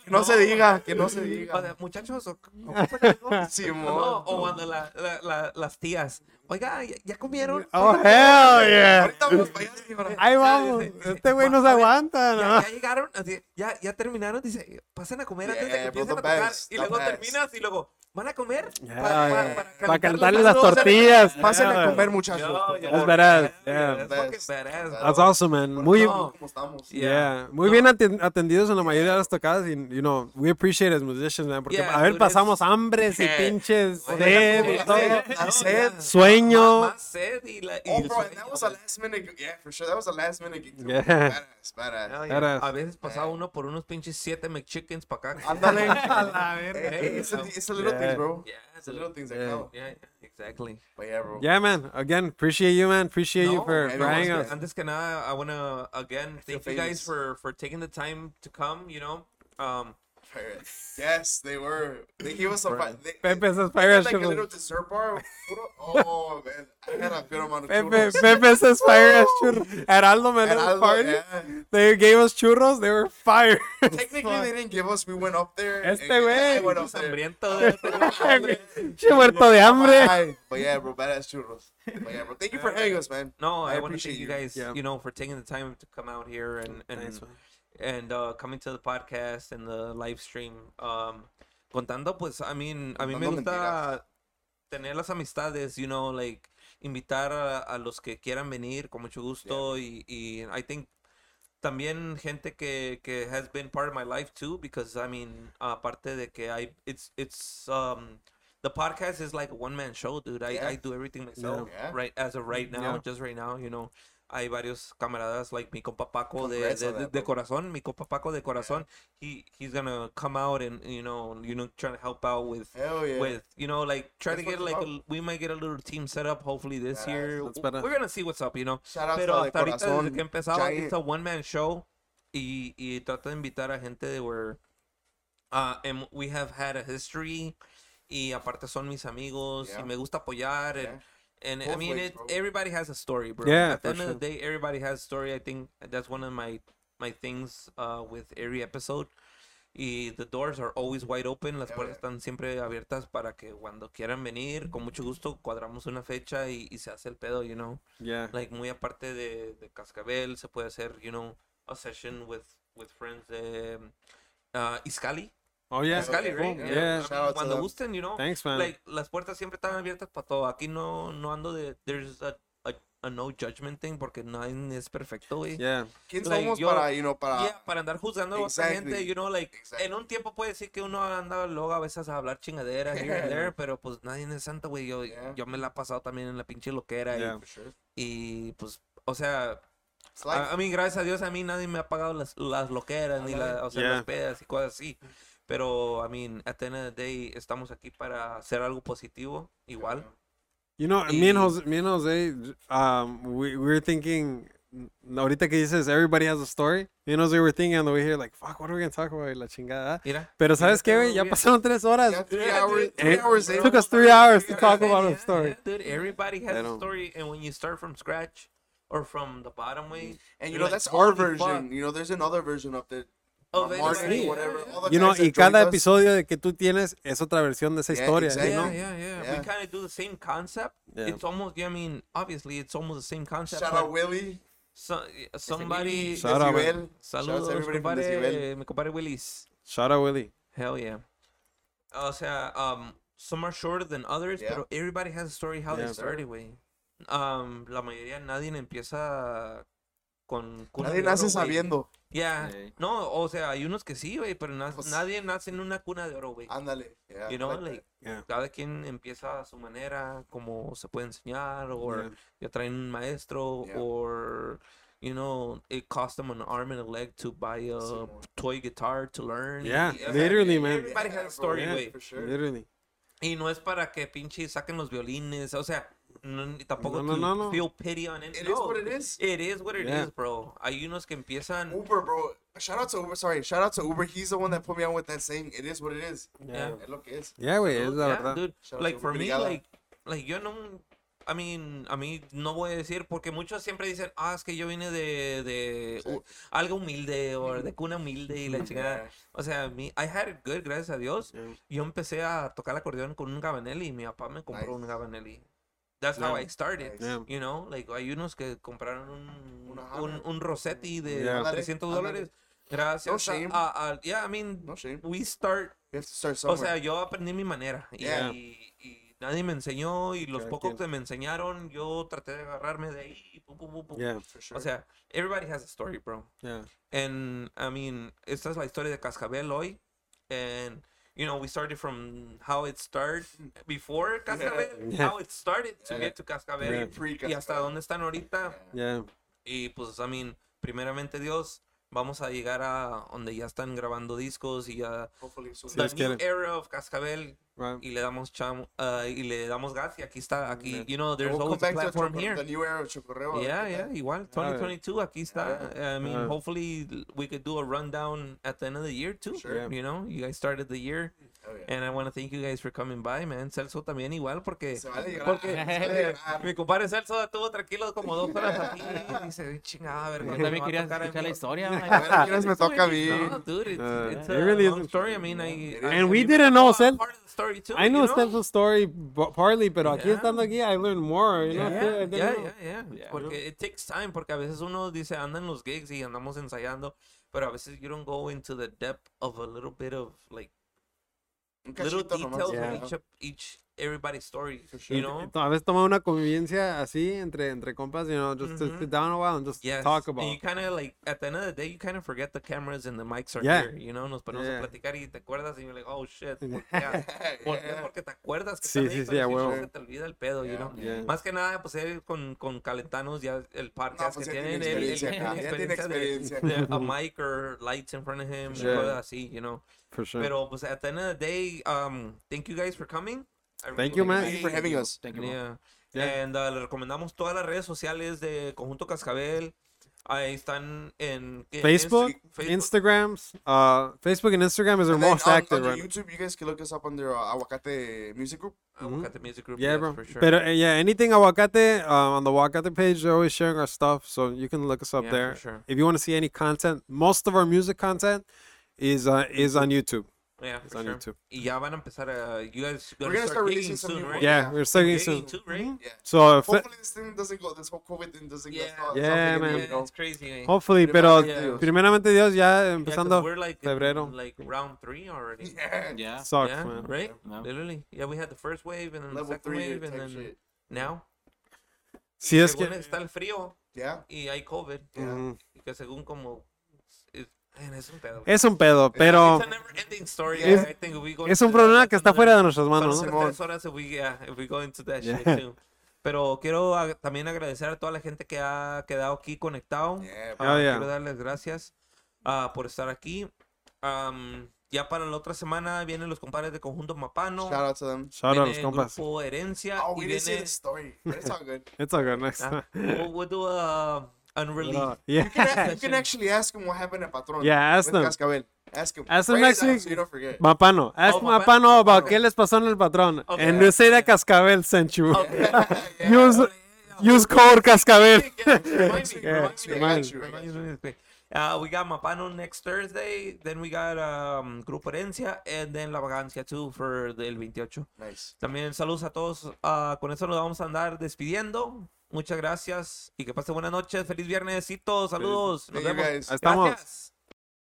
Speaker 4: Que no se diga, que no se
Speaker 1: O sea,
Speaker 4: diga.
Speaker 1: Muchachos, o- ocupan algo. pues,
Speaker 4: pues,
Speaker 1: No,
Speaker 4: Simón.
Speaker 1: o cuando la- la- la- las tías, oiga, ¿ya, ya comieron?
Speaker 2: Oh, hell yeah.
Speaker 4: Ahorita vamos para allá, señora.
Speaker 2: Ahí vamos.
Speaker 1: dice,
Speaker 2: Este güey no se
Speaker 1: "Va, a ver,
Speaker 2: aguanta,
Speaker 1: ¿Ya,
Speaker 2: ¿no?
Speaker 1: ya llegaron, así, ya, ya terminaron, dice, pasen a comer antes de que
Speaker 4: Yeah, bro,
Speaker 1: empiecen a
Speaker 4: the
Speaker 1: tocar.
Speaker 4: best,
Speaker 1: y
Speaker 4: the
Speaker 1: luego
Speaker 4: best.
Speaker 1: terminas y luego, ¿van a comer?
Speaker 2: Yeah, yeah.
Speaker 1: calentar
Speaker 2: Para cantarle las
Speaker 1: los tacos.
Speaker 2: tortillas.
Speaker 4: Pasen a
Speaker 2: Yeah.
Speaker 4: comer, muchachos. por
Speaker 1: Yeah,
Speaker 2: That's
Speaker 4: favor.
Speaker 2: badass.
Speaker 1: yeah,
Speaker 2: Yeah.
Speaker 1: that's fucking badass, bro.
Speaker 2: That's awesome, man. Muy,
Speaker 1: No.
Speaker 4: ¿Cómo estamos?
Speaker 1: Yeah.
Speaker 2: yeah. Muy bien aten- atendidos en la mayoría de las tocadas. Y, you know, we appreciate as musicians, man. Porque,
Speaker 1: Yeah,
Speaker 2: a ver,
Speaker 1: dude,
Speaker 2: pasamos hambres y
Speaker 4: Yeah.
Speaker 2: pinches
Speaker 1: Oye,
Speaker 2: sed
Speaker 1: la
Speaker 2: y
Speaker 1: comida,
Speaker 4: Yeah,
Speaker 2: todo.
Speaker 1: yeah,
Speaker 4: la
Speaker 1: no,
Speaker 4: sed.
Speaker 1: yeah. Más,
Speaker 2: Sueño.
Speaker 1: más sed y la. y
Speaker 4: Oh,
Speaker 1: el
Speaker 4: bro, and
Speaker 1: sueño,
Speaker 4: that was a
Speaker 1: güey.
Speaker 4: last minute. gig. Yeah, for sure. That was a last minute gig. too.
Speaker 2: Yeah.
Speaker 4: Badass, badass.
Speaker 1: Oh, Yeah,
Speaker 2: Badass.
Speaker 1: A veces pasaba uno por unos pinches siete McChickens para acá.
Speaker 4: Eh. Ándale.
Speaker 1: Hey,
Speaker 4: Eh, It's a-
Speaker 1: so-
Speaker 4: it's a little
Speaker 2: Yeah.
Speaker 4: thing, bro.
Speaker 1: Yeah,
Speaker 4: It's a little things that count.
Speaker 1: yeah, exactly.
Speaker 4: But yeah, bro.
Speaker 2: Yeah, man. Again, appreciate you, man. Appreciate you
Speaker 1: No,
Speaker 2: for,
Speaker 4: man,
Speaker 2: for
Speaker 4: no,
Speaker 2: hanging
Speaker 4: it's
Speaker 2: us.
Speaker 4: good.
Speaker 1: And this can I, I wanna again
Speaker 4: feel
Speaker 1: thank you guys
Speaker 4: famous.
Speaker 1: for for taking the time to come. You know, um,
Speaker 4: Pirates. Yes, they were. They gave us some. Right. They,
Speaker 2: Pepe
Speaker 4: they
Speaker 2: says
Speaker 4: had
Speaker 2: fire
Speaker 4: like a little
Speaker 2: churros.
Speaker 4: dessert bar. Puro- Oh man, I had a good amount of
Speaker 2: Pepe,
Speaker 4: churros.
Speaker 2: Pepe says fire churros. Heraldo me
Speaker 4: And I
Speaker 2: dio
Speaker 4: was like,
Speaker 2: party.
Speaker 4: yeah.
Speaker 2: They gave us churros. They were fire.
Speaker 4: Technically, they didn't give us. We went up there. and-
Speaker 2: Este güey.
Speaker 4: I went up there.
Speaker 1: hambriento.
Speaker 2: Che muerto de hambre.
Speaker 4: Ay, But yeah, bro, badass churros. But yeah, bro, thank you for hanging us, man.
Speaker 1: no,
Speaker 4: I
Speaker 1: I, want to
Speaker 4: appreciate
Speaker 1: thank you
Speaker 4: you.
Speaker 1: guys.
Speaker 2: Yeah.
Speaker 1: You know, for taking the time to come out here and and
Speaker 2: Thanks, man.
Speaker 1: and uh, coming to the podcast and the live stream. Um, contando, pues, I mean, a mí me
Speaker 4: Contando
Speaker 1: gusta tener las amistades. You know, like invitar a, a los que quieran venir con mucho gusto y, y I think también gente que, que has been part of my life too because I mean aparte de que I it's it's um the podcast is like a one man show dude I,
Speaker 4: Yeah.
Speaker 1: I do everything myself
Speaker 4: Yeah.
Speaker 1: right as of right now
Speaker 2: Yeah.
Speaker 1: just right now you know hay varios camaradas like mi compa Paco de,
Speaker 4: Congrats
Speaker 1: de,
Speaker 4: on
Speaker 1: de,
Speaker 4: that,
Speaker 1: de
Speaker 4: bro.
Speaker 1: corazón mi compa Paco de corazón he he's gonna come out and you know you know trying to help out with
Speaker 4: Hell yeah.
Speaker 1: with you know like try
Speaker 4: That's
Speaker 1: to
Speaker 4: what
Speaker 1: get
Speaker 4: it's
Speaker 1: like a,
Speaker 4: about.
Speaker 1: we might get a little team set up hopefully this
Speaker 4: Badass.
Speaker 1: year
Speaker 2: That's better.
Speaker 1: we're gonna see what's up you know
Speaker 4: Shout out
Speaker 1: pero
Speaker 4: to
Speaker 1: hasta
Speaker 4: the
Speaker 1: ahorita desde
Speaker 4: corazón.
Speaker 1: que empezaba
Speaker 4: Giant.
Speaker 1: it's a one man show y, y trata de invitar a gente de where uh, and we have had a history y aparte son mis amigos
Speaker 4: Yeah.
Speaker 1: y me gusta apoyar and, and I
Speaker 4: Both
Speaker 1: mean
Speaker 4: ways,
Speaker 1: it,
Speaker 4: bro.
Speaker 1: everybody has a story bro
Speaker 2: Yeah,
Speaker 1: at the
Speaker 2: for
Speaker 1: end of the day everybody has a story I think that's one of my my things uh, with every episode y the doors are always wide open, las
Speaker 4: Hell
Speaker 1: puertas
Speaker 4: yeah.
Speaker 1: están siempre abiertas para que cuando quieran venir, con mucho gusto cuadramos una fecha y, y se hace el pedo, you know.
Speaker 2: Yeah.
Speaker 1: Like muy aparte de, de Cascabel, se puede hacer, you know, a session with with friends de uh, Iscali.
Speaker 2: Oh yeah.
Speaker 1: Iscali, right?
Speaker 2: Boom.
Speaker 4: Yeah.
Speaker 2: Yeah.
Speaker 4: Shout out to
Speaker 1: Cuando
Speaker 4: them.
Speaker 1: gusten, you know.
Speaker 2: Thanks, man.
Speaker 1: Like las puertas siempre están abiertas para todo. Aquí no no ando de there's a, a, a no judgment thing porque nadie es perfecto, güey.
Speaker 2: yeah.
Speaker 4: ¿Quién
Speaker 1: like,
Speaker 4: somos
Speaker 1: yo-
Speaker 4: para, you know, para?
Speaker 1: Yeah, para andar juzgando a otra gente,
Speaker 4: Exactly.
Speaker 1: you know, like,
Speaker 4: Exactly.
Speaker 1: en un tiempo puede decir que uno anda luego a veces a hablar chingadera here and there, pero pues nadie es santo, güey. Yo,
Speaker 4: Yeah.
Speaker 1: yo me la he pasado también en la pinche loquera y-
Speaker 2: Yeah.
Speaker 4: For sure.
Speaker 1: y, pues, o sea,
Speaker 4: It's
Speaker 2: Ah,
Speaker 1: a,
Speaker 4: life.
Speaker 1: a mí, gracias a Dios, a mí nadie me ha pagado las, las loqueras ni la- o sea,
Speaker 2: Yeah.
Speaker 1: las pedas y cosas así. Pero, I mean, at the end of the day, estamos aquí para hacer algo positivo, igual.
Speaker 2: You know, me
Speaker 1: Y-
Speaker 2: and Jose, me and Jose, um, we, we were thinking, n- ahorita que dices, everybody has a story. You know, as we were thinking on the way here, like, fuck, what are we gonna talk about? La chingada.
Speaker 1: Mira.
Speaker 2: Pero sabes qué, güey, ya
Speaker 1: Yeah.
Speaker 2: pasaron tres horas.
Speaker 4: Yeah, three hours. Three
Speaker 2: It
Speaker 4: hours. in.
Speaker 2: Eh, took us three hours to
Speaker 1: Yeah,
Speaker 2: talk
Speaker 1: yeah,
Speaker 2: about
Speaker 1: yeah,
Speaker 2: a story.
Speaker 1: yeah, dude, everybody has
Speaker 2: I
Speaker 1: a
Speaker 2: know.
Speaker 1: story, and when you start from scratch or from the bottom, way,
Speaker 4: And you
Speaker 1: You're
Speaker 4: know
Speaker 1: like,
Speaker 4: that's our
Speaker 1: "Holy fuck."
Speaker 4: version. You know, there's another version up there.
Speaker 1: of it.
Speaker 4: marketing,
Speaker 1: Yeah.
Speaker 4: whatever. all the
Speaker 2: You know,
Speaker 4: guys that
Speaker 2: y cada
Speaker 4: joined us.
Speaker 2: episodio de que tú tienes es otra versión de esa
Speaker 4: Yeah,
Speaker 2: historia,
Speaker 4: exactly.
Speaker 2: you know?
Speaker 1: Yeah, yeah, yeah,
Speaker 4: Yeah.
Speaker 1: We kind of do the same concept.
Speaker 2: Yeah.
Speaker 1: It's almost, yeah, I mean, obviously, it's almost the same concept.
Speaker 4: Shout
Speaker 1: but
Speaker 4: out Willie.
Speaker 1: so, somebody,
Speaker 2: Shout out,
Speaker 4: Decibel.
Speaker 2: man.
Speaker 4: Shout out
Speaker 1: saludos,
Speaker 4: to everybody from Decibel.
Speaker 1: compadre, mi compadre Willis.
Speaker 2: Shout out Willie.
Speaker 1: Hell yeah. O sea, um, some are shorter than others,
Speaker 4: Yeah.
Speaker 1: pero everybody has a story how
Speaker 2: Yeah.
Speaker 1: they started, güey. Um, la mayoría, nadie empieza con... con
Speaker 4: Nadie nace
Speaker 1: sabiendo.
Speaker 4: sabiendo.
Speaker 1: Ya,
Speaker 3: Sí.
Speaker 1: no, o sea, hay unos que sí, güey, pero na-
Speaker 4: Pues- Ah,
Speaker 1: nadie nace en una cuna de oro, güey.
Speaker 4: Ándale. Yeah,
Speaker 1: You know,
Speaker 4: like
Speaker 1: like,
Speaker 2: Yeah.
Speaker 1: cada quien empieza a su manera, como se puede enseñar, o ya traen un maestro,
Speaker 4: Yeah.
Speaker 1: or you know, it cost them an arm and a leg to buy a
Speaker 4: Simón.
Speaker 1: toy guitar to learn.
Speaker 2: Yeah,
Speaker 1: Y, o sea,
Speaker 2: literally, man.
Speaker 1: Everybody has a story,
Speaker 2: Yeah.
Speaker 1: güey.
Speaker 4: For sure.
Speaker 2: Literally.
Speaker 1: Y no es para que pinche saquen los violines, o sea, no, ni tampoco
Speaker 2: No, no,
Speaker 1: to
Speaker 2: no, no.
Speaker 1: feel pity on it.
Speaker 4: It is
Speaker 1: no,
Speaker 4: what it is.
Speaker 1: It is what it is,
Speaker 2: Yeah.
Speaker 1: bro. Hay unos que empiezan.
Speaker 4: Uber, bro. Shout out to Uber. Sorry. Shout out to Uber. He's the one that put me on with that saying, it is what it is.
Speaker 1: Yeah.
Speaker 4: Es lo que es.
Speaker 2: Yeah, güey, es la
Speaker 1: Yeah,
Speaker 2: verdad.
Speaker 1: dude,
Speaker 4: Shout out
Speaker 1: like
Speaker 4: to
Speaker 1: for me,
Speaker 4: Brigada.
Speaker 1: like, like yo no, I mean, a mí no voy a decir porque muchos siempre dicen, ah, es que yo vine de, de u- algo humilde o de cuna humilde y la chingada. O sea, a mí, I had it good, gracias a Dios. Yo empecé a tocar el acordeón con un Gabanelli y mi papá me compró un
Speaker 4: Nice.
Speaker 1: Gabanelli. That's how I started.
Speaker 4: Nice.
Speaker 2: Yeah.
Speaker 1: You know, like hay unos que compraron un,
Speaker 4: Una
Speaker 1: un,
Speaker 4: Hammer.
Speaker 1: un Rossetti de
Speaker 2: Yeah.
Speaker 4: Ándale,
Speaker 1: 300
Speaker 4: ándale.
Speaker 1: dólares. Gracias.
Speaker 4: shame.
Speaker 1: a, a- a- yeah, I mean,
Speaker 4: No shame.
Speaker 1: we start
Speaker 4: We have to start
Speaker 1: o
Speaker 4: somewhere.
Speaker 1: sea, yo aprendí mi manera y,
Speaker 4: Yeah.
Speaker 1: y- y nadie me enseñó y los
Speaker 2: Cada
Speaker 1: pocos
Speaker 2: quien.
Speaker 1: que me enseñaron, yo traté de agarrarme de ahí. y pum, pum, pum, pum.
Speaker 2: Yeah,
Speaker 4: for sure.
Speaker 1: O sea, everybody has a story, bro.
Speaker 2: yeah.
Speaker 1: And I mean, esta es la historia de Cascabel hoy. And you know, we started from how it started before Cascabel,
Speaker 2: Yeah.
Speaker 1: how it started to get to Cascabel
Speaker 4: Pre-
Speaker 1: y hasta dónde están ahorita.
Speaker 2: Yeah.
Speaker 1: Y pues, I mean, primeramente Dios, vamos a llegar a donde ya están grabando discos y ya
Speaker 4: Hopefully soon.
Speaker 1: the
Speaker 2: Dios
Speaker 1: new
Speaker 2: quiere.
Speaker 1: era of Cascabel
Speaker 2: Right.
Speaker 1: y le damos cham ah, y le damos gas y aquí está aquí you know there's
Speaker 4: We'll come
Speaker 1: always a
Speaker 4: back to
Speaker 1: platform
Speaker 4: Chocorro-
Speaker 1: here
Speaker 4: the new era of Chocorreo.
Speaker 1: yeah yeah igual 2022 aquí está I mean
Speaker 2: Ah.
Speaker 1: hopefully we could do a rundown at the end of the year too
Speaker 4: Sure.
Speaker 2: Yeah.
Speaker 1: you know you guys started the year
Speaker 4: Oh, yeah.
Speaker 1: and I want to thank you guys for coming by man Celso también igual porque
Speaker 4: Se vale llorar,
Speaker 1: porque
Speaker 4: se vale
Speaker 1: eh,
Speaker 4: llorar.
Speaker 1: mi compadre Celso estuvo tranquilo como dos horas aquí y dice chingada verga
Speaker 22: Yo
Speaker 1: me
Speaker 22: también
Speaker 1: va a
Speaker 22: quería
Speaker 1: tocar a
Speaker 22: escuchar la
Speaker 1: mí".
Speaker 22: historia.
Speaker 4: A
Speaker 22: man.
Speaker 4: ver, ¿a quiénes me toca a mí?
Speaker 1: No, dude, it's,
Speaker 2: Uh,
Speaker 1: it's
Speaker 2: it
Speaker 1: a
Speaker 2: really
Speaker 1: long
Speaker 2: isn't-
Speaker 1: story. I mean, I,
Speaker 4: And
Speaker 1: I-
Speaker 4: we
Speaker 1: I mean,
Speaker 2: didn't know,
Speaker 1: I'm
Speaker 2: Cel-
Speaker 1: Part of the story too.
Speaker 2: I know
Speaker 1: you know?
Speaker 2: Stefan's story b- partly, pero aquí
Speaker 1: Yeah.
Speaker 2: estando aquí, I learned more, you know?
Speaker 1: Yeah,
Speaker 2: too, I
Speaker 1: yeah,
Speaker 2: didn't
Speaker 1: yeah,
Speaker 2: know.
Speaker 1: yeah.
Speaker 3: Yeah.
Speaker 1: Porque it takes time, porque a veces uno dice, andan los gigs y andamos ensayando, pero a veces you don't go into the depth of a little bit of like
Speaker 4: Un
Speaker 1: little
Speaker 4: cachito nomás.
Speaker 1: details
Speaker 2: Yeah.
Speaker 1: of each, of- each everybody's story,
Speaker 4: sure.
Speaker 1: you know?
Speaker 2: A veces toma una convivencia así entre, entre compas, you know, just to
Speaker 1: Mhm.
Speaker 2: sit down a while and just
Speaker 1: Yes.
Speaker 2: talk
Speaker 1: and you
Speaker 2: about.
Speaker 1: kind of like at the end of the day, you kind of forget the cameras and the mics are
Speaker 2: Yeah.
Speaker 1: here, you know? Nos ponemos
Speaker 2: Yeah.
Speaker 1: a platicar y te acuerdas y you're like, oh shit.
Speaker 2: Yeah.
Speaker 1: ¿Por qué?
Speaker 4: Yeah.
Speaker 1: Porque te acuerdas que
Speaker 2: Sí,
Speaker 1: estás ahí,
Speaker 2: sí, sí,
Speaker 1: pero
Speaker 2: a
Speaker 1: si no,
Speaker 2: huevo.
Speaker 1: se te olvida el pedo, you
Speaker 4: Yeah.
Speaker 1: know?
Speaker 2: Yeah.
Speaker 1: Más que nada, pues él con, con Calentanos ya el podcast
Speaker 4: pues,
Speaker 1: que
Speaker 4: ya
Speaker 1: tienen,
Speaker 4: tiene
Speaker 1: él- él
Speaker 4: experiencia acá, ya tiene
Speaker 1: experiencia de- de a mic or lights in front of him,
Speaker 2: Sure.
Speaker 1: cosas así, you know?
Speaker 2: For sure.
Speaker 1: Pero pues at the end of the day, um, thank you guys for coming. I
Speaker 2: Thank you, man.
Speaker 4: Thank you for having us.
Speaker 3: Thank you, bro.
Speaker 1: Yeah.
Speaker 2: Yeah.
Speaker 1: And uh, le recomendamos todas las redes sociales de Conjunto Cascabel. Ahí están en en
Speaker 2: Facebook,
Speaker 1: eh, Insta-
Speaker 2: Instagrams, uh, Facebook and Instagram is our
Speaker 4: And then
Speaker 2: most
Speaker 4: on-
Speaker 2: active
Speaker 4: under
Speaker 2: right now.
Speaker 4: YouTube, you guys can look us up under uh, Aguacate Music Group.
Speaker 1: ah, Aguacate Music Group.
Speaker 2: mm-hmm. Yeah,
Speaker 1: yes,
Speaker 2: bro.
Speaker 1: for sure.
Speaker 2: But uh, yeah, anything Aguacate uh, on the Aguacate page, they're always sharing our stuff, so you can look us up
Speaker 1: Yeah, for
Speaker 2: there.
Speaker 1: sure.
Speaker 2: If you want to see any content, most of our music content is uh, is on YouTube.
Speaker 1: Yeah, for
Speaker 2: It's on
Speaker 1: sure.
Speaker 2: YouTube.
Speaker 1: Y ya van a empezar a. You guys
Speaker 4: We're gonna start
Speaker 1: gigging
Speaker 4: releasing some
Speaker 1: soon,
Speaker 4: new
Speaker 1: right?
Speaker 4: ones.
Speaker 2: Yeah,
Speaker 4: Yeah.
Speaker 2: we're starting soon. Mm-hmm.
Speaker 1: Gigging too, right?
Speaker 4: Yeah.
Speaker 2: So uh, if
Speaker 4: Hopefully this thing doesn't go, this whole COVID thing doesn't
Speaker 1: Yeah.
Speaker 4: go. stop-
Speaker 2: Yeah,
Speaker 4: stop
Speaker 2: man.
Speaker 4: thinking, you
Speaker 1: Yeah,
Speaker 4: know.
Speaker 1: it's crazy. eh? Yeah,
Speaker 2: hopefully, pero
Speaker 1: Dios.
Speaker 2: primeramente Dios ya
Speaker 1: 'cause
Speaker 2: empezando
Speaker 1: we're like in,
Speaker 2: febrero.
Speaker 1: like round three already.
Speaker 4: Yeah.
Speaker 3: Yeah.
Speaker 2: sucks,
Speaker 1: yeah, Mm,
Speaker 2: man.
Speaker 1: right?
Speaker 3: Yeah.
Speaker 1: Literally. Yeah, we had the first wave and then the
Speaker 4: Level
Speaker 1: second
Speaker 4: three
Speaker 1: wave and
Speaker 4: type
Speaker 1: then
Speaker 4: shit.
Speaker 1: now.
Speaker 2: Si es
Speaker 1: según
Speaker 2: que
Speaker 1: está el frío
Speaker 4: Yeah.
Speaker 1: y hay COVID.
Speaker 2: Ujú.
Speaker 1: Y que según como. es- man, es un pedo.
Speaker 2: es un pedo,
Speaker 1: Eh,
Speaker 2: pero
Speaker 1: It's a never ending story.
Speaker 2: Es-
Speaker 1: I think we go
Speaker 2: es un
Speaker 1: into
Speaker 2: problema
Speaker 1: that
Speaker 2: que está
Speaker 1: another-
Speaker 2: fuera de nuestras manos.
Speaker 1: Son
Speaker 2: ¿no?
Speaker 1: como tres horas if we, yeah, if we go into that shit
Speaker 2: Yeah.
Speaker 1: too. Pero quiero ag- también agradecer a toda la gente que ha quedado aquí conectado.
Speaker 4: Yeah.
Speaker 2: Oh,
Speaker 1: Ah,
Speaker 2: yeah.
Speaker 1: Quiero darles gracias ah, por estar aquí. Am, ya para la otra semana vienen los compadres de Conjunto Mapano.
Speaker 4: Shout out to them.
Speaker 2: Shout out a
Speaker 1: viene
Speaker 2: los
Speaker 1: el
Speaker 2: compas.
Speaker 1: Grupo Herencia.
Speaker 4: Oh,
Speaker 1: y
Speaker 4: we didn't see
Speaker 1: viene-
Speaker 4: the story. But it's all good.
Speaker 2: It's all good next
Speaker 1: ah,
Speaker 2: time.
Speaker 1: we'll, we'll do a unreleased.
Speaker 2: Yeah.
Speaker 4: You can, you can actually ask him what happened at Patron.
Speaker 2: Yeah, ask
Speaker 4: with
Speaker 2: them.
Speaker 4: Cascabel. Ask him.
Speaker 2: Ask them
Speaker 4: Write it
Speaker 2: next
Speaker 4: down
Speaker 2: week.
Speaker 4: So you don't forget.
Speaker 2: Mapano. Ask
Speaker 1: Oh, Mapano.
Speaker 2: Mapano about qué les pasó en el patrón.
Speaker 1: Okay.
Speaker 2: And you say that Cascabel sent you.
Speaker 4: Yeah.
Speaker 2: Use, use code Cascabel.
Speaker 1: Remind me,
Speaker 2: Yeah,
Speaker 1: remind me,
Speaker 2: remind
Speaker 1: remind me. Uh, we got Mapano next Thursday. Then we got um, Grupo Herencia. And then La Vagancia, too, for del 28.
Speaker 4: Nice.
Speaker 1: También saludos a todos. Ah, con eso nos vamos a andar despidiendo. Muchas gracias y que pasen buenas noches. Feliz viernesito. Saludos. Nos
Speaker 4: Thank you,
Speaker 1: vemos.
Speaker 4: guys.
Speaker 13: Estamos.
Speaker 1: Gracias.